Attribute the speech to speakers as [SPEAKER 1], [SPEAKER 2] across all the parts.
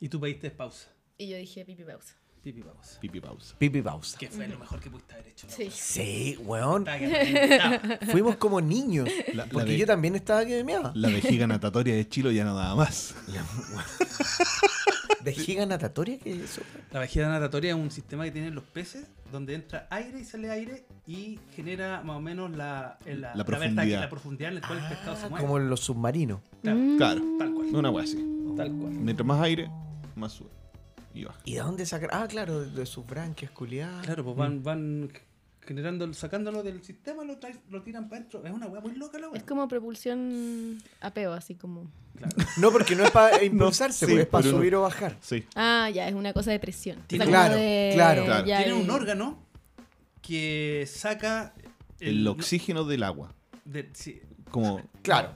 [SPEAKER 1] Y tú pediste pausa.
[SPEAKER 2] Y yo dije pipi pausa.
[SPEAKER 1] Pipi pausa.
[SPEAKER 3] Pipi pausa.
[SPEAKER 4] Pipi pausa.
[SPEAKER 1] Que fue lo mejor que pudiste haber hecho. la
[SPEAKER 2] Mm. Sí.
[SPEAKER 4] Sí, weón.
[SPEAKER 1] weá. Estaba que me
[SPEAKER 4] Fuimos como niños.
[SPEAKER 3] La- la
[SPEAKER 4] porque
[SPEAKER 3] de-
[SPEAKER 4] yo también estaba que me meaba.
[SPEAKER 3] La vejiga natatoria de Chilo ya no daba más.
[SPEAKER 4] ¿De giga natatoria que es eso?
[SPEAKER 1] La vejiga natatoria es un sistema que tienen los peces donde entra aire y sale aire y genera más o menos la, eh,
[SPEAKER 3] La
[SPEAKER 1] la,
[SPEAKER 3] profundidad.
[SPEAKER 1] vértice, la profundidad en la cual el pescado se
[SPEAKER 4] Ah,
[SPEAKER 1] mueve.
[SPEAKER 4] como en los submarinos.
[SPEAKER 1] Claro,
[SPEAKER 3] Claro.
[SPEAKER 1] Tal cual.
[SPEAKER 3] Una wea así.
[SPEAKER 1] Tal cual.
[SPEAKER 3] Mientras más aire, más sube. Y baja.
[SPEAKER 4] ¿Y de dónde sacar? Ah, claro, de, de sus branquias,
[SPEAKER 2] Ah.
[SPEAKER 4] culiadas.
[SPEAKER 1] Claro, pues
[SPEAKER 3] Mm.
[SPEAKER 1] van, van generando, sacándolo del sistema, lo, traen- lo tiran para adentro. Es una weá muy loca la weá.
[SPEAKER 2] Es como propulsión apeo, así como.
[SPEAKER 1] Claro.
[SPEAKER 4] No, porque no es para
[SPEAKER 3] sí,
[SPEAKER 4] impulsarse, porque es para
[SPEAKER 3] pero no.
[SPEAKER 4] subir o bajar.
[SPEAKER 3] Sí.
[SPEAKER 2] Ah, ya, es una cosa de presión. O
[SPEAKER 1] Tiene-
[SPEAKER 2] como
[SPEAKER 4] Claro, claro.
[SPEAKER 3] Claro.
[SPEAKER 2] ya
[SPEAKER 1] Tienen
[SPEAKER 2] de-
[SPEAKER 1] un órgano que saca
[SPEAKER 3] El oxígeno del agua.
[SPEAKER 1] de- sí,
[SPEAKER 3] Como
[SPEAKER 4] Claro.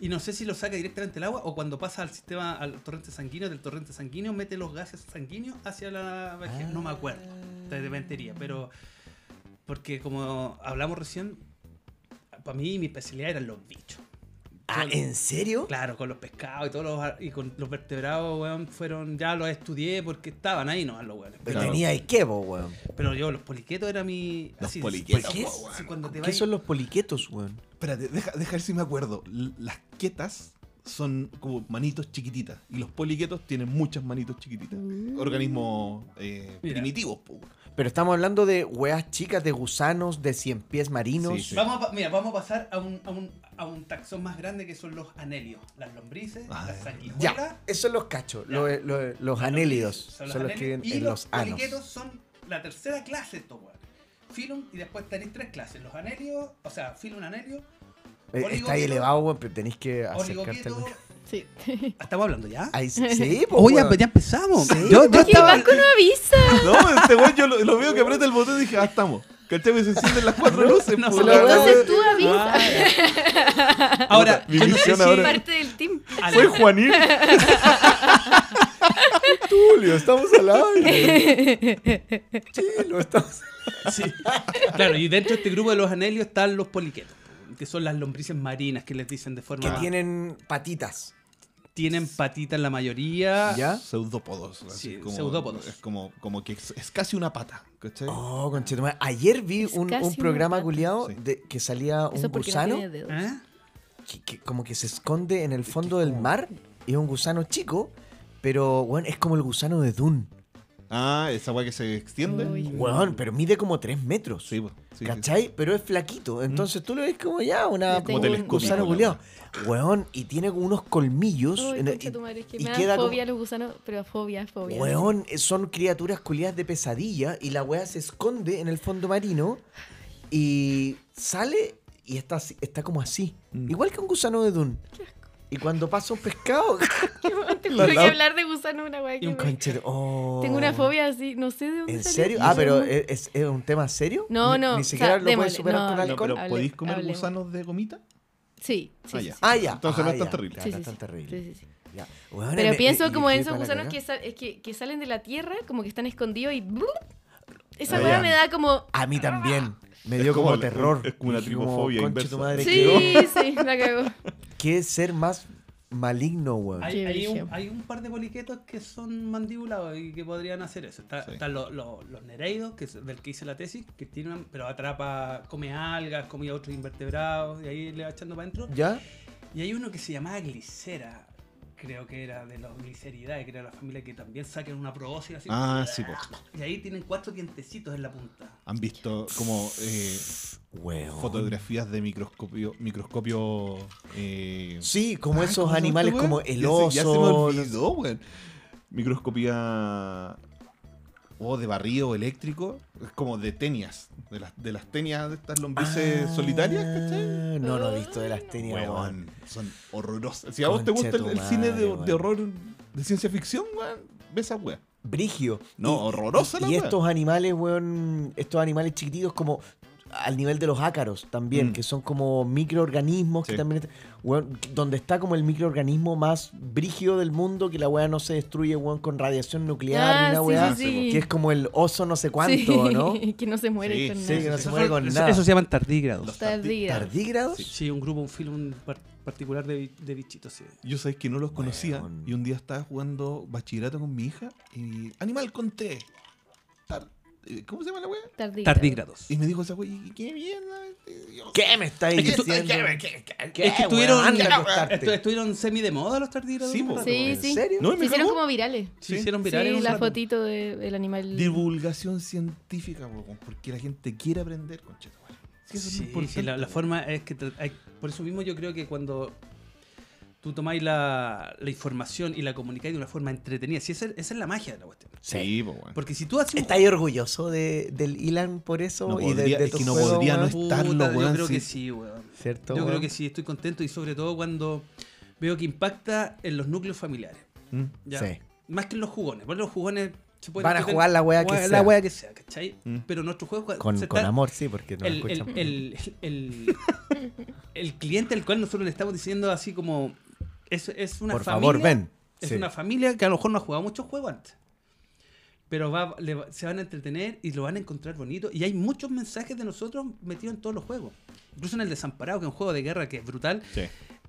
[SPEAKER 1] y no sé si lo saca directamente el agua o cuando pasa al sistema, al torrente sanguíneo, del torrente sanguíneo, mete los gases sanguíneos hacia la vejez. No
[SPEAKER 4] Ah.
[SPEAKER 1] me acuerdo. De mentería, pero. Porque como hablamos recién, para mí mi especialidad eran los bichos.
[SPEAKER 4] Ah, ¿en serio?
[SPEAKER 1] Claro, con los pescados y todos los, ar- y con los vertebrados, weón, fueron, ya los estudié porque estaban ahí nomás los weones.
[SPEAKER 4] Pero
[SPEAKER 1] Pero,
[SPEAKER 3] Claro.
[SPEAKER 4] tenía esquebo, weón.
[SPEAKER 1] pero yo, los poliquetos era mi.
[SPEAKER 3] Los
[SPEAKER 1] así,
[SPEAKER 3] poliquetos,
[SPEAKER 1] sí,
[SPEAKER 4] weón.
[SPEAKER 1] sí, cuando te
[SPEAKER 4] ¿Qué
[SPEAKER 1] vas
[SPEAKER 4] son los poliquetos, weón?
[SPEAKER 3] Espérate, deja, deja ver si me acuerdo. L- Las quietas son como manitos chiquititas. Y los poliquetos tienen muchas manitos chiquititas.
[SPEAKER 4] Mm.
[SPEAKER 3] Organismos eh,
[SPEAKER 1] Mira.
[SPEAKER 3] primitivos. po.
[SPEAKER 4] Pero estamos hablando de weas chicas, de gusanos, de cien pies marinos.
[SPEAKER 3] Sí, sí.
[SPEAKER 1] Vamos a, pa- mira, vamos a pasar a un, a, un, a un taxón más grande que son los anelios, las lombrices,
[SPEAKER 3] Ah,
[SPEAKER 1] las
[SPEAKER 3] ya.
[SPEAKER 1] sanguijuelas.
[SPEAKER 4] Ya, esos son los cachos,
[SPEAKER 1] Ya.
[SPEAKER 4] lo- lo- los, anélidos. Son los,
[SPEAKER 1] anélidos,
[SPEAKER 4] que viven
[SPEAKER 1] y
[SPEAKER 4] en los anos. Eh,
[SPEAKER 1] poliquetos son la tercera clase de estos weones. Filum y después tenéis tres clases, los anelios, o sea, filum anelio,
[SPEAKER 4] Eh, Está ahí
[SPEAKER 1] oligoquetos,
[SPEAKER 4] elevado, weón, pero tenés que Ah, acercarte al...
[SPEAKER 1] oligoqueto.
[SPEAKER 2] Sí.
[SPEAKER 1] Estamos hablando ya.
[SPEAKER 4] Ahí sí, sí, po,
[SPEAKER 1] Oye,
[SPEAKER 4] weón.
[SPEAKER 1] pues ya empezamos.
[SPEAKER 4] Sí,
[SPEAKER 1] Yo, yo
[SPEAKER 4] pues.
[SPEAKER 2] ¿Qué
[SPEAKER 1] estaba.
[SPEAKER 2] banco no avisa?
[SPEAKER 3] No, este güey yo lo, lo veo que aprieta el botón y dije, ah, estamos. ¿Cachai? Y se encienden las cuatro luces.
[SPEAKER 1] no
[SPEAKER 3] po.
[SPEAKER 1] se lo
[SPEAKER 3] La-
[SPEAKER 4] veo.
[SPEAKER 2] Entonces tú avisas.
[SPEAKER 1] Ah, Ahora, yo
[SPEAKER 3] Mi
[SPEAKER 1] no sé
[SPEAKER 3] visión
[SPEAKER 1] si.
[SPEAKER 3] ahora-
[SPEAKER 2] Parte del team.
[SPEAKER 1] Ale-
[SPEAKER 3] Fue Juanín.
[SPEAKER 4] Julio, estamos al aire. Chilo, estamos...
[SPEAKER 1] Sí. Claro, y dentro de este grupo de los anelios están los poliquetos, que son las lombrices marinas que les dicen de
[SPEAKER 4] Que
[SPEAKER 1] forma.
[SPEAKER 4] tienen patitas.
[SPEAKER 1] tienen patitas la mayoría.
[SPEAKER 4] ¿Ya?
[SPEAKER 3] Pseudópodos. así
[SPEAKER 1] Sí, pseudópodos.
[SPEAKER 3] Es como, como que es, es casi una pata. ¿Cachai?
[SPEAKER 4] Oh, conchetumare. Ayer vi
[SPEAKER 2] Es
[SPEAKER 4] un,
[SPEAKER 2] casi
[SPEAKER 4] un
[SPEAKER 2] una
[SPEAKER 4] programa
[SPEAKER 2] pata.
[SPEAKER 4] culiado
[SPEAKER 3] Sí.
[SPEAKER 4] que salía un
[SPEAKER 2] Eso porque no
[SPEAKER 4] gusano ¿Ah?
[SPEAKER 2] tiene dedos.
[SPEAKER 1] ¿Eh?
[SPEAKER 4] que, que como que se esconde en el fondo del mar. Y es un gusano chico, pero bueno, es como el gusano de Dune.
[SPEAKER 3] Ah, esa weá que se extiende.
[SPEAKER 2] Uy.
[SPEAKER 4] Weón, pero mide como 3 metros.
[SPEAKER 3] Sí, po. Sí, Mm. sí.
[SPEAKER 4] ¿Cachai? Pero es flaquito. Entonces tú lo ves como ya, una
[SPEAKER 2] Yo tengo
[SPEAKER 4] como un
[SPEAKER 2] telescópico,
[SPEAKER 4] gusano
[SPEAKER 3] la
[SPEAKER 4] culiado. Weón, y tiene unos colmillos.
[SPEAKER 2] Ay,
[SPEAKER 4] en el-
[SPEAKER 2] concha tu madre, es que
[SPEAKER 4] y
[SPEAKER 2] me
[SPEAKER 4] queda
[SPEAKER 2] dan
[SPEAKER 4] como-
[SPEAKER 2] fobia los gusanos, pero fobia, fobia.
[SPEAKER 4] Weón, eh, son criaturas culiadas de pesadilla y la weá se esconde en el fondo marino y sale y está, así- está como así.
[SPEAKER 3] Mm.
[SPEAKER 4] Igual que un gusano de Dune. Y cuando pasa un pescado...
[SPEAKER 2] Te
[SPEAKER 3] La-
[SPEAKER 2] juro que
[SPEAKER 3] la-
[SPEAKER 2] hablar de gusano es una weá
[SPEAKER 4] y
[SPEAKER 2] que
[SPEAKER 4] un
[SPEAKER 2] me-
[SPEAKER 4] conchero. oh.
[SPEAKER 2] Tengo una fobia así, no sé de dónde
[SPEAKER 4] ¿En
[SPEAKER 2] salió.
[SPEAKER 4] serio? Ah, pero ¿es, es- es un tema serio?
[SPEAKER 2] No,
[SPEAKER 4] Ni-
[SPEAKER 2] no,
[SPEAKER 4] Ni
[SPEAKER 2] o sea,
[SPEAKER 4] siquiera lo
[SPEAKER 2] démosle,
[SPEAKER 4] puedes
[SPEAKER 2] no,
[SPEAKER 4] superar con
[SPEAKER 2] no.
[SPEAKER 3] No,
[SPEAKER 4] alcohol.
[SPEAKER 3] pero
[SPEAKER 2] Hable-
[SPEAKER 3] ¿podéis comer
[SPEAKER 2] hablemos.
[SPEAKER 3] gusanos de gomita?
[SPEAKER 2] Sí, sí,
[SPEAKER 3] Ah,
[SPEAKER 2] sí,
[SPEAKER 3] ya.
[SPEAKER 2] sí.
[SPEAKER 4] Ah, ya.
[SPEAKER 3] Entonces no
[SPEAKER 4] Ah,
[SPEAKER 3] es tan
[SPEAKER 4] ya.
[SPEAKER 3] terrible.
[SPEAKER 4] Ya,
[SPEAKER 2] Sí,
[SPEAKER 4] no
[SPEAKER 2] sí,
[SPEAKER 4] es tan
[SPEAKER 2] sí.
[SPEAKER 4] terrible.
[SPEAKER 2] Sí, sí, sí.
[SPEAKER 4] Ya. Weón,
[SPEAKER 2] Pero
[SPEAKER 4] me-
[SPEAKER 2] pienso
[SPEAKER 4] me-
[SPEAKER 2] como
[SPEAKER 4] me
[SPEAKER 2] en
[SPEAKER 4] fui
[SPEAKER 2] esos
[SPEAKER 4] para la
[SPEAKER 2] gusanos que,
[SPEAKER 4] cagá.
[SPEAKER 2] sal- es que, que salen de la tierra, como que están escondidos y... Esa
[SPEAKER 3] Ah,
[SPEAKER 2] weá
[SPEAKER 3] ya.
[SPEAKER 2] me da como...
[SPEAKER 4] A mí también. Me
[SPEAKER 3] Es
[SPEAKER 4] dio como,
[SPEAKER 3] como la-
[SPEAKER 4] terror.
[SPEAKER 3] es como una
[SPEAKER 4] Dije como,
[SPEAKER 3] tripofobia
[SPEAKER 4] "Conche
[SPEAKER 3] inversa".
[SPEAKER 4] tu madre,
[SPEAKER 2] Sí,
[SPEAKER 4] qué-
[SPEAKER 2] sí, la cagó.
[SPEAKER 4] ¿Qué ser más maligno, weón?
[SPEAKER 1] Hay,
[SPEAKER 2] Qué
[SPEAKER 1] hay
[SPEAKER 2] brillo.
[SPEAKER 1] un, hay un par de poliquetos que son mandibulados y que podrían hacer eso. Está-
[SPEAKER 3] Sí.
[SPEAKER 1] Están los, los- los nereidos, que es del que hice la tesis, que tienen, pero atrapa, come algas, come otros invertebrados, y ahí le va echando para adentro.
[SPEAKER 4] ¿Ya?
[SPEAKER 1] Y hay uno que se llamaba Glicera, creo que era de los Gliceridae, que era la familia que también sacan una probóscide así.
[SPEAKER 3] Ah, sí, po.
[SPEAKER 1] Y ahí tienen cuatro dientecitos en la punta.
[SPEAKER 3] Han visto como eh,
[SPEAKER 4] Weón.
[SPEAKER 3] fotografías de microscopio. microscopio eh,
[SPEAKER 4] Sí,
[SPEAKER 3] ah,
[SPEAKER 4] como
[SPEAKER 3] ¿cómo
[SPEAKER 4] esos
[SPEAKER 3] se llama
[SPEAKER 4] animales
[SPEAKER 3] este,
[SPEAKER 4] como
[SPEAKER 3] weón?
[SPEAKER 4] el
[SPEAKER 3] Ya se-
[SPEAKER 4] oso.
[SPEAKER 3] Ya se, me olvidó, weón. Microscopía o de barrido eléctrico, es como de tenias, de las, de las tenias de estas lombrices
[SPEAKER 4] Ah,
[SPEAKER 3] solitarias, ¿cachai?
[SPEAKER 4] No, no he visto de las tenias, weón.
[SPEAKER 3] Weón, son horrorosas. Si a vos te
[SPEAKER 4] Concha
[SPEAKER 3] gusta el,
[SPEAKER 4] tu
[SPEAKER 3] el cine de,
[SPEAKER 4] madre,
[SPEAKER 3] de
[SPEAKER 4] weón.
[SPEAKER 3] horror, de ciencia ficción, weón, ve esa weón.
[SPEAKER 4] Brigio.
[SPEAKER 3] No, horrorosa la
[SPEAKER 4] Y
[SPEAKER 3] weá.
[SPEAKER 4] estos animales, weón, estos animales chiquititos como al nivel de los ácaros también,
[SPEAKER 3] Mm.
[SPEAKER 4] que son como microorganismos que
[SPEAKER 3] Sí.
[SPEAKER 4] también... est- weón, donde está como el microorganismo más brígido del mundo, que la weá no se destruye, weón, con radiación nuclear ni
[SPEAKER 2] Ah,
[SPEAKER 4] una
[SPEAKER 2] sí,
[SPEAKER 4] weá,
[SPEAKER 2] sí, sí.
[SPEAKER 4] que es como el oso no sé cuánto,
[SPEAKER 2] Sí,
[SPEAKER 4] ¿no?
[SPEAKER 2] que no se muere
[SPEAKER 3] Sí,
[SPEAKER 2] con
[SPEAKER 3] sí,
[SPEAKER 4] Sí, que
[SPEAKER 2] nada.
[SPEAKER 4] no se mueve con
[SPEAKER 1] eso,
[SPEAKER 4] nada.
[SPEAKER 1] eso se llaman tardígrados.
[SPEAKER 2] Tardígrados.
[SPEAKER 4] ¿Tardígrados?
[SPEAKER 3] Sí.
[SPEAKER 1] Sí, un grupo, un film un par- particular de, bi- de bichitos, sí.
[SPEAKER 3] Yo sabéis que no los conocía
[SPEAKER 4] Weón.
[SPEAKER 3] y un día estaba jugando bachillerato con mi hija y animal con T. Tar- eh, ¿Cómo se llama la wea?
[SPEAKER 2] Tardígrados.
[SPEAKER 1] Tardígrados.
[SPEAKER 3] Y me dijo esa wea, "¿Y qué mierda? este, Y yo,
[SPEAKER 4] ¿Qué me estáis
[SPEAKER 1] Es que tú-
[SPEAKER 4] diciendo?
[SPEAKER 3] ¿Qué, qué, qué, qué?
[SPEAKER 4] ¿Qué,
[SPEAKER 1] es que
[SPEAKER 4] weón?
[SPEAKER 1] tuvieron-
[SPEAKER 4] Anda a
[SPEAKER 1] Ya,
[SPEAKER 4] acostarte.
[SPEAKER 1] Estu- estuvieron semi de moda los tardígrados.
[SPEAKER 3] Sí,
[SPEAKER 1] un
[SPEAKER 3] po.
[SPEAKER 1] rato.
[SPEAKER 2] Sí,
[SPEAKER 4] ¿En
[SPEAKER 2] sí.
[SPEAKER 4] serio?
[SPEAKER 3] No, y
[SPEAKER 2] Se
[SPEAKER 3] me
[SPEAKER 2] hicieron
[SPEAKER 3] cagó.
[SPEAKER 2] como virales.
[SPEAKER 1] Se
[SPEAKER 3] Sí.
[SPEAKER 1] hicieron virales.
[SPEAKER 2] Sí,
[SPEAKER 1] un
[SPEAKER 2] la
[SPEAKER 1] rato.
[SPEAKER 2] fotito de- del animal.
[SPEAKER 3] Divulgación científica, weón, porque la gente quiere aprender, conchetumare. Si eso es lo
[SPEAKER 1] Sí,
[SPEAKER 3] importante.
[SPEAKER 1] sí, la, la forma es que tra- hay- por eso mismo yo creo que cuando tú tomáis la, la información y la comunicáis de una forma entretenida, sí, esa, esa es la magia de la cuestión.
[SPEAKER 3] Sí, po, weón.
[SPEAKER 1] Porque si tú haces un
[SPEAKER 4] ¿Estáis orgulloso de, del Ilan por eso?
[SPEAKER 3] No
[SPEAKER 4] y
[SPEAKER 3] podría-
[SPEAKER 4] de, de
[SPEAKER 3] es
[SPEAKER 4] tu
[SPEAKER 3] que no
[SPEAKER 4] juego,
[SPEAKER 3] podría no
[SPEAKER 4] weón?
[SPEAKER 3] es- estarlo,
[SPEAKER 1] puta, yo
[SPEAKER 3] weón,
[SPEAKER 1] creo
[SPEAKER 3] sí.
[SPEAKER 1] que sí, weón.
[SPEAKER 4] ¿Cierto,
[SPEAKER 1] Yo creo
[SPEAKER 4] weón?
[SPEAKER 1] que sí, estoy contento y sobre todo cuando veo que impacta en los núcleos familiares.
[SPEAKER 3] Mm.
[SPEAKER 1] ¿ya?
[SPEAKER 4] Sí.
[SPEAKER 1] Más que en los jugones. Porque los jugones se pueden
[SPEAKER 4] Van a
[SPEAKER 1] meter-
[SPEAKER 4] jugar la wea que
[SPEAKER 1] jugar
[SPEAKER 4] sea.
[SPEAKER 1] la wea que sea, ¿cachai?
[SPEAKER 3] Mm.
[SPEAKER 1] Pero nuestro juego
[SPEAKER 4] Con,
[SPEAKER 1] se
[SPEAKER 4] con
[SPEAKER 1] está-
[SPEAKER 4] amor, sí, porque no lo
[SPEAKER 1] el,
[SPEAKER 4] escuchan.
[SPEAKER 1] el, el, el- el cliente al cual nosotros le estamos diciendo así como es, es una
[SPEAKER 4] por
[SPEAKER 1] familia
[SPEAKER 4] favor, ven.
[SPEAKER 1] es
[SPEAKER 4] Sí.
[SPEAKER 1] una familia que a lo mejor no ha jugado muchos juegos antes pero va, le va- se van a entretener y lo van a encontrar bonito y hay muchos mensajes de nosotros metidos en todos los juegos incluso en el desamparado que es un juego de guerra que es brutal
[SPEAKER 3] Sí.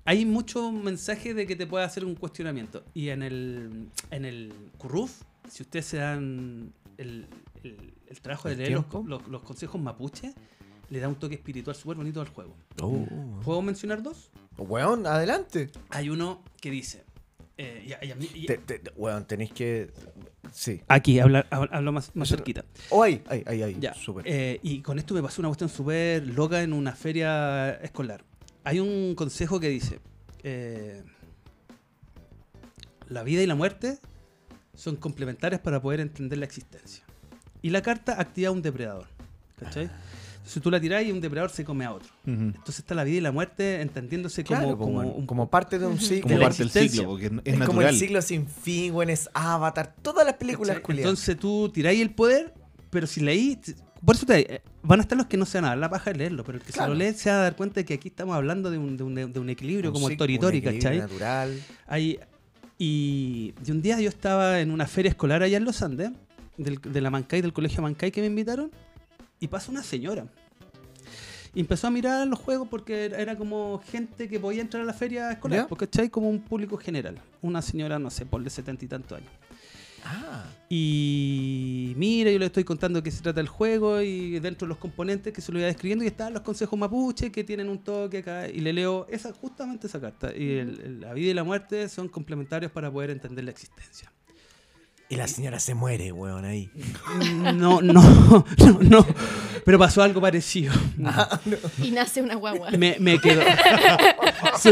[SPEAKER 1] hay muchos mensajes de que te puede hacer un cuestionamiento y en el en el curruf si ustedes se dan el, el- el trabajo de
[SPEAKER 4] ¿El
[SPEAKER 1] leer los,
[SPEAKER 4] tiempo?
[SPEAKER 1] los- los consejos mapuche le da un toque espiritual súper bonito al juego
[SPEAKER 4] Oh.
[SPEAKER 1] ¿puedo mencionar dos?
[SPEAKER 4] Weón, adelante.
[SPEAKER 1] hay uno que dice eh, y- y a mí- y-
[SPEAKER 4] Te- te- te- weón, tenéis que. Sí.
[SPEAKER 1] Aquí, habla- hab- hablo más, más cerquita.
[SPEAKER 4] Oh, ahí, ahí, ahí, ahí.
[SPEAKER 1] Ya.
[SPEAKER 4] Súper.
[SPEAKER 1] Eh, y con esto me pasó una cuestión súper loca en una feria escolar. Hay un consejo que dice: eh, La vida y la muerte son complementarias para poder entender la existencia. Y la carta activa a un depredador. ¿Cachai?
[SPEAKER 4] Ah.
[SPEAKER 1] Si tú la tirás y un depredador se come a otro.
[SPEAKER 3] Ujú.
[SPEAKER 1] Entonces está la vida y la muerte entendiéndose como,
[SPEAKER 4] Claro, po,
[SPEAKER 1] como,
[SPEAKER 4] weón.
[SPEAKER 1] un-
[SPEAKER 4] como parte de un ciclo.
[SPEAKER 3] Como
[SPEAKER 1] la
[SPEAKER 3] parte del
[SPEAKER 1] existencia.
[SPEAKER 3] ciclo, porque es,
[SPEAKER 4] es
[SPEAKER 3] natural.
[SPEAKER 4] como el ciclo sin fin, weón, es Avatar. Todas las películas,
[SPEAKER 1] ¿Cachai?
[SPEAKER 4] culiadas.
[SPEAKER 1] Entonces tú tiráis el poder, pero si leí. t- Por eso te eh, van a estar los que no se van a dar la paja de leerlo, pero el que
[SPEAKER 4] Claro.
[SPEAKER 1] se lo lee se va a dar cuenta de que aquí estamos hablando de un, de un- de un equilibrio
[SPEAKER 4] Un
[SPEAKER 1] como el
[SPEAKER 4] ciclo,
[SPEAKER 1] Toritori,
[SPEAKER 4] un equilibrio
[SPEAKER 1] ¿cachai?
[SPEAKER 4] natural.
[SPEAKER 1] Hay- y, y un día yo estaba en una feria escolar allá en los Andes, del- de la Mancay, del colegio Mancay que me invitaron, y pasa una señora. Y empezó a mirar los juegos porque era- era como gente que podía entrar a la feria escolar,
[SPEAKER 4] ¿Ya?
[SPEAKER 1] porque ¿cachai? Como un público general. Una señora, no sé, por de setenta y tantos años.
[SPEAKER 4] Ah,
[SPEAKER 1] Y mira, yo le estoy contando de qué se trata el juego y dentro de los componentes que se lo voy a describiendo y están los consejos mapuche que tienen un toque acá y le leo esa, justamente esa carta. Y el- el- la vida y la muerte son complementarios para poder entender la existencia.
[SPEAKER 4] y la señora se muere, weón, ahí.
[SPEAKER 1] No, no, no, no. Pero pasó algo parecido.
[SPEAKER 4] Ah.
[SPEAKER 2] Y nace una guagua.
[SPEAKER 1] Me, me quedó.
[SPEAKER 3] Se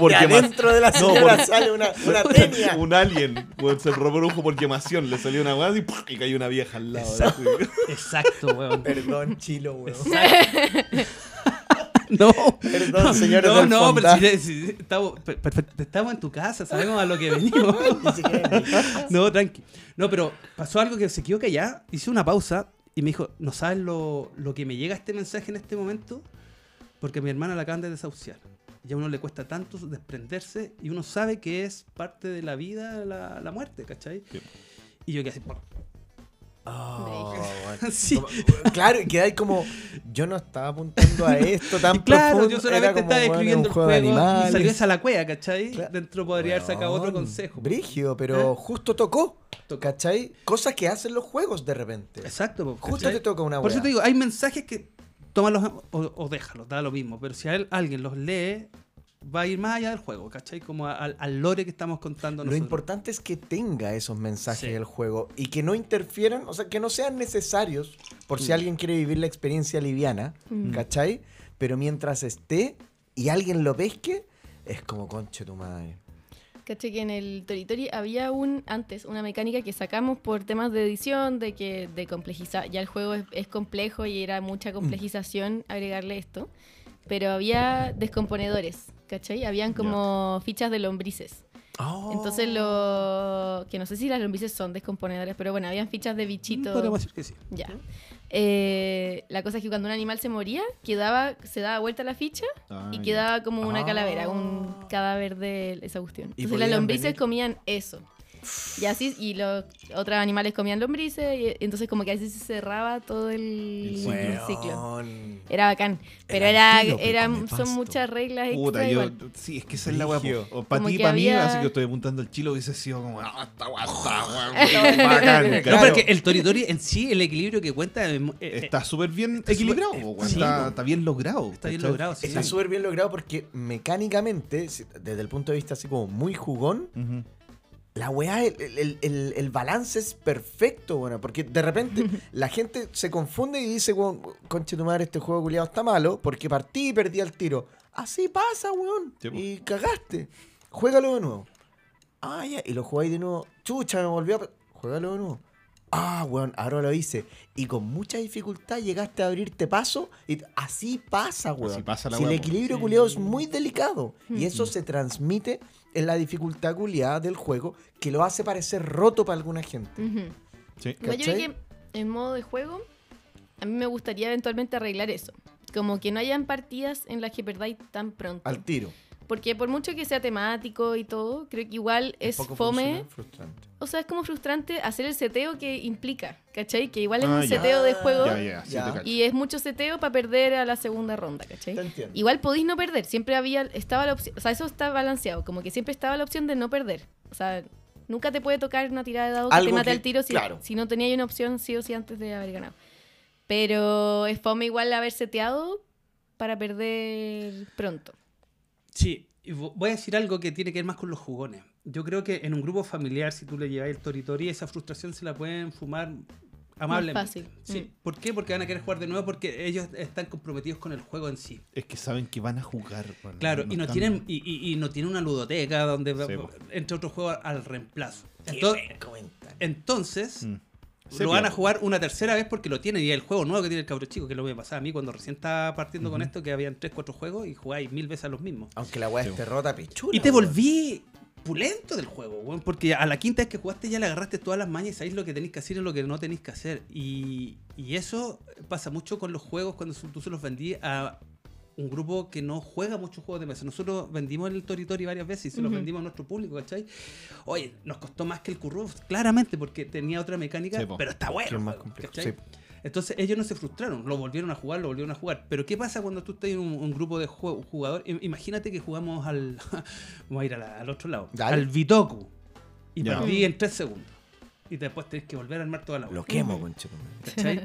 [SPEAKER 3] por
[SPEAKER 4] y
[SPEAKER 3] quemación.
[SPEAKER 4] adentro de la
[SPEAKER 3] No,
[SPEAKER 4] señora
[SPEAKER 3] por-
[SPEAKER 4] sale una, una tenia.
[SPEAKER 3] Un alien weón, se reprodujo por quemación. Le salió una weá y, ¡puf! y cayó una vieja al lado.
[SPEAKER 1] Exacto.
[SPEAKER 3] así.
[SPEAKER 1] Exacto, weón.
[SPEAKER 4] Perdón, chilo, weón.
[SPEAKER 1] No.
[SPEAKER 4] Perdón, señores
[SPEAKER 1] No,
[SPEAKER 4] del
[SPEAKER 1] no, pero
[SPEAKER 4] Fondar.
[SPEAKER 1] si, si- estamos, per- perfecto, estamos en tu casa, sabemos a lo que venimos.
[SPEAKER 4] Ni siquiera en mi casa.
[SPEAKER 1] No, tranqui. No, pero pasó algo que se quedó callada. Hice una pausa y me dijo, ¿no sabes lo, lo que me llega este mensaje en este momento? Porque a mi hermana la acaban de desahuciar. Y a uno le cuesta tanto desprenderse y uno sabe que es parte de la vida la, la muerte, ¿cachai?
[SPEAKER 3] Sí.
[SPEAKER 1] Y yo que así, po-
[SPEAKER 4] Oh, weón.
[SPEAKER 1] Sí.
[SPEAKER 4] Como- eh, Claro, y quedáis como. Yo no estaba apuntando a esto tan
[SPEAKER 1] Y claro,
[SPEAKER 4] profundo.
[SPEAKER 1] yo
[SPEAKER 4] era
[SPEAKER 1] solamente
[SPEAKER 4] como,
[SPEAKER 1] estaba
[SPEAKER 4] weón,
[SPEAKER 1] describiendo
[SPEAKER 4] un
[SPEAKER 1] el
[SPEAKER 4] juego
[SPEAKER 1] juego,
[SPEAKER 4] de
[SPEAKER 1] y salió
[SPEAKER 4] animales.
[SPEAKER 1] esa la cueva, ¿cachai?
[SPEAKER 4] Claro.
[SPEAKER 1] Dentro podría haber sacado otro
[SPEAKER 4] Weón,
[SPEAKER 1] consejo.
[SPEAKER 4] Brígido, pero
[SPEAKER 1] ¿Eh?
[SPEAKER 4] justo tocó.
[SPEAKER 1] Tocó.
[SPEAKER 4] ¿Cachai? Cosas que hacen los juegos de repente.
[SPEAKER 1] Exacto. po,
[SPEAKER 4] Justo
[SPEAKER 1] ¿cachai?
[SPEAKER 4] te toca una
[SPEAKER 1] Por eso
[SPEAKER 4] weá.
[SPEAKER 1] te digo, hay mensajes que tómalos o, o déjalos, da lo mismo. Pero si a él- alguien los lee, va a ir más allá del juego, ¿cachai? Como a- al, al lore que estamos contando
[SPEAKER 4] Lo
[SPEAKER 1] nosotros.
[SPEAKER 4] importante es que tenga esos mensajes
[SPEAKER 1] Sí.
[SPEAKER 4] del juego y que no interfieran, o sea, que no sean necesarios por si
[SPEAKER 1] Mm.
[SPEAKER 4] alguien quiere vivir la experiencia liviana,
[SPEAKER 2] Mm.
[SPEAKER 4] ¿cachai? Pero mientras esté y alguien lo pesque, es como conche tu madre.
[SPEAKER 2] Caché que en el Territory había un antes una mecánica que sacamos por temas de edición, de que de complejizar, ya el juego es, es complejo y era mucha complejización agregarle esto, pero había
[SPEAKER 1] Ah,
[SPEAKER 2] descomponedores, ¿cachai? Habían como fichas de lombrices. Entonces lo que no sé si las lombrices son descomponedoras, pero bueno, habían fichas de bichitos.
[SPEAKER 1] Podemos decir que sí.
[SPEAKER 2] Ya. Eh, la cosa es que cuando un animal se moría, quedaba, se daba vuelta la ficha
[SPEAKER 3] Ah,
[SPEAKER 2] y
[SPEAKER 3] ya.
[SPEAKER 2] quedaba como una
[SPEAKER 4] Ah.
[SPEAKER 2] calavera, un cadáver de esa cuestión.
[SPEAKER 4] Y
[SPEAKER 2] Entonces las
[SPEAKER 4] podían
[SPEAKER 2] lombrices
[SPEAKER 4] venir-
[SPEAKER 2] comían eso. Y así, y los otros animales comían lombrices, y entonces como que así se cerraba todo el,
[SPEAKER 3] El
[SPEAKER 2] el
[SPEAKER 3] ciclo.
[SPEAKER 2] ciclo.
[SPEAKER 4] Weón.
[SPEAKER 2] Era bacán. Pero
[SPEAKER 4] El
[SPEAKER 2] era,
[SPEAKER 4] antílope
[SPEAKER 2] era-
[SPEAKER 4] come
[SPEAKER 2] son
[SPEAKER 4] pasto.
[SPEAKER 2] muchas reglas extra
[SPEAKER 3] Puta, yo,
[SPEAKER 2] igual.
[SPEAKER 3] sí, es que esa es la weá.
[SPEAKER 4] Brigio.
[SPEAKER 3] Para
[SPEAKER 2] Como
[SPEAKER 3] ti y
[SPEAKER 2] que
[SPEAKER 3] para mí,
[SPEAKER 2] había-
[SPEAKER 3] así que estoy apuntando al chilo, hubiese sido como, ah, esta weá está weón,
[SPEAKER 4] Bacán,
[SPEAKER 3] bacán,
[SPEAKER 1] No,
[SPEAKER 4] Claro.
[SPEAKER 1] pero es que el toritori en sí, el equilibrio que cuenta eh, eh,
[SPEAKER 3] Está súper bien
[SPEAKER 1] Está súper-
[SPEAKER 3] equilibrado,
[SPEAKER 1] eh,
[SPEAKER 3] weón,
[SPEAKER 1] sí,
[SPEAKER 3] está,
[SPEAKER 1] weón.
[SPEAKER 3] está bien logrado.
[SPEAKER 1] está bien
[SPEAKER 3] ¿cachai?
[SPEAKER 1] logrado. sí.
[SPEAKER 4] Está súper bien logrado porque mecánicamente, si- desde el punto de vista así como muy jugón,
[SPEAKER 3] Ujú.
[SPEAKER 4] la weá, el, el- el- el balance es perfecto, bueno, porque de repente la gente se confunde y dice, weón, conche tu madre, este juego culiado está malo, porque partí y perdí al tiro. Así pasa, weón.
[SPEAKER 3] Sí, po.
[SPEAKER 4] y cagaste. Juégalo de nuevo. Ah, ya, y lo jugáis de nuevo. Chucha, me volvió a... pe- Juégalo de nuevo. Ah, weón, ahora lo hice. Y con mucha dificultad llegaste a abrirte paso. Y t- así pasa, weón.
[SPEAKER 3] pasa la
[SPEAKER 4] si el
[SPEAKER 3] weá, po.
[SPEAKER 4] equilibrio culiado es muy delicado. Y eso se transmite en la dificultad culiada del juego que lo hace parecer roto para alguna gente.
[SPEAKER 2] Ujú.
[SPEAKER 3] Sí.
[SPEAKER 2] Igual Yo creo
[SPEAKER 4] ¿Cachai?
[SPEAKER 2] que en modo de juego, a mí me gustaría eventualmente arreglar eso. Como que no hayan partidas en las que perdáis tan pronto.
[SPEAKER 4] Al tiro.
[SPEAKER 2] Porque por mucho que sea temático y todo, creo que igual es
[SPEAKER 4] Poco
[SPEAKER 2] fome.
[SPEAKER 4] funcional, frustrante.
[SPEAKER 2] O sea, es como frustrante hacer el seteo que implica, ¿cachai? Que igual es
[SPEAKER 3] Ah,
[SPEAKER 2] un
[SPEAKER 3] ya.
[SPEAKER 2] seteo de juego
[SPEAKER 3] Ya, ya, sí
[SPEAKER 4] Ya.
[SPEAKER 3] te cacho.
[SPEAKER 2] y es mucho seteo para perder a la segunda ronda, ¿cachai?
[SPEAKER 4] Te entiendo.
[SPEAKER 2] Igual podís no perder, siempre había, estaba la opción, o sea, eso está balanceado, como que siempre estaba la opción de no perder. O sea, nunca te puede tocar una tirada de dado que
[SPEAKER 4] Algo
[SPEAKER 2] te mate
[SPEAKER 4] que-
[SPEAKER 2] al tiro si,
[SPEAKER 4] claro.
[SPEAKER 2] si no tenías una opción sí o sí antes de haber ganado. Pero es fome igual haber seteado para perder pronto.
[SPEAKER 1] eh, Sí, y vo- voy a decir algo que tiene que ver más con los jugones. Yo creo que en un grupo familiar, si tú le llevas el toritori, esa frustración se la pueden fumar amablemente.
[SPEAKER 2] fácil,
[SPEAKER 1] Sí.
[SPEAKER 2] mm.
[SPEAKER 1] ¿Por qué? Porque van a querer jugar de nuevo porque ellos están comprometidos con el juego en sí.
[SPEAKER 3] Es que saben que van a jugar. weón,
[SPEAKER 1] Claro, y no
[SPEAKER 3] están-
[SPEAKER 1] tienen y, y- y no tienen una ludoteca donde va-
[SPEAKER 3] Sí, po.
[SPEAKER 1] entre otros juegos al reemplazo.
[SPEAKER 4] Qué
[SPEAKER 1] Ento-
[SPEAKER 4] buen comentario.
[SPEAKER 1] entonces
[SPEAKER 3] Mm. Se
[SPEAKER 1] lo van a
[SPEAKER 3] pierde.
[SPEAKER 1] jugar una tercera vez porque lo tienen y el juego nuevo que tiene el cabro chico, que es lo que me pasaba a mí cuando recién estaba partiendo con esto, que habían 3, 4 juegos y jugáis mil veces a los mismos.
[SPEAKER 4] Aunque la weá
[SPEAKER 3] Sí.
[SPEAKER 4] esté rota, pichula.
[SPEAKER 1] Y te
[SPEAKER 4] weón.
[SPEAKER 1] volví pulento del juego, weón, porque a la quinta vez que jugaste ya le agarraste todas las mañas y sabéis lo que tenéis que hacer y lo que no tenéis que hacer. Y, y eso pasa mucho con los juegos cuando su- tú se los vendí a un grupo que no juega muchos juegos de mesa. Nosotros vendimos el Toritori varias veces y se los
[SPEAKER 2] Ujú.
[SPEAKER 1] vendimos a nuestro público, ¿cachai? Oye, nos costó más que el Curruf, claramente, porque tenía otra mecánica,
[SPEAKER 3] Sí, po.
[SPEAKER 1] pero está bueno.
[SPEAKER 4] Que es más
[SPEAKER 1] weón,
[SPEAKER 4] complejo,
[SPEAKER 1] ¿cachai? Entonces ellos no se frustraron, lo volvieron a jugar, lo volvieron a jugar. Pero ¿qué pasa cuando tú estás en un, un grupo de jue- jugador? Im- Imagínate que jugamos al... Vamos a ir a la- al otro lado.
[SPEAKER 4] Dale.
[SPEAKER 1] Al Bitoku. Y
[SPEAKER 3] Ya.
[SPEAKER 1] perdí en tres segundos. Y después tenés que volver a armar toda la...
[SPEAKER 4] Lo
[SPEAKER 1] bola,
[SPEAKER 3] Mm.
[SPEAKER 4] quemo, conchetumare.
[SPEAKER 1] ¿cachai?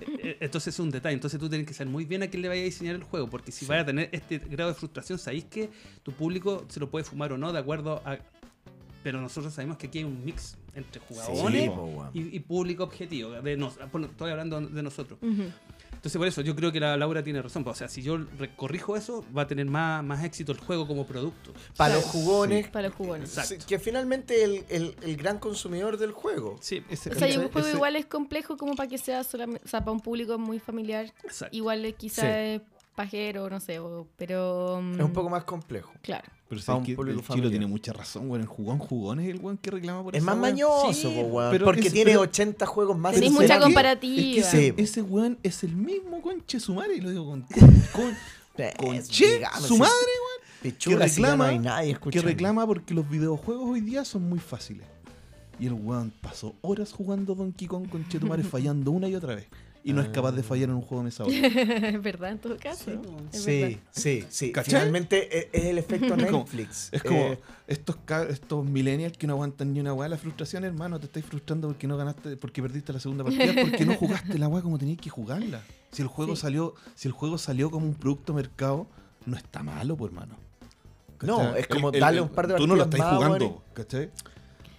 [SPEAKER 1] E- e- Entonces es un detalle. Entonces tú tenés que saber muy bien a quién le vaya a diseñar el juego. Porque si vaya a tener este grado de frustración, sabéis que tu público se lo puede fumar o no, de acuerdo a... Pero nosotros sabemos que aquí hay un mix entre jugadores
[SPEAKER 4] Sí, po, weón.
[SPEAKER 1] y, y público objetivo. De nos- bueno, estoy hablando de nosotros.
[SPEAKER 2] Ujú.
[SPEAKER 1] Entonces, por eso yo creo que la Laura tiene razón. O sea, si yo re- corrijo eso, va a tener más, más éxito el juego como producto.
[SPEAKER 2] Claro.
[SPEAKER 4] Para los jugones,
[SPEAKER 2] Para los jugones.
[SPEAKER 1] Exacto.
[SPEAKER 4] Sí, que finalmente el, el- el gran consumidor del juego.
[SPEAKER 1] Sí,
[SPEAKER 3] Ese-
[SPEAKER 2] O sea, y un
[SPEAKER 3] ese-
[SPEAKER 2] juego
[SPEAKER 3] ese-
[SPEAKER 2] igual es complejo como para que sea solamente, o sea, para un público muy familiar.
[SPEAKER 1] exacto.
[SPEAKER 2] Igual es quizás
[SPEAKER 4] Sí.
[SPEAKER 2] es pajero, no sé, o- pero... mm,
[SPEAKER 4] Es un poco más complejo.
[SPEAKER 2] Claro.
[SPEAKER 3] Pero
[SPEAKER 4] pa' un
[SPEAKER 3] sabes que
[SPEAKER 4] público
[SPEAKER 3] el chilo
[SPEAKER 4] familiar.
[SPEAKER 3] tiene mucha razón, weón. El jugón jugón es el weón que reclama por
[SPEAKER 4] Es
[SPEAKER 3] esa
[SPEAKER 4] más
[SPEAKER 3] weá.
[SPEAKER 4] mañoso,
[SPEAKER 3] Sí,
[SPEAKER 4] po, weón,
[SPEAKER 3] pero
[SPEAKER 4] porque
[SPEAKER 3] ese-
[SPEAKER 4] tiene
[SPEAKER 3] pero-
[SPEAKER 4] 80 juegos más
[SPEAKER 2] Tenéis
[SPEAKER 3] Pero
[SPEAKER 2] mucha
[SPEAKER 3] ¿será que-
[SPEAKER 2] comparativa.
[SPEAKER 3] Es que
[SPEAKER 4] Sí, po.
[SPEAKER 3] ese, ese weón es el mismo conche su madre, lo digo con, con
[SPEAKER 4] Eh,
[SPEAKER 3] conche
[SPEAKER 4] Conche,
[SPEAKER 3] su madre,
[SPEAKER 4] Pichula,
[SPEAKER 3] que
[SPEAKER 4] si ya no
[SPEAKER 3] reclama,
[SPEAKER 4] hay nadie
[SPEAKER 3] weón, que
[SPEAKER 4] escuchando.
[SPEAKER 3] reclama porque los videojuegos hoy día son muy fáciles. Y el weón pasó horas jugando Donkey Kong conche tu madre fallando una y otra vez. Y no es capaz de fallar en un juego de mesa. ahora.
[SPEAKER 2] es verdad, en todo caso. Es
[SPEAKER 4] Sí,
[SPEAKER 2] verdad.
[SPEAKER 4] sí, sí.
[SPEAKER 3] ¿Cachai?
[SPEAKER 4] Finalmente e-, es, es el efecto
[SPEAKER 3] Es como-
[SPEAKER 4] Netflix.
[SPEAKER 3] Es como
[SPEAKER 4] Eh,
[SPEAKER 3] estos, ca- estos millennials que no aguantan ni una weá. La frustración, hermano, te estáis frustrando porque no ganaste, porque perdiste la segunda partida, porque no jugaste la weá como tenías que jugarla. Si el juego
[SPEAKER 2] Sí.
[SPEAKER 3] salió, si el juego salió como un producto mercado, no está malo, pues, hermano.
[SPEAKER 4] No,
[SPEAKER 3] ¿Cachai?
[SPEAKER 4] es como darle un par de
[SPEAKER 3] Tú no lo
[SPEAKER 4] partidas
[SPEAKER 3] estás
[SPEAKER 4] más,
[SPEAKER 3] jugando,
[SPEAKER 4] weón.
[SPEAKER 3] ¿cachai?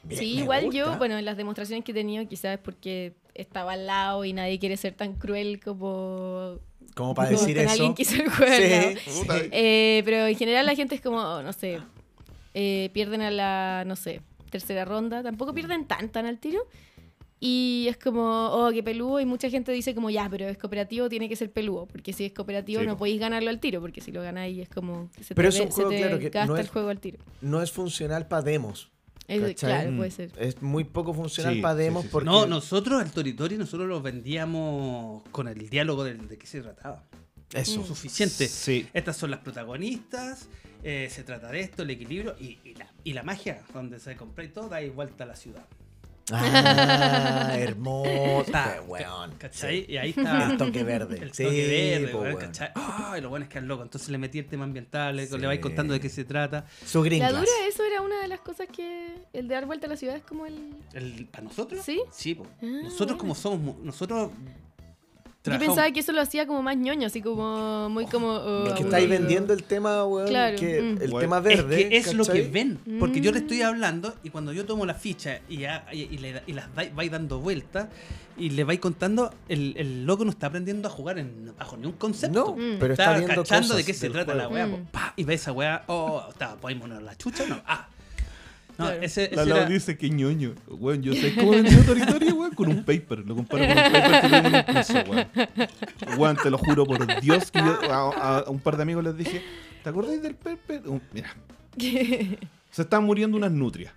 [SPEAKER 4] me-
[SPEAKER 2] Sí,
[SPEAKER 4] me
[SPEAKER 2] igual yo,
[SPEAKER 4] gusta.
[SPEAKER 2] bueno, en las demostraciones que he tenido quizás es porque estaba al lado y nadie quiere ser tan cruel como,
[SPEAKER 4] Como para
[SPEAKER 2] como
[SPEAKER 4] decir
[SPEAKER 2] con
[SPEAKER 4] eso.
[SPEAKER 2] alguien que hizo el juego al lado.
[SPEAKER 4] sí, sí.
[SPEAKER 3] Puta,
[SPEAKER 2] Eh, pero en general la gente es como, oh, no sé, eh, pierden a la, no sé, tercera ronda. Tampoco pierden tan, tan al tiro. Y es como, oh, qué peludo. Y mucha gente dice como, ya, pero es cooperativo, tiene que ser peludo. Porque si es cooperativo
[SPEAKER 3] Sí,
[SPEAKER 2] no
[SPEAKER 3] po.
[SPEAKER 2] podéis ganarlo al tiro. Porque si lo ganáis es como, se
[SPEAKER 4] Pero
[SPEAKER 2] te,
[SPEAKER 4] es un
[SPEAKER 2] se
[SPEAKER 4] juego,
[SPEAKER 2] te
[SPEAKER 4] claro, que no
[SPEAKER 2] gasta
[SPEAKER 4] es-
[SPEAKER 2] el juego al tiro.
[SPEAKER 4] No es funcional para demos.
[SPEAKER 2] Es-
[SPEAKER 4] ¿cachai? Mm.
[SPEAKER 2] claro, puede ser.
[SPEAKER 4] Es muy poco funcional
[SPEAKER 3] Sí,
[SPEAKER 4] para
[SPEAKER 3] sí,
[SPEAKER 4] demos
[SPEAKER 3] sí, sí.
[SPEAKER 4] porque...
[SPEAKER 1] No, nosotros el Toritori nosotros lo vendíamos con el diálogo del- de qué se trataba.
[SPEAKER 4] Eso.
[SPEAKER 2] Mm.
[SPEAKER 1] Suficiente.
[SPEAKER 3] Sí.
[SPEAKER 1] Estas son las protagonistas, eh, se trata de esto, el equilibrio y, y la, y la magia, donde se compra y todo, da y vuelta a la ciudad.
[SPEAKER 4] Ah, hermoso,
[SPEAKER 1] Ta,
[SPEAKER 4] weón.
[SPEAKER 1] ¿Cachai?
[SPEAKER 4] Sí.
[SPEAKER 1] Y ahí está.
[SPEAKER 4] El toque verde.
[SPEAKER 1] El
[SPEAKER 4] sí,
[SPEAKER 1] toque verde,
[SPEAKER 4] po,
[SPEAKER 1] weón,
[SPEAKER 4] weón.
[SPEAKER 1] ¿cachai? Ah, y lo bueno es que es loco. Entonces le metí el tema ambiental, le-
[SPEAKER 4] Sí.
[SPEAKER 1] le vais contando de qué se trata.
[SPEAKER 4] Su green
[SPEAKER 2] La
[SPEAKER 4] glass.
[SPEAKER 2] dura, eso era una de las cosas que. El de dar vuelta a la ciudad es como el.
[SPEAKER 1] El- ¿Para nosotros?
[SPEAKER 2] ¿Sí?
[SPEAKER 1] Sí, po.
[SPEAKER 2] Ah,
[SPEAKER 1] Nosotros
[SPEAKER 2] bueno.
[SPEAKER 1] como somos, mu- nosotros
[SPEAKER 2] Yo
[SPEAKER 1] trabajamos-
[SPEAKER 2] pensaba que eso lo hacía como más ñoño, así como muy como. oh,
[SPEAKER 4] Es que
[SPEAKER 2] aburrido.
[SPEAKER 4] estáis vendiendo el tema, weón.
[SPEAKER 2] Claro,
[SPEAKER 4] que-
[SPEAKER 2] mm.
[SPEAKER 4] El
[SPEAKER 3] Weón,
[SPEAKER 4] tema
[SPEAKER 1] es
[SPEAKER 4] verde.
[SPEAKER 1] que es lo que
[SPEAKER 4] ¿cachai?
[SPEAKER 1] ven, porque yo le estoy
[SPEAKER 2] Mm.
[SPEAKER 1] hablando y cuando yo tomo la ficha y, a- y- y le- y las dai- vais dando vueltas y le vais contando, el, el loco no está aprendiendo a jugar en, bajo ningún concepto.
[SPEAKER 4] No,
[SPEAKER 2] Mm.
[SPEAKER 4] pero está,
[SPEAKER 1] está
[SPEAKER 4] viendo
[SPEAKER 1] cachando
[SPEAKER 4] cosas
[SPEAKER 1] de qué se
[SPEAKER 4] del
[SPEAKER 1] trata la
[SPEAKER 4] juego.
[SPEAKER 1] weá.
[SPEAKER 2] Mm.
[SPEAKER 1] po, pa, y ve esa weá, oh, está, podemos poner la chucha o no. Ah. No,
[SPEAKER 2] Claro.
[SPEAKER 1] ese,
[SPEAKER 3] La
[SPEAKER 1] ese
[SPEAKER 3] Lau
[SPEAKER 1] era-
[SPEAKER 3] dice que ñoño. Weón, yo sé cómo vendió territorio, weón, con un paper. Lo comparo con un paper que tengo en un curso, weón. Weón, te lo juro por Dios que yo a, a- a un par de amigos les dije, ¿te acordáis del paper? Un- mira, se estaban muriendo unas nutrias.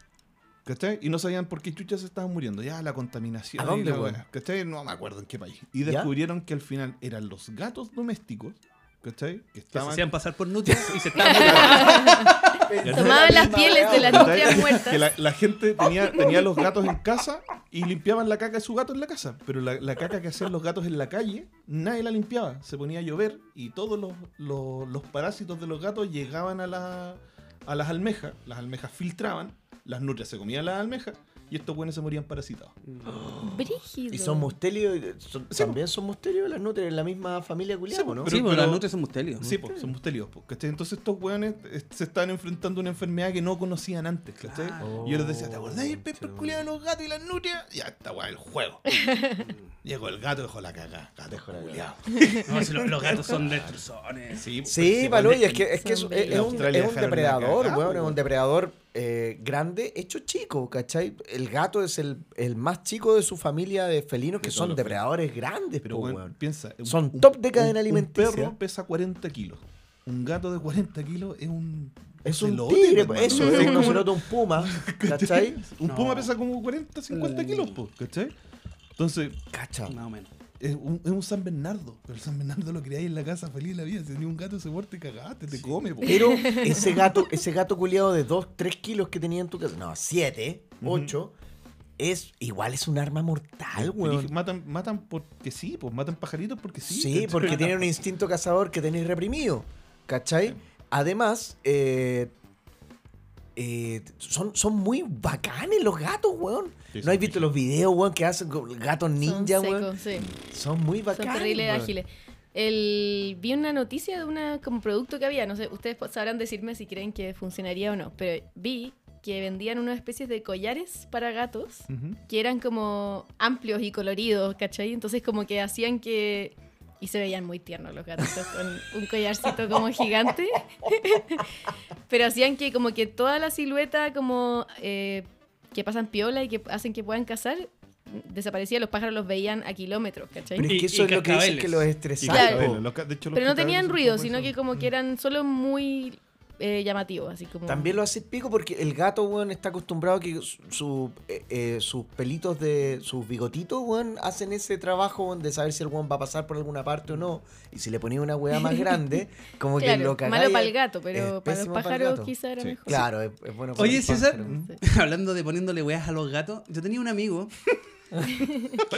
[SPEAKER 3] ¿Cachai? Y no sabían por qué chuchas se estaban muriendo. Ya, la contaminación.
[SPEAKER 4] ¿A dónde,
[SPEAKER 3] y la
[SPEAKER 4] weón?
[SPEAKER 3] weá, ¿Cachai? No me acuerdo en qué país. Y
[SPEAKER 4] ¿Ya?
[SPEAKER 3] descubrieron que al final eran los gatos domésticos, ¿cachai? Que
[SPEAKER 1] que se
[SPEAKER 3] estaban
[SPEAKER 1] hacían pasar por nutrias y se estaban
[SPEAKER 2] Tomaban las pieles de las
[SPEAKER 3] ¿Cachai?
[SPEAKER 2] nutrias
[SPEAKER 3] Que
[SPEAKER 2] muertas.
[SPEAKER 3] la, la gente tenía, tenía los gatos en casa y limpiaban la caca de su gato en la casa. Pero la, la caca que hacían los gatos en la calle, nadie la limpiaba. Se ponía a llover y todos los, los- los parásitos de los gatos llegaban a, la- a las almejas. Las almejas filtraban, las nutrias se comían las almejas y estos buenos se morían parasitados.
[SPEAKER 2] Brígido.
[SPEAKER 4] Y son mustelios. son-
[SPEAKER 3] Sí,
[SPEAKER 4] también son mustelios las nutrias en la misma familia culiada,
[SPEAKER 3] Sí, po,
[SPEAKER 4] ¿no?
[SPEAKER 3] pero-
[SPEAKER 1] sí, pues,
[SPEAKER 3] pero-
[SPEAKER 1] las nutrias son mustelios. ¿no?
[SPEAKER 3] Sí, pues, son mustelios. po, ¿cachai? Entonces estos hueones eh, se estaban enfrentando a una enfermedad que no conocían antes. ¿cachai?
[SPEAKER 1] Claro.
[SPEAKER 3] Y yo les decía, ¿te acordás del
[SPEAKER 4] Chuta.
[SPEAKER 3] pepper culiado de los gatos y las nutrias? Ya está, weón, el juego. Llegó el gato, dejó la caga. Gato
[SPEAKER 4] Dejó la
[SPEAKER 3] culiao.
[SPEAKER 1] No, si los, los gatos son destrozones.
[SPEAKER 3] Sí,
[SPEAKER 4] Sí,
[SPEAKER 3] pues,
[SPEAKER 4] Palo,
[SPEAKER 3] weón,
[SPEAKER 4] y es que, es, que es,
[SPEAKER 2] Son
[SPEAKER 4] es
[SPEAKER 2] bellos.
[SPEAKER 4] un,
[SPEAKER 3] Australia
[SPEAKER 4] es un
[SPEAKER 3] dejaron la
[SPEAKER 4] depredador,
[SPEAKER 3] cagada,
[SPEAKER 4] weón, es
[SPEAKER 3] weón.
[SPEAKER 4] un depredador eh, grande hecho chico, ¿cachai? El gato es el, el más chico de su familia de felinos que
[SPEAKER 3] todos
[SPEAKER 4] son
[SPEAKER 3] los
[SPEAKER 4] depredadores grandes,
[SPEAKER 3] Pero
[SPEAKER 4] po,
[SPEAKER 3] weón,
[SPEAKER 4] weón.
[SPEAKER 3] piensa. un-
[SPEAKER 4] Son
[SPEAKER 3] un-
[SPEAKER 4] top de cadena
[SPEAKER 3] un-
[SPEAKER 4] alimenticia.
[SPEAKER 3] Un perro pesa 40 kilos. Un gato de 40 kilos es un.
[SPEAKER 4] Es un
[SPEAKER 3] celote,
[SPEAKER 4] tigre, pues,
[SPEAKER 3] hermano.
[SPEAKER 4] eso, es un ocelote, un puma, ¿cachai? Mm.
[SPEAKER 3] Un
[SPEAKER 1] No.
[SPEAKER 3] puma pesa como 40, 50 kilos, po, ¿cachai? Entonces,
[SPEAKER 4] Cacha.
[SPEAKER 1] Más o menos.
[SPEAKER 3] es un, es un San Bernardo. Pero el San Bernardo lo criáis en la casa feliz de la vida. Si tenía un gato, se muerte, cagaste, te come, po.
[SPEAKER 4] Pero ese gato, ese gato culiado de 2, 3 kilos que tenía en tu casa, no, 7,
[SPEAKER 3] Ujú.
[SPEAKER 4] 8, es igual es un arma mortal,
[SPEAKER 3] Pero
[SPEAKER 4] weón.
[SPEAKER 3] dije, matan, matan porque sí, pues matan pajaritos porque sí.
[SPEAKER 4] Sí,
[SPEAKER 3] ¿cachai?
[SPEAKER 4] porque tiene un instinto cazador que tenéis reprimido. ¿Cachai? Además, eh, eh, son, son muy bacanes los gatos, weón.
[SPEAKER 3] Sí,
[SPEAKER 4] ¿No has
[SPEAKER 3] sí,
[SPEAKER 4] visto
[SPEAKER 3] sí.
[SPEAKER 4] los videos, weón, que hacen con gatos ninja,
[SPEAKER 2] son
[SPEAKER 4] weón?
[SPEAKER 2] secos, sí.
[SPEAKER 4] Son muy
[SPEAKER 2] Son
[SPEAKER 4] bacanes.
[SPEAKER 2] terribles
[SPEAKER 4] weón.
[SPEAKER 2] ágiles. El, vi una noticia de una como producto que había, no sé, ustedes po- sabrán decirme si creen que funcionaría o no, pero vi que vendían unas especies de collares para gatos
[SPEAKER 3] Ujú.
[SPEAKER 2] que eran como amplios y coloridos, ¿cachai? Entonces como que hacían que... Y se veían muy tiernos los gatitos con un collarcito como gigante. Pero hacían que como que toda la silueta como eh, que pasan piola y que hacen que puedan cazar, desaparecía, los pájaros los veían a kilómetros, ¿cachai?
[SPEAKER 4] Pero es
[SPEAKER 1] Y-
[SPEAKER 4] que eso
[SPEAKER 1] y
[SPEAKER 4] es lo que dicen
[SPEAKER 1] cascabeles.
[SPEAKER 4] que los
[SPEAKER 3] Y
[SPEAKER 4] estresan.
[SPEAKER 2] Claro.
[SPEAKER 3] cascabeles,
[SPEAKER 4] po.
[SPEAKER 3] los ca- de hecho, los
[SPEAKER 2] Pero no tenían
[SPEAKER 3] cascabeles
[SPEAKER 2] ruido,
[SPEAKER 3] son
[SPEAKER 2] sino que como
[SPEAKER 4] Mm.
[SPEAKER 2] que eran solo muy eh, llamativos, así como...
[SPEAKER 4] También lo hace pico porque el gato, weón, está acostumbrado a que su- su- eh, eh, sus pelitos de sus bigotitos, weón, hacen ese trabajo weón, de saber si el weón va a pasar por alguna parte o no. Y si le ponía una weá más grande, como que
[SPEAKER 2] Claro,
[SPEAKER 4] lo cagáis.
[SPEAKER 2] malo para el gato,
[SPEAKER 4] es
[SPEAKER 2] pero para los
[SPEAKER 4] pésimo pa'l
[SPEAKER 2] pájaros
[SPEAKER 4] gato. Mm.
[SPEAKER 2] quizá era
[SPEAKER 3] Sí.
[SPEAKER 2] mejor.
[SPEAKER 4] Claro, es, es bueno
[SPEAKER 1] Oye,
[SPEAKER 4] para el
[SPEAKER 1] César,
[SPEAKER 4] pájaro.
[SPEAKER 1] hablando de poniéndole weas a los gatos, yo tenía un amigo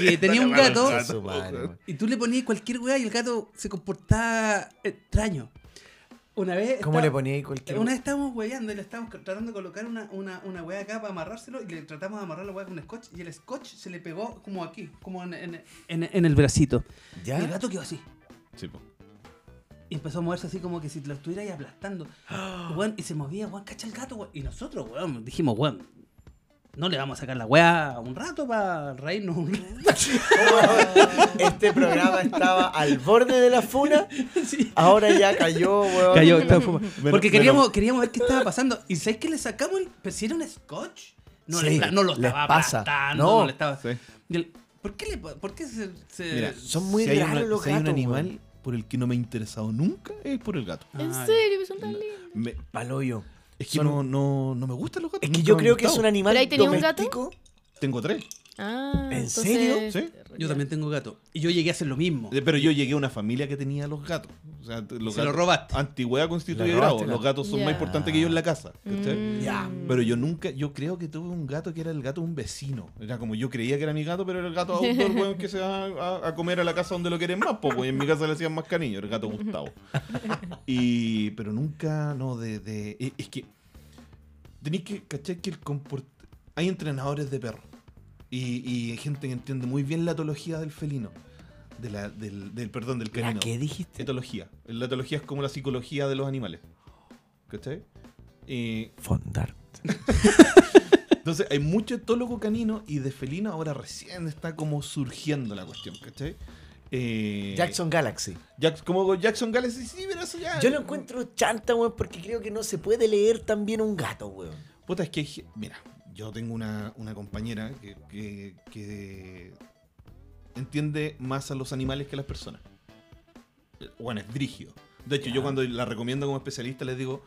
[SPEAKER 1] que tenía un gato
[SPEAKER 4] Concha su madre, weón.
[SPEAKER 1] y tú le ponías cualquier wea y el gato se comportaba extraño. Una vez.
[SPEAKER 4] ¿Cómo
[SPEAKER 1] estaba-
[SPEAKER 4] le ponía ahí cualquier
[SPEAKER 1] Una vez estábamos weyando y le estábamos tratando de colocar una, una, una wea acá para amarrárselo y le tratamos de amarrar la wea con un scotch y el scotch se le pegó como aquí, como en, en- en- en el bracito.
[SPEAKER 4] ¿Ya?
[SPEAKER 1] Y el gato quedó así.
[SPEAKER 3] Sí, po.
[SPEAKER 1] Y empezó a moverse así como que si lo estuviera ahí aplastando. Weón, y se movía, weón, cacha el gato, weón. Y nosotros, weón, dijimos, weón, no le vamos a sacar la weá un rato para reírnos un rato.
[SPEAKER 4] Este programa estaba al borde de la funa.
[SPEAKER 1] Sí.
[SPEAKER 4] Ahora ya cayó, weón.
[SPEAKER 1] Cayó, estaba fuma-
[SPEAKER 3] Menos-
[SPEAKER 1] Porque queríamos, queríamos ver qué estaba pasando. ¿Y sabéis que le sacamos el. Pero si era un scotch. No,
[SPEAKER 4] Sí,
[SPEAKER 1] le pla- no lo
[SPEAKER 4] les
[SPEAKER 1] estaba
[SPEAKER 4] pasa.
[SPEAKER 1] aplastando,
[SPEAKER 4] No.
[SPEAKER 1] no le estaba.
[SPEAKER 3] Sí.
[SPEAKER 1] Y el- ¿Por qué, le, pa- por qué se.? se-
[SPEAKER 3] Mira,
[SPEAKER 4] eh, Son muy
[SPEAKER 3] hay
[SPEAKER 4] raros
[SPEAKER 3] una-
[SPEAKER 4] los
[SPEAKER 3] si hay un
[SPEAKER 4] gatos,
[SPEAKER 3] animal
[SPEAKER 4] weón.
[SPEAKER 3] por el que no me he interesado nunca es por el gato.
[SPEAKER 1] Ah,
[SPEAKER 2] ¿En
[SPEAKER 1] ya.
[SPEAKER 2] serio? Son tan lindos.
[SPEAKER 3] Me-
[SPEAKER 4] Paloyo.
[SPEAKER 3] Es que
[SPEAKER 4] Son-
[SPEAKER 3] no, no, no me gustan los gatos.
[SPEAKER 4] Es que
[SPEAKER 3] nunca
[SPEAKER 4] yo
[SPEAKER 3] me han
[SPEAKER 4] creo que es
[SPEAKER 3] gustado.
[SPEAKER 4] un animal
[SPEAKER 2] ¿Pero ahí tenía un gato?
[SPEAKER 4] doméstico.
[SPEAKER 3] Tengo tres.
[SPEAKER 2] Ah,
[SPEAKER 4] ¿En
[SPEAKER 2] entonces-
[SPEAKER 4] serio?
[SPEAKER 3] Sí.
[SPEAKER 1] Yo también tengo gato. Y yo llegué a hacer lo mismo.
[SPEAKER 3] Eh, Pero yo llegué a una familia que tenía los gatos. O sea, t- los
[SPEAKER 1] Se lo
[SPEAKER 3] gatos-
[SPEAKER 1] robaste.
[SPEAKER 4] Ah.
[SPEAKER 3] Antigüedad constituye
[SPEAKER 4] Le robaste
[SPEAKER 3] grado.
[SPEAKER 4] el
[SPEAKER 3] Los
[SPEAKER 4] gato.
[SPEAKER 3] gatos son
[SPEAKER 2] Ya.
[SPEAKER 3] más importantes que yo en la casa. ¿cachai?
[SPEAKER 2] Mm.
[SPEAKER 4] Ya.
[SPEAKER 3] Pero yo nunca, yo creo que tuve un gato que era el gato de un vecino. Era como yo creía que era mi gato, pero era el gato outdoor, weón, que se va a, a comer a la casa donde lo quieren más, pues, en mi casa le hacían más cariño, el gato Gustavo. Y, pero nunca, no, de, de- e- es que tenéis que cachar que el comport- hay entrenadores de perros y, y hay gente que entiende muy bien la etología del felino, de la, del, del, perdón, del
[SPEAKER 4] ¿La
[SPEAKER 3] canino.
[SPEAKER 4] qué dijiste?
[SPEAKER 3] Etología. La etología es como la psicología de los animales. ¿Cachai? Eh,
[SPEAKER 4] Fondar.
[SPEAKER 3] entonces, hay mucho etólogo canino y de felino ahora recién está como surgiendo la cuestión, ¿cachai? Eh,
[SPEAKER 4] Jackson Galaxy.
[SPEAKER 3] Jack- como con Jackson Galaxy, sí, pero eso ya.
[SPEAKER 4] Yo lo encuentro chanta, weón, porque creo que no se puede leer tan bien un gato, weón.
[SPEAKER 3] Puta, es que. hay ge- Mira, yo tengo una, una compañera que, que- que entiende más a los animales que a las personas. Eh, Bueno, es brigio. De hecho, yo cuando la recomiendo como especialista les digo.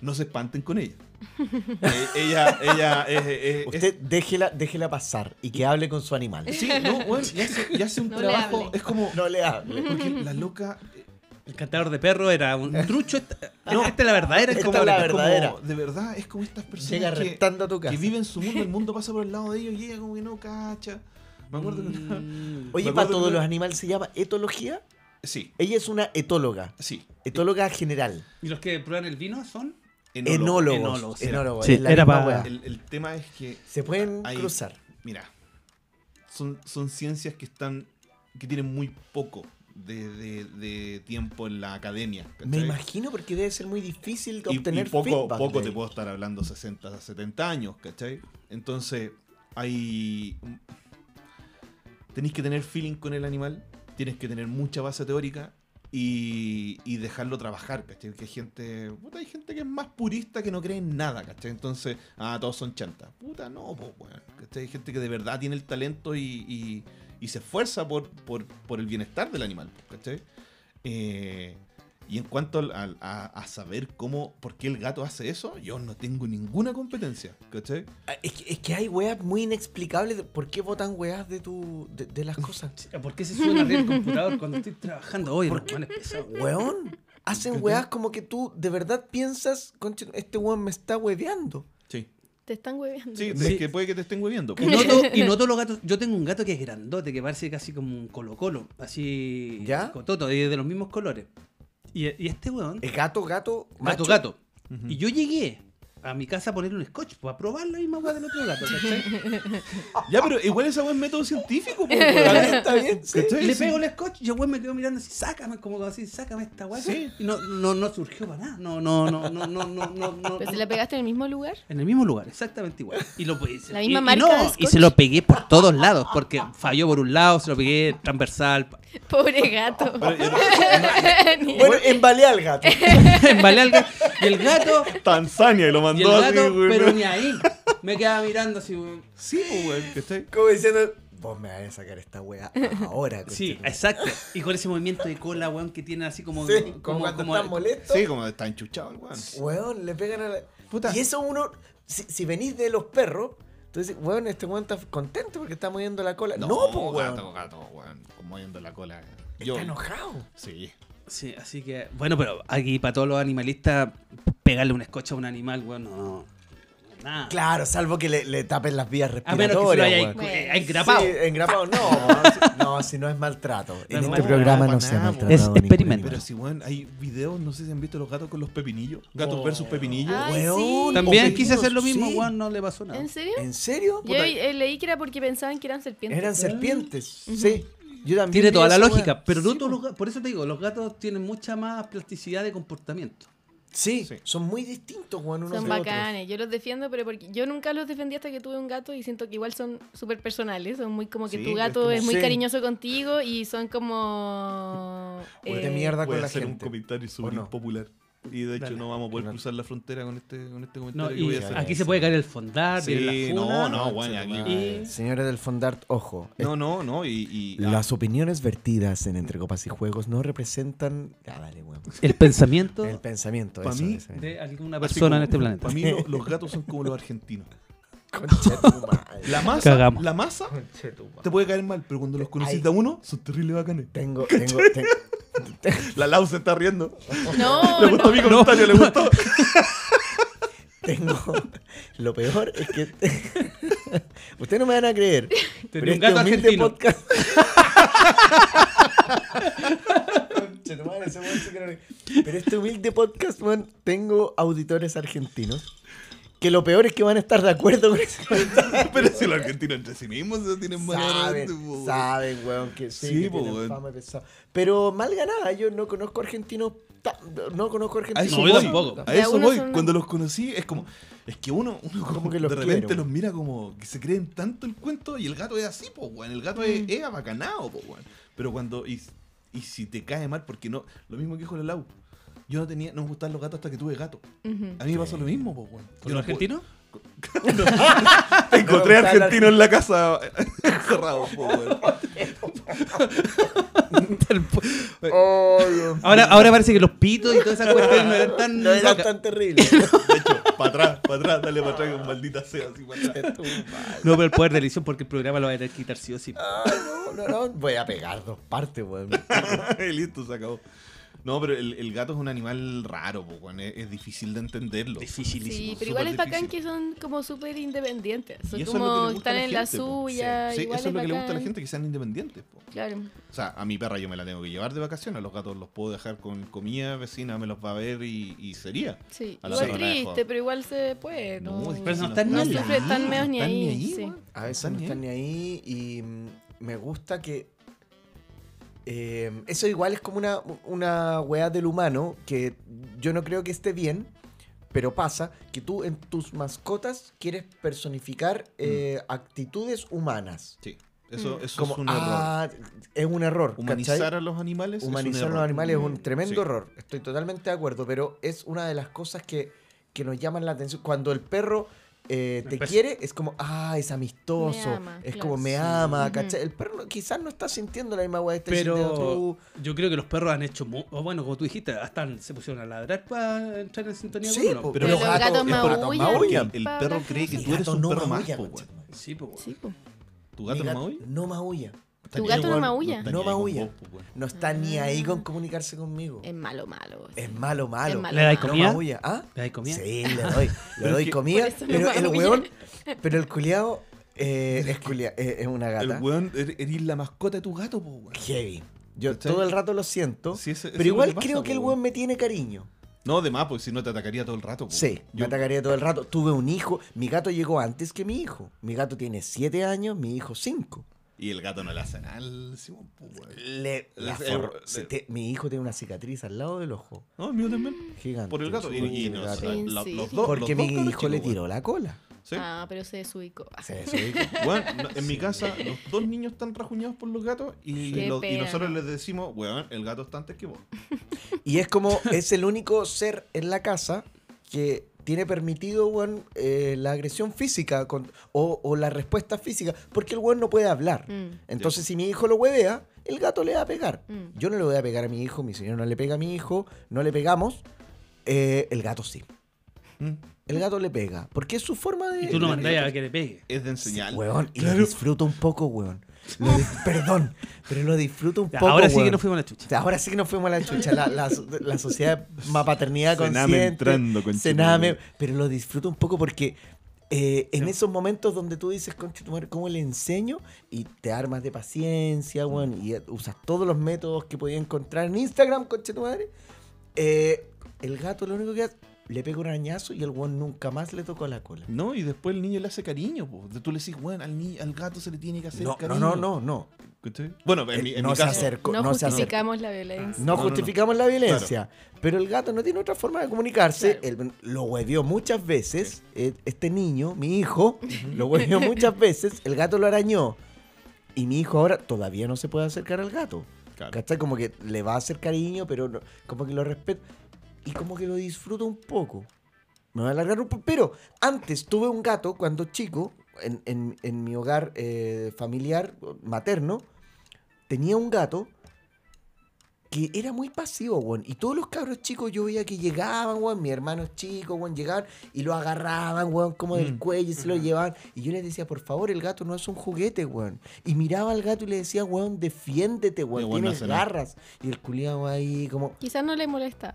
[SPEAKER 3] No se espanten con ella. Eh, ella, ella es- Eh, es- es-
[SPEAKER 4] Usted déjela, déjela pasar y que hable con su animal.
[SPEAKER 3] Sí, no, bueno, ya hace, ya hace un
[SPEAKER 2] No le
[SPEAKER 3] trabajo.
[SPEAKER 2] hable.
[SPEAKER 3] Es como.
[SPEAKER 4] No le hable.
[SPEAKER 3] Porque la loca. eh,
[SPEAKER 1] El cantador de perro era un trucho. Esta,
[SPEAKER 3] No.
[SPEAKER 1] esta es la verdadera.
[SPEAKER 4] Esta
[SPEAKER 3] como-
[SPEAKER 4] es la
[SPEAKER 3] como-
[SPEAKER 4] verdadera.
[SPEAKER 3] de verdad, es como estas personas
[SPEAKER 4] Llega
[SPEAKER 3] que,
[SPEAKER 4] reptando a tu
[SPEAKER 3] que
[SPEAKER 4] casa.
[SPEAKER 3] viven su mundo, el mundo pasa por el lado de ellos y ella como que no cacha. Me acuerdo que una-
[SPEAKER 1] Mm.
[SPEAKER 4] Oye,
[SPEAKER 3] me
[SPEAKER 4] para
[SPEAKER 3] acuerdo
[SPEAKER 4] todos
[SPEAKER 3] que-
[SPEAKER 4] los animales se llama etología.
[SPEAKER 3] Sí,
[SPEAKER 4] Ella es una etóloga.
[SPEAKER 3] sí.
[SPEAKER 4] Etóloga general.
[SPEAKER 1] ¿Y los que prueban el vino son?
[SPEAKER 4] Enólogos.
[SPEAKER 1] Enólogos,
[SPEAKER 4] Enólogos.
[SPEAKER 1] era.
[SPEAKER 5] Sí,
[SPEAKER 4] es la
[SPEAKER 5] era
[SPEAKER 4] misma
[SPEAKER 5] pa-
[SPEAKER 4] weá.
[SPEAKER 3] Ah. El, el tema es que,
[SPEAKER 4] Se pueden
[SPEAKER 3] Ahí.
[SPEAKER 4] cruzar.
[SPEAKER 3] mira, son, son ciencias que están. que tienen muy poco de, de- de tiempo en la academia.
[SPEAKER 4] Me
[SPEAKER 3] ¿cachai?
[SPEAKER 4] imagino porque debe ser muy difícil
[SPEAKER 3] y, y
[SPEAKER 4] obtener
[SPEAKER 3] poco,
[SPEAKER 4] feedback
[SPEAKER 3] poco
[SPEAKER 4] de
[SPEAKER 3] te
[SPEAKER 4] ahí.
[SPEAKER 3] puedo estar hablando 60, 70 años, ¿cachai? Entonces, hay... Tenéis que tener feeling con el animal, tienes que tener mucha base teórica y, y dejarlo trabajar, ¿cachai? Que hay gente... Puta, hay gente que es más purista que no cree en nada, ¿cachai? Entonces, ah, todos son chantas. Puta, no, pues, weón, ¿cachai? Hay gente que de verdad tiene el talento y, y- y se esfuerza por, por, por el bienestar del animal, ¿cachai? Eh, y en cuanto al- al- a, a saber cómo, por qué el gato hace eso, yo no tengo ninguna competencia, ¿cachai?
[SPEAKER 4] Ah, Es que, es que hay weas muy inexplicables. de- ¿Por qué votan weas de, tu, de, de las cosas?
[SPEAKER 1] ¿Por qué se suben arriba del computador cuando estoy trabajando? Oye,
[SPEAKER 4] ¿Por
[SPEAKER 1] ¿Por
[SPEAKER 4] qué?
[SPEAKER 1] qué? pesado.
[SPEAKER 4] Weón. Hacen weas como que tú de verdad piensas, "Conche, este weón me está hueveando.
[SPEAKER 3] Sí.
[SPEAKER 2] Te están hueveando.
[SPEAKER 3] Sí,
[SPEAKER 1] Sí.
[SPEAKER 3] es que puede que te estén hueviendo.
[SPEAKER 1] Y no, to- y no todos los gatos. Yo tengo un gato que es grandote, que parece casi como un colo-colo. Así.
[SPEAKER 4] ¿Ya?
[SPEAKER 1] Cototo, y de los mismos colores. Y, y este weón.
[SPEAKER 4] Es gato, gato,
[SPEAKER 1] Gato,
[SPEAKER 4] macho. Mm.
[SPEAKER 1] gato. Y yo llegué a mi casa a ponerle un scotch, pues, a probar la misma weá del otro gato, ¿cachai?
[SPEAKER 3] Ya, pero igual esa weá es método científico, po,
[SPEAKER 4] Está
[SPEAKER 3] weón.
[SPEAKER 4] bien, está bien, sí.
[SPEAKER 3] ¿Cachai?
[SPEAKER 1] Y le
[SPEAKER 3] Sí.
[SPEAKER 1] pego el scotch y el weón me quedo mirando así, sácame, como así, sácame esta weá.
[SPEAKER 3] Sí.
[SPEAKER 1] Y no, no, no surgió para nada. No, no, no, no, no, no, no. no.
[SPEAKER 2] ¿Pero se la pegaste en el mismo lugar?
[SPEAKER 1] En el mismo lugar, exactamente igual. Y lo pues,
[SPEAKER 2] La
[SPEAKER 1] y-
[SPEAKER 2] misma
[SPEAKER 1] y
[SPEAKER 2] marca
[SPEAKER 1] no,
[SPEAKER 2] de
[SPEAKER 1] y
[SPEAKER 2] scotch.
[SPEAKER 1] se lo pegué por todos lados, porque falló por un lado, se lo pegué transversal.
[SPEAKER 2] Pobre gato.
[SPEAKER 3] Pero, eh,
[SPEAKER 2] Ni-
[SPEAKER 4] Bueno, embalea al gato.
[SPEAKER 1] Embalé al gato. Y el gato,
[SPEAKER 3] Tanzania y lo
[SPEAKER 1] y
[SPEAKER 3] mandó
[SPEAKER 1] el
[SPEAKER 3] así,
[SPEAKER 1] gato,
[SPEAKER 3] weón.
[SPEAKER 1] pero ni ahí. Me quedaba mirando así, weón.
[SPEAKER 3] Sí, po, weón, ¿cachai?
[SPEAKER 4] Como diciendo, vos me vas a sacar esta wea ahora.
[SPEAKER 1] Sí,
[SPEAKER 4] conchetumare".
[SPEAKER 1] exacto. Y con ese movimiento de cola, weón, que tiene así como.
[SPEAKER 4] Sí, como, cuando estás molesto.
[SPEAKER 3] Sí, como está enchuchado el weón.
[SPEAKER 4] Weón, le pegan a la.
[SPEAKER 3] Puta.
[SPEAKER 4] Y eso uno, si, si venís de los perros, entonces, weón, este weón está contento porque está moviendo la cola. No, pues, weón.
[SPEAKER 3] gato, gato, weón. Como yendo la cola. Yo,
[SPEAKER 4] Está enojado.
[SPEAKER 3] sí.
[SPEAKER 1] Sí, así que. Bueno, pero aquí para todos los animalistas, pegarle un escocha a un animal, weón, no. Nada.
[SPEAKER 4] Claro, salvo que le, le tapen las vías
[SPEAKER 1] A menos que se lo
[SPEAKER 4] respiratorias,
[SPEAKER 1] haya
[SPEAKER 4] weón.
[SPEAKER 2] Bueno.
[SPEAKER 1] eh, engrapado.
[SPEAKER 4] Sí, engrapado, no. si- no, si no es maltrato.
[SPEAKER 1] No es
[SPEAKER 4] en este
[SPEAKER 1] maltrato, pues.
[SPEAKER 4] programa
[SPEAKER 3] para
[SPEAKER 4] no se
[SPEAKER 3] nada,
[SPEAKER 4] maltrata.
[SPEAKER 1] Es experimento.
[SPEAKER 3] Pero si, weón, hay videos, no sé si han visto los gatos con los pepinillos. Gatos
[SPEAKER 4] Oh.
[SPEAKER 3] versus pepinillos.
[SPEAKER 2] Ay,
[SPEAKER 4] Weón,
[SPEAKER 2] sí.
[SPEAKER 1] También
[SPEAKER 4] ofendido,
[SPEAKER 1] quise hacer lo mismo,
[SPEAKER 4] sí.
[SPEAKER 1] weón, no le pasó nada.
[SPEAKER 2] ¿En serio?
[SPEAKER 4] ¿En serio?
[SPEAKER 2] Yo
[SPEAKER 4] Puta,
[SPEAKER 2] eh, leí que era porque pensaban que eran serpientes.
[SPEAKER 4] Eran serpientes. Sí. Yo también.
[SPEAKER 1] Tiene
[SPEAKER 4] vi
[SPEAKER 1] toda la
[SPEAKER 4] esa
[SPEAKER 1] lógica,
[SPEAKER 4] weá.
[SPEAKER 1] pero no
[SPEAKER 4] Sí,
[SPEAKER 1] todos
[SPEAKER 4] po.
[SPEAKER 1] los gatos, por eso te digo, los gatos tienen mucha más plasticidad de comportamiento.
[SPEAKER 4] Sí,
[SPEAKER 3] Sí.
[SPEAKER 4] son muy distintos, weón, unos
[SPEAKER 2] Son
[SPEAKER 4] de otros.
[SPEAKER 2] bacanes, yo los defiendo, pero porque yo nunca los defendí hasta que tuve un gato y siento que igual son súper personales, son muy como que
[SPEAKER 3] Sí,
[SPEAKER 2] tu
[SPEAKER 3] es
[SPEAKER 2] gato
[SPEAKER 3] como-
[SPEAKER 2] es, muy
[SPEAKER 4] Sí.
[SPEAKER 2] cariñoso contigo y son eh, como...
[SPEAKER 4] Weón de
[SPEAKER 2] eh,
[SPEAKER 4] mierda
[SPEAKER 3] Voy
[SPEAKER 4] con
[SPEAKER 3] Eh, a
[SPEAKER 4] la
[SPEAKER 3] hacer un
[SPEAKER 4] gente.
[SPEAKER 3] comentario súper
[SPEAKER 4] no?
[SPEAKER 3] impopular. Y de hecho
[SPEAKER 1] Dale.
[SPEAKER 3] no vamos a poder
[SPEAKER 4] No.
[SPEAKER 3] cruzar la frontera con este, con este
[SPEAKER 1] No,
[SPEAKER 3] comentario que voy
[SPEAKER 1] y
[SPEAKER 3] a hacer.
[SPEAKER 1] aquí se puede caer el fondar,
[SPEAKER 3] Sí,
[SPEAKER 1] viene la
[SPEAKER 3] no,
[SPEAKER 1] funa.
[SPEAKER 3] no, bueno,
[SPEAKER 4] Concha tu
[SPEAKER 3] aquí.
[SPEAKER 4] madre.
[SPEAKER 1] Y-
[SPEAKER 4] Señores del Fondart, ojo. eh,
[SPEAKER 3] No, no, no, y... y- ah,
[SPEAKER 4] Las opiniones vertidas en Entre Copas y Juegos no representan. Ah, dale, weón.
[SPEAKER 1] El pensamiento
[SPEAKER 4] El pensamiento.
[SPEAKER 3] Pa'
[SPEAKER 4] eso,
[SPEAKER 3] mí,
[SPEAKER 4] eso.
[SPEAKER 1] de alguna
[SPEAKER 3] así
[SPEAKER 1] persona en
[SPEAKER 3] como-
[SPEAKER 1] este planeta.
[SPEAKER 3] Para mí lo- los gatos son como los argentinos.
[SPEAKER 4] Concha tu madre.
[SPEAKER 3] La masa,
[SPEAKER 1] Cagamos.
[SPEAKER 3] la masa te puede caer mal, pero cuando los conociste a uno, son terribles bacanes.
[SPEAKER 4] Tengo, tengo, tengo.
[SPEAKER 3] La Lau se está riendo.
[SPEAKER 2] No,
[SPEAKER 3] Le gustó
[SPEAKER 2] no.
[SPEAKER 3] mi comentario, le gustó.
[SPEAKER 4] Tengo. Lo peor es que. Ustedes no me van a creer. pero este
[SPEAKER 1] un gato
[SPEAKER 4] humilde
[SPEAKER 1] argentino.
[SPEAKER 4] podcast- Conche tu madre, ese weón sí que no le- Pero este humilde podcast, weón, tengo auditores argentinos. Que lo peor es que van a estar de acuerdo con ese
[SPEAKER 3] Pero si los argentinos entre sí mismos se tienen este, pues, mal adelante,
[SPEAKER 4] Saben,
[SPEAKER 3] po.
[SPEAKER 4] saben, weón, que sí,
[SPEAKER 3] Sí,
[SPEAKER 4] que
[SPEAKER 3] po,
[SPEAKER 4] tienen
[SPEAKER 3] weón.
[SPEAKER 4] fama de pesado. Pero mal ganada, yo no conozco argentinos. ta- No conozco
[SPEAKER 3] A
[SPEAKER 4] argentinos.
[SPEAKER 3] eso
[SPEAKER 1] No, yo
[SPEAKER 3] voy.
[SPEAKER 1] tampoco.
[SPEAKER 3] A
[SPEAKER 2] Ya,
[SPEAKER 3] eso
[SPEAKER 2] unos
[SPEAKER 3] voy.
[SPEAKER 2] son-
[SPEAKER 3] Cuando los conocí, es como. Es que uno, uno como
[SPEAKER 4] que
[SPEAKER 3] que
[SPEAKER 4] los
[SPEAKER 3] de repente
[SPEAKER 4] quiero.
[SPEAKER 3] los mira como que se creen tanto el cuento y el gato es así, po, weón. El gato es, es abacanado, po, weón. Pero cuando. Y, y si te cae mal, porque no. Lo mismo que dijo la Lau. Yo no tenía. No me gustaban los gatos hasta que tuve gato.
[SPEAKER 2] Ujú.
[SPEAKER 3] A mí me pasó lo mismo, po, weón.
[SPEAKER 1] ¿Con
[SPEAKER 3] Yo
[SPEAKER 1] los
[SPEAKER 3] no puedo-
[SPEAKER 1] argentinos?
[SPEAKER 3] Te encontré
[SPEAKER 4] No, o sea, la-
[SPEAKER 3] argentino en la casa encerrado, po, weón.
[SPEAKER 4] Oh, Dios.
[SPEAKER 1] Ahora, ahora parece que los pitos y todas esas cuestiones no eran tan.
[SPEAKER 4] No era
[SPEAKER 1] vacas.
[SPEAKER 4] tan terrible.
[SPEAKER 3] De hecho, para atrás, para atrás, dale para atrás, con maldita sea, así para atrás.
[SPEAKER 1] No, pero el poder de edición porque el programa lo va a tener que quitar sí o sí.
[SPEAKER 4] no, no, no. Voy a pegar dos partes, weón.
[SPEAKER 3] Y Listo, se acabó. No, pero el, el gato es un animal raro, po, weón. Es, es difícil de entenderlo.
[SPEAKER 1] Dificilísimo.
[SPEAKER 2] Sí, pero igual es
[SPEAKER 3] súper
[SPEAKER 2] bacán
[SPEAKER 3] difícil.
[SPEAKER 2] que son como súper independientes. Son
[SPEAKER 3] Y eso es lo que
[SPEAKER 2] como
[SPEAKER 3] le gusta a
[SPEAKER 2] están en la
[SPEAKER 3] gente, po.
[SPEAKER 2] suya.
[SPEAKER 3] Sí,
[SPEAKER 2] igual
[SPEAKER 3] eso es lo que le gusta a la
[SPEAKER 2] bacán.
[SPEAKER 3] gente, que sean independientes. po.
[SPEAKER 2] Claro.
[SPEAKER 3] O sea, a mi perra yo me la tengo que llevar de vacaciones, a los gatos los puedo dejar con comida, vecina me los va a ver y, y sería.
[SPEAKER 2] Sí,
[SPEAKER 3] A la
[SPEAKER 2] igual
[SPEAKER 3] semana dejo.
[SPEAKER 2] triste, pero igual se puede. No,
[SPEAKER 3] es que
[SPEAKER 1] Pero
[SPEAKER 3] si
[SPEAKER 1] no están ni
[SPEAKER 2] ahí. No están meos ni ahí, sí.
[SPEAKER 3] weón.
[SPEAKER 4] A veces no están ni ahí y mm, me gusta que... eh, eso igual es como una, una weá del humano que yo no creo que esté bien, pero pasa que tú en tus mascotas quieres personificar
[SPEAKER 3] Mm.
[SPEAKER 4] eh, actitudes humanas.
[SPEAKER 3] Sí, eso,
[SPEAKER 2] Mm.
[SPEAKER 3] eso
[SPEAKER 4] Como,
[SPEAKER 3] es un error.
[SPEAKER 4] ah, es un error.
[SPEAKER 3] Humanizar
[SPEAKER 4] ¿cachai?
[SPEAKER 3] a los animales. es un
[SPEAKER 4] Humanizar a
[SPEAKER 3] error.
[SPEAKER 4] los animales es un
[SPEAKER 2] Mm.
[SPEAKER 4] tremendo
[SPEAKER 3] Sí.
[SPEAKER 4] error. Estoy totalmente de acuerdo, pero es una de las cosas que, que nos llaman la atención. Cuando el perro eh, te
[SPEAKER 1] Empezó.
[SPEAKER 4] quiere, es como, ah, es amistoso,
[SPEAKER 2] Me ama,
[SPEAKER 4] es
[SPEAKER 2] claro.
[SPEAKER 4] como me
[SPEAKER 2] Sí.
[SPEAKER 4] ama,
[SPEAKER 2] Ujú.
[SPEAKER 4] ¿cachai? El perro no- quizás no está sintiendo la misma hueá que está sintiendo
[SPEAKER 1] Pero
[SPEAKER 4] tú.
[SPEAKER 1] yo creo que los perros han hecho. mu- o bueno, como tú dijiste, hasta se pusieron a ladrar para entrar en sintonía
[SPEAKER 4] Sí,
[SPEAKER 1] con uno.
[SPEAKER 4] po.
[SPEAKER 3] Pero
[SPEAKER 2] Pero
[SPEAKER 3] los
[SPEAKER 2] los gatos,
[SPEAKER 3] gatos- es por-
[SPEAKER 2] maullan.
[SPEAKER 3] Porque
[SPEAKER 4] maullan.
[SPEAKER 3] el, el
[SPEAKER 2] para
[SPEAKER 3] perro
[SPEAKER 2] hablar
[SPEAKER 3] cree
[SPEAKER 2] con
[SPEAKER 3] que
[SPEAKER 2] nosotros.
[SPEAKER 3] tú eres
[SPEAKER 4] gato
[SPEAKER 3] un
[SPEAKER 4] no
[SPEAKER 3] perro más,
[SPEAKER 4] maulla,
[SPEAKER 3] po,
[SPEAKER 4] concha
[SPEAKER 3] weón.
[SPEAKER 1] Sí, pues.
[SPEAKER 2] Sí, po.
[SPEAKER 3] ¿Tu
[SPEAKER 4] Mi
[SPEAKER 3] gato no
[SPEAKER 4] gato
[SPEAKER 3] maulla?
[SPEAKER 4] no maulla.
[SPEAKER 2] Tu gato no
[SPEAKER 4] Igual,
[SPEAKER 2] maulla.
[SPEAKER 4] no maulla. No está ni ahí con comunicarse conmigo.
[SPEAKER 2] Ah. Es malo, malo. sí.
[SPEAKER 4] Es malo, malo.
[SPEAKER 2] Es malo.
[SPEAKER 1] ¿Le dais
[SPEAKER 2] No
[SPEAKER 1] comida?
[SPEAKER 4] No maulla. ¿Ah?
[SPEAKER 1] ¿Le dais comida?
[SPEAKER 4] Sí, le doy, le
[SPEAKER 3] es
[SPEAKER 4] doy
[SPEAKER 3] que-
[SPEAKER 4] comida,
[SPEAKER 2] Por eso no
[SPEAKER 4] pero el
[SPEAKER 2] maulla.
[SPEAKER 4] weón, pero el culiao eh, es, culia- eh, es una gata.
[SPEAKER 3] El weón, er- eres la mascota de tu gato, po, weón.
[SPEAKER 4] Heavy. Yo
[SPEAKER 3] ¿Cachai?
[SPEAKER 4] todo el rato lo siento,
[SPEAKER 3] Sí, ese- eso es
[SPEAKER 4] pero
[SPEAKER 3] lo
[SPEAKER 4] igual
[SPEAKER 3] que pasa,
[SPEAKER 4] creo que el
[SPEAKER 3] po,
[SPEAKER 4] weón me tiene cariño.
[SPEAKER 3] No, de más, porque si no te atacaría todo el rato, po.
[SPEAKER 4] Sí, me
[SPEAKER 3] Yo-
[SPEAKER 4] atacaría todo el rato. Tuve un hijo, mi gato llegó antes que mi hijo. Mi gato tiene 7 años, mi hijo 5.
[SPEAKER 3] Y el gato no le hace nada al Simón, po, weón.
[SPEAKER 4] Le, la
[SPEAKER 3] Es-
[SPEAKER 4] forro-
[SPEAKER 3] es-
[SPEAKER 4] se te- mi hijo tiene una cicatriz al lado del ojo.
[SPEAKER 3] No, el mío también.
[SPEAKER 4] Gigante.
[SPEAKER 3] Por el gato. Y, y
[SPEAKER 4] Sí,
[SPEAKER 3] no,
[SPEAKER 4] gato.
[SPEAKER 3] o sea,
[SPEAKER 2] ¿En
[SPEAKER 3] la-
[SPEAKER 2] serio?
[SPEAKER 3] los dos,
[SPEAKER 4] Porque
[SPEAKER 3] los dos
[SPEAKER 4] mi
[SPEAKER 3] cabros
[SPEAKER 4] hijo le
[SPEAKER 3] chicos,
[SPEAKER 4] tiró la cola.
[SPEAKER 3] weón. Sí.
[SPEAKER 2] Ah, pero se desubicó.
[SPEAKER 4] Se desubicó.
[SPEAKER 3] Weón, no, en mi casa los dos niños están rajuñados por los gatos y,
[SPEAKER 2] Qué
[SPEAKER 3] lo- y
[SPEAKER 2] pena.
[SPEAKER 3] nosotros les decimos, weón, el gato está antes que vos.
[SPEAKER 4] Y es como, es el único ser en la casa que tiene permitido, weón, eh, la agresión física con- o, o la respuesta física, porque el weón no puede hablar.
[SPEAKER 2] Mm.
[SPEAKER 4] Entonces, si mi hijo lo huevea, el gato le va a pegar.
[SPEAKER 2] Mm.
[SPEAKER 4] Yo no le voy a pegar a mi hijo, mi señor no le pega a mi hijo, no le pegamos, eh, el gato sí.
[SPEAKER 3] Mm.
[SPEAKER 4] El gato le pega, porque es su forma de...
[SPEAKER 1] Y tú no
[SPEAKER 4] de-
[SPEAKER 1] mandáis a que le pegue.
[SPEAKER 3] Es de enseñar.
[SPEAKER 4] Weón, y
[SPEAKER 3] Claro.
[SPEAKER 4] lo disfruto un poco, weón. Lo di- perdón, pero lo disfruto un
[SPEAKER 1] Ya,
[SPEAKER 4] poco,
[SPEAKER 1] ahora sí que
[SPEAKER 4] weón.
[SPEAKER 1] no fuimos a la
[SPEAKER 4] O
[SPEAKER 1] chucha.
[SPEAKER 4] sea, Ahora sí que nos fuimos a la chucha, la, la, la sociedad más paternidad
[SPEAKER 3] Cename
[SPEAKER 4] consciente.
[SPEAKER 3] entrando, conchetumare.
[SPEAKER 4] cename, pero lo disfruto un poco porque eh, en
[SPEAKER 1] Sí.
[SPEAKER 4] esos momentos donde tú dices, concha tu madre, ¿cómo le enseño? Y te armas de paciencia, weón, y eh, usas todos los métodos que podías encontrar en Instagram, concha tu madre. Eh, el gato lo único que hace, le pega un arañazo y el weón nunca más le tocó la cola.
[SPEAKER 3] No, y después el niño le hace cariño, po. Tú le decís, weón, al, ni- al gato se le tiene que hacer
[SPEAKER 4] No, no,
[SPEAKER 3] cariño.
[SPEAKER 4] no, no, no.
[SPEAKER 3] ¿Cachai? Bueno, en, mi, en
[SPEAKER 4] no
[SPEAKER 3] mi
[SPEAKER 4] se
[SPEAKER 3] caso.
[SPEAKER 4] acercó,
[SPEAKER 2] No,
[SPEAKER 4] no, se acercó.
[SPEAKER 2] justificamos la violencia.
[SPEAKER 4] No,
[SPEAKER 3] No, no, no.
[SPEAKER 4] justificamos la violencia, pero el gato no tiene otra forma de comunicarse. Él lo huevió muchas veces. eh, Este niño, mi hijo, lo huevió muchas veces. El gato lo arañó. Y mi hijo ahora todavía no se puede acercar al gato.
[SPEAKER 3] Claro.
[SPEAKER 4] ¿Cachai? Como que le va a hacer cariño, pero no- como que lo respeta. y como que lo disfruto un poco. Me voy a alargar un poco. Pero antes tuve un gato cuando chico, en, en- en mi hogar eh, familiar, materno, tenía un gato que era muy pasivo, weón. Y todos los cabros chicos yo veía que llegaban, weón. Mis hermanos chicos, weón, llegaban y lo agarraban, weón, como del
[SPEAKER 3] Mm.
[SPEAKER 4] cuello y se lo llevaban. Y yo les decía, por favor, el gato no es un juguete, weón. Y miraba al gato y le decía, weón, defiéndete,
[SPEAKER 3] Y weón
[SPEAKER 4] weón.
[SPEAKER 3] no
[SPEAKER 4] Tienes
[SPEAKER 3] hace nada.
[SPEAKER 4] garras. Y el culiado ahí como...
[SPEAKER 2] Quizás no le molestaba.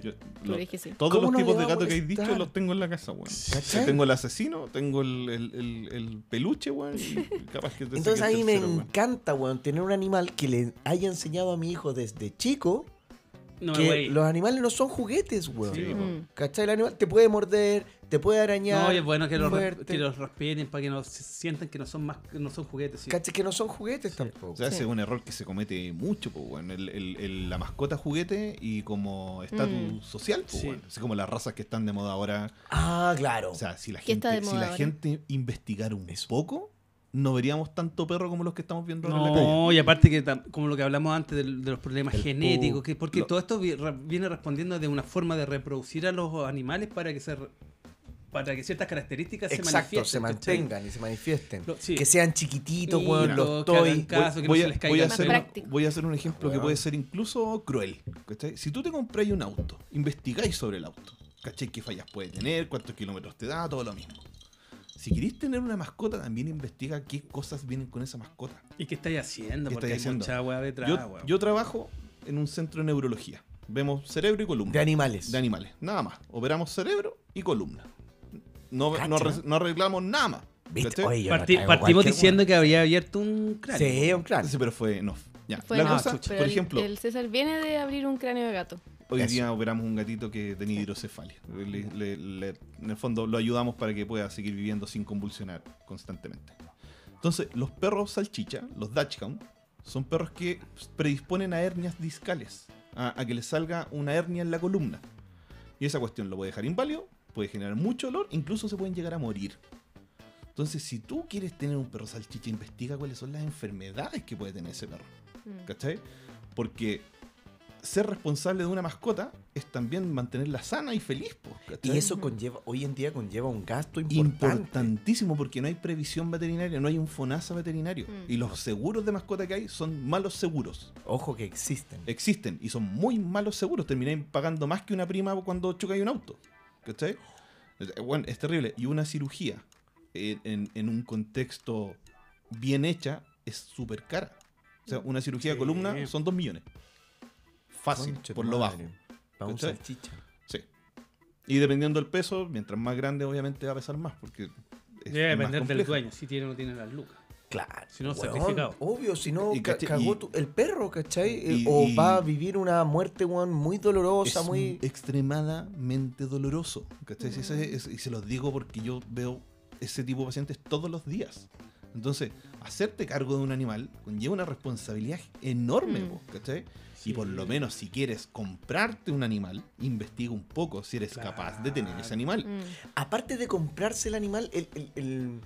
[SPEAKER 3] Yo-
[SPEAKER 2] Tú
[SPEAKER 3] lo-
[SPEAKER 2] eres que sí.
[SPEAKER 3] todos
[SPEAKER 4] ¿Cómo
[SPEAKER 3] los
[SPEAKER 4] no le
[SPEAKER 3] tipos
[SPEAKER 4] va
[SPEAKER 3] de
[SPEAKER 4] a
[SPEAKER 3] gato que habéis
[SPEAKER 4] molestar?
[SPEAKER 3] dicho los tengo en la casa, weón. Eh,
[SPEAKER 4] ¿Cachai?
[SPEAKER 3] Tengo el asesino, tengo el, el, el, el peluche, weón. y Capaz que te saque
[SPEAKER 4] Entonces
[SPEAKER 3] el
[SPEAKER 4] ahí me
[SPEAKER 3] tercero, weón.
[SPEAKER 4] encanta, weón, tener un animal que le haya enseñado a mi hijo desde chico
[SPEAKER 1] No me
[SPEAKER 4] que
[SPEAKER 1] voy.
[SPEAKER 4] los animales no son juguetes, weón.
[SPEAKER 3] Sí, weón.
[SPEAKER 2] Mm.
[SPEAKER 4] ¿Cachai? El animal te puede morder, te puede arañar.
[SPEAKER 1] No, y es bueno que los, re-
[SPEAKER 4] fuerte.
[SPEAKER 1] que los respeten para que no se sientan que no son más que no son juguetes. sí.
[SPEAKER 4] ¿Cachai? Que no son juguetes tampoco.
[SPEAKER 3] O sea, ese
[SPEAKER 2] Sí.
[SPEAKER 3] es un error que se comete mucho, po, weón. El- el- el- la mascota juguete y como estatus
[SPEAKER 2] Mm.
[SPEAKER 3] social, po,
[SPEAKER 1] Sí.
[SPEAKER 3] weón. Así como las razas que están de moda ahora.
[SPEAKER 4] Ah, claro.
[SPEAKER 3] O sea, si la
[SPEAKER 2] ¿Qué está
[SPEAKER 3] gente,
[SPEAKER 2] de
[SPEAKER 3] si
[SPEAKER 2] moda
[SPEAKER 3] la
[SPEAKER 2] ahora?
[SPEAKER 3] gente investigara un poco, no veríamos tanto perro como los que estamos viendo ahora en la calle.
[SPEAKER 1] No, y aparte que tam- como lo que hablamos antes del- de, los problemas
[SPEAKER 4] El
[SPEAKER 1] genéticos,
[SPEAKER 4] pu-
[SPEAKER 1] que porque
[SPEAKER 3] lo-
[SPEAKER 1] todo esto vi- re- viene respondiendo de una forma de reproducir a los animales para que se re- para que ciertas características se
[SPEAKER 4] Exacto,
[SPEAKER 1] manifiesten.
[SPEAKER 4] se
[SPEAKER 1] ¿cachai?
[SPEAKER 4] mantengan y se manifiesten.
[SPEAKER 1] Lo- sí.
[SPEAKER 4] Que sean chiquitos,
[SPEAKER 1] Mira,
[SPEAKER 4] weón, los
[SPEAKER 1] que hagan
[SPEAKER 4] toy.
[SPEAKER 1] ca- caso, que no se les caiga
[SPEAKER 3] voy a
[SPEAKER 1] nada.
[SPEAKER 3] hacer
[SPEAKER 2] Más
[SPEAKER 3] un-
[SPEAKER 2] práctico.
[SPEAKER 3] voy a hacer un ejemplo que
[SPEAKER 4] Weón.
[SPEAKER 3] puede ser incluso cruel. ¿cachai? Si tú te compráis un auto, investigáis sobre el auto, ¿cachai? ¿Qué fallas puede tener? ¿Cuántos kilómetros te da? Todo lo mismo. Si queréis tener una mascota, también investiga qué cosas vienen con esa mascota.
[SPEAKER 1] ¿Y qué estáis haciendo?
[SPEAKER 3] ¿Qué
[SPEAKER 1] Porque
[SPEAKER 3] estáis
[SPEAKER 1] hay
[SPEAKER 3] haciendo?
[SPEAKER 1] mucha weá detrás,
[SPEAKER 3] yo,
[SPEAKER 1] weón.
[SPEAKER 3] yo trabajo en un centro de neurología. Vemos cerebro y columna.
[SPEAKER 4] De animales.
[SPEAKER 3] de animales, nada más. Operamos cerebro y columna. No,
[SPEAKER 4] Cacha.
[SPEAKER 3] no arre- no arreglamos nada más.
[SPEAKER 4] ¿Viste?
[SPEAKER 3] ¿cachai?
[SPEAKER 4] Oye, yo no
[SPEAKER 1] Parti-
[SPEAKER 4] traigo
[SPEAKER 1] partimos
[SPEAKER 4] cualquier
[SPEAKER 1] diciendo que había abierto un
[SPEAKER 4] weón.
[SPEAKER 1] cráneo.
[SPEAKER 4] Sí, un cráneo.
[SPEAKER 3] Sí, pero fue no. Ya.
[SPEAKER 2] Fue
[SPEAKER 3] la
[SPEAKER 2] no,
[SPEAKER 3] cosa,
[SPEAKER 2] chucha.
[SPEAKER 3] por
[SPEAKER 2] Pero el-
[SPEAKER 3] ejemplo,
[SPEAKER 2] El César viene de abrir un cráneo de gato.
[SPEAKER 3] hoy
[SPEAKER 4] Eso.
[SPEAKER 3] día operamos un gatito que tenía hidrocefalia. Le- le- le- en el fondo lo ayudamos para que pueda seguir viviendo sin convulsionar constantemente. Entonces, los perros salchicha, los Dachshund, son perros que predisponen a hernias discales, a, a que les salga una hernia en la columna. Y esa cuestión lo puede dejar inválido, puede generar mucho dolor, incluso se pueden llegar a morir. Entonces, si tú quieres tener un perro salchicha, investiga cuáles son las enfermedades que puede tener ese perro.
[SPEAKER 2] Mm.
[SPEAKER 3] ¿Cachai? Porque ser responsable de una mascota es también mantenerla sana y feliz, po, ¿cachai?
[SPEAKER 4] Y eso conlleva, hoy en día conlleva un gasto importante.
[SPEAKER 3] importantísimo porque no hay previsión veterinaria, no hay un FONASA veterinario.
[SPEAKER 2] Mm.
[SPEAKER 3] Y los seguros de mascota que hay son malos seguros.
[SPEAKER 4] Ojo que existen.
[SPEAKER 3] Existen y son muy malos seguros. Termináis pagando más que una prima cuando chocáis un auto. ¿Cachai? Eh, Bueno, es terrible. Y una cirugía eh, en, en un contexto bien hecha es súper cara. O sea, una cirugía
[SPEAKER 1] Sí.
[SPEAKER 3] de columna son 2 millones. Fácil,
[SPEAKER 4] Conche
[SPEAKER 3] por lo
[SPEAKER 4] madre.
[SPEAKER 3] bajo.
[SPEAKER 4] Para un
[SPEAKER 3] ¿Cachai?
[SPEAKER 4] salchicha.
[SPEAKER 3] Sí. Y dependiendo del peso, mientras más grande, obviamente va a pesar más, porque es
[SPEAKER 1] Debe depender
[SPEAKER 3] más
[SPEAKER 1] del
[SPEAKER 3] complejo.
[SPEAKER 1] dueño, si tiene o no tiene las lucas.
[SPEAKER 4] Claro.
[SPEAKER 1] Si no,
[SPEAKER 4] weón,
[SPEAKER 1] sacrificado.
[SPEAKER 4] Obvio, si no,
[SPEAKER 3] Y
[SPEAKER 4] ca-
[SPEAKER 3] caché-
[SPEAKER 4] cagó
[SPEAKER 3] y-
[SPEAKER 4] tu- el perro, ¿cachai? Eh,
[SPEAKER 3] y-
[SPEAKER 4] o
[SPEAKER 3] y-
[SPEAKER 4] va a vivir una muerte, weón, muy dolorosa,
[SPEAKER 3] es
[SPEAKER 4] muy.
[SPEAKER 3] extremadamente doloroso. ¿cachai? Si ese es- y se los digo porque yo veo ese tipo de pacientes todos los días. Entonces, hacerte cargo de un animal conlleva una responsabilidad enorme,
[SPEAKER 2] Mm.
[SPEAKER 3] vos, ¿cachai?
[SPEAKER 1] Sí.
[SPEAKER 3] Y por lo menos si quieres comprarte un animal, investiga un poco si eres capaz de tener ese
[SPEAKER 1] Claro.
[SPEAKER 3] animal.
[SPEAKER 2] Mm.
[SPEAKER 4] Aparte de comprarse el animal, el. el- el-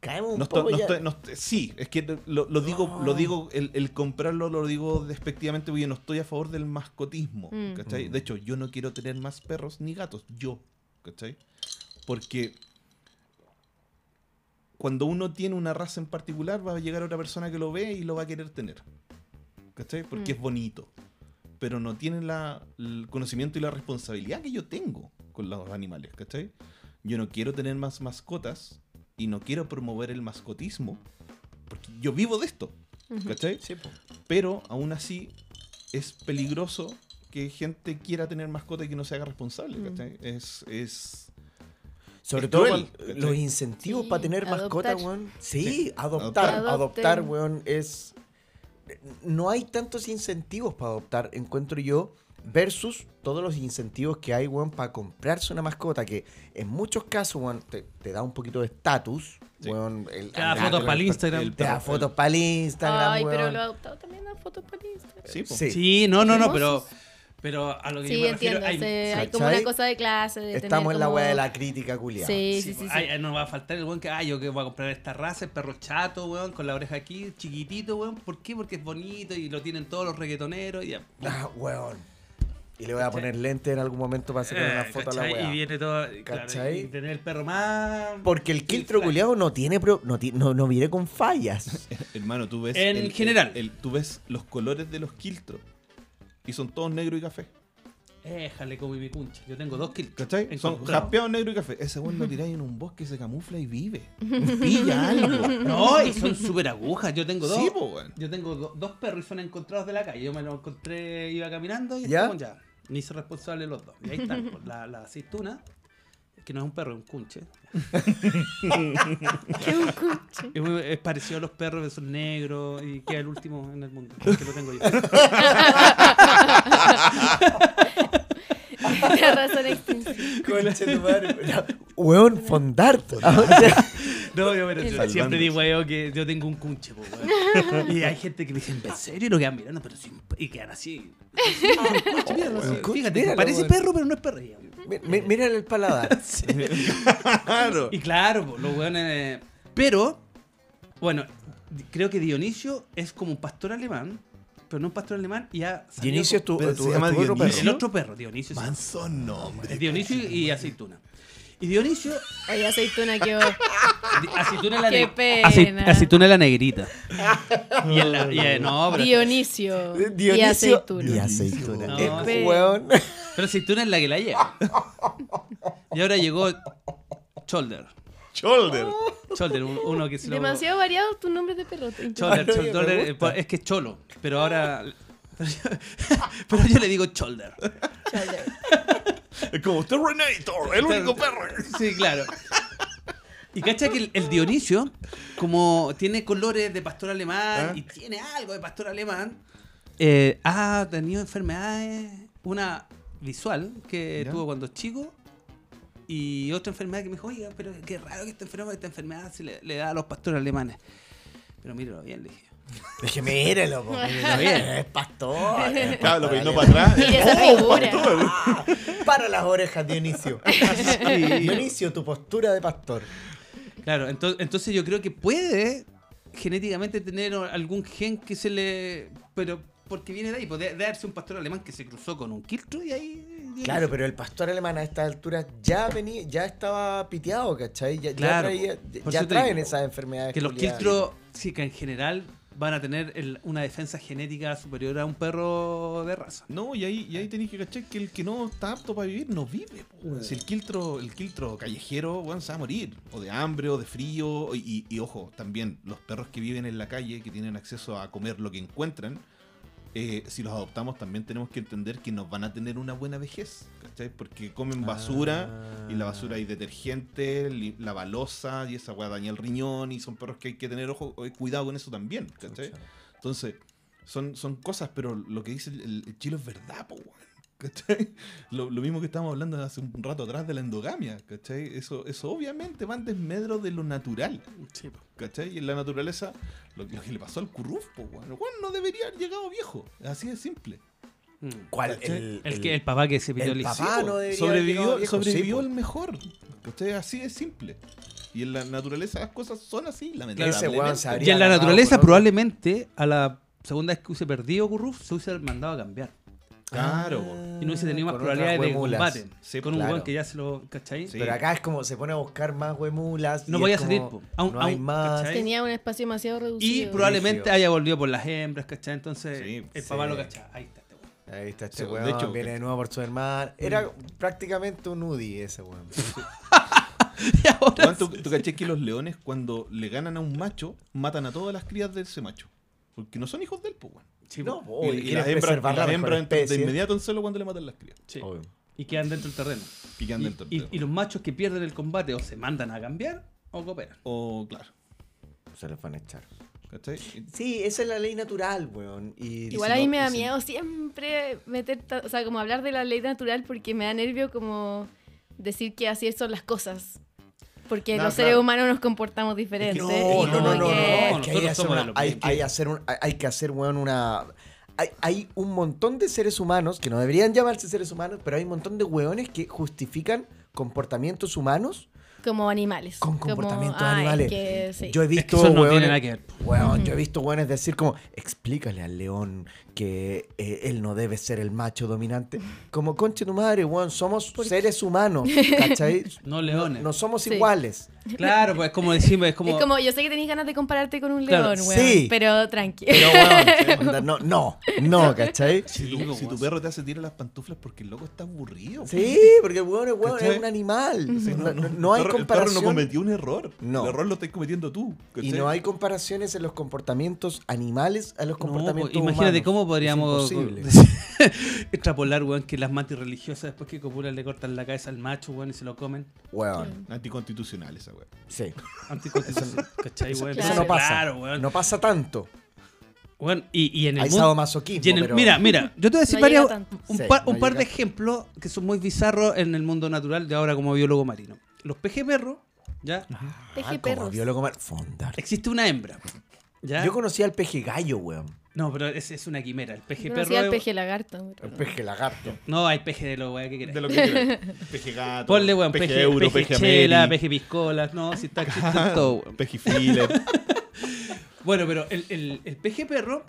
[SPEAKER 4] Caemos un
[SPEAKER 3] No
[SPEAKER 4] poco
[SPEAKER 3] estoy- no
[SPEAKER 4] ya. Ah.
[SPEAKER 3] estoy- no estoy- sí, es que lo, lo digo,
[SPEAKER 4] No.
[SPEAKER 3] lo digo el, el comprarlo lo digo despectivamente porque yo no estoy a favor del mascotismo.
[SPEAKER 2] Mm.
[SPEAKER 3] ¿cachai?
[SPEAKER 4] Mm.
[SPEAKER 3] De hecho, yo no quiero tener más perros ni gatos, yo. ¿cachai? Porque cuando uno tiene una raza en particular va a llegar otra persona que lo ve y lo va a querer tener. ¿Cachai? Porque
[SPEAKER 2] Mm.
[SPEAKER 3] es bonito. Pero no tiene la, el conocimiento y la responsabilidad que yo tengo con los animales, ¿cachai? Yo no quiero tener más mascotas y no quiero promover el mascotismo. Porque yo vivo de esto,
[SPEAKER 2] Ujú.
[SPEAKER 3] ¿cachai?
[SPEAKER 4] Sí, po.
[SPEAKER 3] Pero aún así es peligroso que gente quiera tener mascota y que no se haga responsable,
[SPEAKER 2] Mm.
[SPEAKER 3] ¿cachai? Es, es...
[SPEAKER 4] Sobre
[SPEAKER 3] es
[SPEAKER 4] todo
[SPEAKER 3] cruel,
[SPEAKER 4] cuando-
[SPEAKER 3] ¿cachai?
[SPEAKER 4] los incentivos
[SPEAKER 2] Sí,
[SPEAKER 4] para tener mascota,
[SPEAKER 2] adoptar.
[SPEAKER 4] weón. Sí,
[SPEAKER 3] Sí,
[SPEAKER 4] adoptar.
[SPEAKER 2] adoptar.
[SPEAKER 4] Adoptar,
[SPEAKER 2] Adopten.
[SPEAKER 4] weón, es. No hay tantos incentivos para adoptar, encuentro yo, versus todos los incentivos que hay, weón, para comprarse una mascota, que en muchos casos, weón, te, te da un poquito de estatus,
[SPEAKER 3] Sí.
[SPEAKER 4] weón. el-
[SPEAKER 1] Te da
[SPEAKER 4] el-
[SPEAKER 1] fotos
[SPEAKER 4] el-
[SPEAKER 1] para el Instagram.
[SPEAKER 4] Te da
[SPEAKER 3] perro-
[SPEAKER 4] fotos para el Instagram,
[SPEAKER 2] Ay, pero
[SPEAKER 4] weón.
[SPEAKER 2] lo ha adoptado también a fotos para Instagram.
[SPEAKER 3] Sí, po.
[SPEAKER 4] Sí.
[SPEAKER 1] Sí, no, no, no, pero,
[SPEAKER 2] Hermosos.
[SPEAKER 1] pero a lo que
[SPEAKER 2] Sí,
[SPEAKER 1] yo me refiero,
[SPEAKER 2] entiendo.
[SPEAKER 1] hay-
[SPEAKER 2] o sea, hay como
[SPEAKER 4] ¿Cachai?
[SPEAKER 2] una cosa de clase. De
[SPEAKER 4] Estamos
[SPEAKER 2] tener
[SPEAKER 4] en la
[SPEAKER 2] como-
[SPEAKER 4] weá de la crítica, culiada.
[SPEAKER 1] Sí,
[SPEAKER 2] Sí,
[SPEAKER 1] pues,
[SPEAKER 2] sí, sí. sí.
[SPEAKER 1] ay, ay, no va a faltar el weón que, ah, yo que voy a comprar esta raza, el perro chato, weón, con la oreja aquí, chiquitito, weón. ¿Por qué? Porque es bonito y lo tienen todos los reggaetoneros y ya.
[SPEAKER 4] Ah, weón. Y le voy a poner lente en algún momento para sacar una
[SPEAKER 1] Eh,
[SPEAKER 4] foto a la
[SPEAKER 1] ¿cachai?
[SPEAKER 4] weá.
[SPEAKER 1] Y viene todo. Claro,
[SPEAKER 4] ¿Cachai?
[SPEAKER 1] y tener el perro más.
[SPEAKER 4] Porque el quiltro
[SPEAKER 1] flaco.
[SPEAKER 4] culiado no tiene pro- no, ti- no, no viene con fallas.
[SPEAKER 3] Hermano, tú ves.
[SPEAKER 1] En general.
[SPEAKER 3] el- tú ves los colores de los quiltros. Y son todos negro y café.
[SPEAKER 1] Éjale como mi cuncha. Yo tengo dos kills.
[SPEAKER 3] ¿Cachai? Son
[SPEAKER 1] Encontrado.
[SPEAKER 3] jaspeados negro y café. Ese weón lo tiráis en un bosque, se camufla y vive. Pilla algo.
[SPEAKER 1] No, y son súper agujas. Yo tengo dos.
[SPEAKER 3] Sí, po, weón.
[SPEAKER 1] Yo tengo do- dos perros y son encontrados de la calle. Yo me los encontré, iba caminando y
[SPEAKER 4] ¿Ya?
[SPEAKER 1] estaban ya. Me hice responsable los dos. Y ahí están, pues, la, la aceituna, que no es un perro, es un cunche.
[SPEAKER 2] Qué un cuche.
[SPEAKER 1] Es, muy- es parecido a los perros que son negros y queda el último en el mundo, que lo tengo yo.
[SPEAKER 2] La razón extensiva.
[SPEAKER 4] Weón, fondarte.
[SPEAKER 2] Ah,
[SPEAKER 1] No, yo, pero yo
[SPEAKER 3] Salvando.
[SPEAKER 1] siempre digo, weón, que yo tengo un cunche, po, weón. Y hay gente que me dice, ¿en serio? Y lo quedan mirando, pero sin... Y quedan así. Cunche, míralo,
[SPEAKER 4] weón,
[SPEAKER 1] sí.
[SPEAKER 4] cunche,
[SPEAKER 1] Fíjate,
[SPEAKER 4] míralo,
[SPEAKER 1] parece
[SPEAKER 4] weón.
[SPEAKER 1] perro, pero no es perro. Y yo,
[SPEAKER 4] Mi- mi- Mírale el paladar.
[SPEAKER 3] Claro.
[SPEAKER 1] Y claro, po, los weones. eh, Pero, bueno, di- creo que Dionisio es como un pastor alemán, pero no un pastor alemán, y ha salido
[SPEAKER 4] Dionisio es
[SPEAKER 1] con-
[SPEAKER 4] tu,
[SPEAKER 3] Pero
[SPEAKER 4] tu-
[SPEAKER 3] se llama
[SPEAKER 4] tu otro
[SPEAKER 3] Dionisio.
[SPEAKER 1] El
[SPEAKER 4] perro.
[SPEAKER 1] otro perro, Dionisio. sí.
[SPEAKER 3] Manso nombre.
[SPEAKER 1] Es Dionisio y aceituna. Y Dionisio.
[SPEAKER 2] Oye, aceituna que
[SPEAKER 1] di- Aceituna la
[SPEAKER 2] Qué
[SPEAKER 1] ne-
[SPEAKER 2] pena.
[SPEAKER 1] aceit- aceituna la negrita. y en la- y en- no, pero,
[SPEAKER 2] Dionisio. Y
[SPEAKER 4] Dionisio
[SPEAKER 2] aceituna.
[SPEAKER 4] Y aceituna.
[SPEAKER 1] No,
[SPEAKER 4] Eh,
[SPEAKER 2] pe-
[SPEAKER 4] weón.
[SPEAKER 1] pero aceituna es la que la lleva. Y ahora llegó Cholder.
[SPEAKER 3] Shoulder.
[SPEAKER 1] Cholder, un- uno que se lo.
[SPEAKER 2] Demasiado variado tu nombre de perro. te-
[SPEAKER 1] Cholder,
[SPEAKER 4] Ay,
[SPEAKER 1] Cholder,
[SPEAKER 4] me
[SPEAKER 1] eh, po- es que es cholo, pero ahora. Pero yo, pero yo le digo Cholder.
[SPEAKER 2] Cholder.
[SPEAKER 3] Es como Terminator, el único perro.
[SPEAKER 1] Sí, claro. Y cacha que el, el Dionisio, como tiene colores de pastor alemán
[SPEAKER 3] ¿Ah?
[SPEAKER 1] y tiene algo de pastor alemán, eh, ha tenido enfermedades, una visual que
[SPEAKER 3] Ya.
[SPEAKER 1] tuvo cuando chico y otra enfermedad que me dijo, oiga, pero qué raro que esta enfermedad, esta enfermedad se le, le da a los pastores alemanes. Pero míralo bien, le dije.
[SPEAKER 4] Dije, míralo, po, míralo bien. Es pastor. es
[SPEAKER 3] Claro, lo
[SPEAKER 4] pastor
[SPEAKER 3] peinó
[SPEAKER 4] alemán.
[SPEAKER 3] para atrás.
[SPEAKER 2] Mira esa
[SPEAKER 4] Oh,
[SPEAKER 2] figura.
[SPEAKER 4] Ah, Para las orejas, Dionisio. Dionisio, tu postura de pastor.
[SPEAKER 1] Claro, ento- entonces yo creo que puede genéticamente tener o- algún gen que se le... Pero porque viene de ahí, pues, de, de darse un pastor alemán que se cruzó con un quiltro y ahí...
[SPEAKER 4] Claro, pero el pastor alemán a estas alturas ya venía, ya estaba piteado, ¿cachai? Ya, ya
[SPEAKER 1] Claro,
[SPEAKER 4] traía-
[SPEAKER 1] po.
[SPEAKER 4] ya,
[SPEAKER 1] Por
[SPEAKER 4] ya
[SPEAKER 1] eso te
[SPEAKER 4] traen
[SPEAKER 1] digo,
[SPEAKER 4] esas enfermedades.
[SPEAKER 1] Que los
[SPEAKER 4] culiadas.
[SPEAKER 1] quiltros, sí, que en general van a tener el- una defensa genética superior a un perro de raza.
[SPEAKER 3] No, y ahí, y ahí tenéis que cachar que el que no está apto para vivir no vive. po, weón. Si el quiltro, el quiltro callejero, weón, se va a morir. O de hambre, o de frío. Y, y- y ojo, también los perros que viven en la calle, que tienen acceso a comer lo que encuentran, eh, si los adoptamos también tenemos que entender que nos van a tener una buena vejez. ¿Cachai? Porque comen basura. Y la basura hay detergente, li- la balosa, y esa weá daña el riñón, y son perros que hay que tener ojo, eh, cuidado con eso también, ¿cachai? Entonces, son, son cosas, pero lo que dice el, el- el chilo es verdad, po, weón. ¿Cachai? Lo, lo mismo que estábamos hablando hace un rato atrás de la endogamia, ¿cachai? Eso, eso obviamente va en desmedro de lo natural, ¿cachai? Y en la naturaleza, lo, lo que le pasó al curruf, po, weón. El weón no debería haber llegado viejo, así de simple.
[SPEAKER 1] Mm.
[SPEAKER 4] ¿Cuál?
[SPEAKER 3] ¿Cachai?
[SPEAKER 1] El, que, el papá que se pidió
[SPEAKER 4] el
[SPEAKER 1] el
[SPEAKER 4] papá.
[SPEAKER 1] papá.
[SPEAKER 4] Ah, no debería haber llegado
[SPEAKER 3] sobrevivió
[SPEAKER 4] viejo,
[SPEAKER 3] sobrevivió
[SPEAKER 4] sí, po.
[SPEAKER 3] el mejor. ¿Cachai? Así de simple. Y en la naturaleza las cosas son así, lamentablemente.
[SPEAKER 4] Ese weón se habría
[SPEAKER 1] Y en la
[SPEAKER 4] agarrado
[SPEAKER 1] naturaleza
[SPEAKER 4] por otro.
[SPEAKER 1] probablemente a la segunda vez que hubiese perdido Gurruf se hubiese mandado a cambiar.
[SPEAKER 3] Claro. po.
[SPEAKER 1] Y no hubiese tenido más
[SPEAKER 4] Con otras
[SPEAKER 1] probabilidades de
[SPEAKER 4] huemulas.
[SPEAKER 1] combate.
[SPEAKER 3] Sí,
[SPEAKER 1] con un
[SPEAKER 4] claro.
[SPEAKER 1] weón que ya se lo. ¿Cachai?
[SPEAKER 3] Sí.
[SPEAKER 4] Pero acá es como se pone a buscar más huemulas.
[SPEAKER 1] No
[SPEAKER 4] y
[SPEAKER 1] voy
[SPEAKER 4] es
[SPEAKER 1] a salir,
[SPEAKER 4] como,
[SPEAKER 1] po. Aún-
[SPEAKER 4] no hay
[SPEAKER 1] aún,
[SPEAKER 4] más.
[SPEAKER 1] ¿cachai?
[SPEAKER 2] Tenía un espacio demasiado
[SPEAKER 1] Y
[SPEAKER 2] reducido.
[SPEAKER 1] probablemente
[SPEAKER 4] Brígido.
[SPEAKER 1] haya volvido por las hembras, ¿cachai? Entonces,
[SPEAKER 3] Sí,
[SPEAKER 1] el
[SPEAKER 4] sí.
[SPEAKER 1] papá lo cachá. Ahí está este weón.
[SPEAKER 4] Ahí está este
[SPEAKER 3] Sí, de
[SPEAKER 4] weón.
[SPEAKER 3] hecho,
[SPEAKER 4] viene
[SPEAKER 3] que-
[SPEAKER 4] de nuevo por su hermano.
[SPEAKER 1] Mm.
[SPEAKER 4] Era prácticamente un UDI ese weón.
[SPEAKER 1] Y ahora-
[SPEAKER 3] Weón, ¿Tú, tú cachai que los leones cuando le ganan a un macho, matan a todas las crías de ese macho? Porque no son hijos del po, weón.
[SPEAKER 1] Sí,
[SPEAKER 4] No,
[SPEAKER 1] po.
[SPEAKER 4] po, y
[SPEAKER 3] y, y
[SPEAKER 4] quieren
[SPEAKER 3] las hembras,
[SPEAKER 4] preservar
[SPEAKER 3] y
[SPEAKER 4] la
[SPEAKER 3] las
[SPEAKER 4] mejor
[SPEAKER 3] hembras entran de
[SPEAKER 4] especie.
[SPEAKER 3] inmediato en celo cuando le matan las crías.
[SPEAKER 1] Sí.
[SPEAKER 4] Obvio.
[SPEAKER 1] Y quedan dentro del terreno.
[SPEAKER 3] Y quedan
[SPEAKER 1] Y-
[SPEAKER 3] dentro del
[SPEAKER 1] y,
[SPEAKER 3] terreno.
[SPEAKER 1] y los machos que pierden el combate o se mandan a cambiar o cooperan.
[SPEAKER 3] O, Oh, claro.
[SPEAKER 4] Se los van a echar.
[SPEAKER 3] ¿Cachai? Y-
[SPEAKER 4] Sí, esa es la ley natural, weón. Y
[SPEAKER 2] Igual
[SPEAKER 3] si
[SPEAKER 2] a
[SPEAKER 3] no-
[SPEAKER 2] mí me
[SPEAKER 3] y
[SPEAKER 2] da
[SPEAKER 3] si-
[SPEAKER 2] miedo siempre meter, ta- o sea, como hablar de la ley natural porque me da nervio como decir que así son las cosas. Porque
[SPEAKER 3] No,
[SPEAKER 2] los
[SPEAKER 3] claro.
[SPEAKER 2] seres humanos nos comportamos diferentes.
[SPEAKER 4] No,
[SPEAKER 2] y
[SPEAKER 4] no,
[SPEAKER 2] como
[SPEAKER 4] no, no, no,
[SPEAKER 2] que-
[SPEAKER 4] es que hay que
[SPEAKER 1] Nosotros
[SPEAKER 4] hacer
[SPEAKER 1] somos
[SPEAKER 4] una-
[SPEAKER 1] de los
[SPEAKER 4] hay-
[SPEAKER 1] mismos.
[SPEAKER 4] hay que hacer un- hay- hay que hacer, weón, una... Hay, hay un montón de seres humanos que no deberían llamarse seres humanos, pero hay un montón de weones que justifican comportamientos humanos
[SPEAKER 2] como animales.
[SPEAKER 4] Con
[SPEAKER 2] como,
[SPEAKER 4] comportamiento de
[SPEAKER 2] "Ay,
[SPEAKER 4] animales".
[SPEAKER 2] que sí".
[SPEAKER 4] Yo he
[SPEAKER 1] Es que
[SPEAKER 4] visto
[SPEAKER 1] eso no tiene
[SPEAKER 4] hueones-
[SPEAKER 1] nada que ver.
[SPEAKER 4] Weón, yo he visto weones decir como, explícale al león que eh, él no debe ser el macho dominante. Como, conche tu madre, weón, somos seres humanos, ¿cachai?
[SPEAKER 1] No leones.
[SPEAKER 4] No somos
[SPEAKER 2] Sí.
[SPEAKER 4] iguales.
[SPEAKER 1] Claro, pues es como decimos, es como.
[SPEAKER 2] Es como, yo sé que tenéis ganas de compararte con un
[SPEAKER 1] Claro,
[SPEAKER 2] león, weón,
[SPEAKER 4] sí.
[SPEAKER 2] pero tranqui.
[SPEAKER 4] Pero, weón, onda, no, no, no, ¿cachai?
[SPEAKER 3] Si
[SPEAKER 1] Sí,
[SPEAKER 3] tu, si
[SPEAKER 1] weón.
[SPEAKER 3] tu perro te hace tirar las pantuflas porque el loco está aburrido.
[SPEAKER 4] Sí, porque el weón, es weón,
[SPEAKER 3] ¿Cachai?
[SPEAKER 4] es un animal.
[SPEAKER 3] Sí,
[SPEAKER 4] No, no-
[SPEAKER 3] el
[SPEAKER 4] no hay
[SPEAKER 3] perro- El perro no
[SPEAKER 4] comparación.
[SPEAKER 3] cometió un error.
[SPEAKER 4] No.
[SPEAKER 3] El error lo estás cometiendo tú.
[SPEAKER 4] y
[SPEAKER 3] ¿cachai?
[SPEAKER 4] no hay comparaciones en los comportamientos animales a
[SPEAKER 1] No,
[SPEAKER 4] los comportamientos
[SPEAKER 1] pues, imagínate
[SPEAKER 4] humanos.
[SPEAKER 1] cómo
[SPEAKER 4] Es
[SPEAKER 1] podríamos
[SPEAKER 4] imposible.
[SPEAKER 1] extrapolar, weón, que las matis religiosas después que copulan le cortan la cabeza al macho, weón, y se lo comen.
[SPEAKER 4] Weón,
[SPEAKER 3] Anticonstitucional esa weá.
[SPEAKER 4] sí.
[SPEAKER 1] Anticonstitucional. ¿Cachai, weón?
[SPEAKER 4] Eso
[SPEAKER 2] Claro.
[SPEAKER 4] no pasa.
[SPEAKER 1] Claro, weón.
[SPEAKER 4] No pasa tanto.
[SPEAKER 1] Weón, y, y en el
[SPEAKER 4] Hay
[SPEAKER 1] mundo-
[SPEAKER 4] sadomasoquismo,
[SPEAKER 1] y en el-
[SPEAKER 4] pero...
[SPEAKER 1] Mira, mira, yo te voy a decir
[SPEAKER 2] No llega
[SPEAKER 1] varias-
[SPEAKER 2] tanto.
[SPEAKER 1] un,
[SPEAKER 4] Sí,
[SPEAKER 1] par,
[SPEAKER 4] no
[SPEAKER 1] un par de
[SPEAKER 4] llega.
[SPEAKER 1] ejemplos que son muy bizarros en el mundo natural de ahora como biólogo marino. Los pejeperros, ¿ya?
[SPEAKER 2] Teje
[SPEAKER 4] ah, como
[SPEAKER 2] perros.
[SPEAKER 4] biólogo mar- Fondar.
[SPEAKER 1] Existe una hembra, ¿ya?
[SPEAKER 4] Yo conocía al peje gallo, weón.
[SPEAKER 1] No, pero es, es una quimera. El
[SPEAKER 2] Yo
[SPEAKER 1] pejeperro...
[SPEAKER 2] conocía al
[SPEAKER 1] es-
[SPEAKER 2] peje lagarto.
[SPEAKER 4] El peje lagarto.
[SPEAKER 1] No, hay peje de lo, weón, que quieras.
[SPEAKER 3] De lo que quieras. Peje gato.
[SPEAKER 1] Ponle, weón, peje, peje,
[SPEAKER 3] euro, peje,
[SPEAKER 1] chela,
[SPEAKER 3] Ameri,
[SPEAKER 1] peje piscolas, no, si está existe en todo, weón.
[SPEAKER 3] peje filler.
[SPEAKER 1] Bueno, pero el, el, el peje perro,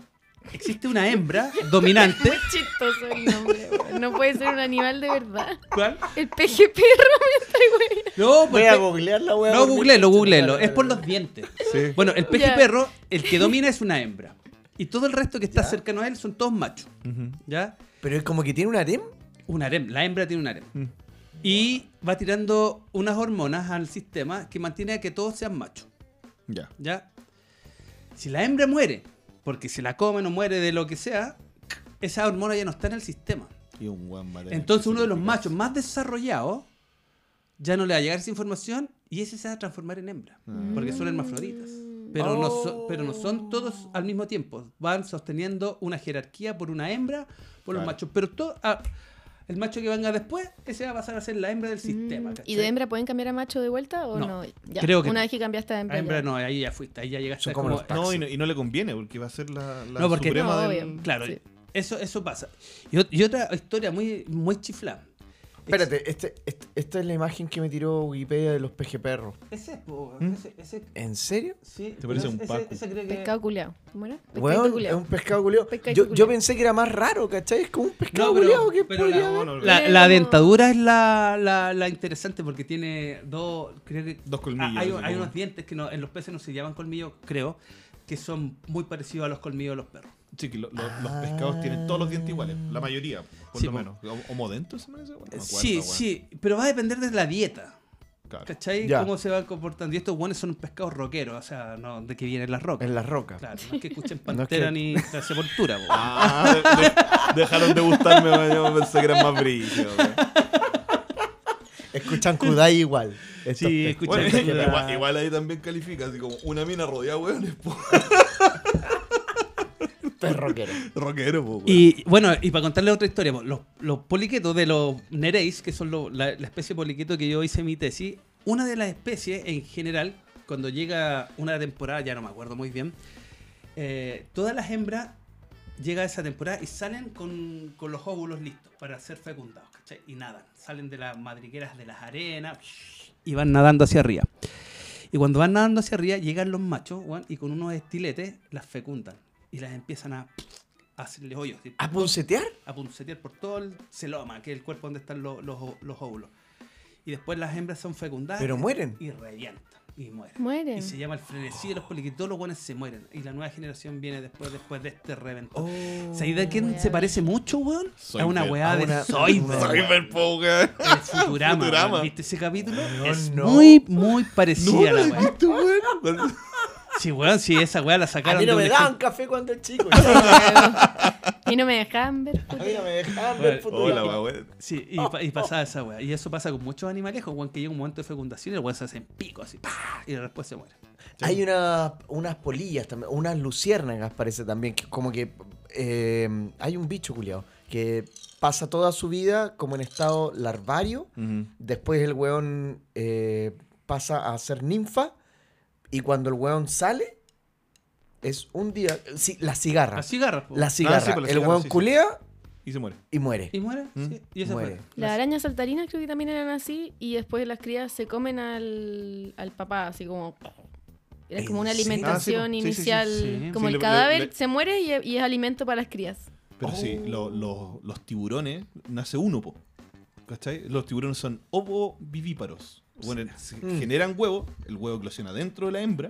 [SPEAKER 1] existe una hembra dominante.
[SPEAKER 2] Chistoso el nombre, weón. No puede ser un animal de verdad.
[SPEAKER 1] ¿Cuál?
[SPEAKER 2] El peje perro,
[SPEAKER 1] No,
[SPEAKER 4] Voy
[SPEAKER 1] pues,
[SPEAKER 4] a
[SPEAKER 1] pe-
[SPEAKER 4] googlear la weón.
[SPEAKER 1] no, googleelo, googleelo. Es por los dientes.
[SPEAKER 3] Sí.
[SPEAKER 1] Bueno, el peje
[SPEAKER 2] Ya.
[SPEAKER 1] perro, el que domina es una hembra. Y todo el resto que está
[SPEAKER 4] Ya.
[SPEAKER 1] cercano a él son todos machos. ¿Ya?
[SPEAKER 4] Pero es como que tiene un harem.
[SPEAKER 1] Un harem. La hembra tiene un harem. Y va tirando unas hormonas al sistema que mantiene a que todos sean machos.
[SPEAKER 3] Ya.
[SPEAKER 1] ¿Ya? Si la hembra muere, porque se la comen o muere de lo que sea, esa hormona ya no está en el sistema.
[SPEAKER 3] Y un weón va a tener
[SPEAKER 1] Entonces
[SPEAKER 3] que
[SPEAKER 1] uno de los
[SPEAKER 3] sacrificar.
[SPEAKER 1] machos más desarrollados ya no le va a llegar esa información y ese se va a transformar en hembra.
[SPEAKER 3] Ah.
[SPEAKER 1] Porque
[SPEAKER 2] Mm.
[SPEAKER 1] son hermafroditas. Pero, no so- pero no son todos al mismo tiempo. Van sosteniendo una jerarquía por una hembra, por los
[SPEAKER 3] Claro.
[SPEAKER 1] machos. Pero to- ah, el macho que venga después, ese va a pasar a ser la hembra del sistema.
[SPEAKER 2] weón.
[SPEAKER 1] ¿cachai?
[SPEAKER 2] Mm. ¿Y de hembra pueden cambiar a macho de vuelta o
[SPEAKER 1] No,
[SPEAKER 2] no? Ya,
[SPEAKER 1] creo que
[SPEAKER 2] Una
[SPEAKER 1] no.
[SPEAKER 2] vez que cambiaste a hembra.
[SPEAKER 1] A hembra
[SPEAKER 2] ya.
[SPEAKER 1] no, ahí ya fuiste, ahí ya llegaste.
[SPEAKER 4] Son
[SPEAKER 1] a
[SPEAKER 4] como los taxis.
[SPEAKER 3] No, y no, y no le conviene porque va a ser la, la
[SPEAKER 1] No, porque-
[SPEAKER 3] suprema
[SPEAKER 2] No,
[SPEAKER 3] del...
[SPEAKER 2] obvio.
[SPEAKER 1] Claro,
[SPEAKER 2] Sí.
[SPEAKER 1] eso, eso pasa. Y, ot- y otra historia muy, muy chiflada.
[SPEAKER 4] Espérate, este, este- esta es la imagen que me tiró Wikipedia de los peje perros.
[SPEAKER 1] Ese es, po, ese, ese-
[SPEAKER 4] ¿En serio?
[SPEAKER 1] sí,
[SPEAKER 3] ¿Mm? ¿Te parece
[SPEAKER 1] no,
[SPEAKER 3] un
[SPEAKER 1] ese-
[SPEAKER 3] Paco?
[SPEAKER 1] ese creo que-
[SPEAKER 2] Pescado culeado. ¿Cómo era? Pescadito
[SPEAKER 4] Weón, es
[SPEAKER 2] culeado.
[SPEAKER 4] un pescado culeado.
[SPEAKER 2] Pescadito
[SPEAKER 4] Yo, yo
[SPEAKER 2] culeado.
[SPEAKER 4] pensé que era más raro, ¿cachai? Es como un pescado
[SPEAKER 1] No, pero-
[SPEAKER 4] culeado que
[SPEAKER 1] pero
[SPEAKER 4] podría
[SPEAKER 1] la-
[SPEAKER 4] haber.
[SPEAKER 3] no, no,
[SPEAKER 1] La,
[SPEAKER 2] Pero-
[SPEAKER 1] la dentadura es la, la, la interesante porque tiene dos, creo que
[SPEAKER 3] Dos colmillos.
[SPEAKER 1] Ah, hay,
[SPEAKER 3] así
[SPEAKER 1] hay
[SPEAKER 3] como-
[SPEAKER 1] unos dientes que no- en los peces no se llaman colmillos, creo, que son muy parecidos a los colmillos de los perros.
[SPEAKER 3] Sí, que lo- lo- los pescados tienen todos los dientes iguales. La mayoría, por
[SPEAKER 1] Sí,
[SPEAKER 3] lo
[SPEAKER 1] po.
[SPEAKER 3] menos. O- ¿Homodento se parece? Bueno, no me acuerdo,
[SPEAKER 1] sí,
[SPEAKER 3] weón.
[SPEAKER 1] sí, pero va a depender de la dieta.
[SPEAKER 3] Claro.
[SPEAKER 1] ¿Cachai?
[SPEAKER 4] Ya.
[SPEAKER 1] ¿Cómo se van comportando? Y estos guanes son pescados rockeros, o sea, no, de que vienen las rocas.
[SPEAKER 4] ¿eh? En las rocas.
[SPEAKER 1] Claro, no es que escuchen
[SPEAKER 4] No es
[SPEAKER 1] Pantera
[SPEAKER 4] que-
[SPEAKER 1] ni la Sepultura. po.
[SPEAKER 3] Ah, de- de- dejaron de gustarme, weón. Yo pensé que eran más brillos. weón.
[SPEAKER 4] Escuchan Kudai igual. Estos
[SPEAKER 1] Sí,
[SPEAKER 4] pe-
[SPEAKER 1] escuchan
[SPEAKER 3] Bueno,
[SPEAKER 1] Escucha,
[SPEAKER 3] igual,
[SPEAKER 1] la-
[SPEAKER 3] igual- igual ahí también califica, así como una mina rodeada, weón,
[SPEAKER 4] perroqueros.
[SPEAKER 3] rockero, po, weón.
[SPEAKER 1] Y bueno, y para contarles otra historia, po, los, los poliquetos de los nereis, que son lo- la, la especie de poliqueto que yo hice en mi tesis, una de las especies en general, cuando llega una temporada, ya no me acuerdo muy bien, eh, todas las hembras llega esa temporada y salen con, con los óvulos listos para ser fecundados, ¿cachai? Y nadan, salen de las madrigueras de las arenas y van nadando hacia arriba. Y cuando van nadando hacia arriba, llegan los machos weón, y con unos estiletes las fecundan y las empiezan a, a hacerles hoyos, ¿sí?
[SPEAKER 4] ¿A puncetear?
[SPEAKER 1] a puncetear por todo el celoma, que es el cuerpo donde están los, los, los óvulos. Y después las hembras son fecundadas
[SPEAKER 4] Pero mueren.
[SPEAKER 1] y revientan y mueren.
[SPEAKER 2] Mueren.
[SPEAKER 1] Y se llama el frenesí de los poliquetos, todos los buenos se mueren. Y la nueva generación viene después, después de este
[SPEAKER 4] Oh.
[SPEAKER 1] reventón. ¿Sabéis de quién
[SPEAKER 2] Weón.
[SPEAKER 1] se parece mucho, weón?
[SPEAKER 3] Soy
[SPEAKER 1] a una
[SPEAKER 3] Bell.
[SPEAKER 1] weá
[SPEAKER 4] A
[SPEAKER 1] de
[SPEAKER 4] una-
[SPEAKER 1] Soyber.
[SPEAKER 4] Soy
[SPEAKER 1] weón.
[SPEAKER 3] Cyber, po, weón.
[SPEAKER 1] El Futurama.
[SPEAKER 3] Futurama.
[SPEAKER 1] weón. ¿Viste ese capítulo? es
[SPEAKER 4] no.
[SPEAKER 1] muy, muy parecida la weá.
[SPEAKER 3] ¿Viste, weón?
[SPEAKER 1] Sí, weón, sí, esa weá la
[SPEAKER 4] A
[SPEAKER 1] sacaron
[SPEAKER 4] mí no
[SPEAKER 1] de
[SPEAKER 4] me
[SPEAKER 1] un
[SPEAKER 4] daban
[SPEAKER 1] ejemplo.
[SPEAKER 4] café cuando era chico.
[SPEAKER 2] Y no me dejaban ver.
[SPEAKER 4] A mí no me dejaban
[SPEAKER 1] Bueno,
[SPEAKER 4] ver
[SPEAKER 3] Hola,
[SPEAKER 4] Futurama.
[SPEAKER 3] weón.
[SPEAKER 1] Sí, y, pa- y pasaba esa weá. Y eso pasa con muchos animalejos, weón, que llega un momento de fecundación y el weón se hace en pico así, ¡pah! y después se muere.
[SPEAKER 4] Hay una- unas polillas también, unas luciérnagas parece también, que como que eh, hay un bicho culiado que pasa toda su vida como en estado larvario, después el weón eh, pasa a ser ninfa y cuando el weón sale es un día, sí, la cigarra,
[SPEAKER 1] Las cigarras, po.
[SPEAKER 4] la cigarra,
[SPEAKER 3] sí, pues la
[SPEAKER 4] el
[SPEAKER 3] cigarra,
[SPEAKER 4] weón
[SPEAKER 3] sí, sí.
[SPEAKER 4] culea
[SPEAKER 3] Y y se muere.
[SPEAKER 4] Y muere.
[SPEAKER 1] ¿Y muere?
[SPEAKER 3] ¿Mm?
[SPEAKER 1] Sí. Y esa
[SPEAKER 4] Muere.
[SPEAKER 1] fue.
[SPEAKER 2] Las arañas saltarinas creo que también eran así y después las crías se comen al, al papá, así como... Era
[SPEAKER 4] ¿En
[SPEAKER 2] como una
[SPEAKER 4] serio?
[SPEAKER 2] alimentación
[SPEAKER 3] Ah, sí, po. Sí, sí, sí,
[SPEAKER 2] inicial,
[SPEAKER 1] sí.
[SPEAKER 2] como
[SPEAKER 3] Sí,
[SPEAKER 2] el
[SPEAKER 3] le- le-
[SPEAKER 2] cadáver
[SPEAKER 3] le-
[SPEAKER 2] se muere y, y es alimento para las crías.
[SPEAKER 3] Pero sí, lo- lo- los tiburones, nace uno, po. ¿Cachai? Los tiburones son ovovivíparos. Bueno, se
[SPEAKER 4] Mm.
[SPEAKER 3] generan huevos, el huevo eclosiona dentro de la hembra.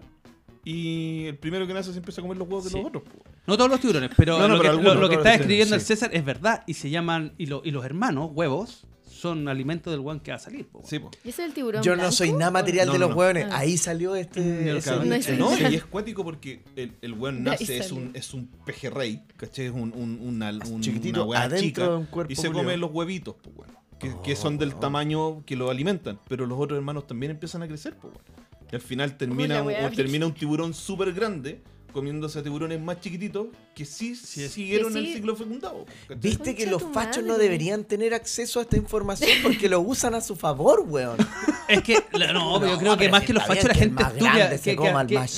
[SPEAKER 3] Y el primero que nace se empieza a comer los huevos de
[SPEAKER 1] Sí.
[SPEAKER 3] los otros. po.
[SPEAKER 1] No todos los tiburones, pero,
[SPEAKER 3] No, no,
[SPEAKER 1] lo,
[SPEAKER 3] pero
[SPEAKER 1] que,
[SPEAKER 3] algunos,
[SPEAKER 1] lo- lo que
[SPEAKER 4] todos
[SPEAKER 1] está
[SPEAKER 4] los
[SPEAKER 1] escribiendo el
[SPEAKER 4] tiburones,
[SPEAKER 1] César es verdad. Y se llaman. Y, lo- y los hermanos, huevos, son alimento del guan que va a salir. po.
[SPEAKER 3] Sí, po.
[SPEAKER 2] ¿Y ese es el tiburón
[SPEAKER 4] Yo no
[SPEAKER 2] blanco?
[SPEAKER 4] soy nada
[SPEAKER 2] ¿O no?
[SPEAKER 4] material
[SPEAKER 3] No,
[SPEAKER 4] de
[SPEAKER 3] no,
[SPEAKER 4] los
[SPEAKER 3] no.
[SPEAKER 4] hueones.
[SPEAKER 2] Ah.
[SPEAKER 4] Ahí salió este.
[SPEAKER 1] No,
[SPEAKER 4] ese
[SPEAKER 1] cabrón.
[SPEAKER 2] No
[SPEAKER 4] bicho.
[SPEAKER 2] es-
[SPEAKER 3] eh, No, y es cuático porque el, el weón
[SPEAKER 2] De ahí
[SPEAKER 3] nace, es
[SPEAKER 2] salió.
[SPEAKER 3] un, es un pejerrey, ¿cachai? Es un, un, una, un-
[SPEAKER 4] chiquitito,
[SPEAKER 3] una weá
[SPEAKER 4] adentro
[SPEAKER 3] chica,
[SPEAKER 4] de un cuerpo
[SPEAKER 3] Y se
[SPEAKER 4] culiao.
[SPEAKER 3] come los huevitos, pues, weón. Que, que
[SPEAKER 4] Oh,
[SPEAKER 3] son del
[SPEAKER 4] weón.
[SPEAKER 3] tamaño que lo alimentan. Pero los otros hermanos también empiezan a crecer, pues, weón. Y al final termina,
[SPEAKER 2] la weá,
[SPEAKER 3] un-
[SPEAKER 2] brígido.
[SPEAKER 3] termina un tiburón súper grande comiéndose a tiburones más chiquititos que sí, siguieron
[SPEAKER 2] Que sí.
[SPEAKER 3] el ciclo fecundado. ¿cachai?
[SPEAKER 4] Viste
[SPEAKER 2] Concha
[SPEAKER 4] que los
[SPEAKER 2] tu
[SPEAKER 4] fachos no
[SPEAKER 2] madre.
[SPEAKER 4] deberían tener acceso a esta información porque lo usan a su favor, weón.
[SPEAKER 1] Es que, la- no, pero yo creo que
[SPEAKER 4] pero
[SPEAKER 1] más
[SPEAKER 4] sí
[SPEAKER 1] que los
[SPEAKER 4] está
[SPEAKER 1] fachos,
[SPEAKER 4] bien
[SPEAKER 1] la
[SPEAKER 4] que el
[SPEAKER 1] gente
[SPEAKER 4] más
[SPEAKER 1] estudia.
[SPEAKER 4] grande
[SPEAKER 1] que-
[SPEAKER 4] se
[SPEAKER 1] que-
[SPEAKER 4] coma al
[SPEAKER 1] que-
[SPEAKER 4] más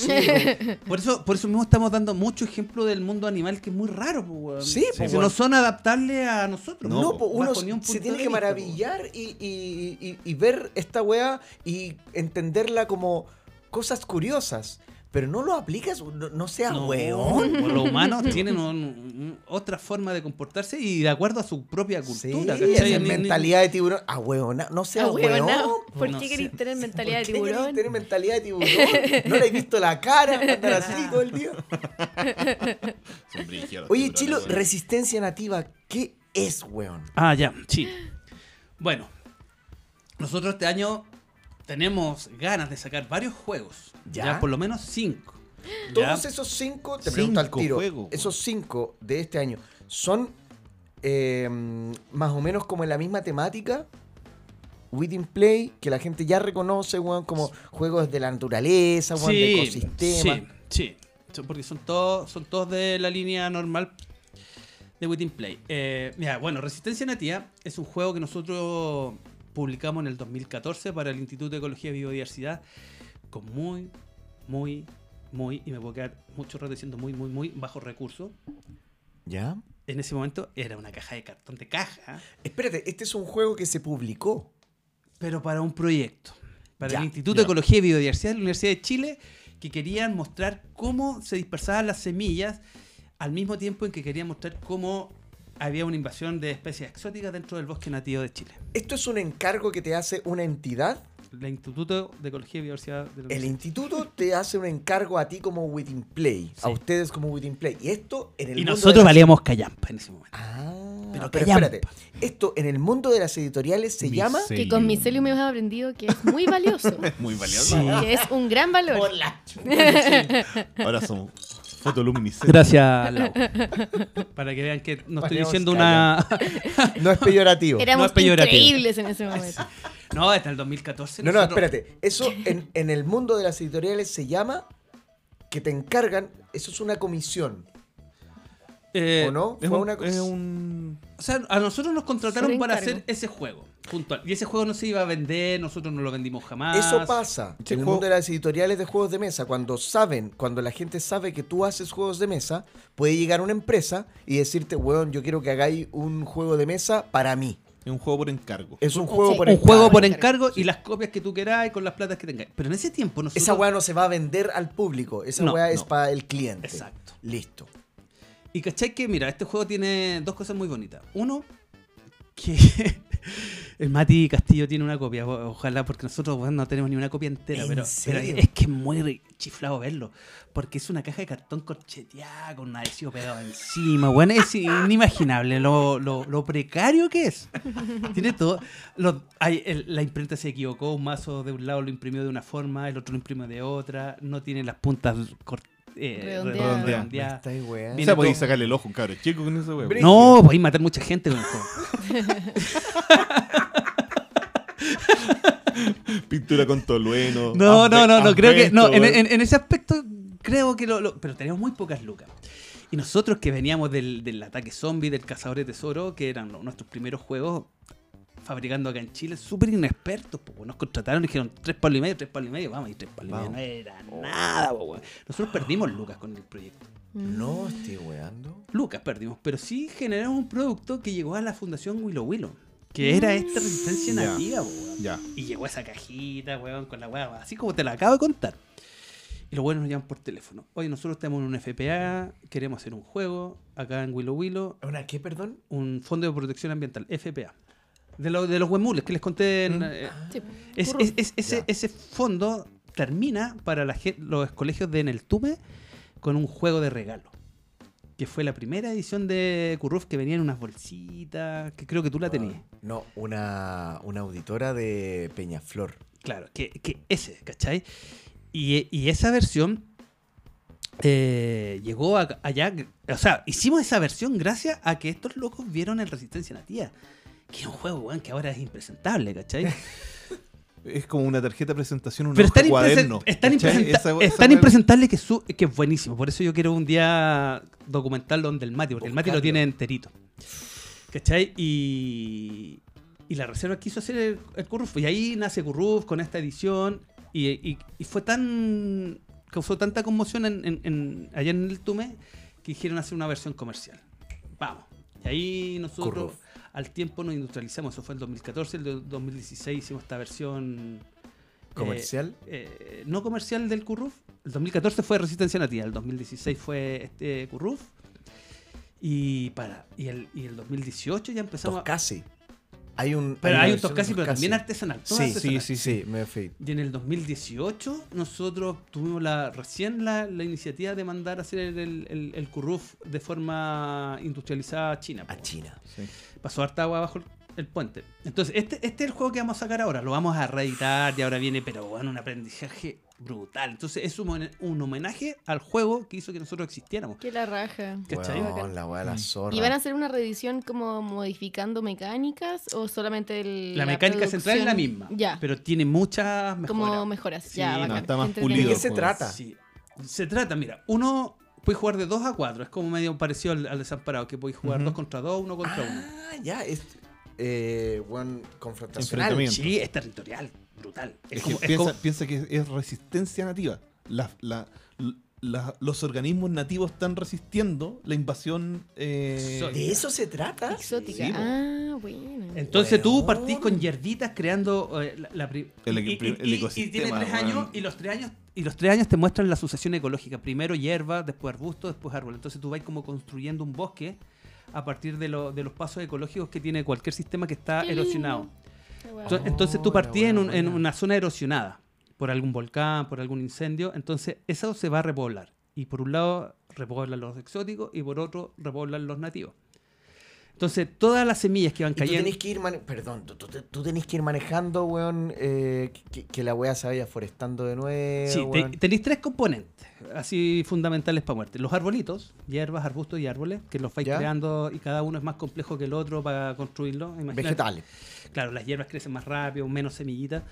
[SPEAKER 4] chico.
[SPEAKER 1] por, eso, por eso mismo estamos dando mucho ejemplo del mundo animal que es muy raro. po, weón.
[SPEAKER 4] Sí, po,
[SPEAKER 1] Si
[SPEAKER 4] weón.
[SPEAKER 1] no son adaptables a nosotros.
[SPEAKER 4] No,
[SPEAKER 3] No,
[SPEAKER 4] po, uno
[SPEAKER 1] bajo ni un
[SPEAKER 4] se
[SPEAKER 1] punto
[SPEAKER 4] tiene
[SPEAKER 1] de
[SPEAKER 4] que
[SPEAKER 1] vista, po.
[SPEAKER 4] maravillar y, y- y- y ver esta weá y entenderla como cosas curiosas. Pero no lo aplicas, no, no seas
[SPEAKER 1] pues, No,
[SPEAKER 4] weón.
[SPEAKER 1] po, Los humanos tienen un- un- otra forma de comportarse y de acuerdo a su propia
[SPEAKER 4] Sí,
[SPEAKER 1] cultura. ¿cachai?
[SPEAKER 4] esa
[SPEAKER 1] Ni-
[SPEAKER 4] es
[SPEAKER 1] ni-
[SPEAKER 4] mentalidad de tiburón. Ah, weón, no seas
[SPEAKER 2] Ah,
[SPEAKER 4] weón.
[SPEAKER 2] huevón, no. ¿Por
[SPEAKER 1] No
[SPEAKER 2] qué
[SPEAKER 1] sé.
[SPEAKER 2] querés tener mentalidad de
[SPEAKER 4] ¿Por qué querés
[SPEAKER 2] tiburón?
[SPEAKER 4] tener mentalidad de tiburón? No le he visto la cara, andar así todo el día.
[SPEAKER 3] Son brígidos los
[SPEAKER 4] Oye,
[SPEAKER 3] tiburones,
[SPEAKER 4] Chilo,
[SPEAKER 3] weón.
[SPEAKER 4] resistencia nativa, ¿qué es, weón?
[SPEAKER 1] Ah, ya, sí. Bueno, nosotros este año tenemos ganas de sacar varios juegos.
[SPEAKER 4] Ya.
[SPEAKER 1] Ya, por lo menos cinco. Ya.
[SPEAKER 4] Todos esos cinco, te pregunto al
[SPEAKER 3] Cinco
[SPEAKER 4] tiro,
[SPEAKER 3] juegos, weón.
[SPEAKER 4] esos cinco de este año, ¿son eh, más o menos como en la misma temática? Within Play, que la gente ya reconoce, weón, como juegos de la naturaleza, weón, de ecosistema.
[SPEAKER 1] Sí, sí. Son- Porque son todos, son todos de la línea normal de Within Play. Eh, mira, bueno, Resistencia Nativa es un juego que nosotros publicamos en el 2014 para el Instituto de Ecología y Biodiversidad con muy, muy, muy, y me puedo quedar mucho rato diciendo muy, muy, muy bajos recursos.
[SPEAKER 4] ¿Ya?
[SPEAKER 1] En ese momento era una caja de cartón de caja,
[SPEAKER 4] Espérate, este es un juego que se publicó.
[SPEAKER 1] pero para un proyecto. Para
[SPEAKER 4] Ya,
[SPEAKER 1] el Instituto
[SPEAKER 3] ya.
[SPEAKER 1] de Ecología y Biodiversidad de la Universidad de Chile, que querían mostrar cómo se dispersaban las semillas, al mismo tiempo en que querían mostrar cómo había una invasión de especies exóticas dentro del bosque nativo de Chile.
[SPEAKER 4] ¿Esto es un encargo que te hace una entidad?
[SPEAKER 1] El Instituto de Ecología y Biodiversidad de la
[SPEAKER 4] El
[SPEAKER 1] Universidad.
[SPEAKER 4] instituto te hace un encargo a ti como Within Play, a
[SPEAKER 1] Sí.
[SPEAKER 4] ustedes como Within Play. Y esto en el
[SPEAKER 1] Y
[SPEAKER 4] mundo de
[SPEAKER 1] nosotros
[SPEAKER 4] las-
[SPEAKER 1] valíamos callampa en ese momento.
[SPEAKER 4] Ah, pero,
[SPEAKER 1] Pero
[SPEAKER 4] espérate.
[SPEAKER 1] callampa.
[SPEAKER 4] Esto en el mundo de las editoriales se llama
[SPEAKER 2] Que con micelio me has aprendido que es muy valioso.
[SPEAKER 3] Muy valioso.
[SPEAKER 2] que es un gran valor.
[SPEAKER 3] Ahora somos
[SPEAKER 4] Ah,
[SPEAKER 3] fotoluminiscentes.
[SPEAKER 1] Gracias, Lau. Para que vean que no estoy
[SPEAKER 4] Valíamos
[SPEAKER 1] diciendo una...
[SPEAKER 4] No es peyorativo.
[SPEAKER 1] No
[SPEAKER 2] Éramos
[SPEAKER 1] es peyorativo.
[SPEAKER 2] increíbles en ese momento.
[SPEAKER 1] no, hasta el 2014.
[SPEAKER 4] No, no,
[SPEAKER 1] nosotros-
[SPEAKER 4] espérate. Eso en, en el mundo de las editoriales se llama que te encargan. Eso es una comisión,
[SPEAKER 1] Eh,
[SPEAKER 4] ¿o no?
[SPEAKER 3] Es
[SPEAKER 4] Fue
[SPEAKER 3] un-
[SPEAKER 4] una
[SPEAKER 3] es
[SPEAKER 4] comisión.
[SPEAKER 3] un
[SPEAKER 1] O sea, a nosotros nos contrataron
[SPEAKER 2] Solo
[SPEAKER 1] para
[SPEAKER 2] encargo.
[SPEAKER 1] hacer ese juego, puntual. Y ese juego no se iba a vender, nosotros no lo vendimos jamás.
[SPEAKER 4] Eso pasa
[SPEAKER 3] Este
[SPEAKER 4] en el
[SPEAKER 3] juego-
[SPEAKER 4] mundo de las editoriales de juegos de mesa. Cuando saben, cuando la gente sabe que tú haces juegos de mesa, puede llegar una empresa y decirte, weón, yo quiero que hagáis un juego de mesa para mí.
[SPEAKER 3] es un juego por encargo.
[SPEAKER 4] Es un juego
[SPEAKER 2] Sí.
[SPEAKER 4] por
[SPEAKER 1] Un
[SPEAKER 4] encargo.
[SPEAKER 1] juego por encargo y las copias que tú querás y con las platas que tengáis. Pero en ese tiempo nosotros...
[SPEAKER 4] Esa weá no se va a vender al público. Esa
[SPEAKER 1] No,
[SPEAKER 4] weá es
[SPEAKER 1] no.
[SPEAKER 4] para el cliente.
[SPEAKER 1] Exacto.
[SPEAKER 4] Listo.
[SPEAKER 1] Y cachai que, mira, este juego tiene dos cosas muy bonitas. Uno, que el Mati Castillo tiene una copia. o- Ojalá, porque nosotros bueno, no tenemos ni una copia entera.
[SPEAKER 4] ¿En
[SPEAKER 1] Pero, pero
[SPEAKER 4] serio?
[SPEAKER 1] es que es muy ri- chiflado verlo. Porque es una caja de cartón corcheteada con un adhesivo pegado encima. Bueno, es inimaginable lo, lo- lo precario que es. Tiene todo. Los- hay- el- la imprenta se equivocó. Un mazo de un lado lo imprimió de una forma, el otro lo imprimió de otra. No tiene las puntas cor- eh,
[SPEAKER 2] Redondeadas.
[SPEAKER 1] redondeadas.
[SPEAKER 4] Está weá.
[SPEAKER 3] O
[SPEAKER 1] Viene
[SPEAKER 3] sea, podéis
[SPEAKER 1] todo.
[SPEAKER 3] sacarle el ojo a un cabro chico con ese
[SPEAKER 4] Brígido.
[SPEAKER 3] huevo.
[SPEAKER 1] No, podéis matar mucha gente con el juego.
[SPEAKER 3] Pintura con tolueno. Ah,
[SPEAKER 1] No, no, no, no,
[SPEAKER 3] asbe-
[SPEAKER 1] creo que. No, en,
[SPEAKER 3] asbesto,
[SPEAKER 1] en- en ese aspecto, creo que lo. lo- pero teníamos muy pocas lucas. Y nosotros que veníamos del, del ataque zombie, del cazador de tesoro, que eran lo- nuestros primeros juegos, fabricando acá en Chile, súper inexpertos, po, weón. nos contrataron y dijeron tres palos y medio, tres palos y medio, vamos, y tres palos y medio,
[SPEAKER 4] Vamos.
[SPEAKER 1] no era nada, po, weón. Nosotros perdimos lucas con el proyecto.
[SPEAKER 4] No estoy weando.
[SPEAKER 1] Lucas perdimos, pero sí generamos un producto que llegó a la Fundación Willow Willow, que era esta resistencia
[SPEAKER 3] Ya.
[SPEAKER 1] nativa, po, weón.
[SPEAKER 3] Ya.
[SPEAKER 1] Y llegó esa cajita, weón, con la weá, así como te la acabo de contar. Y los buenos nos llaman por teléfono. Oye, nosotros estamos en un FPA, queremos hacer un juego acá en Willow Willow,
[SPEAKER 4] ¿Una qué, perdón?
[SPEAKER 1] un Fondo de Protección Ambiental, FPA. De, lo- de los huemules que les conté. en, eh,
[SPEAKER 2] Sí.
[SPEAKER 1] es- es- es- ese,
[SPEAKER 4] Ya.
[SPEAKER 1] ese fondo termina para la gen- los colegios de Neltume con un juego de regalo. Que fue la primera edición de Curruf que venía en unas bolsitas, que creo que tú la tenías.
[SPEAKER 4] Ah, No, una, una auditora de Peñaflor.
[SPEAKER 1] Claro, que, que ese, ¿cachai? Y, y esa versión eh, llegó a- allá. O sea, hicimos esa versión gracias a que estos locos vieron el Resistencia Nativa. Que es un juego, weón, que ahora es impresentable, ¿cachai?
[SPEAKER 3] Es como una tarjeta de presentación, un
[SPEAKER 1] Pero es tan,
[SPEAKER 3] cuaderno.
[SPEAKER 1] impresen- es tan
[SPEAKER 3] ¿cachai?
[SPEAKER 1] impresenta-
[SPEAKER 3] Esa-
[SPEAKER 1] es
[SPEAKER 3] esa
[SPEAKER 1] tan
[SPEAKER 3] weá-
[SPEAKER 1] impresentable que, su- que es buenísimo. Por eso yo quiero un día documentarlo donde el Mati, porque el Mati lo
[SPEAKER 4] Buscarlo.
[SPEAKER 1] tiene enterito. ¿Cachai? Y, y la reserva quiso hacer el, el Curruf. Y ahí nace Curruf con esta edición. Y, y- y fue tan. causó tanta conmoción en, en- en- allá en el Tume que dijeron hacer una versión comercial. Vamos. Y ahí nosotros
[SPEAKER 4] Curruf.
[SPEAKER 1] al tiempo nos industrializamos. Eso fue el 2014. El do- 2016 hicimos esta versión
[SPEAKER 4] ¿Comercial?
[SPEAKER 1] eh, no comercial del Curruf. El 2014 fue Resistencia Nativa, el 2016 fue este Curruf. Y para y el, y el 2018 ya empezamos. a-
[SPEAKER 4] Toscasi. Hay un.
[SPEAKER 1] pero
[SPEAKER 4] una
[SPEAKER 1] hay un
[SPEAKER 4] versión
[SPEAKER 1] Toscasi, pero
[SPEAKER 4] Toscasi.
[SPEAKER 1] también artesanal. todo
[SPEAKER 4] Sí, sí,
[SPEAKER 1] artesanal.
[SPEAKER 4] sí, sí, me fui.
[SPEAKER 1] Y en el 2018 nosotros tuvimos la, recién la, la iniciativa de mandar a hacer el, el, el- el Curruf de forma industrializada a China. po.
[SPEAKER 4] A China.
[SPEAKER 3] Sí.
[SPEAKER 1] Pasó harta agua bajo el, el puente. Entonces, este, este es el juego que vamos a sacar ahora. Lo vamos a reeditar y ahora viene, pero bueno, un aprendizaje brutal. Entonces, es un, hone- un homenaje al juego que hizo que nosotros existiéramos.
[SPEAKER 2] Que la raja.
[SPEAKER 1] ¿Cachai? Mm.
[SPEAKER 4] Weón, la weá de la zorra.
[SPEAKER 2] ¿Y van a hacer una reedición como modificando mecánicas o solamente el,
[SPEAKER 1] La mecánica central es la
[SPEAKER 2] producción?
[SPEAKER 1] misma,
[SPEAKER 2] Ya.
[SPEAKER 1] pero tiene muchas mejoras.
[SPEAKER 2] Como mejoras.
[SPEAKER 1] Sí,
[SPEAKER 2] ya,
[SPEAKER 1] no,
[SPEAKER 2] bacán.
[SPEAKER 3] está más
[SPEAKER 2] Entretenido.
[SPEAKER 4] ¿De
[SPEAKER 3] pulido.
[SPEAKER 4] qué se
[SPEAKER 3] Videojuegos.
[SPEAKER 4] trata?
[SPEAKER 1] Sí. Se trata, mira, uno puede jugar de 2 a 4, es como medio parecido al, al desamparado, que podéis jugar
[SPEAKER 3] Ujú.
[SPEAKER 1] 2 contra 2, 1 contra 1.
[SPEAKER 4] Ah, ya, es. Eh, weón, confrontacional.
[SPEAKER 3] Enfrentamiento.
[SPEAKER 1] Sí, es territorial, brutal. Es,
[SPEAKER 3] Es que
[SPEAKER 1] como, es
[SPEAKER 3] piensa,
[SPEAKER 1] como-
[SPEAKER 3] piensa que es, es resistencia nativa. La- la- la- los organismos nativos están resistiendo la invasión. eh,
[SPEAKER 1] Soy-
[SPEAKER 4] ¿De eso se trata?
[SPEAKER 2] Exótica.
[SPEAKER 3] Sí, po.
[SPEAKER 2] ah, bueno.
[SPEAKER 1] Entonces tú
[SPEAKER 4] Weón.
[SPEAKER 1] partís con hierditas creando eh, la, la pri-
[SPEAKER 3] El
[SPEAKER 1] y- y-
[SPEAKER 3] equi- el
[SPEAKER 1] y- y
[SPEAKER 3] ecosistema,
[SPEAKER 1] tiene tres
[SPEAKER 3] weón.
[SPEAKER 1] años y los tres años y los tres años te muestran la sucesión ecológica. Primero hierba, después arbusto, después árbol. Entonces tú vas como construyendo un bosque a partir de, lo- de los pasos ecológicos que tiene cualquier sistema que está
[SPEAKER 2] Qué lindo.
[SPEAKER 1] erosionado.
[SPEAKER 2] Qué guay.
[SPEAKER 1] Ento-
[SPEAKER 4] Oh,
[SPEAKER 1] Entonces tú
[SPEAKER 4] la
[SPEAKER 1] partías en,
[SPEAKER 4] buena,
[SPEAKER 1] un- en
[SPEAKER 4] buena.
[SPEAKER 1] una zona erosionada por algún volcán, por algún incendio. Entonces eso se va a repoblar. Y por un lado repoblan los exóticos y por otro repoblan los nativos. Entonces todas las semillas que van
[SPEAKER 4] Y tú
[SPEAKER 1] cayendo...
[SPEAKER 4] tenés que ir mane- Perdón, tú, tú- tú tenés que ir manejando, weón, eh, que, que la weá se vaya forestando de nuevo.
[SPEAKER 1] Sí, te-
[SPEAKER 4] weón.
[SPEAKER 1] tenéis tres componentes así fundamentales para muerte. Los arbolitos, hierbas, arbustos y árboles, que los vais
[SPEAKER 4] ¿Ya?
[SPEAKER 1] creando y cada uno es más complejo que el otro para construirlo. Imagínate-
[SPEAKER 4] Vegetales.
[SPEAKER 1] Claro, las hierbas crecen más rápido, menos semillitas.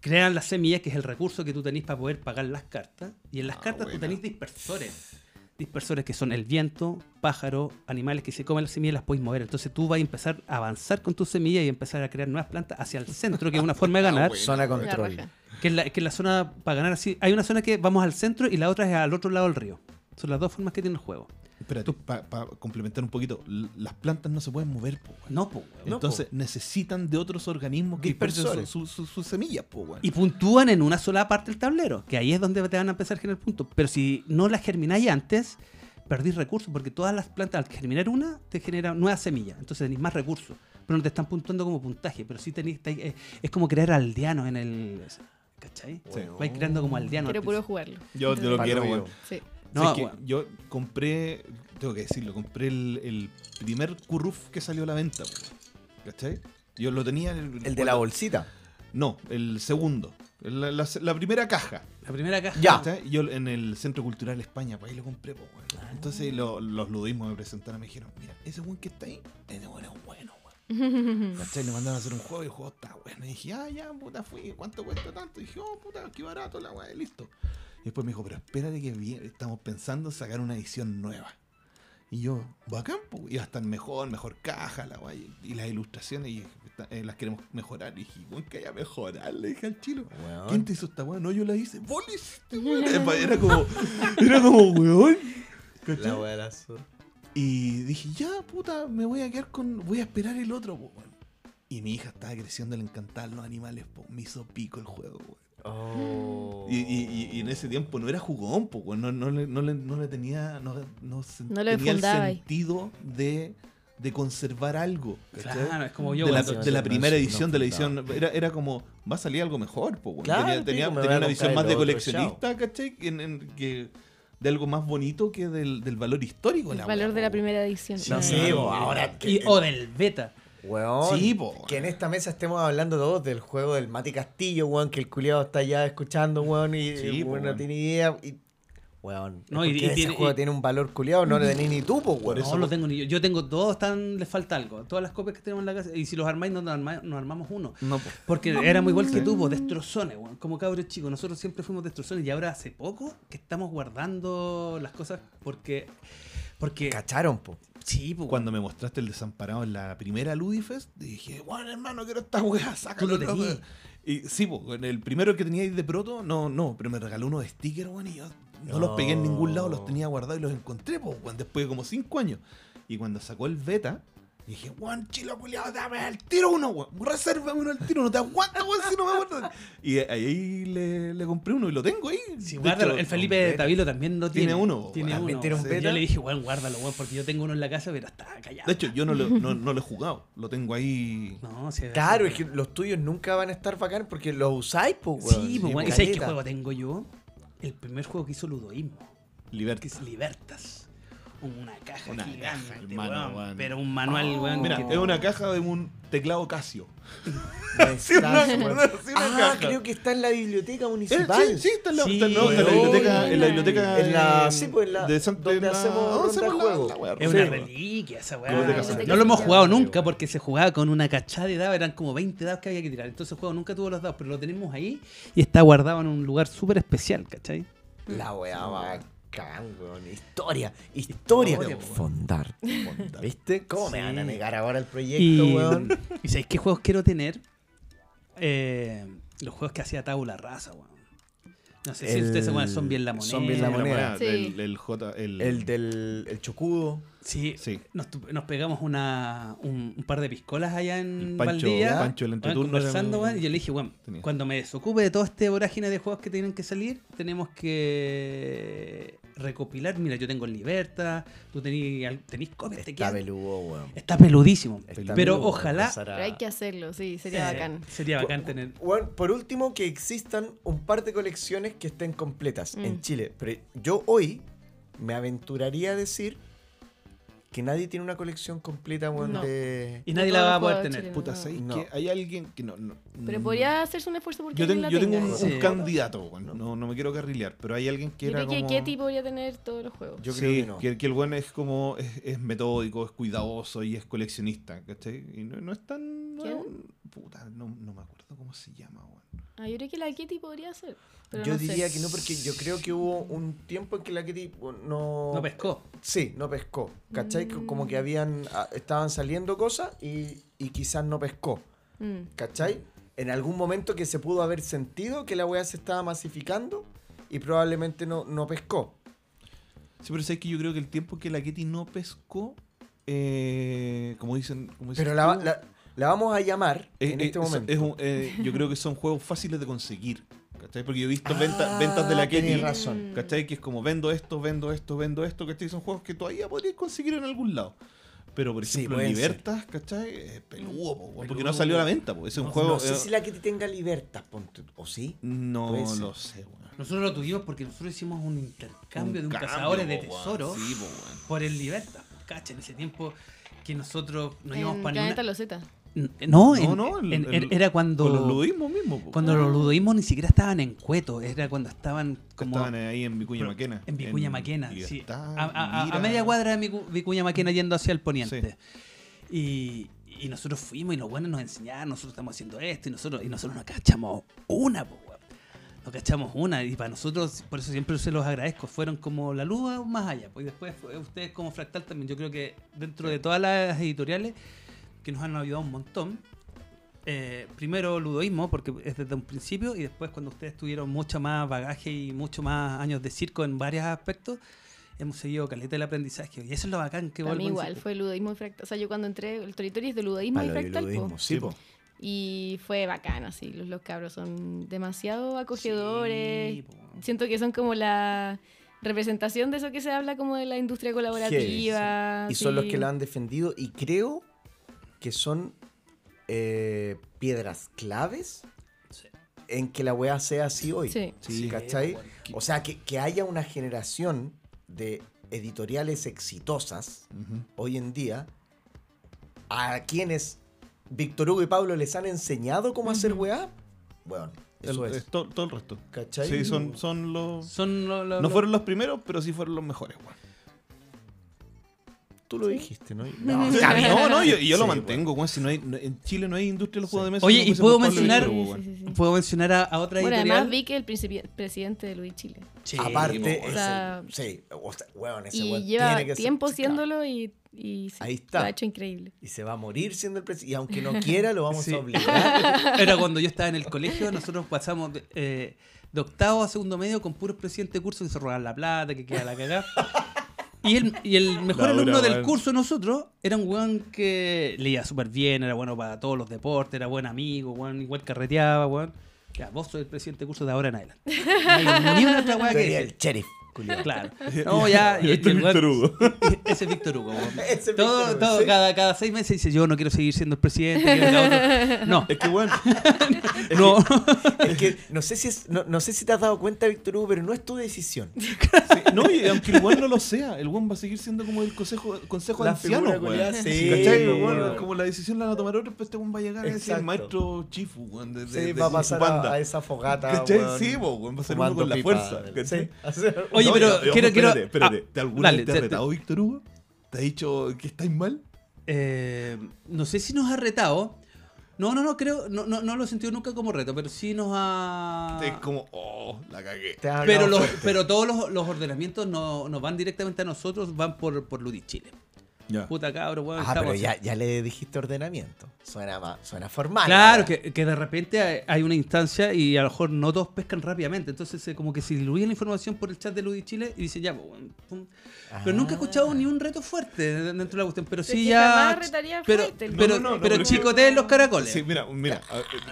[SPEAKER 1] Crean las semillas, que es el recurso que tú tenéis para poder pagar las cartas. Y en las
[SPEAKER 3] Ah,
[SPEAKER 1] cartas tú
[SPEAKER 3] buena.
[SPEAKER 1] tenéis dispersores. Dispersores que son el viento, pájaros, animales que se comen las semillas y las podéis mover. Entonces tú vas a empezar a avanzar con tus semillas y empezar a crear nuevas plantas hacia el centro, que es una forma de ganar.
[SPEAKER 3] bueno.
[SPEAKER 4] Zona
[SPEAKER 2] La
[SPEAKER 4] control.
[SPEAKER 2] raja.
[SPEAKER 1] Que es la, que es la zona para ganar así. Hay una zona que vamos al centro y la otra es al otro lado del río. Son las dos formas que tiene el juego.
[SPEAKER 3] Espérate, para complementar un poquito, l- las plantas no se pueden mover, po, weón.
[SPEAKER 1] No, po, weón.
[SPEAKER 4] No,
[SPEAKER 3] Entonces necesitan de otros organismos que dispersen
[SPEAKER 4] Dispersores.
[SPEAKER 3] su- su- sus semillas, po, weón.
[SPEAKER 1] Y puntúan en una sola parte del tablero, que ahí es donde te van a empezar a generar puntos. Pero si no las germináis antes, perdís recursos, porque todas las plantas, al germinar una, te generan nuevas semillas. Entonces tenéis más recursos. Pero no te están puntuando como puntaje, pero sí tenéis. estáis- eh, es como crear aldeanos en el. ¿Cachai?
[SPEAKER 3] Sí.
[SPEAKER 1] Vais creando como aldeanos.
[SPEAKER 2] Quiero
[SPEAKER 1] al
[SPEAKER 2] puro jugarlo.
[SPEAKER 3] Yo te lo
[SPEAKER 4] Palo
[SPEAKER 3] quiero,
[SPEAKER 4] vivo.
[SPEAKER 3] weón.
[SPEAKER 2] Sí.
[SPEAKER 1] No,
[SPEAKER 3] ¿Sabes qué?
[SPEAKER 1] weón.
[SPEAKER 3] yo compré, tengo que decirlo, compré el, el primer curruf que salió a la venta, weón. ¿cachai? Yo lo tenía.
[SPEAKER 4] El de la bolsita.
[SPEAKER 3] No, el segundo. La, la- la primera caja.
[SPEAKER 1] La primera caja.
[SPEAKER 4] Ya.
[SPEAKER 3] ¿cachai? Yo en el Centro Cultural España, pues ahí lo compré, pues, weón.
[SPEAKER 4] Ah.
[SPEAKER 3] Entonces lo- los ludismos me presentaron me dijeron, mira, ese weón que está ahí, ese weón es bueno, weón. ¿Cachai? Le mandaron a hacer un juego y el juego está bueno. Y dije, ah, ya, puta, fui. ¿Cuánto cuesta tanto? Y dije, oh, puta, qué barato la weá, y listo. Y después me dijo, pero espérate que viene- estamos pensando en sacar una edición nueva. Y yo, bacán, pues, iba a estar mejor, mejor caja, la weá, y, y las ilustraciones. Y dije, "Puta, esta- eh, las queremos mejorar. Y dije, weón, que haya mejorar, le dije al chilo.
[SPEAKER 4] Weón.
[SPEAKER 3] ¿Quién te hizo esta weón? No, yo la hice. Vos la hiciste, weón. Epa, Era como, era como, weón. ¿Cachai?
[SPEAKER 4] La wea del azul.
[SPEAKER 3] Y dije, ya, puta, me voy a quedar con. Voy a esperar el otro, po, weón. Y mi hija estaba creciendo, le encantaban los animales, po. Me hizo pico el juego, weón.
[SPEAKER 4] Oh.
[SPEAKER 3] Y, y- y- y en ese tiempo no era jugón, po, weón. No, no, le, no, le, no le tenía. No, no se-
[SPEAKER 2] No lo
[SPEAKER 3] tenía el
[SPEAKER 2] fundaba ahí.
[SPEAKER 3] sentido de, de conservar algo. ¿cachai?
[SPEAKER 1] Claro, es como yo.
[SPEAKER 3] de la,
[SPEAKER 1] cuando-
[SPEAKER 3] de la
[SPEAKER 4] no,
[SPEAKER 3] primera
[SPEAKER 4] no,
[SPEAKER 3] edición, de
[SPEAKER 4] no,
[SPEAKER 3] la
[SPEAKER 4] no.
[SPEAKER 3] edición. Era, era como, va a salir algo mejor, po, weón.
[SPEAKER 4] Claro,
[SPEAKER 3] tenía tenía,
[SPEAKER 4] pico, me
[SPEAKER 3] tenía una
[SPEAKER 4] voy a comprar
[SPEAKER 3] visión
[SPEAKER 4] el
[SPEAKER 3] más de
[SPEAKER 4] otro,
[SPEAKER 3] coleccionista, ¿cachai? En- en que, de algo más bonito que del, del valor histórico.
[SPEAKER 2] El
[SPEAKER 3] la
[SPEAKER 2] valor
[SPEAKER 3] weá,
[SPEAKER 2] de la
[SPEAKER 3] po, weón.
[SPEAKER 2] primera edición.
[SPEAKER 4] No
[SPEAKER 2] Ah.
[SPEAKER 4] sé, bo,
[SPEAKER 3] Ah,
[SPEAKER 4] ahora que,
[SPEAKER 1] y- o del beta.
[SPEAKER 4] Weón,
[SPEAKER 3] Sí, po.
[SPEAKER 4] que en esta mesa estemos hablando todos del juego del Mati Castillo, weón, que el culiado está ya escuchando, weón, y
[SPEAKER 3] Sí,
[SPEAKER 4] y,
[SPEAKER 3] po,
[SPEAKER 4] weón, no
[SPEAKER 3] weón.
[SPEAKER 4] tiene idea. Y, weón,
[SPEAKER 1] No,
[SPEAKER 4] es
[SPEAKER 1] y-
[SPEAKER 4] porque
[SPEAKER 1] y
[SPEAKER 4] ese
[SPEAKER 1] tiene-
[SPEAKER 4] juego
[SPEAKER 1] y-
[SPEAKER 4] tiene un valor culiado, no le tenés ni tú, po,
[SPEAKER 1] No,
[SPEAKER 4] weón.
[SPEAKER 1] lo tengo ni yo. Yo tengo dos, están, les falta algo. Todas las copias que tenemos en la casa. Y si los armáis, nos, arma- nos armamos uno.
[SPEAKER 4] No, po.
[SPEAKER 1] Porque éramos igual que tú, vos, destrozones, weón. Como cabros chicos, nosotros siempre fuimos destrozones y ahora hace poco que estamos guardando las cosas porque. Porque.
[SPEAKER 4] Cacharon, po.
[SPEAKER 1] Sí, pues,
[SPEAKER 3] Cuando me mostraste el desamparado en la primera Ludifest, dije, bueno, hermano, quiero esta weá, sácalo.
[SPEAKER 1] Tú lo tenías.
[SPEAKER 3] loco". Y sí, po, con el primero que tenía ahí de proto, no, no, pero me regaló unos stickers, weón, y yo no, los pegué en ningún lado, los
[SPEAKER 4] No.
[SPEAKER 3] tenía guardados y los encontré, po, weón, después de como cinco años. Y cuando sacó el beta, dije, weón, chilo culiado, dame al tiro uno, weón, reserva uno al tiro, no te aguanta, weón, si no me acuerdo. Y ahí le, le compré uno y lo tengo ahí.
[SPEAKER 1] Sí,
[SPEAKER 3] De
[SPEAKER 1] guárdalo.
[SPEAKER 3] hecho,
[SPEAKER 1] el Felipe
[SPEAKER 3] hombre,
[SPEAKER 1] Tabilo también no tiene.
[SPEAKER 3] Tiene uno,
[SPEAKER 1] Tiene uno.
[SPEAKER 3] weón.
[SPEAKER 4] También tiene un
[SPEAKER 1] Sí.
[SPEAKER 4] beta.
[SPEAKER 1] Yo le dije, weón, guárdalo, weón, porque yo tengo uno en la casa, pero está callado.
[SPEAKER 3] De hecho, yo no lo, no, no lo he jugado, lo tengo ahí.
[SPEAKER 1] no, sí,
[SPEAKER 4] Claro, es
[SPEAKER 1] sí.
[SPEAKER 4] que los tuyos nunca van a estar bacán porque los usáis, po, weón.
[SPEAKER 1] Sí, pues, weón. ¿Y sabes qué
[SPEAKER 4] caleta.
[SPEAKER 1] juego tengo yo? El primer juego que hizo Ludoísmo. que
[SPEAKER 3] Liberty.
[SPEAKER 1] es Libertas. Una caja
[SPEAKER 3] Una
[SPEAKER 1] gigante,
[SPEAKER 3] caja, hermano,
[SPEAKER 1] weón,
[SPEAKER 3] weón.
[SPEAKER 1] Pero un manual, weón.
[SPEAKER 3] Mira,
[SPEAKER 1] que-
[SPEAKER 3] es una caja de un teclado Casio.
[SPEAKER 4] Sí, una-
[SPEAKER 3] Sí, una
[SPEAKER 4] Ah,
[SPEAKER 3] caja.
[SPEAKER 4] creo que está en la biblioteca
[SPEAKER 3] Eh,
[SPEAKER 4] municipal.
[SPEAKER 3] sí, sí, está en la,
[SPEAKER 1] Sí,
[SPEAKER 3] está en la- está en la
[SPEAKER 4] weón.
[SPEAKER 3] biblioteca. En la biblioteca.
[SPEAKER 4] En la-
[SPEAKER 3] eh,
[SPEAKER 4] sí, pues, en la- donde
[SPEAKER 3] en la-
[SPEAKER 4] hacemos
[SPEAKER 3] no,
[SPEAKER 4] ronda
[SPEAKER 3] hacemos
[SPEAKER 4] de
[SPEAKER 3] la-
[SPEAKER 4] juego.
[SPEAKER 3] la wea,
[SPEAKER 1] Es
[SPEAKER 3] sí,
[SPEAKER 1] una
[SPEAKER 3] weón.
[SPEAKER 1] reliquia esa weá.
[SPEAKER 3] Biblioteca
[SPEAKER 1] No
[SPEAKER 3] Central.
[SPEAKER 1] lo hemos jugado
[SPEAKER 4] Biblioteca
[SPEAKER 1] nunca porque se jugaba con una cachada de dados, eran como 20 dados que había que tirar. Entonces el juego nunca tuvo los dados, pero lo tenemos ahí y está guardado en un lugar súper especial, ¿cachai?
[SPEAKER 4] La weá bacán, weón. Historia, historia.
[SPEAKER 1] Historia, po, weón.
[SPEAKER 4] Fondar. ¿Viste? ¿Cómo me
[SPEAKER 1] Sí.
[SPEAKER 4] van a negar ahora el proyecto,
[SPEAKER 1] Y,
[SPEAKER 4] weón?
[SPEAKER 1] ¿y sabéis qué juegos quiero tener? Eh, los juegos que hacía Tabula Raza, weón. No sé si
[SPEAKER 4] El-
[SPEAKER 1] ustedes se acuerdan, son bien la moneda.
[SPEAKER 4] Son bien la
[SPEAKER 3] La
[SPEAKER 4] moneda.
[SPEAKER 3] wea
[SPEAKER 2] Sí.
[SPEAKER 3] del- del J- el-
[SPEAKER 4] El del el chocudo.
[SPEAKER 1] Sí,
[SPEAKER 3] Sí.
[SPEAKER 1] Nos, tu- nos pegamos una, un, un par de piscolas allá en
[SPEAKER 3] El Pancho-
[SPEAKER 1] Valdivia.
[SPEAKER 3] Pancho, el
[SPEAKER 1] weón,
[SPEAKER 3] entreturno era
[SPEAKER 1] conversando,
[SPEAKER 3] un-
[SPEAKER 1] weón, y yo le dije, weón,
[SPEAKER 3] tenía.
[SPEAKER 1] cuando me desocupe de todo este vorágine de juegos que tienen que salir, tenemos que recopilar. Mira, yo tengo el Liberta, tú tenís, al- tenís
[SPEAKER 2] Este
[SPEAKER 1] copias, te
[SPEAKER 4] Está
[SPEAKER 1] quedan-
[SPEAKER 4] peludo, weón.
[SPEAKER 1] Está peludísimo.
[SPEAKER 4] Está
[SPEAKER 1] pero
[SPEAKER 4] peludo,
[SPEAKER 1] ojalá.
[SPEAKER 4] empezar a-
[SPEAKER 2] Pero hay que hacerlo, sí, sería
[SPEAKER 1] eh,
[SPEAKER 2] bacán.
[SPEAKER 1] Sería bacán tener.
[SPEAKER 4] Weón, por último, que existan un par de colecciones que estén completas
[SPEAKER 2] Mm.
[SPEAKER 4] en Chile. Pero yo hoy me aventuraría a decir que nadie tiene una colección completa, weón,
[SPEAKER 2] No.
[SPEAKER 4] de...
[SPEAKER 1] Y nadie
[SPEAKER 2] todos
[SPEAKER 1] la va a
[SPEAKER 2] los
[SPEAKER 1] poder
[SPEAKER 2] juegos
[SPEAKER 1] tener.
[SPEAKER 2] chilenos.
[SPEAKER 3] Puta,
[SPEAKER 2] No.
[SPEAKER 3] ¿sabéis
[SPEAKER 4] No.
[SPEAKER 3] que hay alguien que no. no-
[SPEAKER 2] Pero
[SPEAKER 3] mm,
[SPEAKER 2] podría hacerse un esfuerzo porque
[SPEAKER 3] Yo tengo,
[SPEAKER 2] la
[SPEAKER 3] yo tengo
[SPEAKER 2] tenga.
[SPEAKER 3] un, un
[SPEAKER 2] Yo
[SPEAKER 1] Sí.
[SPEAKER 3] candidato, weón. No, no me quiero carrilear, pero hay alguien que era
[SPEAKER 2] creo que
[SPEAKER 3] como-
[SPEAKER 2] Ketty podría tener todos los juegos.
[SPEAKER 4] Yo
[SPEAKER 3] Sí,
[SPEAKER 4] creo que no.
[SPEAKER 3] que, que el buen es como es, es metódico, es cuidadoso y es coleccionista, ¿cachai? Y no, no es tan. no es
[SPEAKER 2] ¿Quién?
[SPEAKER 3] un- puta, no, no me acuerdo cómo se llama, weón.
[SPEAKER 2] Ah, yo creo que la Kitty podría hacer. Pero
[SPEAKER 4] yo
[SPEAKER 2] no
[SPEAKER 4] diría
[SPEAKER 2] sé.
[SPEAKER 4] que no, porque yo creo que hubo un tiempo en que la Kitty weón, no...
[SPEAKER 1] No pescó.
[SPEAKER 4] Sí, no pescó. ¿Cachai?
[SPEAKER 2] Mm.
[SPEAKER 4] Co- Como que habían, a- estaban saliendo cosas y, y quizás no pescó.
[SPEAKER 2] Mm.
[SPEAKER 4] ¿Cachai? En algún momento que se pudo haber sentido que la weá se estaba masificando y probablemente no, no pescó.
[SPEAKER 3] Sí, pero sabes que yo creo que el tiempo que la Ketty no pescó, eh, como dicen. Como dices
[SPEAKER 4] Pero la,
[SPEAKER 3] tú,
[SPEAKER 4] la- la vamos a llamar
[SPEAKER 3] es-
[SPEAKER 4] en
[SPEAKER 3] es-
[SPEAKER 4] este
[SPEAKER 3] es-
[SPEAKER 4] momento.
[SPEAKER 3] es un- eh, yo creo que son juegos fáciles de conseguir, ¿cachai? Porque yo he visto venta-
[SPEAKER 4] Ah,
[SPEAKER 3] ventas de la
[SPEAKER 4] tenés
[SPEAKER 3] Ketty.
[SPEAKER 4] razón.
[SPEAKER 2] Mm.
[SPEAKER 3] ¿Cachai? Que es como vendo esto, vendo esto, vendo esto, ¿cachai? Son juegos que todavía podrías conseguir en algún lado. Pero por
[SPEAKER 4] Sí,
[SPEAKER 3] ejemplo,
[SPEAKER 4] pueden ser.
[SPEAKER 3] Libertas, ¿cachai? Es peludo, po, weón, porque
[SPEAKER 1] Peludo,
[SPEAKER 3] no salió a la
[SPEAKER 1] weón.
[SPEAKER 3] venta, po. Ese es un
[SPEAKER 1] No,
[SPEAKER 3] juego.
[SPEAKER 4] No sé
[SPEAKER 3] eh,
[SPEAKER 4] si la Kitty tenga libertad, ponte- ¿o sí?
[SPEAKER 3] No
[SPEAKER 4] puede ser.
[SPEAKER 3] lo sé, weón.
[SPEAKER 1] Nosotros lo tuvimos porque nosotros hicimos un intercambio de un
[SPEAKER 3] cambio,
[SPEAKER 1] cazadores de
[SPEAKER 3] po, weón.
[SPEAKER 1] tesoros.
[SPEAKER 3] Sí, po, weón.
[SPEAKER 1] por el Liberta. Cacha, en ese tiempo que nosotros nos íbamos
[SPEAKER 2] En
[SPEAKER 1] para
[SPEAKER 2] Planeta
[SPEAKER 1] ninguna...
[SPEAKER 2] Loseta.
[SPEAKER 1] No, en-
[SPEAKER 3] no, el-
[SPEAKER 1] en-
[SPEAKER 3] el-
[SPEAKER 1] era cuando,
[SPEAKER 3] Con los ludismos mismo, po.
[SPEAKER 1] cuando los ludoísmos ni siquiera estaban en cueto, era cuando estaban
[SPEAKER 3] Que
[SPEAKER 1] como
[SPEAKER 3] Estaban ahí en Vicuña
[SPEAKER 1] pero-
[SPEAKER 3] Maquena.
[SPEAKER 1] en Vicuña Maquena, sí.
[SPEAKER 3] Libertad,
[SPEAKER 1] a, a- a- a
[SPEAKER 3] Mira.
[SPEAKER 1] media cuadra de Micu- Vicuña Maquena yendo hacia el poniente. Y, y nosotros fuimos y los buenos nos enseñaron, nosotros estamos haciendo esto y nosotros, y nosotros nos cachamos una, po, weón. nos cachamos una y para nosotros, por eso siempre se los agradezco, fueron como la luz más allá. Pues y después fue- ustedes como Fractal también, yo creo que dentro de todas las editoriales que nos han ayudado un montón, eh, primero ludoísmo, porque es desde un principio, y después cuando ustedes tuvieron mucho más bagaje y mucho más años de circo en varios aspectos, hemos seguido caleta del aprendizaje. Y eso es lo bacán que
[SPEAKER 2] Para
[SPEAKER 1] vuelvo
[SPEAKER 2] mí
[SPEAKER 1] a
[SPEAKER 2] igual
[SPEAKER 1] insistir.
[SPEAKER 2] fue ludismo y fractal. O sea, yo cuando entré, el territorio es de ludismo
[SPEAKER 4] Para
[SPEAKER 2] y
[SPEAKER 4] lo del
[SPEAKER 2] fractal. po.
[SPEAKER 4] ludismo, sí, po.
[SPEAKER 2] Y fue bacán, así. Los, los cabros son demasiado acogedores.
[SPEAKER 1] Sí, po.
[SPEAKER 2] Siento que son como la representación de eso que se habla como de la industria colaborativa.
[SPEAKER 4] Y son los que
[SPEAKER 2] Ah, sí.
[SPEAKER 4] la han defendido y creo que son eh, piedras claves
[SPEAKER 1] Sí.
[SPEAKER 4] en que la weá sea así hoy.
[SPEAKER 2] Sí.
[SPEAKER 3] Sí.
[SPEAKER 4] ¿Cachai?
[SPEAKER 3] Sí,
[SPEAKER 4] O sea, que, que haya una generación de editoriales exitosas
[SPEAKER 3] Ujú.
[SPEAKER 4] hoy en día a quienes Víctor Hugo y Pablo les han enseñado cómo hacer weá. Bueno, eso
[SPEAKER 3] El-
[SPEAKER 4] es.
[SPEAKER 3] es to- todo el resto.
[SPEAKER 4] ¿Cachai?
[SPEAKER 3] Sí, son, son los.
[SPEAKER 1] Son lo- lo-
[SPEAKER 3] No
[SPEAKER 1] lo-
[SPEAKER 3] fueron los primeros, pero sí fueron los mejores, weón.
[SPEAKER 4] Tú lo dijiste, ¿no?
[SPEAKER 3] No,
[SPEAKER 4] Sí.
[SPEAKER 3] no, yo, y yo lo
[SPEAKER 4] Sí,
[SPEAKER 3] mantengo, weón. Si no hay, no- en Chile no hay industria de los juegos de
[SPEAKER 4] Sí.
[SPEAKER 3] mesa.
[SPEAKER 1] Oye,
[SPEAKER 3] no
[SPEAKER 1] y
[SPEAKER 3] fuese
[SPEAKER 1] puedo
[SPEAKER 3] por Pablo
[SPEAKER 1] mencionar-
[SPEAKER 3] Vitero, weón.
[SPEAKER 2] Sí, sí, sí.
[SPEAKER 1] Puedo mencionar a, a otra
[SPEAKER 2] Bueno,
[SPEAKER 1] editorial.
[SPEAKER 2] además vi que el principi- presidente de Luis Chile.
[SPEAKER 1] Sí,
[SPEAKER 4] Aparte,
[SPEAKER 3] po,
[SPEAKER 4] es
[SPEAKER 2] o sea,
[SPEAKER 4] el- sí, o sea, weón, ese
[SPEAKER 2] Y
[SPEAKER 4] weón
[SPEAKER 2] lleva
[SPEAKER 4] tiene que ser-
[SPEAKER 2] tiempo
[SPEAKER 4] sí, claro.
[SPEAKER 2] siéndolo y, y sí,
[SPEAKER 4] Ahí está.
[SPEAKER 2] lo ha hecho increíble.
[SPEAKER 4] Y se va a morir siendo el presidente. Y aunque no quiera, lo vamos
[SPEAKER 1] Sí.
[SPEAKER 4] a obligar.
[SPEAKER 1] Era cuando yo estaba en el colegio, nosotros pasamos de, eh, de octavo a segundo medio con puros presidentes de curso que se robaban la plata, que queda la cagada. Y el, y el mejor
[SPEAKER 3] La dura,
[SPEAKER 1] alumno del
[SPEAKER 3] weón.
[SPEAKER 1] curso de nosotros era un weón que leía súper bien, era bueno para todos los deportes, era buen amigo, weón, igual carreteaba, weón. Ya, vos sos el presidente de curso de ahora en adelante. No hay ni una otra weá que
[SPEAKER 4] Sería
[SPEAKER 1] decir.
[SPEAKER 4] el sheriff. culiao.
[SPEAKER 1] Claro. No, ya. y-
[SPEAKER 3] Este
[SPEAKER 1] y el
[SPEAKER 3] es Víctor
[SPEAKER 1] weón-
[SPEAKER 3] Hugo.
[SPEAKER 1] Ese es Víctor Hugo. weón.
[SPEAKER 4] Ese es Víctor
[SPEAKER 1] todo,
[SPEAKER 4] Hugo,
[SPEAKER 1] todo,
[SPEAKER 4] sí.
[SPEAKER 1] cada, cada seis meses dice: Yo no quiero seguir siendo el presidente. quiero ir a otro". No,
[SPEAKER 3] Es que, weón.
[SPEAKER 1] no.
[SPEAKER 4] Es que no sé si es, no, no sé si te has dado cuenta, Víctor Hugo, pero no es tu decisión.
[SPEAKER 3] Sí, No, y aunque el weón no lo sea, el weón va a seguir siendo como el consejo, consejo de
[SPEAKER 4] La figura,
[SPEAKER 3] ancianos,
[SPEAKER 4] culiao,
[SPEAKER 3] weón.
[SPEAKER 4] sí,
[SPEAKER 3] ¿Cachai? Pero, weón,
[SPEAKER 4] weón.
[SPEAKER 3] como la decisión la van a tomar otros, pues este weón va a llegar a decir
[SPEAKER 4] Exacto.
[SPEAKER 3] el maestro Chifu, weón. De, de, de
[SPEAKER 4] Sí, va a
[SPEAKER 3] su
[SPEAKER 4] pasar
[SPEAKER 3] banda.
[SPEAKER 4] a, a esa fogata.
[SPEAKER 3] ¿Cachai?
[SPEAKER 4] weón,
[SPEAKER 3] Sí, bo, weón, va a ser uno
[SPEAKER 4] fumando
[SPEAKER 3] con la
[SPEAKER 4] pipa,
[SPEAKER 3] fuerza.
[SPEAKER 4] sí.
[SPEAKER 3] ¿cachai?
[SPEAKER 4] Así-
[SPEAKER 1] Oye, pero
[SPEAKER 3] ya, ya,
[SPEAKER 1] quiero-
[SPEAKER 3] espérate,
[SPEAKER 1] quiero-
[SPEAKER 3] Espérate,
[SPEAKER 1] ah,
[SPEAKER 3] ¿de alguna
[SPEAKER 1] dale,
[SPEAKER 3] vez te
[SPEAKER 1] te-
[SPEAKER 3] ha
[SPEAKER 1] te-
[SPEAKER 3] retado Víctor Hugo? ¿Te ha dicho que estáis mal?
[SPEAKER 1] Eh, no sé si nos ha retado. No, no, no, creo. No, no, no lo he sentido nunca como reto, pero sí nos ha.
[SPEAKER 3] Es como, oh, la cagué.
[SPEAKER 4] Ah. Te has
[SPEAKER 1] Pero, los,
[SPEAKER 4] hablado fuerte.
[SPEAKER 1] pero todos los, los ordenamientos no, no van directamente a nosotros, van por, por Ludis Chile.
[SPEAKER 3] Ya.
[SPEAKER 1] Puta cabro, weón.
[SPEAKER 4] Ah, pero
[SPEAKER 1] estamos
[SPEAKER 4] ya,
[SPEAKER 1] haciendo-
[SPEAKER 4] ya le dijiste ordenamiento. Suena, ma- suena formal.
[SPEAKER 1] Claro,
[SPEAKER 4] weón.
[SPEAKER 1] que, que de repente hay- hay una instancia y a lo mejor no todos pescan rápidamente. Entonces, eh, como que se diluye la información por el chat de Ludis Chile y dice ya, pues, weón, pum. Pero
[SPEAKER 3] Ah.
[SPEAKER 4] Ah.
[SPEAKER 1] nunca he escuchado ni un reto fuerte dentro de la cuestión. Pero sí
[SPEAKER 2] que
[SPEAKER 1] ya.
[SPEAKER 2] jamás retaría
[SPEAKER 1] Pero,
[SPEAKER 2] fuerte, el
[SPEAKER 1] pero,
[SPEAKER 3] No, no, no,
[SPEAKER 1] pero
[SPEAKER 3] pero-
[SPEAKER 1] chicoteen los caracoles.
[SPEAKER 3] Sí, mira, mira,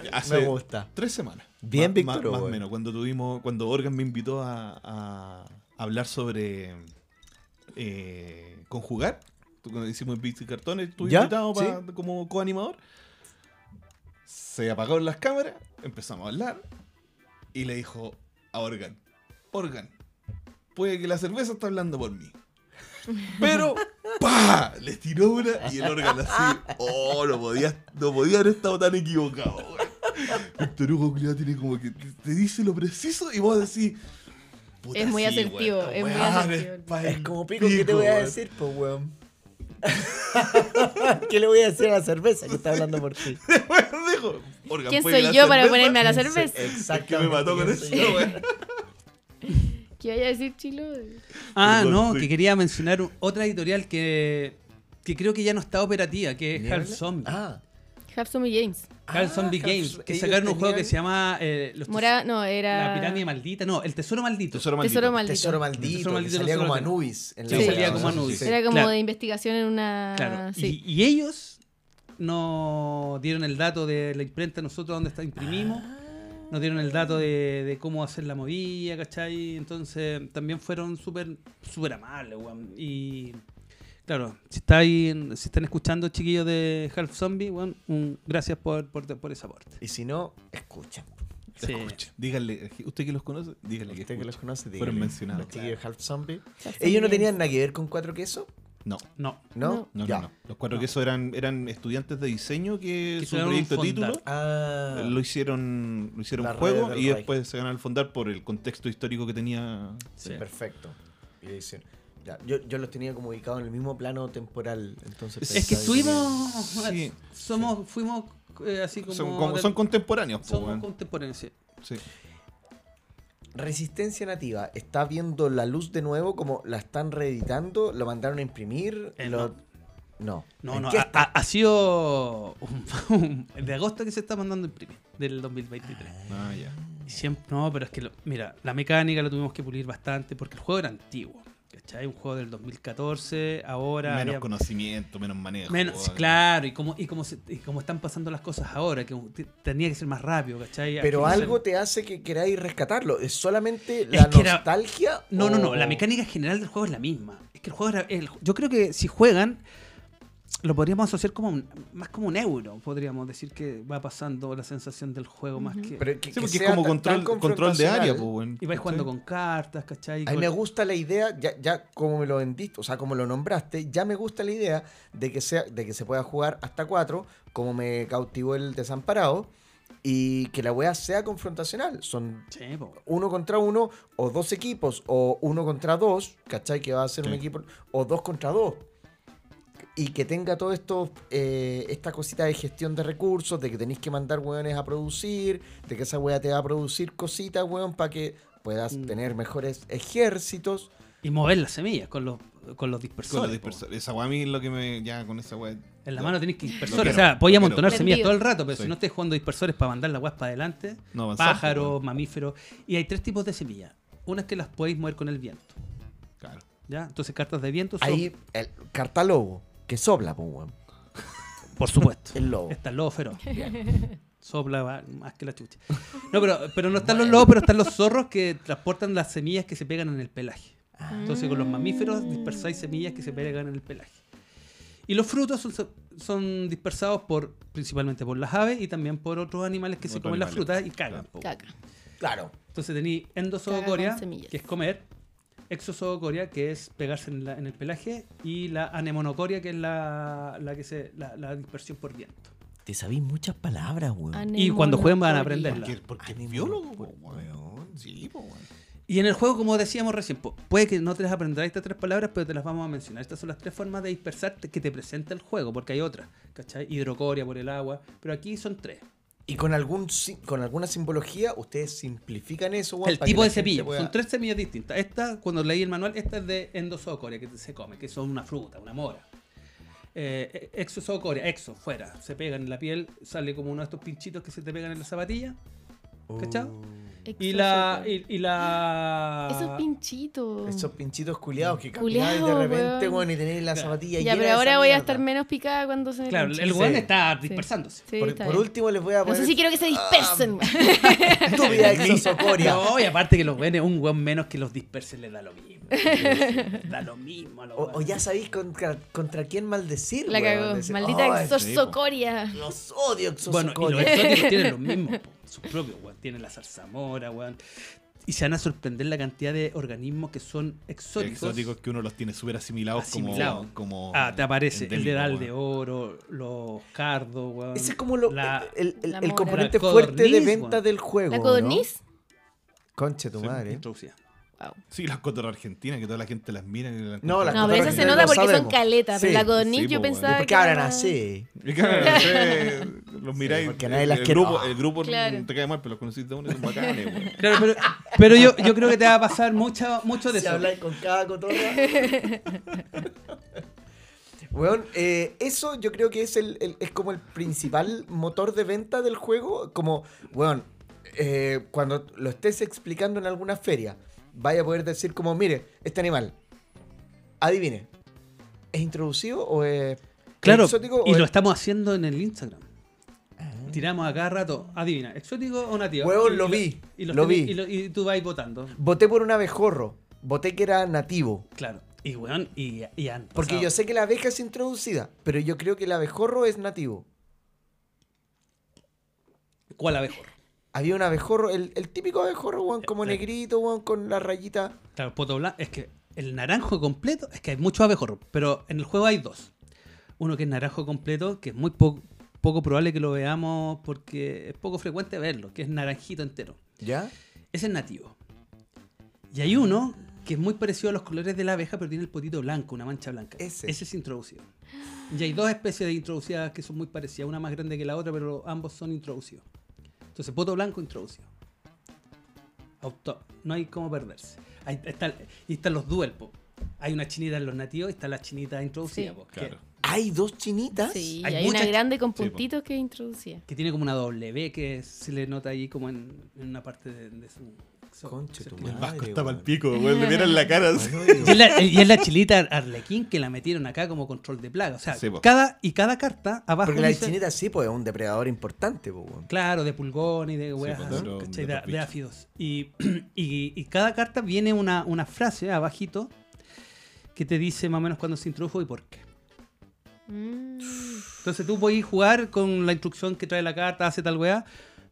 [SPEAKER 3] eh, hace
[SPEAKER 4] Me gusta.
[SPEAKER 3] tres semanas.
[SPEAKER 4] Bien,
[SPEAKER 3] Ma-
[SPEAKER 4] Víctor
[SPEAKER 3] ma- Más
[SPEAKER 4] Hugo.
[SPEAKER 3] o menos, cuando tuvimos, cuando Organ me invitó a, a hablar sobre eh, conjugar. Tú Cuando hicimos Bits y Cartones, tú
[SPEAKER 4] ¿Ya?
[SPEAKER 3] invitado pa- como coanimador. Se apagaron las cámaras, empezamos a hablar. Y le dijo a Organ, Organ, puede que la cerveza está hablando por mí. Pero, ¡pa! Les tiró una y el Organ así. Oh, no podía, no podía haber estado tan equivocado, güey. Víctor Hugo culiao, tiene como que te te dice lo preciso y vos decís. puta,
[SPEAKER 2] Es muy
[SPEAKER 3] sí,
[SPEAKER 2] asertivo,
[SPEAKER 3] güey,
[SPEAKER 2] es muy
[SPEAKER 3] weón,
[SPEAKER 2] asertivo.
[SPEAKER 3] pa'
[SPEAKER 4] Es
[SPEAKER 3] el
[SPEAKER 4] como pico, ¿qué te voy a
[SPEAKER 3] güey.
[SPEAKER 4] decir, pues, weón? ¿Qué le voy a decir a la cerveza que está hablando por ti?
[SPEAKER 3] Weón, dijo, Organ,
[SPEAKER 2] ¿Quién
[SPEAKER 3] puede que
[SPEAKER 2] soy
[SPEAKER 3] la
[SPEAKER 2] yo para
[SPEAKER 3] cerveza-
[SPEAKER 2] ponerme a la cerveza?
[SPEAKER 3] Es que me mató con eso,
[SPEAKER 4] Exactamente,
[SPEAKER 3] güey.
[SPEAKER 2] ¿Qué vaya a decir, Chilo?
[SPEAKER 1] Ah,
[SPEAKER 3] Perdón,
[SPEAKER 1] no,
[SPEAKER 3] estoy-
[SPEAKER 1] que quería mencionar u- otra editorial que, que creo que ya no está operativa, que es Half Zombie.
[SPEAKER 4] Ah,
[SPEAKER 2] Half Zombie Games.
[SPEAKER 1] Half
[SPEAKER 4] Ah,
[SPEAKER 1] Zombie
[SPEAKER 4] Half-
[SPEAKER 1] Games, que
[SPEAKER 4] ellos
[SPEAKER 1] sacaron un juego
[SPEAKER 4] tenían-
[SPEAKER 1] que se llama eh, los tes-
[SPEAKER 2] Mora, no, era.
[SPEAKER 1] La Pirámide Maldita, no, El Tesoro Maldito.
[SPEAKER 3] Tesoro maldito.
[SPEAKER 2] Tesoro Maldito.
[SPEAKER 4] Tesoro maldito.
[SPEAKER 1] Tesoro
[SPEAKER 4] que
[SPEAKER 1] maldito,
[SPEAKER 4] salía
[SPEAKER 1] tesoro
[SPEAKER 4] como
[SPEAKER 1] maldito.
[SPEAKER 4] Anubis. En
[SPEAKER 1] Sí,
[SPEAKER 2] salía como
[SPEAKER 1] Anubis.
[SPEAKER 4] Sí.
[SPEAKER 2] Era como
[SPEAKER 1] Claro.
[SPEAKER 2] de investigación en una.
[SPEAKER 1] Ah, Claro.
[SPEAKER 2] Ah, Sí.
[SPEAKER 1] Y, y ellos nos dieron el dato de la imprenta, nosotros dónde está imprimimos.
[SPEAKER 4] Ah.
[SPEAKER 1] Nos dieron el dato de, de cómo hacer la movida, ¿cachai? Entonces también fueron súper súper amables, weón. Y claro, si, está ahí en- si están escuchando, chiquillos de Half Zombie, weón, un- gracias por, por, por ese aporte.
[SPEAKER 4] Y si no, escuchen.
[SPEAKER 1] Sí.
[SPEAKER 3] Escuche, dígale, usted que los conoce, dígale que,
[SPEAKER 4] Usted que los
[SPEAKER 3] escuche.
[SPEAKER 4] conoce,
[SPEAKER 3] Fueron
[SPEAKER 4] dígale.
[SPEAKER 3] mencionados.
[SPEAKER 4] Los chiquillos de Half Zombie.
[SPEAKER 2] Half Zombie
[SPEAKER 4] Ellos no
[SPEAKER 2] Games.
[SPEAKER 4] tenían nada que ver con cuatro quesos,
[SPEAKER 3] No.
[SPEAKER 1] No.
[SPEAKER 4] ¿no?
[SPEAKER 3] No,
[SPEAKER 4] Ya.
[SPEAKER 3] no, no. Los cuatro quesos eran, eran estudiantes de diseño que,
[SPEAKER 1] Que
[SPEAKER 3] su
[SPEAKER 1] se ganaron un
[SPEAKER 3] proyecto
[SPEAKER 1] Fondar.
[SPEAKER 3] título
[SPEAKER 4] Ah,
[SPEAKER 3] lo hicieron, lo hicieron
[SPEAKER 4] Las
[SPEAKER 3] un juego
[SPEAKER 4] redes del
[SPEAKER 3] y
[SPEAKER 4] Reich.
[SPEAKER 3] después se ganaron el fondar por el contexto histórico que tenía.
[SPEAKER 1] Sí.
[SPEAKER 4] perfecto. Y le dicen, ya, yo, yo los tenía como ubicados en el mismo plano temporal. Entonces
[SPEAKER 3] Es
[SPEAKER 1] Es que
[SPEAKER 4] pensaba
[SPEAKER 1] estuvimos.
[SPEAKER 3] Sí.
[SPEAKER 1] Somos, fuimos eh, así como.
[SPEAKER 3] son, como-
[SPEAKER 1] de-
[SPEAKER 3] son contemporáneos, po,
[SPEAKER 1] somos
[SPEAKER 3] weón.
[SPEAKER 1] contemporáneos. sí.
[SPEAKER 3] Sí.
[SPEAKER 4] Resistencia Nativa está viendo la luz de nuevo, como la están reeditando, lo mandaron a imprimir.
[SPEAKER 1] Eh,
[SPEAKER 4] lo-
[SPEAKER 1] no.
[SPEAKER 4] no. No.
[SPEAKER 1] No,
[SPEAKER 4] ¿En
[SPEAKER 1] no,
[SPEAKER 4] qué
[SPEAKER 1] ha,
[SPEAKER 4] está?
[SPEAKER 1] ha- ha sido un- un- el de agosto que se está mandando imprimir, del 2023.
[SPEAKER 3] Ah, ya.
[SPEAKER 1] Siempre, no, pero es que, lo- mira, la mecánica la tuvimos que pulir bastante porque el juego era antiguo. ¿Cachai? Un juego del 2014, ahora...
[SPEAKER 3] Menos
[SPEAKER 1] había-
[SPEAKER 3] conocimiento, menos manejo.
[SPEAKER 1] menos-
[SPEAKER 3] weón.
[SPEAKER 1] claro, y como, y, como se- y como están pasando las cosas ahora, que te- tenía que ser más rápido, ¿cachai?
[SPEAKER 4] Pero
[SPEAKER 1] Aquí no se-
[SPEAKER 4] algo te hace que queráis rescatarlo. ¿Es solamente la
[SPEAKER 1] que era-
[SPEAKER 4] nostalgia?
[SPEAKER 1] No, no, no.
[SPEAKER 4] o-
[SPEAKER 1] La mecánica general del juego es la misma. Es que el juego era. el- yo creo que si juegan, lo podríamos asociar como un- más como un euro. Podríamos decir que va pasando la sensación del juego más que.
[SPEAKER 4] Pero que-
[SPEAKER 3] Sí,
[SPEAKER 4] que
[SPEAKER 3] porque es
[SPEAKER 4] sea
[SPEAKER 3] como
[SPEAKER 4] tan- tan
[SPEAKER 3] control, control de área,
[SPEAKER 4] confrontacional.
[SPEAKER 3] pues, weón.
[SPEAKER 1] y vais jugando
[SPEAKER 3] ¿Cachai?
[SPEAKER 1] con cartas, ¿cachai?
[SPEAKER 4] A mí
[SPEAKER 1] Con-
[SPEAKER 4] me gusta la idea, ya, ya como me lo vendiste, o sea, como lo nombraste, ya me gusta la idea de que, sea, de que se pueda jugar hasta cuatro, como me cautivó el desamparado, y que la weá sea confrontacional. Son
[SPEAKER 1] Sí, po.
[SPEAKER 4] uno contra uno, o dos equipos, o uno contra dos, ¿cachai? Que va a ser un
[SPEAKER 3] Sí.
[SPEAKER 4] equipo, o dos contra dos. Y que tenga todo esto, eh, esta cosita de gestión de recursos, de que tenéis que mandar weones a producir, de que esa wea te va a producir cositas, weón, para que puedas
[SPEAKER 1] Mm.
[SPEAKER 4] tener mejores ejércitos.
[SPEAKER 1] Y mover las semillas con los, con los
[SPEAKER 3] Con
[SPEAKER 1] dispersores.
[SPEAKER 3] los dispersores. Esa weá a mí es lo que me. Ya con esa weá.
[SPEAKER 1] po. En la
[SPEAKER 3] ya.
[SPEAKER 1] mano tenéis que dispersores.
[SPEAKER 3] quiero,
[SPEAKER 1] o sea, podéis
[SPEAKER 3] lo quiero.
[SPEAKER 1] amontonar
[SPEAKER 2] Lo
[SPEAKER 1] semillas
[SPEAKER 2] envío.
[SPEAKER 1] todo el rato, pero
[SPEAKER 3] Sí.
[SPEAKER 1] si no estáis jugando dispersores para mandar la guas para adelante,
[SPEAKER 3] No avanzamos,
[SPEAKER 1] pájaros,
[SPEAKER 3] weón.
[SPEAKER 1] mamíferos. Y hay tres tipos de semillas. Una es que las podéis mover con el viento.
[SPEAKER 3] Claro.
[SPEAKER 1] ¿Ya? Entonces cartas de viento son,
[SPEAKER 4] Ahí, el cartalobo, que sopla, pues, weón.
[SPEAKER 1] por supuesto.
[SPEAKER 4] El lobo.
[SPEAKER 1] Está el lobo feroz. Sopla va- más que la chucha. No, pero, pero no están los lobos, pero están los zorros que transportan las semillas que se pegan en el pelaje.
[SPEAKER 3] Ah.
[SPEAKER 1] Entonces con los mamíferos dispersáis semillas que se pegan en el pelaje. Y los frutos son, son dispersados por principalmente por las aves y también por otros animales que se
[SPEAKER 3] Otros
[SPEAKER 1] comen las
[SPEAKER 3] animales.
[SPEAKER 1] frutas y cagan. po.
[SPEAKER 2] Caca.
[SPEAKER 4] Claro.
[SPEAKER 1] Entonces tenéis endozoocoria,
[SPEAKER 2] Cagan con semillas.
[SPEAKER 1] que es comer, exozoocoria, que es pegarse en, la- en el pelaje, y la anemonocoria, que es la, la que se, la- la dispersión por viento.
[SPEAKER 4] Te sabéis muchas palabras, weón.
[SPEAKER 1] Y cuando jueguen van a
[SPEAKER 2] Anemonocoria.
[SPEAKER 1] aprenderla.
[SPEAKER 3] Porque, porque
[SPEAKER 4] Ánimo,
[SPEAKER 3] es biólogo,
[SPEAKER 4] po,
[SPEAKER 3] weón. Sí, po, weón.
[SPEAKER 1] Y en el juego, como decíamos recién, po, puede que no te las aprendáis estas tres palabras, pero te las vamos a mencionar. Estas son las tres formas de dispersar te- que te presenta el juego, porque hay otras, ¿cachai? Hidrocoria por el agua, pero aquí son tres.
[SPEAKER 4] Y con, algún, si- con alguna simbología, ustedes simplifican eso, weón.
[SPEAKER 1] el
[SPEAKER 4] para que
[SPEAKER 1] tipo
[SPEAKER 4] la
[SPEAKER 1] de
[SPEAKER 4] gente
[SPEAKER 1] semilla,
[SPEAKER 4] pueda-
[SPEAKER 1] son tres semillas distintas. Esta, cuando leí el manual, esta es de endosoocoria, que se come, que son una fruta, una mora. Eh, e- exosoocoria, exo, fuera, se pegan en la piel, sale como uno de estos pinchitos que se te pegan en la zapatilla. ¿Cachao?
[SPEAKER 4] Oh.
[SPEAKER 1] Y la. Y, y la...
[SPEAKER 2] Esos pinchitos.
[SPEAKER 4] Esos pinchitos culiados que
[SPEAKER 2] Culeado,
[SPEAKER 4] camináis de repente,
[SPEAKER 2] weón.
[SPEAKER 4] weón, y tenéis la
[SPEAKER 1] Claro.
[SPEAKER 4] zapatilla
[SPEAKER 2] Ya,
[SPEAKER 4] llena
[SPEAKER 2] pero
[SPEAKER 4] de
[SPEAKER 2] ahora
[SPEAKER 4] esa
[SPEAKER 2] voy a
[SPEAKER 4] mierda.
[SPEAKER 2] estar menos picada cuando se me
[SPEAKER 1] Claro,
[SPEAKER 2] pinche.
[SPEAKER 1] el
[SPEAKER 4] Sí.
[SPEAKER 1] weón está dispersándose.
[SPEAKER 2] Sí,
[SPEAKER 4] Por,
[SPEAKER 2] está
[SPEAKER 4] por
[SPEAKER 2] bien.
[SPEAKER 4] último pues. Ah, les voy a
[SPEAKER 2] No
[SPEAKER 4] poner
[SPEAKER 2] sé si quiero que se dispersen.
[SPEAKER 4] estúpida exosocoria.
[SPEAKER 1] No, y aparte que los weones, un weón menos que los disperses le da lo mismo. da lo mismo a los
[SPEAKER 4] O, o
[SPEAKER 1] weones.
[SPEAKER 4] ya sabéis contra, contra quién maldecir,
[SPEAKER 2] la
[SPEAKER 4] weón.
[SPEAKER 2] cagó.
[SPEAKER 4] Decir,
[SPEAKER 2] Maldita
[SPEAKER 4] "Ay,
[SPEAKER 2] exosocoria.
[SPEAKER 4] Los odio
[SPEAKER 1] Bueno, y los
[SPEAKER 4] exosocoria.
[SPEAKER 1] exóticos tienen lo mismo, po, sus propios, weón. Tienen la zarzamora, weón. Y se van a sorprender la cantidad de organismos que son exóticos.
[SPEAKER 3] Exóticos que uno los tiene súper asimilados
[SPEAKER 1] Asimilados.
[SPEAKER 3] como. como
[SPEAKER 1] Ah, te aparece el
[SPEAKER 3] endémico,
[SPEAKER 1] dedal
[SPEAKER 3] weón.
[SPEAKER 1] de oro, los cardos, weón.
[SPEAKER 4] Ese es como lo- eh,
[SPEAKER 1] La-
[SPEAKER 4] el, el-
[SPEAKER 2] La
[SPEAKER 4] el
[SPEAKER 2] mora.
[SPEAKER 4] componente
[SPEAKER 1] La
[SPEAKER 4] fuerte de
[SPEAKER 1] codorniz,
[SPEAKER 4] venta
[SPEAKER 1] weón.
[SPEAKER 4] del juego.
[SPEAKER 2] ¿La
[SPEAKER 4] ¿no?
[SPEAKER 2] codorniz?
[SPEAKER 4] Conche tu
[SPEAKER 3] Sí,
[SPEAKER 4] madre.
[SPEAKER 1] Introducida.
[SPEAKER 2] Wow.
[SPEAKER 3] Sí, las cotorras argentinas que toda la gente las mira. Y las
[SPEAKER 4] No, las
[SPEAKER 2] No, pero esa se
[SPEAKER 4] Lo
[SPEAKER 2] nota porque son
[SPEAKER 4] sabemos.
[SPEAKER 2] caletas. Pero
[SPEAKER 4] Sí.
[SPEAKER 2] la codorniz
[SPEAKER 3] Sí,
[SPEAKER 2] yo
[SPEAKER 3] po, weón.
[SPEAKER 2] pensaba.
[SPEAKER 4] Porque
[SPEAKER 2] que
[SPEAKER 4] hablan
[SPEAKER 2] era-
[SPEAKER 4] así.
[SPEAKER 3] Y claro, no sé, los miráis.
[SPEAKER 4] porque nadie las
[SPEAKER 3] el,
[SPEAKER 4] quiere.
[SPEAKER 3] grupo,
[SPEAKER 4] Ah.
[SPEAKER 3] el grupo
[SPEAKER 2] Claro.
[SPEAKER 3] te cae mal, pero los conociste de uno y son bacanes, weón.
[SPEAKER 1] Claro, pero, pero yo, yo creo que te va a pasar mucho, mucho de
[SPEAKER 4] Si
[SPEAKER 1] eso.
[SPEAKER 4] habláis con cada cotorra. Weón, eh, eso yo creo que es, el, el- es como el principal motor de venta del juego. Como, weón, eh, cuando lo estés explicando en alguna feria, vaya a poder decir como, mire, este animal, adivine, ¿es introducido o es
[SPEAKER 1] Claro,
[SPEAKER 4] exótico?
[SPEAKER 1] y
[SPEAKER 4] o
[SPEAKER 1] lo
[SPEAKER 4] es...
[SPEAKER 1] estamos haciendo en el Instagram. Tiramos acá rato, adivina, ¿exótico o nativo?
[SPEAKER 4] Huevón,
[SPEAKER 1] Y-
[SPEAKER 4] lo
[SPEAKER 1] y
[SPEAKER 4] vi,
[SPEAKER 1] Y, los
[SPEAKER 4] lo
[SPEAKER 1] tenés-
[SPEAKER 4] vi.
[SPEAKER 1] Y, lo- y tú vas votando.
[SPEAKER 4] Voté por un abejorro, voté que era nativo.
[SPEAKER 1] Claro. Y weón, y, y han
[SPEAKER 4] Porque
[SPEAKER 1] pasado.
[SPEAKER 4] yo sé que la abeja es introducida, pero yo creo que el abejorro es nativo.
[SPEAKER 1] ¿Cuál abejor?
[SPEAKER 4] Había un abejorro, el, el típico abejorro, weón, como
[SPEAKER 1] Eh,
[SPEAKER 4] negrito, weón, con la rayita.
[SPEAKER 1] Claro, poto blanco. Es que el naranjo completo, es que hay muchos abejorros, pero en el juego hay dos. Uno que es naranjo completo, que es muy po- poco probable que lo veamos porque es poco frecuente verlo, que es naranjito entero.
[SPEAKER 4] ¿Ya?
[SPEAKER 1] Ese es nativo. Y hay uno que es muy parecido a los colores de la abeja, pero tiene el potito blanco, una mancha blanca.
[SPEAKER 4] Ese.
[SPEAKER 1] es introducido. Y hay dos especies de introducidas que son muy parecidas, una más grande que la otra, pero ambos son introducidos. Entonces, poto blanco introducido. Auto. No hay cómo perderse. Ahí está- y están los duelpos. Hay una chinita en los nativos y está la chinita introducida.
[SPEAKER 2] Sí.
[SPEAKER 1] po, que
[SPEAKER 3] Claro.
[SPEAKER 1] es
[SPEAKER 4] Hay dos chinitas.
[SPEAKER 2] Sí,
[SPEAKER 1] Hay
[SPEAKER 2] hay, una
[SPEAKER 1] muchas-
[SPEAKER 2] grande con
[SPEAKER 3] Sí, po.
[SPEAKER 2] puntitos que introducía.
[SPEAKER 1] Que tiene como una W que se le nota ahí como en, en una parte de, de su. su-
[SPEAKER 4] Conche tu
[SPEAKER 1] su-
[SPEAKER 4] madre.
[SPEAKER 3] Vasco
[SPEAKER 4] Madre,
[SPEAKER 3] está
[SPEAKER 4] weón.
[SPEAKER 3] mal pico, weón. Le vieron la cara. así.
[SPEAKER 1] Y es, la, y es la chilita Arlequín que la metieron acá como control de plaga. O sea,
[SPEAKER 3] Sí, po.
[SPEAKER 1] cada, y cada carta abajo.
[SPEAKER 4] Porque la
[SPEAKER 1] dice-
[SPEAKER 4] chinita sí, pues es un depredador importante, pues, weón.
[SPEAKER 1] Claro, de pulgón y de weas,
[SPEAKER 3] pues,
[SPEAKER 1] así,
[SPEAKER 3] de los-
[SPEAKER 1] ¿cachai? de,
[SPEAKER 3] de los
[SPEAKER 1] de
[SPEAKER 3] bichos.
[SPEAKER 1] áfidos. Y, y- y cada carta viene una, una frase abajito que te dice más o menos cuándo se introdujo y por qué.
[SPEAKER 2] Mm.
[SPEAKER 1] Entonces tú podés jugar con la instrucción que trae la carta, hace tal wea,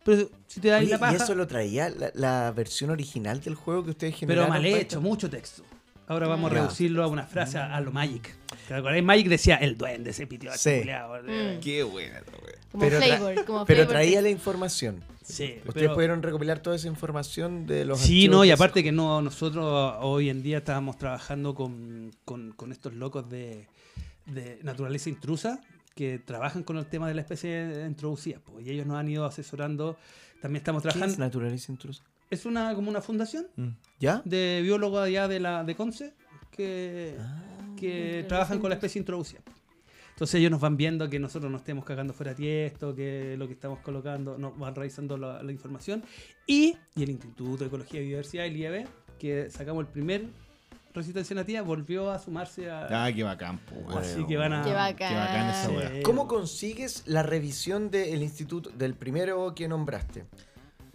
[SPEAKER 1] pero si te das
[SPEAKER 4] Oye,
[SPEAKER 1] la paja,
[SPEAKER 4] y eso lo traía la, la versión original del juego que ustedes generaron.
[SPEAKER 1] pero mal
[SPEAKER 4] para
[SPEAKER 1] hecho, mucho texto. Ahora vamos a
[SPEAKER 4] Ya.
[SPEAKER 1] reducirlo a una frase a, a lo Magic. ¿Te acordás? Magic decía, el duende se pitió a este
[SPEAKER 4] Sí.
[SPEAKER 2] Mm.
[SPEAKER 3] Qué buena esta weón.
[SPEAKER 2] Como
[SPEAKER 4] Pero tra-
[SPEAKER 2] flavor, como
[SPEAKER 4] Pero
[SPEAKER 2] flavor
[SPEAKER 4] traía
[SPEAKER 2] text.
[SPEAKER 4] la información.
[SPEAKER 1] Sí,
[SPEAKER 4] Ustedes
[SPEAKER 1] pero-
[SPEAKER 4] pudieron recopilar toda esa información de los
[SPEAKER 1] Sí,
[SPEAKER 4] archivos
[SPEAKER 1] no, y
[SPEAKER 4] que-
[SPEAKER 1] aparte que no, nosotros hoy en día estábamos trabajando con, con- con estos locos de, de naturaleza intrusa que trabajan con el tema de la especie introducida, po, y ellos nos han ido asesorando. También estamos
[SPEAKER 4] ¿Qué es
[SPEAKER 1] trabajando.
[SPEAKER 4] naturaleza intrusa?
[SPEAKER 1] Es una como una fundación
[SPEAKER 4] ¿Ya?
[SPEAKER 1] de biólogos allá de la de Conce que,
[SPEAKER 4] Ah.
[SPEAKER 1] que
[SPEAKER 2] Naturaleza
[SPEAKER 1] trabajan con la
[SPEAKER 2] intrusa.
[SPEAKER 1] especie introducida. Entonces ellos nos van viendo que nosotros no estemos cagando fuera de tiesto, que lo que estamos colocando, nos van revisando la, la información. Y, y el Instituto de Ecología y Biodiversidad, el IEB, que sacamos el primer resistencia nativa, volvió a sumarse a...
[SPEAKER 3] Ah, qué bacán, po, weón.
[SPEAKER 1] así que van a...
[SPEAKER 2] Qué
[SPEAKER 3] Qué bacán esa
[SPEAKER 2] bacán.
[SPEAKER 3] weá.
[SPEAKER 1] eh,
[SPEAKER 4] ¿Cómo consigues la revisión del instituto, del primero que nombraste?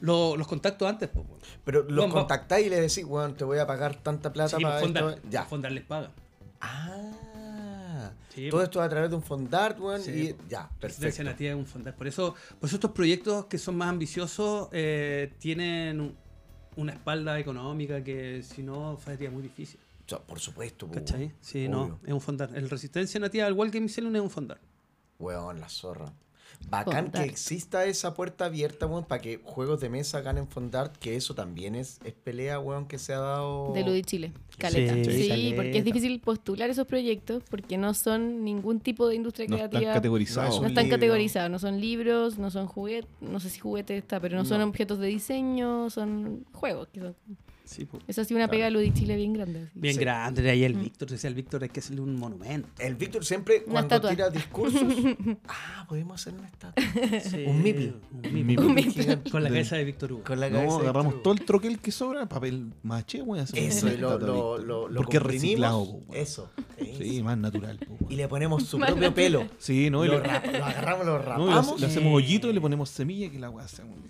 [SPEAKER 1] lo- los contactos antes, pues, bueno.
[SPEAKER 4] Pero los
[SPEAKER 1] Bueno, va-
[SPEAKER 4] contactáis y les decís, weón, te voy a pagar tanta plata
[SPEAKER 1] Sí,
[SPEAKER 4] para
[SPEAKER 1] los fondar,
[SPEAKER 4] esto. Ya.
[SPEAKER 1] los fondar les paga.
[SPEAKER 4] Ah.
[SPEAKER 1] Sí,
[SPEAKER 4] Todo
[SPEAKER 1] po.
[SPEAKER 4] esto a través de un fondart, weón,
[SPEAKER 1] Sí,
[SPEAKER 4] y ya,
[SPEAKER 1] Resistencia
[SPEAKER 4] perfecto.
[SPEAKER 1] nativa es un fondar. Por eso, por eso estos proyectos que son más ambiciosos eh, tienen un- una espalda económica que si no sería muy difícil.
[SPEAKER 4] O sea, por supuesto, po,
[SPEAKER 1] ¿Cachai?
[SPEAKER 4] weón.
[SPEAKER 1] Sí,
[SPEAKER 4] Uh, Obvio.
[SPEAKER 1] no, es un fondar. El Resistencia Nativa, al igual que Mycelium, es un fondar.
[SPEAKER 4] Weón, la zorra. Bacán
[SPEAKER 2] Fondart.
[SPEAKER 4] que exista esa puerta abierta, weón, para que juegos de mesa ganen fondart, que eso también es, es pelea, weón, que se ha dado.
[SPEAKER 2] De Ludi Chile, caleta.
[SPEAKER 1] Sí,
[SPEAKER 2] Sí,
[SPEAKER 1] caleta.
[SPEAKER 2] porque es difícil postular esos proyectos porque no son ningún tipo de industria
[SPEAKER 3] No están
[SPEAKER 2] creativa.
[SPEAKER 3] categorizados.
[SPEAKER 2] no
[SPEAKER 4] son
[SPEAKER 2] están
[SPEAKER 4] libros.
[SPEAKER 2] categorizados, no son libros, no son juguetes, no sé si juguete está, pero no, son
[SPEAKER 4] No.
[SPEAKER 2] objetos de diseño, son juegos. que son-
[SPEAKER 1] Sí, po.
[SPEAKER 2] Es así una pega de Ludi Chile bien grande. así.
[SPEAKER 1] Bien
[SPEAKER 4] Sí.
[SPEAKER 1] grande, de ahí el Víctor, decía el Víctor, hay que hacerle un monumento.
[SPEAKER 4] El Víctor siempre,
[SPEAKER 2] Una
[SPEAKER 4] cuando
[SPEAKER 2] estatua.
[SPEAKER 4] tira discursos. ah, podemos hacer una estatua.
[SPEAKER 1] Sí,
[SPEAKER 4] Un miple.
[SPEAKER 1] Un
[SPEAKER 3] miple.
[SPEAKER 1] miple.
[SPEAKER 2] Un miple.
[SPEAKER 4] Gigante.
[SPEAKER 1] Con la cabeza de Víctor Hugo.
[SPEAKER 4] Con la cabeza
[SPEAKER 3] No,
[SPEAKER 4] de
[SPEAKER 3] agarramos
[SPEAKER 4] Víctor
[SPEAKER 3] todo el troquel que sobra, papel maché, weón. hacemos
[SPEAKER 4] Eso,
[SPEAKER 3] una
[SPEAKER 4] y lo,
[SPEAKER 3] estatua de
[SPEAKER 4] lo,
[SPEAKER 3] Víctor.
[SPEAKER 4] lo, lo
[SPEAKER 3] Porque es
[SPEAKER 4] comprimimos.
[SPEAKER 3] reciclado, po, weón.
[SPEAKER 4] Eso.
[SPEAKER 3] Sí, más natural, po, weón.
[SPEAKER 4] Y le ponemos su propio pelo.
[SPEAKER 3] Sí, no, y
[SPEAKER 4] lo,
[SPEAKER 3] lo,
[SPEAKER 4] ra- lo agarramos, lo
[SPEAKER 3] no, y lo-
[SPEAKER 4] rapamos.
[SPEAKER 3] le hacemos hoyito y le ponemos semilla que la weá sea un- una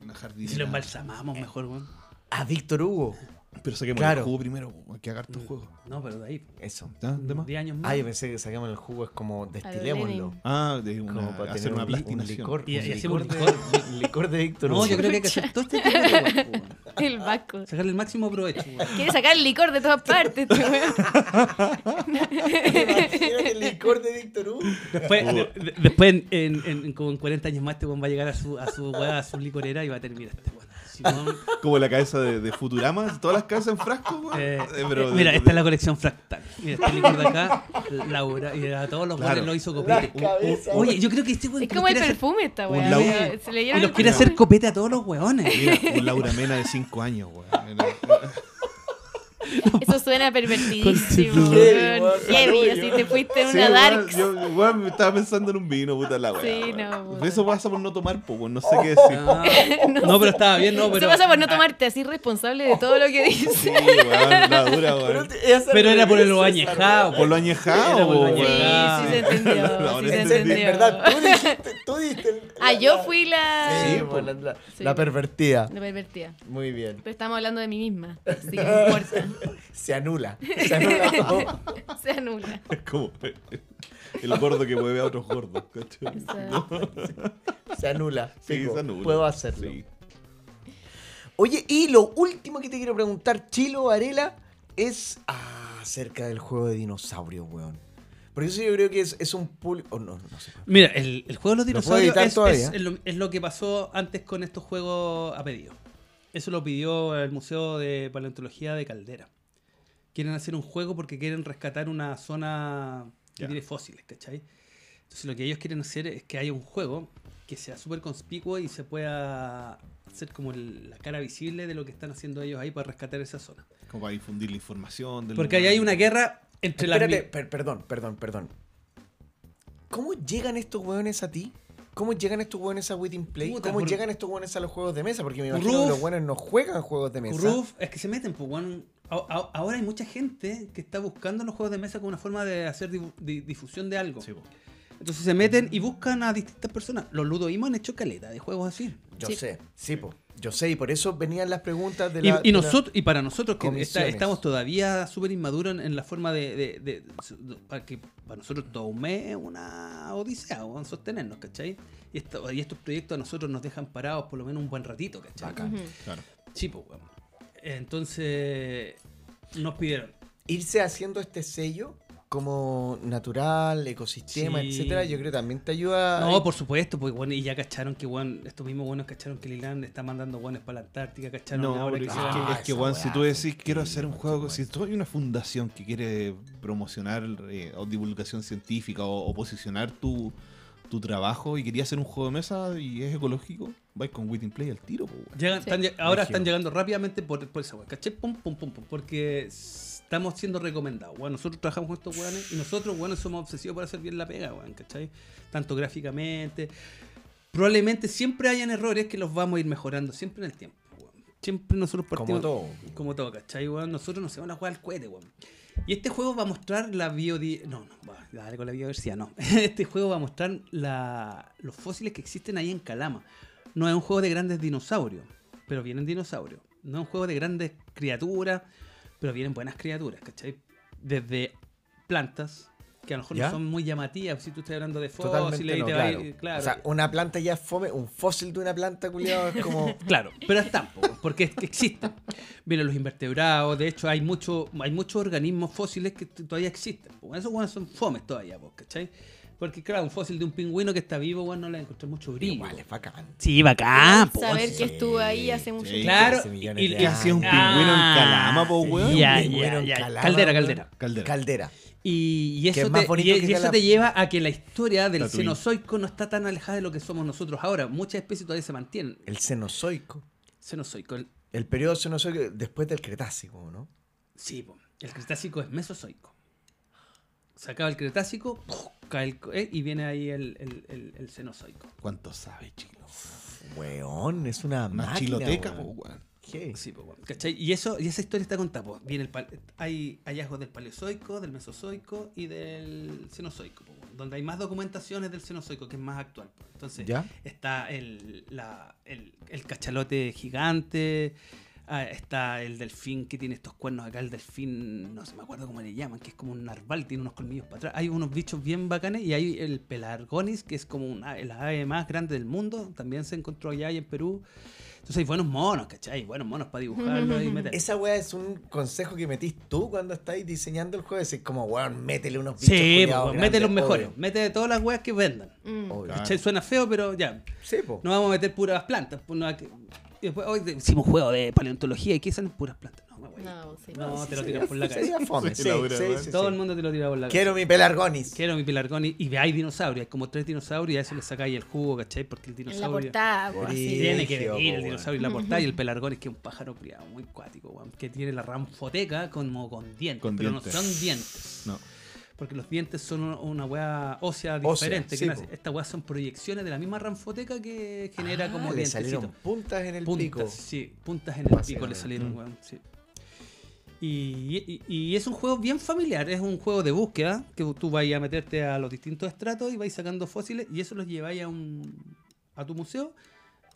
[SPEAKER 1] Si lo
[SPEAKER 3] jardinera.
[SPEAKER 1] embalsamamos
[SPEAKER 4] Eh.
[SPEAKER 1] mejor, weón.
[SPEAKER 4] A Víctor Hugo.
[SPEAKER 3] Pero saquemos
[SPEAKER 4] Claro.
[SPEAKER 3] el jugo primero, po, hay que hagar
[SPEAKER 1] Mm.
[SPEAKER 3] tu juego.
[SPEAKER 1] No, pero de ahí. po.
[SPEAKER 4] Eso.
[SPEAKER 3] ¿Ya? ¿De más?
[SPEAKER 1] 10 años más.
[SPEAKER 4] Ah, yo pensé que sacamos el jugo, es como destilémoslo.
[SPEAKER 2] Lenin.
[SPEAKER 3] Ah, de
[SPEAKER 4] Como
[SPEAKER 3] una,
[SPEAKER 4] para
[SPEAKER 3] hacer
[SPEAKER 4] tener
[SPEAKER 3] una
[SPEAKER 4] un, un
[SPEAKER 3] plastinación.
[SPEAKER 4] licor.
[SPEAKER 1] Y-
[SPEAKER 4] un
[SPEAKER 1] y hacemos
[SPEAKER 4] licor
[SPEAKER 1] licor.
[SPEAKER 4] de, un licor de Víctor Hugo.
[SPEAKER 1] no, yo creo que hay que hacer todo este tipo de weas, po, weón.
[SPEAKER 2] El Vasco.
[SPEAKER 1] Sacarle el máximo provecho, weón.
[SPEAKER 2] Quiere sacar el licor de todas partes. este weón.
[SPEAKER 4] Imagínate el licor de Víctor Hugo.
[SPEAKER 1] Después, de- de- después en, en- en- con 40 años más, este weón va a llegar a su, a su weá, a su licorera y va a terminar este weón. Si no,
[SPEAKER 3] Como la cabeza de, de Futurama, todas las cabezas en frasco, weón.
[SPEAKER 1] eh,
[SPEAKER 3] Eh, pero-
[SPEAKER 1] mira,
[SPEAKER 3] de-
[SPEAKER 1] esta es la colección fractal. Mira, este licor de acá, Laura, y a todos los
[SPEAKER 3] Claro.
[SPEAKER 1] weones lo hizo
[SPEAKER 4] Las
[SPEAKER 1] copete.
[SPEAKER 4] cabezas.
[SPEAKER 1] Oye, yo creo que este weón
[SPEAKER 2] es
[SPEAKER 1] que
[SPEAKER 2] como
[SPEAKER 1] los
[SPEAKER 2] el
[SPEAKER 1] quiere hacer-
[SPEAKER 2] perfume esta
[SPEAKER 3] un
[SPEAKER 2] weá.
[SPEAKER 3] laúd.
[SPEAKER 2] weón. Se le
[SPEAKER 1] y
[SPEAKER 2] dieron
[SPEAKER 1] los quiere hacer copete a todos los weones.
[SPEAKER 3] Mira, un Laura Mena de 5 años, weón.
[SPEAKER 2] Eso suena pervertidísimo.
[SPEAKER 3] Con-
[SPEAKER 2] weón.
[SPEAKER 4] weón,
[SPEAKER 2] Heavy,
[SPEAKER 4] claro,
[SPEAKER 2] así
[SPEAKER 4] yo-
[SPEAKER 2] te fuiste a
[SPEAKER 3] Sí,
[SPEAKER 2] una
[SPEAKER 3] weón,
[SPEAKER 2] darks.
[SPEAKER 3] yo, weón, me estaba pensando en un vino, puta la weá.
[SPEAKER 2] Sí,
[SPEAKER 3] weón.
[SPEAKER 2] no, weón.
[SPEAKER 3] Eso pasa por no tomar, po, weón, no sé qué decir.
[SPEAKER 1] Ah, no, pero estaba bien, no,
[SPEAKER 2] Se
[SPEAKER 1] pero. Ah.
[SPEAKER 2] pasa por no tomarte así responsable de todo lo que
[SPEAKER 3] Sí,
[SPEAKER 2] dices.
[SPEAKER 3] weón, la dura,
[SPEAKER 4] Pero,
[SPEAKER 3] weón.
[SPEAKER 4] te- es al
[SPEAKER 1] Pero era por el
[SPEAKER 4] revés,
[SPEAKER 1] bañejado.
[SPEAKER 3] Por lo
[SPEAKER 1] Era
[SPEAKER 3] añejado,
[SPEAKER 1] por lo
[SPEAKER 3] po,
[SPEAKER 2] Sí,
[SPEAKER 1] añejado.
[SPEAKER 3] weón.
[SPEAKER 2] sí se entendió.
[SPEAKER 3] No, no,
[SPEAKER 2] sí
[SPEAKER 3] no
[SPEAKER 2] se
[SPEAKER 4] En serio,
[SPEAKER 2] entendió.
[SPEAKER 4] en verdad, tú dijiste, tú dijiste el-
[SPEAKER 2] Ah,
[SPEAKER 4] la-
[SPEAKER 2] yo
[SPEAKER 4] la-
[SPEAKER 2] fui la,
[SPEAKER 4] Sí,
[SPEAKER 3] Sí,
[SPEAKER 4] pues, la, la-
[SPEAKER 2] Sí.
[SPEAKER 4] la pervertida.
[SPEAKER 2] la pervertida.
[SPEAKER 4] Muy bien.
[SPEAKER 2] Pero estamos hablando de mí misma. Así que no importa.
[SPEAKER 4] Se anula. Se anula todo.
[SPEAKER 2] Se anula.
[SPEAKER 3] Es como el gordo que mueve a otros gordos, ¿cachai?
[SPEAKER 2] O sea,
[SPEAKER 4] Se anula.
[SPEAKER 3] Sí,
[SPEAKER 4] Pico,
[SPEAKER 3] se anula.
[SPEAKER 4] Puedo hacerlo.
[SPEAKER 3] Sí.
[SPEAKER 4] Oye, y lo último que te quiero preguntar, Chilo Varela, es ah, acerca del juego de dinosaurios, weón. Porque eso yo creo que es, es un público. Oh, no, no sé.
[SPEAKER 1] Mira, el, el juego de los
[SPEAKER 4] ¿Lo puedo
[SPEAKER 1] dinosaurios
[SPEAKER 4] editar
[SPEAKER 1] es-
[SPEAKER 4] todavía?
[SPEAKER 1] es, es lo, es lo que pasó antes con estos juegos a pedido. Eso lo pidió el Museo de Paleontología de Caldera. Quieren hacer un juego porque quieren rescatar una zona que
[SPEAKER 3] Ya.
[SPEAKER 1] tiene fósiles, ¿cachai? Entonces lo que ellos quieren hacer es que haya un juego que sea súper conspicuo y se pueda hacer como el- la cara visible de lo que están haciendo ellos ahí para rescatar esa zona.
[SPEAKER 3] Como para difundir la información. del
[SPEAKER 1] Porque ahí
[SPEAKER 3] lugar.
[SPEAKER 1] hay una guerra entre las...
[SPEAKER 4] Espérate,
[SPEAKER 1] mi-
[SPEAKER 4] per- perdón, perdón, perdón. ¿Cómo llegan estos weones a ti? ¿Cómo llegan estos weones a Within Play?
[SPEAKER 1] Puta,
[SPEAKER 4] ¿Cómo
[SPEAKER 1] por-
[SPEAKER 4] llegan estos weones a los juegos de mesa? Porque me imagino que
[SPEAKER 1] Ruf.
[SPEAKER 4] los weones no juegan juegos de mesa.
[SPEAKER 1] Roof, es que se meten, pues, weón. A- a- Ahora hay mucha gente que está buscando los juegos de mesa como una forma de hacer difu- di- difusión de algo.
[SPEAKER 3] Sí, po.
[SPEAKER 1] Entonces se meten y buscan a distintas personas. Los ludoímos han hecho caleta de juegos así.
[SPEAKER 4] Yo
[SPEAKER 2] Sí.
[SPEAKER 4] sé, sí, po. Yo sé, y por eso venían las preguntas de
[SPEAKER 1] Y-
[SPEAKER 4] la.
[SPEAKER 1] y,
[SPEAKER 4] de la-
[SPEAKER 1] nosotros, y para nosotros que está-
[SPEAKER 4] Comisiones.
[SPEAKER 1] estamos todavía súper inmaduros en, en la forma de, de- de- de- para que para nosotros todo un mes es una odisea, weón, sostenernos, ¿cachai? Y, esto- y estos proyectos a nosotros nos dejan parados por lo menos un buen ratito, ¿cachai?
[SPEAKER 4] Bacán.
[SPEAKER 2] Ujú.
[SPEAKER 3] Claro.
[SPEAKER 1] Sí, pues, weón. Entonces nos pidieron.
[SPEAKER 4] irse haciendo este sello como natural, ecosistema,
[SPEAKER 1] Sí.
[SPEAKER 4] etcétera, yo creo que también te ayuda.
[SPEAKER 1] No, por supuesto, pues bueno, y ya cacharon que weón, estos mismos buenos cacharon que Lilán está mandando buenos para la Antártica, cacharon
[SPEAKER 3] No,
[SPEAKER 1] ahora
[SPEAKER 3] pero
[SPEAKER 1] que
[SPEAKER 3] es
[SPEAKER 1] se
[SPEAKER 3] que,
[SPEAKER 1] van
[SPEAKER 4] Ah,
[SPEAKER 3] es que,
[SPEAKER 4] esa
[SPEAKER 3] weón,
[SPEAKER 4] weá
[SPEAKER 3] si tú decís quiero
[SPEAKER 4] sí,
[SPEAKER 3] hacer un
[SPEAKER 4] por
[SPEAKER 3] juego, si
[SPEAKER 4] supuesto.
[SPEAKER 3] tú hay una fundación que quiere promocionar eh, o divulgación científica o, o posicionar tu, tu trabajo y quería hacer un juego de mesa y es ecológico, vais con Within Play al tiro, po, weón.
[SPEAKER 1] Llegan-
[SPEAKER 2] Sí.
[SPEAKER 1] están lle- ahora
[SPEAKER 4] Brígido.
[SPEAKER 1] están llegando rápidamente por, por esa weá, ¿cachai? Pum, pum, pum, pum, porque s- estamos siendo recomendados, weón. Nosotros trabajamos con estos weones y nosotros, weón, somos obsesivos para hacer bien la pega, weón, ¿cachai? Tanto gráficamente. Probablemente siempre hayan errores que los vamos a ir mejorando, siempre en el tiempo, weón. Siempre nosotros
[SPEAKER 4] como
[SPEAKER 1] partimos.
[SPEAKER 4] todo.
[SPEAKER 1] Como todo, ¿cachai, weón? Nosotros nos vamos a jugar al cohete, weón. Y este juego va a mostrar la biodiversidad. No, no, va, dale con la biodiversidad, no. Este juego va a mostrar la- los fósiles que existen ahí en Calama. No es un juego de grandes dinosaurios, pero vienen dinosaurios. No es un juego de grandes criaturas, pero vienen buenas criaturas, ¿cachai? Desde plantas, que a lo mejor
[SPEAKER 4] ¿Ya?
[SPEAKER 1] no son muy llamativas, si tú estás hablando de
[SPEAKER 4] Totalmente
[SPEAKER 1] fósiles y
[SPEAKER 4] no,
[SPEAKER 1] te vas
[SPEAKER 4] claro.
[SPEAKER 1] a ir- claro.
[SPEAKER 4] O sea, una planta ya es fome, un fósil de una planta, culiado, es como.
[SPEAKER 1] Claro, pero están, po, porque es que existen. Vienen los invertebrados, de hecho hay mucho, hay muchos organismos fósiles que t- todavía existen. po. Esos bueno, son fomes todavía, po, ¿cachai? Porque claro, un fósil de un pingüino que está vivo, bueno, no le encontré mucho brillo.
[SPEAKER 4] Igual, es bacán.
[SPEAKER 1] Sí, bacán, po,
[SPEAKER 2] Saber
[SPEAKER 1] Ah, pues, sí.
[SPEAKER 2] que estuvo ahí hace mucho
[SPEAKER 3] sí.
[SPEAKER 2] tiempo.
[SPEAKER 1] Claro,
[SPEAKER 4] hace millones
[SPEAKER 1] y,
[SPEAKER 4] de Ah,
[SPEAKER 1] y-
[SPEAKER 3] ¿Qué hacía un
[SPEAKER 1] ah,
[SPEAKER 3] pingüino en Calama, po, weón?
[SPEAKER 1] ya,
[SPEAKER 4] Un pingüino
[SPEAKER 1] ya, ya.
[SPEAKER 4] en Calama,
[SPEAKER 1] Caldera,
[SPEAKER 4] weón.
[SPEAKER 1] caldera.
[SPEAKER 3] Caldera.
[SPEAKER 4] Caldera.
[SPEAKER 1] Y, y
[SPEAKER 4] Que
[SPEAKER 1] eso,
[SPEAKER 4] es más
[SPEAKER 1] te,
[SPEAKER 4] bonito
[SPEAKER 1] y-
[SPEAKER 4] que
[SPEAKER 1] y eso
[SPEAKER 4] Calama.
[SPEAKER 1] te lleva a que la historia del
[SPEAKER 3] Tatooine.
[SPEAKER 1] cenozoico no está tan alejada de lo que somos nosotros ahora. Muchas especies todavía se mantienen.
[SPEAKER 4] El Cenozoico.
[SPEAKER 1] Cenozoico, el-
[SPEAKER 4] El periodo Cenozoico después del Cretácico, ¿no?
[SPEAKER 1] Sí, po. el Cretácico es Mesozoico. Se acaba el Cretácico, ¡puf! cae el co- eh, y viene ahí el, el, el- el Cenozoico.
[SPEAKER 3] ¿Cuánto sabe, chilo?
[SPEAKER 4] Weón, es una
[SPEAKER 3] Una
[SPEAKER 4] máquina,
[SPEAKER 3] chiloteca, po,
[SPEAKER 4] weón.
[SPEAKER 3] weón.
[SPEAKER 4] ¿Qué?
[SPEAKER 1] Sí, po, weón. ¿Cachai? Y, eso, y esa historia está contada. po. Viene el pal- hay hallazgos del Paleozoico, del Mesozoico y del Cenozoico, po, weón, donde hay más documentaciones del Cenozoico, que es más actual. po. Entonces,
[SPEAKER 4] ¿Ya?
[SPEAKER 1] está el, la- el- el cachalote gigante, ah, está el delfín que tiene estos cuernos acá, el delfín, no se me acuerdo cómo le llaman, que es como un narval, tiene unos colmillos para atrás. Hay unos bichos bien bacanes y hay el pelargonis, que es como una, la ave más grande del mundo, también se encontró allá y en Perú. Entonces hay buenos monos, ¿cachai? Buenos monos para dibujarlos y meterlos.
[SPEAKER 4] Esa weá es un consejo que metís tú cuando estáis diseñando el juego. Decís como, weón, métele unos bichos
[SPEAKER 1] Sí,
[SPEAKER 4] culiados
[SPEAKER 1] pues,
[SPEAKER 4] grandes,
[SPEAKER 1] mete los mejores,
[SPEAKER 4] obvio,
[SPEAKER 1] mete todas las weas que vendan.
[SPEAKER 2] Mm.
[SPEAKER 4] obvio.
[SPEAKER 3] Oh, Claro.
[SPEAKER 1] ¿Cachai? Suena feo, pero ya,
[SPEAKER 4] Sí, po.
[SPEAKER 1] No vamos a meter puras plantas. pues, no, que- y después, hoy de- hicimos un juego de paleontología y que salen puras plantas. No, me voy.
[SPEAKER 2] No, pues, sí.
[SPEAKER 1] No, te lo
[SPEAKER 4] Sería-
[SPEAKER 1] tiras por la
[SPEAKER 4] sería
[SPEAKER 1] cabeza.
[SPEAKER 4] fome,
[SPEAKER 3] Sí,
[SPEAKER 4] sí,
[SPEAKER 3] la dura,
[SPEAKER 4] sí,
[SPEAKER 3] weón.
[SPEAKER 4] sí,
[SPEAKER 1] Todo
[SPEAKER 4] sí.
[SPEAKER 1] el mundo te lo tira por la cabeza.
[SPEAKER 4] Quiero mi pelargonis.
[SPEAKER 1] Quiero mi pilargón y, y hay dinosaurios. Hay como tres dinosaurios y a eso le sacáis el jugo, ¿cachai? Porque el
[SPEAKER 2] En la
[SPEAKER 1] dinosaurio.
[SPEAKER 2] portada, po, así.
[SPEAKER 4] Brillo.
[SPEAKER 1] Tiene que
[SPEAKER 4] Brígido,
[SPEAKER 1] venir
[SPEAKER 4] po,
[SPEAKER 1] el dinosaurio en la portada y el pelargón es que es un pájaro criado muy cuático, weón, que tiene la ranfoteca como con dientes,
[SPEAKER 3] Con
[SPEAKER 1] pero
[SPEAKER 3] dientes.
[SPEAKER 1] no son dientes,
[SPEAKER 3] No.
[SPEAKER 1] porque los dientes son una- una hueá ósea
[SPEAKER 4] Ósea,
[SPEAKER 1] diferente.
[SPEAKER 4] sí,
[SPEAKER 1] que nace-
[SPEAKER 4] po.
[SPEAKER 1] Estas hueá son proyecciones de la misma ranfoteca que genera
[SPEAKER 4] Ah,
[SPEAKER 1] como
[SPEAKER 4] le salieron
[SPEAKER 1] dientecitos.
[SPEAKER 4] puntas en el
[SPEAKER 1] puntas,
[SPEAKER 4] pico.
[SPEAKER 1] sí, puntas en el pico le
[SPEAKER 4] Básicamente.
[SPEAKER 1] salieron, weón, sí. Y, y- y es un juego bien familiar, es un juego de búsqueda, que tú vais a meterte a los distintos estratos y vais sacando fósiles y eso los lleváis a un a tu museo,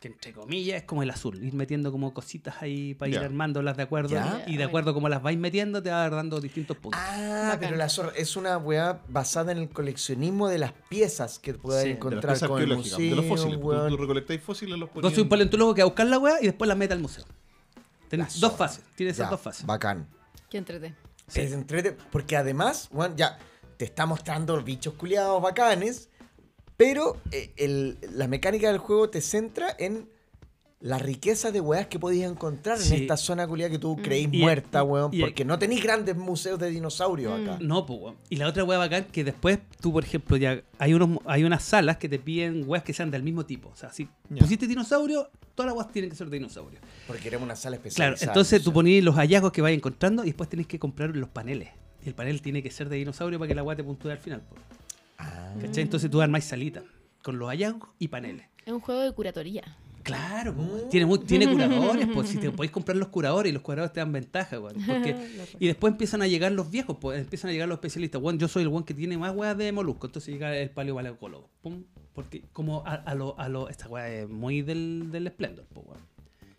[SPEAKER 1] que entre comillas es como el azul, ir metiendo como cositas ahí para ir
[SPEAKER 3] Ya.
[SPEAKER 1] armándolas de acuerdo
[SPEAKER 4] Ya.
[SPEAKER 1] y de acuerdo como las vais metiendo te va dando distintos puntos.
[SPEAKER 4] Ah,
[SPEAKER 2] Bacán.
[SPEAKER 4] pero la zorra es una weá basada en el coleccionismo de las piezas que puedas
[SPEAKER 1] Sí, de las
[SPEAKER 3] De las
[SPEAKER 4] encontrar
[SPEAKER 3] cosas
[SPEAKER 4] con el
[SPEAKER 3] arqueológicas,
[SPEAKER 4] museo,
[SPEAKER 3] de los fósiles. pues, Tú-
[SPEAKER 4] weón.
[SPEAKER 3] Tú recolectáis fósiles, los
[SPEAKER 1] Yo
[SPEAKER 3] ponías.
[SPEAKER 1] soy un paleontólogo que va a buscar la weá y después la mete al museo. Tenés
[SPEAKER 4] La
[SPEAKER 1] dos
[SPEAKER 4] zorra.
[SPEAKER 1] fases, tienes esas
[SPEAKER 4] Ya,
[SPEAKER 1] dos fases.
[SPEAKER 4] Bacán.
[SPEAKER 2] Qué entrete.
[SPEAKER 1] Sí.
[SPEAKER 4] Es entrete- porque además, weón, ya te está mostrando bichos culiados bacanes, pero eh, el- la mecánica del juego te centra en la riqueza de weas que podías encontrar
[SPEAKER 1] Sí.
[SPEAKER 4] en esta zona culiada que tú creís
[SPEAKER 1] Y-
[SPEAKER 4] muerta, weón,
[SPEAKER 1] y-
[SPEAKER 4] porque no tenéis grandes museos de dinosaurios
[SPEAKER 2] Mm.
[SPEAKER 4] acá.
[SPEAKER 1] No, pues, weón. Y la otra weá bacán que después tú, por ejemplo, ya hay unos hay unas salas que te piden weas que sean del mismo tipo. O sea, si
[SPEAKER 3] Ya.
[SPEAKER 1] pusiste dinosaurio, todas las weas tienen que ser de dinosaurio.
[SPEAKER 4] Porque era una sala
[SPEAKER 1] Claro,
[SPEAKER 4] especializada.
[SPEAKER 1] entonces
[SPEAKER 4] no
[SPEAKER 1] tú
[SPEAKER 4] sé.
[SPEAKER 1] pones los hallazgos que vas encontrando y después tenés que comprar los paneles. Y el panel tiene que ser de dinosaurio para que la wea te puntúe al final. po.
[SPEAKER 4] Ah.
[SPEAKER 1] ¿Cachai? Entonces tú armáis salita con los hallazgos y paneles.
[SPEAKER 2] Es un juego de curatoría.
[SPEAKER 1] Claro, po, weón. tiene, mu- tiene curadores, pues si te podéis comprar los curadores y los curadores te dan ventaja, weón, porque- y después empiezan a llegar los viejos, pues empiezan a llegar los especialistas. Bueno, yo soy el one que tiene más weas de molusco, entonces llega el paleobalacólogo. Pum, porque como a, a lo, a lo, esta wea es muy del, del esplendor, pues weón.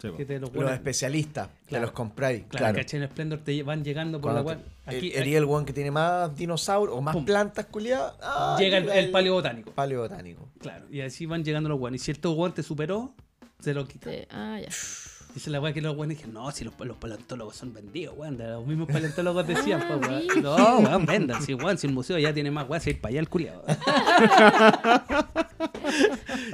[SPEAKER 3] Sí, po.
[SPEAKER 1] Que te los
[SPEAKER 4] Los
[SPEAKER 1] weones-
[SPEAKER 4] especialistas, que
[SPEAKER 1] Claro.
[SPEAKER 4] los compráis.
[SPEAKER 1] Claro,
[SPEAKER 4] Claro.
[SPEAKER 1] ¿cachai? En Splendor te lle- van llegando por
[SPEAKER 4] Cuando
[SPEAKER 1] la
[SPEAKER 4] te-
[SPEAKER 1] web. Aquí
[SPEAKER 4] el- el, el one que tiene más dinosaurios o más
[SPEAKER 1] Pum.
[SPEAKER 4] plantas culiadas. ah,
[SPEAKER 1] llega el, el paleobotánico.
[SPEAKER 4] paleobotánico.
[SPEAKER 1] Claro, y así van llegando los guanes. Y si el guan te superó, se lo quita.
[SPEAKER 2] Sí, Ah, ya.
[SPEAKER 1] Dice la weá que los guanes dicen, no, si los, los paleontólogos son vendidos, weón. de Los mismos paleontólogos decían,
[SPEAKER 2] Ah,
[SPEAKER 1] pues, weón.
[SPEAKER 2] ¿viste?
[SPEAKER 1] No, weón, vendan. Si, weón, si el museo ya tiene más weá, se ir para allá el culiado.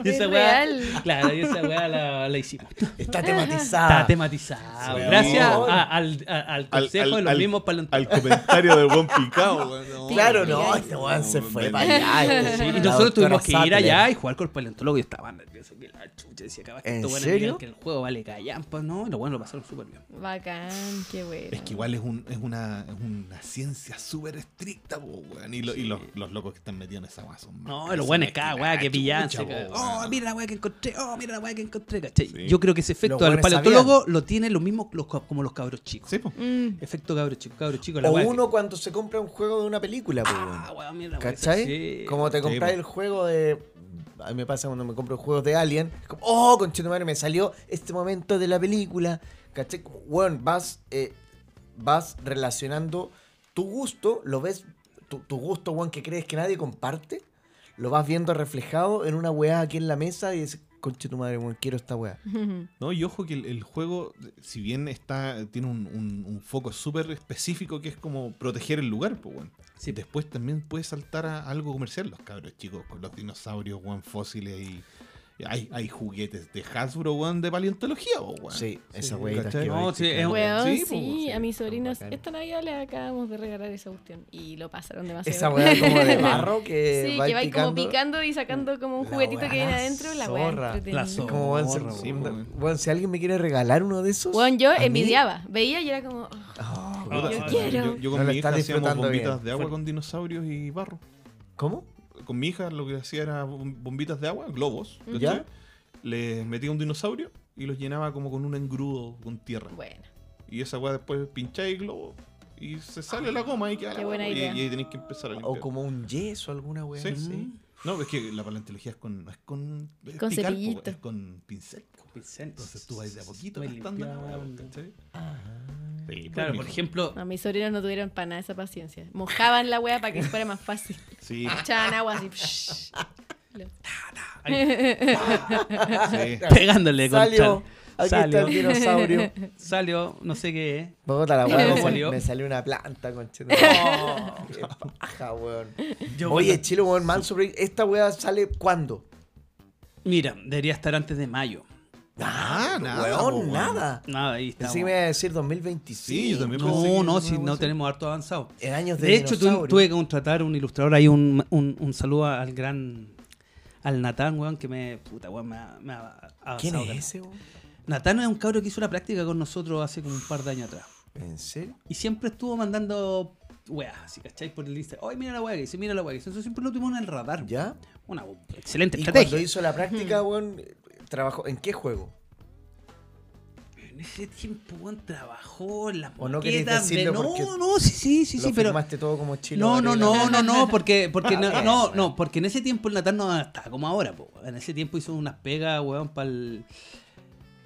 [SPEAKER 1] y esa
[SPEAKER 2] Es
[SPEAKER 1] weá,
[SPEAKER 2] real.
[SPEAKER 1] claro, y esa weá la, la hicimos.
[SPEAKER 4] Está
[SPEAKER 1] Está
[SPEAKER 4] tematizada.
[SPEAKER 1] tematizado.
[SPEAKER 3] Sí.
[SPEAKER 1] Gracias
[SPEAKER 4] No.
[SPEAKER 1] a- al, a- al consejo de los mismos
[SPEAKER 3] al
[SPEAKER 1] paleontólogos.
[SPEAKER 3] comentario del buen picado, weón. No,
[SPEAKER 4] Claro,
[SPEAKER 3] weón.
[SPEAKER 4] no, este weón se fue
[SPEAKER 3] Ven-
[SPEAKER 4] para allá.
[SPEAKER 1] Sí,
[SPEAKER 4] este.
[SPEAKER 1] y
[SPEAKER 4] La
[SPEAKER 1] nosotros tuvimos
[SPEAKER 4] doctora
[SPEAKER 1] que ir allá
[SPEAKER 4] Sattler.
[SPEAKER 1] y jugar con el paleontólogo y estaba nervioso. Que la chucha decía que
[SPEAKER 4] ¿En
[SPEAKER 1] esto bueno
[SPEAKER 4] serio?
[SPEAKER 1] Miguel, que el juego vale callampa, ¿no? Y lo bueno lo pasaron súper bien.
[SPEAKER 2] Bacán, qué bueno.
[SPEAKER 3] Es que igual es, un, es, una, es una ciencia súper estricta, po, weón. Y, lo- y los, los locos que están metidos en esa weá son más-
[SPEAKER 1] No, los
[SPEAKER 3] son
[SPEAKER 1] buenos
[SPEAKER 3] más
[SPEAKER 1] cada
[SPEAKER 3] la
[SPEAKER 1] weá que pillan.
[SPEAKER 3] chucha,
[SPEAKER 1] se
[SPEAKER 3] po,
[SPEAKER 1] cagan.
[SPEAKER 3] weón.
[SPEAKER 1] Oh, mira la weá que encontré. Oh, mira la weá que encontré. ¿cachai?
[SPEAKER 3] Sí.
[SPEAKER 1] Yo creo que ese efecto
[SPEAKER 4] Los
[SPEAKER 1] al
[SPEAKER 4] buenos
[SPEAKER 1] paleontólogo lo tiene lo mismo los ca- como los cabros
[SPEAKER 4] Oh.
[SPEAKER 1] chicos.
[SPEAKER 3] Sí, po.
[SPEAKER 2] Mm.
[SPEAKER 1] Efecto cabros chicos, cabros chicos. La
[SPEAKER 4] O
[SPEAKER 1] weá que-
[SPEAKER 4] uno cuando se compra un juego de una película, pues, weón.
[SPEAKER 1] Ah, weón, mira la weá.
[SPEAKER 4] ¿Cachai?
[SPEAKER 1] sí.
[SPEAKER 4] Como te
[SPEAKER 3] Sí,
[SPEAKER 4] compras
[SPEAKER 3] po.
[SPEAKER 4] el juego de. A mí me pasa cuando me compro juegos de Alien. es como, oh, conchito madre, me salió este momento de la película. ¿Cachai? Como, Weón, vas, eh, vas relacionando tu gusto, lo ves, tu, tu gusto, weón, que crees que nadie comparte, lo vas viendo reflejado en una weá aquí en la mesa y dices, conchito madre, weón, quiero esta weá.
[SPEAKER 3] No, y ojo que el, el juego, si bien está tiene un, un- un foco súper específico que es como proteger el lugar, pues, weón.
[SPEAKER 1] Sí.
[SPEAKER 3] Después también puede saltar a algo comercial, los cabros chicos, con los dinosaurios, weón, fósiles y. Hay, hay juguetes de Hasbro, weón, de paleontología, po, weón.
[SPEAKER 4] Sí, esa
[SPEAKER 3] weá.
[SPEAKER 4] weá.
[SPEAKER 1] No, sí, es un-
[SPEAKER 2] Weón,
[SPEAKER 3] Sí,
[SPEAKER 2] sí,
[SPEAKER 3] pues, sí,
[SPEAKER 2] a mis
[SPEAKER 4] son
[SPEAKER 2] sobrinos
[SPEAKER 4] bacanes.
[SPEAKER 2] esta Navidad le acabamos de regalar esa cuestión y lo pasaron demasiado.
[SPEAKER 4] Esa
[SPEAKER 2] bien.
[SPEAKER 4] weá como de barro que
[SPEAKER 2] sí,
[SPEAKER 4] va
[SPEAKER 2] que va ahí como
[SPEAKER 4] picando.
[SPEAKER 2] picando y sacando como un
[SPEAKER 4] La
[SPEAKER 2] juguetito que
[SPEAKER 4] weá
[SPEAKER 2] viene adentro, la weá
[SPEAKER 4] zorra, la
[SPEAKER 2] entretenida.
[SPEAKER 1] zorra.
[SPEAKER 4] Como, weón, si-
[SPEAKER 1] Zorro,
[SPEAKER 4] si-
[SPEAKER 3] weón.
[SPEAKER 4] weón, si alguien me quiere regalar uno de esos.
[SPEAKER 2] Weón, yo
[SPEAKER 4] a mí-
[SPEAKER 2] envidiaba, veía y era como, oh,
[SPEAKER 4] Ah,
[SPEAKER 1] Ah,
[SPEAKER 4] weón.
[SPEAKER 2] yo
[SPEAKER 1] ah,
[SPEAKER 2] quiero.
[SPEAKER 3] Yo, yo con
[SPEAKER 4] No lo
[SPEAKER 3] mi hija
[SPEAKER 4] estás
[SPEAKER 3] hacíamos
[SPEAKER 4] disfrutando
[SPEAKER 3] bombitas
[SPEAKER 4] bien.
[SPEAKER 3] de agua
[SPEAKER 1] Fuerte.
[SPEAKER 3] con dinosaurios y barro.
[SPEAKER 4] ¿Cómo?
[SPEAKER 3] Con mi hija lo que hacía era bom- bombitas de agua, globos. ¿cachai?
[SPEAKER 4] ¿Ya?
[SPEAKER 3] Les metía un dinosaurio y los llenaba como con un engrudo con tierra.
[SPEAKER 2] bueno,
[SPEAKER 3] Y esa agua después pincháis el globo y se sale la goma y queda la
[SPEAKER 2] Qué
[SPEAKER 3] agua.
[SPEAKER 2] buena
[SPEAKER 3] Y-
[SPEAKER 2] idea.
[SPEAKER 3] Y, ahí tenéis que empezar a limpiar.
[SPEAKER 4] O como un yeso, alguna
[SPEAKER 2] Pues,
[SPEAKER 4] weá.
[SPEAKER 3] Sí.
[SPEAKER 4] así.
[SPEAKER 3] No, es que la paleontología es con. No es con. es
[SPEAKER 2] Con
[SPEAKER 3] picar, po,
[SPEAKER 2] cepillito.
[SPEAKER 3] Es con pincel. po.
[SPEAKER 1] Pincel.
[SPEAKER 3] Entonces tú vas de a poquito
[SPEAKER 1] Voy
[SPEAKER 3] gastando la agua,
[SPEAKER 1] limpiando.
[SPEAKER 3] ¿cachai? Sí,
[SPEAKER 1] Ah. Claro,
[SPEAKER 3] pues,
[SPEAKER 1] por
[SPEAKER 3] mijo.
[SPEAKER 1] ejemplo,
[SPEAKER 2] no, mis sobrinos no tuvieron para nada esa paciencia. Mojaban la weá para que fuera más fácil.
[SPEAKER 3] Sí,
[SPEAKER 2] Echaban agua así. psh.
[SPEAKER 3] sí.
[SPEAKER 1] pegándole con chal-
[SPEAKER 4] Salió. Aquí está el dinosaurio.
[SPEAKER 1] Salió, no sé qué es.
[SPEAKER 4] Bogotá la
[SPEAKER 1] ¿Cómo
[SPEAKER 4] weá. me
[SPEAKER 1] salió?
[SPEAKER 4] sal- Me salió una planta, conchete. No, qué paja, weón. Oye, chilo, weón, manso, break. ¿esta weá sale cuándo?
[SPEAKER 1] Mira, debería estar antes de mayo.
[SPEAKER 3] Ah, nada, po,
[SPEAKER 4] Weón,
[SPEAKER 3] weón.
[SPEAKER 4] nada.
[SPEAKER 1] Nada, ahí está.
[SPEAKER 4] Pensé que me iba a decir 2025.
[SPEAKER 3] Sí, yo también pensé
[SPEAKER 1] No,
[SPEAKER 3] que
[SPEAKER 1] no,
[SPEAKER 3] era
[SPEAKER 1] si
[SPEAKER 3] una
[SPEAKER 1] no
[SPEAKER 3] weá
[SPEAKER 1] tenemos harto avanzado.
[SPEAKER 4] En años de.
[SPEAKER 1] De hecho, tu-
[SPEAKER 4] dinosaurio.
[SPEAKER 1] tuve que contratar un ilustrador. Ahí un, un, un saludo al gran. Al Natán, weón, que me. Puta, weón, me ha, me ha avanzado.
[SPEAKER 4] ¿Quién es
[SPEAKER 1] cara.
[SPEAKER 4] ese, weón?
[SPEAKER 1] Natán es un cabro que hizo la práctica con nosotros hace como un par de años atrás.
[SPEAKER 4] ¿En serio?
[SPEAKER 1] Y siempre estuvo mandando weas, así, ¿cachai? Por el Instagram. Oye, mira la wea que dice, mira la wea que hizo. Eso siempre lo tuvimos en el radar.
[SPEAKER 4] ¿Ya?
[SPEAKER 1] Una excelente
[SPEAKER 4] Y
[SPEAKER 1] estrategia. Mm.
[SPEAKER 4] cuando hizo la práctica, weón, trabajó. ¿En qué juego?
[SPEAKER 1] En ese tiempo, weón, trabajó en las
[SPEAKER 4] ¿O no querés
[SPEAKER 1] maquetas de-
[SPEAKER 4] decirlo
[SPEAKER 1] No,
[SPEAKER 4] porque
[SPEAKER 1] no, sí, sí, sí,
[SPEAKER 4] Lo
[SPEAKER 1] sí, pero...
[SPEAKER 4] firmaste todo como chilo.
[SPEAKER 1] No, no,
[SPEAKER 4] Varela.
[SPEAKER 1] no, no, no, porque, porque
[SPEAKER 4] Ah,
[SPEAKER 1] no,
[SPEAKER 4] bien,
[SPEAKER 1] no,
[SPEAKER 4] bueno.
[SPEAKER 1] no, porque en ese tiempo el Natal no estaba como ahora, po. En ese tiempo hizo unas pegas, weón, pa'l.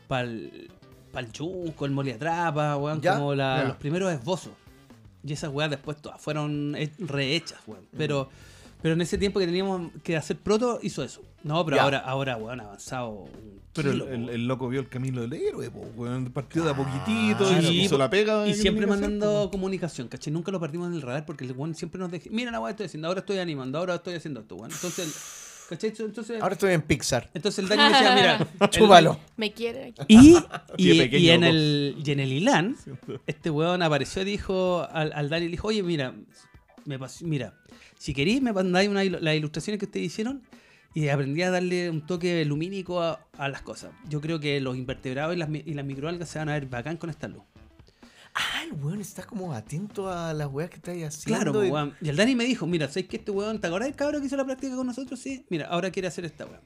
[SPEAKER 1] pa'l. pa'l Yunco, el Moliatrapa, weón,
[SPEAKER 4] ¿Ya?
[SPEAKER 1] como la-
[SPEAKER 3] Ya.
[SPEAKER 1] los primeros esbozos. Y esas weas después todas fueron he- rehechas, weón.
[SPEAKER 4] Mm.
[SPEAKER 1] Pero, pero en ese tiempo que teníamos que hacer proto, hizo eso. No, pero
[SPEAKER 4] Ya.
[SPEAKER 1] ahora, ahora, weón, avanzado. un
[SPEAKER 3] Pero el,
[SPEAKER 1] kilo,
[SPEAKER 3] el-
[SPEAKER 1] po.
[SPEAKER 3] el loco vio el camino del héroe, po, weón. Partió de a poquitito,
[SPEAKER 1] Ah, Claro.
[SPEAKER 3] y hizo la pega.
[SPEAKER 1] Y
[SPEAKER 3] que
[SPEAKER 1] siempre
[SPEAKER 3] tenía que hacer,
[SPEAKER 1] mandando
[SPEAKER 3] po.
[SPEAKER 1] comunicación, ¿cachai? Nunca lo perdimos en el radar porque el weón siempre nos deja. Mira, la weá estoy haciendo, ahora estoy animando, ahora estoy haciendo esto, weón. Entonces, el- ¿cachai? Entonces,
[SPEAKER 4] Ahora estoy en Pixar.
[SPEAKER 1] entonces el Dani me decía, mira. el-
[SPEAKER 4] Chúbalo.
[SPEAKER 2] Me quiere aquí.
[SPEAKER 1] y,
[SPEAKER 3] Y
[SPEAKER 1] y,
[SPEAKER 3] de pequeño
[SPEAKER 1] y en
[SPEAKER 3] dos.
[SPEAKER 1] el, y en el Ilan, este weón apareció y dijo al, al Dani, le dijo, oye, mira, me pas- mira, si queréis me mandáis una ilu- las ilustraciones que ustedes hicieron y aprendí a darle un toque lumínico a, a las cosas. Yo creo que los invertebrados y las, mi- y las microalgas se van a ver bacán con esta luz.
[SPEAKER 4] Ah, el weón está como atento a las weas que estáis haciendo.
[SPEAKER 1] Claro, po,
[SPEAKER 4] y-
[SPEAKER 1] weón. Y el Dani me dijo, mira, ¿sabes que este weón, te acordás del cabrón que hizo la práctica con nosotros? Sí. Mira, ahora quiere hacer esta weón.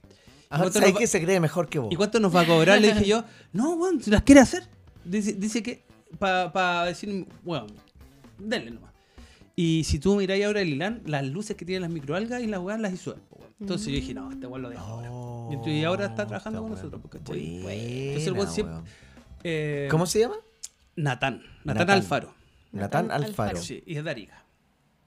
[SPEAKER 4] Ah,
[SPEAKER 1] ¿Cuánto
[SPEAKER 4] ¿sabes
[SPEAKER 1] nos va-
[SPEAKER 4] qué? se cree mejor que vos.
[SPEAKER 1] ¿Y cuánto nos va a cobrar? Le dije yo, no, weón, si las quiere hacer. Dice, dice que, para decir, weón, denle nomás. Y si tú miráis ahora el Ilan, las luces que tienen las microalgas y las weas las hizo él, po, weón. Entonces yo dije, no, este weón lo dejo ahora.
[SPEAKER 4] Oh,
[SPEAKER 1] Y entonces- y ahora está trabajando con
[SPEAKER 4] weón.
[SPEAKER 1] nosotros, po, ¿cachai?
[SPEAKER 4] Buena,
[SPEAKER 1] Entonces el weón siempre-
[SPEAKER 4] weón.
[SPEAKER 1] Eh,
[SPEAKER 4] ¿Cómo se llama?
[SPEAKER 1] Natán, Natán
[SPEAKER 4] Natán.
[SPEAKER 1] Alfaro.
[SPEAKER 4] Natán
[SPEAKER 2] Natán
[SPEAKER 4] Alfaro.
[SPEAKER 2] Alfaro.
[SPEAKER 1] Sí, y es de Arica.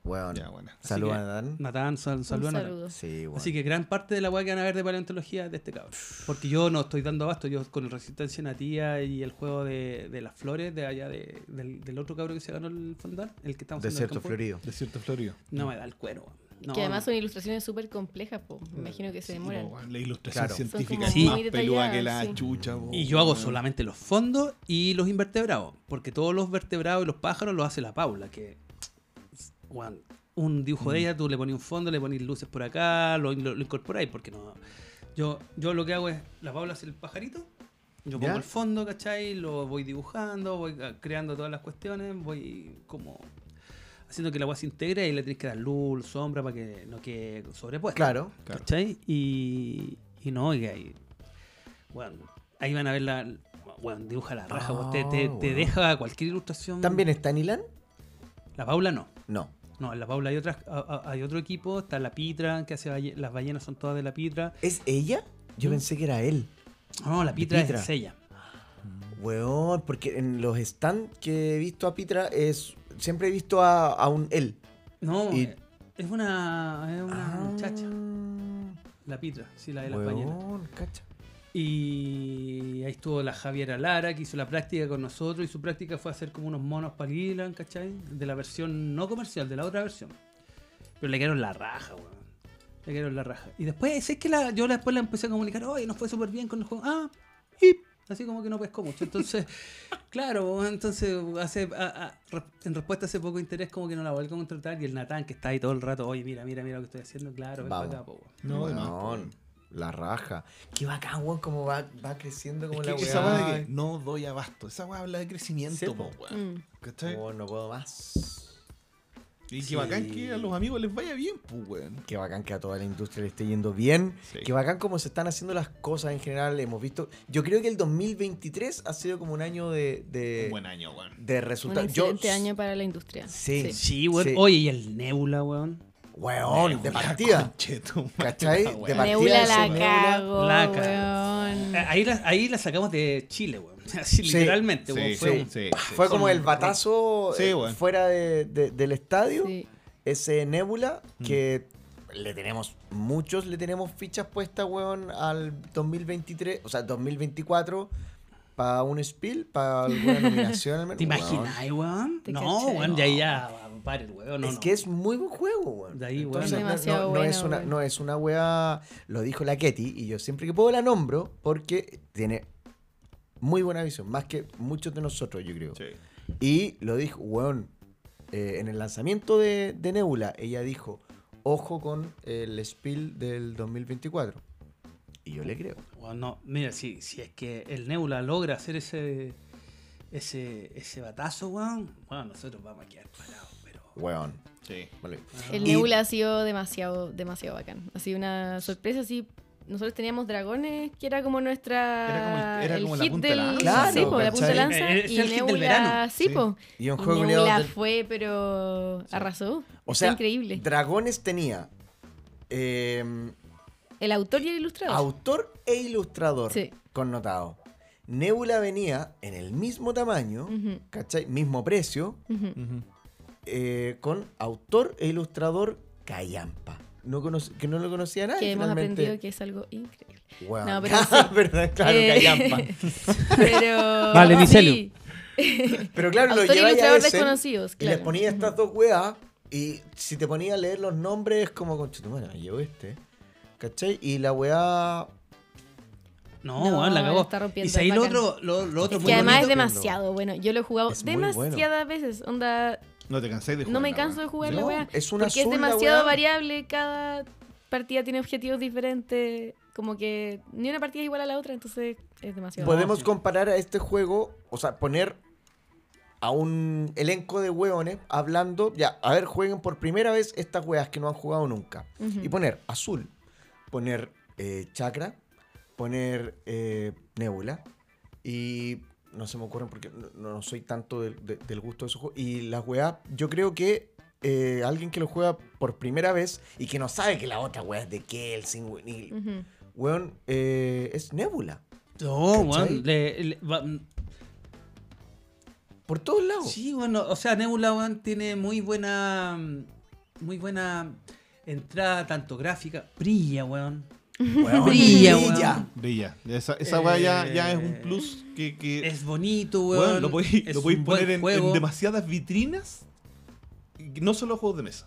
[SPEAKER 4] Weón.
[SPEAKER 3] Ya, bueno.
[SPEAKER 4] Saluda
[SPEAKER 1] que-
[SPEAKER 4] a Natán.
[SPEAKER 1] Natán, sal,
[SPEAKER 2] Un
[SPEAKER 1] saluda a Natán.
[SPEAKER 2] saludo.
[SPEAKER 4] Sí, weón.
[SPEAKER 1] Así que gran parte de la weá que van a ver de paleontología es de este cabrón. Porque yo no estoy dando abasto, yo con el Resistencia Natía y el juego de, de las flores de allá de- del, del otro cabrón que se ganó el fondar, el que estamos haciendo el
[SPEAKER 4] Desierto
[SPEAKER 1] campo,
[SPEAKER 4] florido.
[SPEAKER 3] Desierto Florido.
[SPEAKER 1] No me da el cuero. weón. No,
[SPEAKER 2] que además
[SPEAKER 1] no.
[SPEAKER 2] son ilustraciones súper complejas, po. Me imagino que se demoran.
[SPEAKER 3] la ilustración
[SPEAKER 4] Claro.
[SPEAKER 3] científica
[SPEAKER 2] Son
[SPEAKER 3] es
[SPEAKER 1] como
[SPEAKER 3] más
[SPEAKER 2] muy
[SPEAKER 3] peluda
[SPEAKER 2] detalladas,
[SPEAKER 3] que la
[SPEAKER 2] sí.
[SPEAKER 3] chucha. po,
[SPEAKER 1] Y yo hago
[SPEAKER 3] weón.
[SPEAKER 1] solamente los fondos y los invertebrados. Porque todos los vertebrados y los pájaros los hace la Paula, que. weón, un dibujo de ella, tú le pones un fondo, le pones luces por acá, lo, lo, lo incorporáis, porque no. Yo, yo lo que hago es, la Paula hace el pajarito, yo pongo
[SPEAKER 4] ¿Ya?
[SPEAKER 1] el fondo, ¿cachai? Lo voy dibujando, voy ah, creando todas las cuestiones, voy como haciendo que el agua se integre y le tienes que dar luz, sombra para que no quede sobrepuesta.
[SPEAKER 4] Claro.
[SPEAKER 3] Claro.
[SPEAKER 1] ¿Cachai? Y, y no, y ahí. Bueno, ahí van a ver la. Bueno, dibuja la raja,
[SPEAKER 4] Ah,
[SPEAKER 1] weón, te, te- te
[SPEAKER 4] weón.
[SPEAKER 1] deja cualquier ilustración.
[SPEAKER 4] ¿También está en Ilan?
[SPEAKER 1] La Paula no.
[SPEAKER 4] No.
[SPEAKER 1] No, en la Paula hay, otras, a- a- hay otro equipo, está la Pitra, que hace balle- las ballenas son todas de la Pitra.
[SPEAKER 4] ¿Es ella?
[SPEAKER 1] Mm.
[SPEAKER 4] Yo pensé que era él.
[SPEAKER 1] No, la
[SPEAKER 4] ¿De
[SPEAKER 1] Pitra,
[SPEAKER 4] Pitra?
[SPEAKER 1] es ella.
[SPEAKER 4] Weón, porque en los stands que he visto a Pitra es. Siempre he visto a, a un él. Ah,
[SPEAKER 1] No,
[SPEAKER 4] Y-
[SPEAKER 1] eh, es una, es una muchacha,
[SPEAKER 4] De
[SPEAKER 1] la Pitra, sí, la de las ballenas.
[SPEAKER 4] Weón, cacha.
[SPEAKER 1] Y ahí estuvo la Javiera Lara, que hizo la práctica con nosotros, y su práctica fue hacer como unos monos para Gilan, ¿cachai? De la versión no comercial, de la otra versión. Pero le quedaron la raja, weón. Le quedaron la raja. Y después, es que la, yo la- después la empecé a comunicar, oye, nos fue súper bien con el juego. Ah, y así como que no pescó mucho. Entonces, claro, weón, entonces hace, a- a- re- en respuesta a ese poco interés, como que no la vuelvo a contratar. Y el Natán, que está ahí todo el rato, oye, mira, mira, mira lo que estoy haciendo, claro, ven para
[SPEAKER 4] Vamos.
[SPEAKER 1] acá, po, weón.
[SPEAKER 3] No, de más, po,
[SPEAKER 4] Weón,
[SPEAKER 3] weón.
[SPEAKER 4] La raja. Qué bacán, weón, como va, va creciendo como
[SPEAKER 3] Es
[SPEAKER 4] la
[SPEAKER 3] que
[SPEAKER 4] weá.
[SPEAKER 3] esa weá de que no doy abasto. Esa weá habla de crecimiento,
[SPEAKER 4] Sí,
[SPEAKER 3] po,
[SPEAKER 4] po.
[SPEAKER 3] weón.
[SPEAKER 2] Mm.
[SPEAKER 3] ¿Cachai?
[SPEAKER 4] Weón, no puedo más.
[SPEAKER 3] Y
[SPEAKER 4] Sí.
[SPEAKER 3] que bacán que a los amigos les vaya bien, pues, weón.
[SPEAKER 4] Qué bacán que a toda la industria le esté yendo bien.
[SPEAKER 3] Sí.
[SPEAKER 4] Qué bacán como se están haciendo las cosas en general. Hemos visto. Yo creo que el 2023 ha sido como un año de. de
[SPEAKER 3] Un buen año, weón.
[SPEAKER 4] de
[SPEAKER 2] Un
[SPEAKER 4] resultados.
[SPEAKER 2] excelente año para la industria.
[SPEAKER 4] Sí.
[SPEAKER 1] Sí, weón. Oye, y el Nebula, weón.
[SPEAKER 4] Weón, oh, de
[SPEAKER 3] Nebula,
[SPEAKER 4] partida.
[SPEAKER 3] conchetu,
[SPEAKER 4] ¿Cachai?
[SPEAKER 1] Ah,
[SPEAKER 3] madre,
[SPEAKER 4] De
[SPEAKER 3] weón.
[SPEAKER 4] partida
[SPEAKER 2] Nebula
[SPEAKER 4] eso,
[SPEAKER 2] la
[SPEAKER 4] Nebula.
[SPEAKER 2] cago,
[SPEAKER 1] La
[SPEAKER 2] weón.
[SPEAKER 1] Eh, Ahí la, ahí la sacamos de Chile, weón. Así
[SPEAKER 4] Sí,
[SPEAKER 1] literalmente, weón.
[SPEAKER 3] Sí,
[SPEAKER 1] Fue
[SPEAKER 3] sí,
[SPEAKER 1] un-
[SPEAKER 3] sí, sí.
[SPEAKER 4] este Fue como
[SPEAKER 1] Con-
[SPEAKER 4] el batazo
[SPEAKER 3] Sí,
[SPEAKER 4] eh,
[SPEAKER 3] weón.
[SPEAKER 4] fuera de- de- del estadio.
[SPEAKER 2] Sí.
[SPEAKER 4] Ese Nebula
[SPEAKER 1] Mm.
[SPEAKER 4] que le tenemos, muchos le tenemos fichas puestas, weón, al 2023, o sea, 2024, para un spill, para alguna nominación al menos.
[SPEAKER 1] ¿Te
[SPEAKER 4] weón.
[SPEAKER 1] imaginas, weón?
[SPEAKER 2] Te
[SPEAKER 1] No,
[SPEAKER 2] cachai.
[SPEAKER 1] weón, ya ahí ya para el weón. No,
[SPEAKER 4] es
[SPEAKER 1] no.
[SPEAKER 4] que es muy buen juego, weón.
[SPEAKER 1] De ahí,
[SPEAKER 4] Entonces,
[SPEAKER 1] weón.
[SPEAKER 4] no- no-
[SPEAKER 2] Demasiado
[SPEAKER 4] no, es
[SPEAKER 2] bueno,
[SPEAKER 4] una,
[SPEAKER 2] weón.
[SPEAKER 4] no es una weá, lo dijo la Ketty, y yo siempre que puedo la nombro, porque tiene muy buena visión, más que muchos de nosotros, yo creo.
[SPEAKER 3] Sí.
[SPEAKER 4] Y lo dijo, weón, eh, en el lanzamiento de, de Nebula, ella dijo, ojo con el spill del 2024. Y yo le creo.
[SPEAKER 1] Weón, no, mira, si, si es que el Nebula logra hacer ese ese, ese batazo, weón, bueno, nosotros vamos a quedar parados, pero.
[SPEAKER 4] Weón.
[SPEAKER 3] Sí.
[SPEAKER 4] Vale.
[SPEAKER 2] El
[SPEAKER 4] Y-
[SPEAKER 2] Nebula ha sido demasiado, demasiado bacán. Ha sido una sorpresa así. Nosotros teníamos dragones, que era como nuestra.
[SPEAKER 3] Era como el- era como la
[SPEAKER 2] hit
[SPEAKER 3] punta de
[SPEAKER 2] del-
[SPEAKER 3] lanza,
[SPEAKER 4] Claro,
[SPEAKER 2] sí, po, la punta de
[SPEAKER 4] ¿cachai?
[SPEAKER 2] lanza.
[SPEAKER 1] Eh, es
[SPEAKER 2] y
[SPEAKER 1] el hit del verano.
[SPEAKER 2] Nebula, sí,
[SPEAKER 3] Sí.
[SPEAKER 2] po.
[SPEAKER 4] Y un
[SPEAKER 2] Y
[SPEAKER 4] juego culiao
[SPEAKER 2] Nebula
[SPEAKER 4] del-
[SPEAKER 2] fue, pero arrasó.
[SPEAKER 4] O
[SPEAKER 2] Fue
[SPEAKER 4] sea,
[SPEAKER 2] increíble.
[SPEAKER 4] Dragones tenía eh,
[SPEAKER 2] El autor y el ilustrador.
[SPEAKER 4] autor e ilustrador
[SPEAKER 2] Sí.
[SPEAKER 4] connotado. Nebula venía en el mismo tamaño,
[SPEAKER 2] Ujú,
[SPEAKER 4] ¿cachai? Mismo precio,
[SPEAKER 2] ujú.
[SPEAKER 4] eh, con autor e ilustrador Cayampa. No conoce- que no lo conocía nadie.
[SPEAKER 2] Que hemos
[SPEAKER 4] finalmente.
[SPEAKER 2] aprendido que es algo increíble.
[SPEAKER 4] Weón.
[SPEAKER 2] No, pero sí.
[SPEAKER 4] ¿Verdad? Claro,
[SPEAKER 2] Eh,
[SPEAKER 4] Cayampa.
[SPEAKER 2] Pero.
[SPEAKER 1] Vale, mi celu.
[SPEAKER 2] sí.
[SPEAKER 4] Pero claro, lo
[SPEAKER 2] Autor y
[SPEAKER 4] lleváis a
[SPEAKER 2] ilustrador
[SPEAKER 4] Essen
[SPEAKER 2] desconocidos,
[SPEAKER 4] Y
[SPEAKER 2] claro.
[SPEAKER 4] les ponía estas dos weas. Y si te ponía a leer los nombres, es como con chutumana, me llevo este. ¿Cachai? Y la wea.
[SPEAKER 1] No,
[SPEAKER 2] No,
[SPEAKER 1] weón, la
[SPEAKER 2] lo
[SPEAKER 1] cagó.
[SPEAKER 2] está rompiendo,
[SPEAKER 1] Y si ahí
[SPEAKER 2] es
[SPEAKER 1] lo
[SPEAKER 2] bacán.
[SPEAKER 1] otro, lo, lo otro
[SPEAKER 4] Es
[SPEAKER 1] muy
[SPEAKER 2] Que además es
[SPEAKER 1] bonito-
[SPEAKER 2] demasiado bueno. Yo lo he jugado
[SPEAKER 4] Es muy bueno.
[SPEAKER 2] demasiadas veces. Onda,
[SPEAKER 3] No te cansé de jugar.
[SPEAKER 2] no me
[SPEAKER 3] la
[SPEAKER 2] canso
[SPEAKER 3] weá.
[SPEAKER 2] de jugar
[SPEAKER 3] Sí.
[SPEAKER 2] la
[SPEAKER 4] No,
[SPEAKER 2] weá.
[SPEAKER 4] es una
[SPEAKER 2] porque es
[SPEAKER 4] azul la
[SPEAKER 2] demasiado
[SPEAKER 4] weá.
[SPEAKER 2] variable. Cada partida tiene objetivos diferentes. Como que ni una partida es igual a la otra. Entonces es demasiado.
[SPEAKER 4] Podemos
[SPEAKER 1] sí.
[SPEAKER 4] comparar a este juego, o sea, poner a un elenco de hueones hablando, ya, a ver, jueguen por primera vez estas hueas que no han jugado nunca.
[SPEAKER 2] Ujú.
[SPEAKER 4] Y poner azul, poner eh, chakra, poner eh, nebula y no se me ocurren porque no, no soy tanto del, de- del gusto de esos juegos. Y las weas, yo creo que eh, alguien que lo juega por primera vez y que no sabe que la otra wea es de Kelsen, we- ni-
[SPEAKER 2] Ujú.
[SPEAKER 4] weón, eh, es nebula.
[SPEAKER 1] No,
[SPEAKER 4] ¿Cachai?
[SPEAKER 1] weón. le- le- va-
[SPEAKER 4] Por todos lados.
[SPEAKER 1] Sí, bueno, o sea, Nebula weón, tiene muy buena. Muy buena entrada, tanto gráfica. Brilla, weón.
[SPEAKER 4] Weón,
[SPEAKER 1] Brilla, weón.
[SPEAKER 3] Brilla. Esa, esa weá ya, ya es un
[SPEAKER 1] Eh,
[SPEAKER 3] plus que. que
[SPEAKER 1] Es bonito,
[SPEAKER 3] weón,
[SPEAKER 1] weón.
[SPEAKER 3] lo podéis
[SPEAKER 1] es
[SPEAKER 3] lo podéis
[SPEAKER 1] un buen
[SPEAKER 3] poner en, en
[SPEAKER 1] juego.
[SPEAKER 3] demasiadas vitrinas. y No solo juegos de mesa.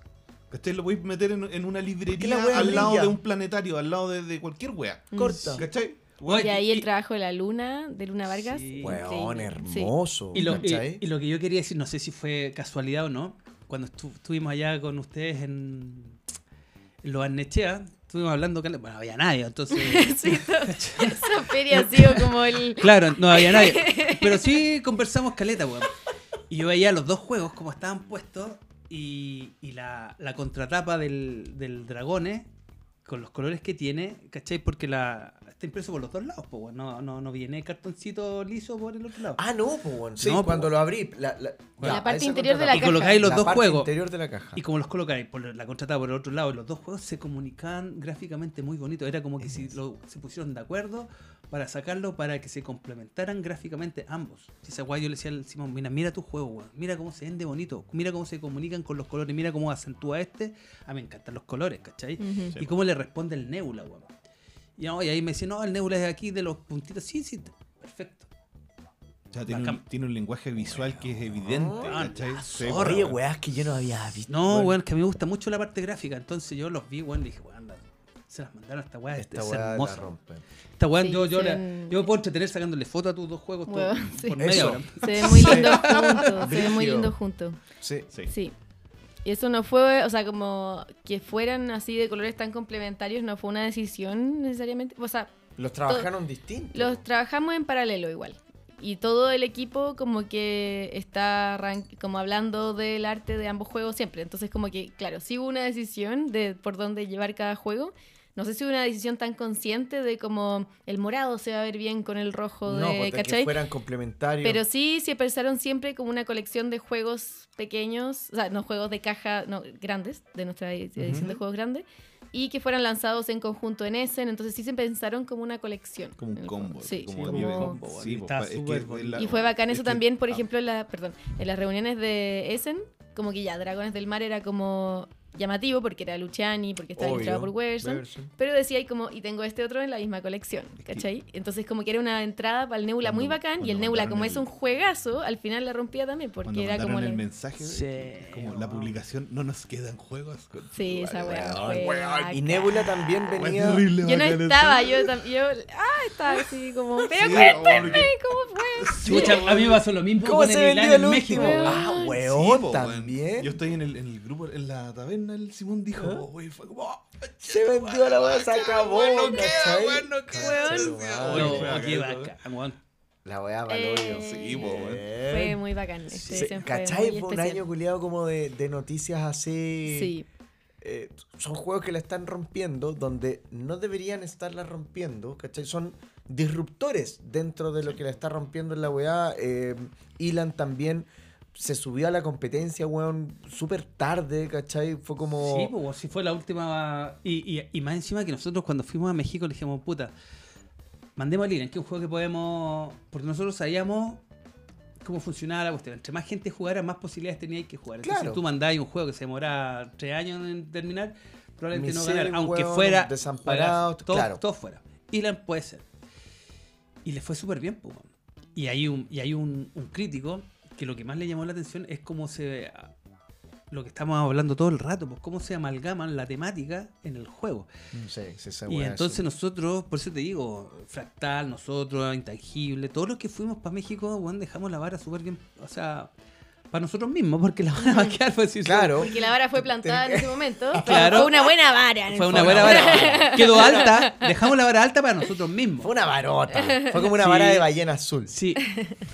[SPEAKER 3] ¿Cachai? Lo podéis meter en, en una librería
[SPEAKER 4] la wea
[SPEAKER 3] al lado
[SPEAKER 4] brilla?
[SPEAKER 3] de un planetario, al lado de, de cualquier weá.
[SPEAKER 4] Corta.
[SPEAKER 3] ¿Cachai? Weón,
[SPEAKER 2] Y ahí el
[SPEAKER 3] y-
[SPEAKER 2] trabajo de la luna, de Luna Vargas.
[SPEAKER 1] Sí.
[SPEAKER 4] Weón,
[SPEAKER 2] increíble. Sí.
[SPEAKER 4] hermoso.
[SPEAKER 1] Y lo,
[SPEAKER 4] ¿cachai?
[SPEAKER 1] y- y lo que yo quería decir, no sé si fue casualidad o no, cuando estu- estuvimos allá con ustedes en, en Los Arnechea, estuvimos hablando, cal- bueno, no había nadie, entonces...
[SPEAKER 2] Sí, todo- esa feria ha sido como el...
[SPEAKER 1] Claro, no había nadie. Pero sí conversamos caleta, weón. Y yo veía los dos juegos como estaban puestos y, y la, la contratapa del, del Dragone con los colores que tiene, ¿cachai? Porque la, está impreso por los dos lados, pues, weón. No, no, no viene cartoncito liso por el otro lado.
[SPEAKER 4] Ah, no, pues weón. Sí,
[SPEAKER 1] No, po,
[SPEAKER 4] cuando
[SPEAKER 1] weón.
[SPEAKER 4] lo abrí. La, la,
[SPEAKER 2] La
[SPEAKER 4] ya,
[SPEAKER 2] parte
[SPEAKER 4] esa
[SPEAKER 2] interior de la
[SPEAKER 4] contratapa.
[SPEAKER 1] y colocáis los
[SPEAKER 4] La
[SPEAKER 1] dos
[SPEAKER 4] parte
[SPEAKER 1] juegos.
[SPEAKER 4] interior de la caja.
[SPEAKER 1] Y como los colocáis, por la contratada por el otro lado, los dos juegos se comunicaban gráficamente muy bonito. Era como que si lo- se pusieron de acuerdo para sacarlo, para que se complementaran gráficamente ambos. Si esa guay yo le decía al Simón, mira, mira tu juego, weón. Mira cómo se vende bonito. Mira cómo se comunican con los colores. Mira cómo acentúa este. A mí me encantan los colores, ¿cachai?
[SPEAKER 2] Ujú.
[SPEAKER 3] Sí,
[SPEAKER 1] Y cómo le responde el Nebula, weón. Y, no, y ahí me decía, no, el Nebula es de aquí, de los puntitos. Sí, sí, perfecto.
[SPEAKER 3] O sea, tiene, un,
[SPEAKER 1] Bacán.
[SPEAKER 3] tiene un lenguaje visual que es evidente.
[SPEAKER 1] Ah,
[SPEAKER 3] ¿cachai?
[SPEAKER 1] la
[SPEAKER 3] Sí,
[SPEAKER 1] zorra,
[SPEAKER 4] Oye,
[SPEAKER 3] weón.
[SPEAKER 4] weas que yo no había visto.
[SPEAKER 1] No, weón, que a mí me gusta mucho la parte gráfica. Entonces yo los vi, weón, y dije, weón, la- se las mandaron a esta weá,
[SPEAKER 4] Esta
[SPEAKER 1] es
[SPEAKER 4] wea la
[SPEAKER 1] hermosa.
[SPEAKER 4] rompe.
[SPEAKER 1] Esta weón,
[SPEAKER 2] Sí,
[SPEAKER 1] yo, yo,
[SPEAKER 2] se
[SPEAKER 1] la-
[SPEAKER 2] ven-
[SPEAKER 1] yo me puedo entretener sacándole foto a tus dos juegos tú,
[SPEAKER 2] Weón, sí.
[SPEAKER 1] por media
[SPEAKER 4] Eso.
[SPEAKER 1] hora.
[SPEAKER 2] Se ve muy lindo juntos, se ve muy
[SPEAKER 4] Brígido.
[SPEAKER 2] lindo juntos.
[SPEAKER 4] Sí.
[SPEAKER 3] Sí.
[SPEAKER 2] Sí. Y eso no fue, o sea, como que fueran así de colores tan complementarios, no fue una decisión necesariamente. O sea,
[SPEAKER 4] Los trabajaron distintos.
[SPEAKER 2] los trabajamos en paralelo igual. Y todo el equipo como que está arran- como hablando del arte de ambos juegos siempre. Entonces como que, claro, sí hubo una decisión de por dónde llevar cada juego. No sé si hubo una decisión tan consciente de como el morado se va a ver bien con el rojo de,
[SPEAKER 4] no, pues, de que
[SPEAKER 2] ¿cachai?
[SPEAKER 4] fueran complementarios.
[SPEAKER 2] Pero sí, se pensaron siempre como una colección de juegos pequeños, o sea, no juegos de caja, no, grandes, de nuestra edi- edición de juegos grandes, y que fueran lanzados en conjunto en Essen, entonces sí se pensaron como una colección.
[SPEAKER 3] Como
[SPEAKER 2] en
[SPEAKER 3] un
[SPEAKER 2] el
[SPEAKER 3] combo.
[SPEAKER 2] fondo. Sí.
[SPEAKER 1] como
[SPEAKER 3] bien-
[SPEAKER 1] un combo,
[SPEAKER 3] sí,
[SPEAKER 1] weón.
[SPEAKER 3] po,
[SPEAKER 1] Está
[SPEAKER 3] es que
[SPEAKER 1] súper
[SPEAKER 3] es
[SPEAKER 1] bonito.
[SPEAKER 3] la-
[SPEAKER 2] Y fue bacán eso
[SPEAKER 3] es que-
[SPEAKER 2] también, por
[SPEAKER 3] ah,
[SPEAKER 2] ejemplo, en, la, perdón, en las reuniones de Essen, como que ya Dragones del Mar era como llamativo porque era Luciani, porque estaba
[SPEAKER 4] Obvio.
[SPEAKER 2] ilustrado por Werson.
[SPEAKER 4] Verso.
[SPEAKER 2] Pero decía y como, y tengo este otro en la misma colección, ¿cachai? Entonces como que era una entrada para el Nebula muy
[SPEAKER 3] Cuando-
[SPEAKER 2] bacán y
[SPEAKER 3] cuando
[SPEAKER 2] el Nebula
[SPEAKER 3] mandaron
[SPEAKER 2] como
[SPEAKER 3] el-
[SPEAKER 2] es un juegazo, al final la rompía también
[SPEAKER 3] Cuando
[SPEAKER 2] porque era
[SPEAKER 3] mandaron
[SPEAKER 2] como...
[SPEAKER 3] el
[SPEAKER 2] la-
[SPEAKER 3] mensaje,
[SPEAKER 1] Sí,
[SPEAKER 3] es como la
[SPEAKER 1] weón.
[SPEAKER 3] publicación, no nos quedan juegos.
[SPEAKER 2] Sí, esa weá.
[SPEAKER 4] Weón,
[SPEAKER 2] fue
[SPEAKER 4] Y
[SPEAKER 2] bacán.
[SPEAKER 4] Nebula también
[SPEAKER 3] Fue
[SPEAKER 4] venía.
[SPEAKER 3] terrible
[SPEAKER 2] Yo no
[SPEAKER 3] bacán eso.
[SPEAKER 2] estaba, yo también... Ah, estaba así como... Pero
[SPEAKER 3] Sí,
[SPEAKER 2] cuéntame,
[SPEAKER 3] porque-
[SPEAKER 2] ¿cómo fue?
[SPEAKER 1] Chucha, a mí me pasó lo mismo
[SPEAKER 4] ¿Cómo
[SPEAKER 1] con
[SPEAKER 4] se
[SPEAKER 1] el Ilan
[SPEAKER 4] vendió el
[SPEAKER 1] en México.
[SPEAKER 4] último?
[SPEAKER 2] Weón.
[SPEAKER 4] Ah,
[SPEAKER 3] Sí,
[SPEAKER 4] weón,
[SPEAKER 3] po, weón. Yo
[SPEAKER 4] también.
[SPEAKER 3] estoy en el, en el grupo, en la taberna, el Simón dijo, "Oye, fue como, "Oh,
[SPEAKER 4] Se vendió la wea, se acabó.
[SPEAKER 3] weón, no queda,
[SPEAKER 4] ¿cachai?
[SPEAKER 3] weón, no queda".
[SPEAKER 4] Weón.
[SPEAKER 3] Concha,
[SPEAKER 1] No,
[SPEAKER 3] weón, fue
[SPEAKER 1] Oh, qué
[SPEAKER 3] bacán,
[SPEAKER 1] bacán, weón.
[SPEAKER 4] La wea valor.
[SPEAKER 2] Eh,
[SPEAKER 3] Sí, po, weón.
[SPEAKER 2] Fue muy bacán. este
[SPEAKER 4] Sí,
[SPEAKER 2] Essen fue
[SPEAKER 4] ¿Cachai?
[SPEAKER 2] muy
[SPEAKER 4] Fue un
[SPEAKER 2] especial.
[SPEAKER 4] año culiado como de, de noticias así.
[SPEAKER 2] Sí,
[SPEAKER 4] eh, son juegos que la están rompiendo donde no deberían estarla rompiendo, ¿cachai? Son disruptores dentro de lo que la está rompiendo en la weá. Eh, Elan también se subió a la competencia, weón, súper tarde, ¿cachai? Fue como...
[SPEAKER 1] Sí, pues, si fue la última. Y, y- y más encima que nosotros cuando fuimos a México le dijimos, puta, mandemos a Liren, que es un juego que podemos. Porque nosotros sabíamos cómo funcionaba la cuestión. Entre más gente jugara, más posibilidades teníais que jugar. Entonces,
[SPEAKER 4] Claro.
[SPEAKER 1] si tú mandabas un juego que se demoraba tres años en terminar, probablemente no
[SPEAKER 4] Misery,
[SPEAKER 1] ganara. Aunque
[SPEAKER 4] weón,
[SPEAKER 1] fuera.
[SPEAKER 4] desamparados,
[SPEAKER 1] fuera, todo,
[SPEAKER 4] claro.
[SPEAKER 1] todo fuera. Ilan puede ser. Y le fue súper bien, pues. weón. Y hay, un, y hay un, un crítico que lo que más le llamó la atención es cómo se lo que estamos hablando todo el rato, pues cómo se amalgaman la temática en el juego.
[SPEAKER 4] Sí, sí, esa
[SPEAKER 1] y
[SPEAKER 4] weá,
[SPEAKER 1] entonces
[SPEAKER 4] sí.
[SPEAKER 1] nosotros, por eso te digo, Fractal, nosotros, Intangible, todos los que fuimos para México, weón, dejamos la vara súper bien, o sea, para nosotros mismos, porque la van a vaquear. Pues, si son-
[SPEAKER 4] Claro.
[SPEAKER 2] Porque la vara fue plantada en ese momento. pero
[SPEAKER 1] Claro.
[SPEAKER 2] Fue una buena vara. en el
[SPEAKER 1] Fue una
[SPEAKER 2] fondo.
[SPEAKER 1] buena vara. Quedó alta. Dejamos la vara alta para nosotros mismos.
[SPEAKER 4] Fue una varota. Fue como una
[SPEAKER 1] Sí.
[SPEAKER 4] vara de ballena azul.
[SPEAKER 1] Sí.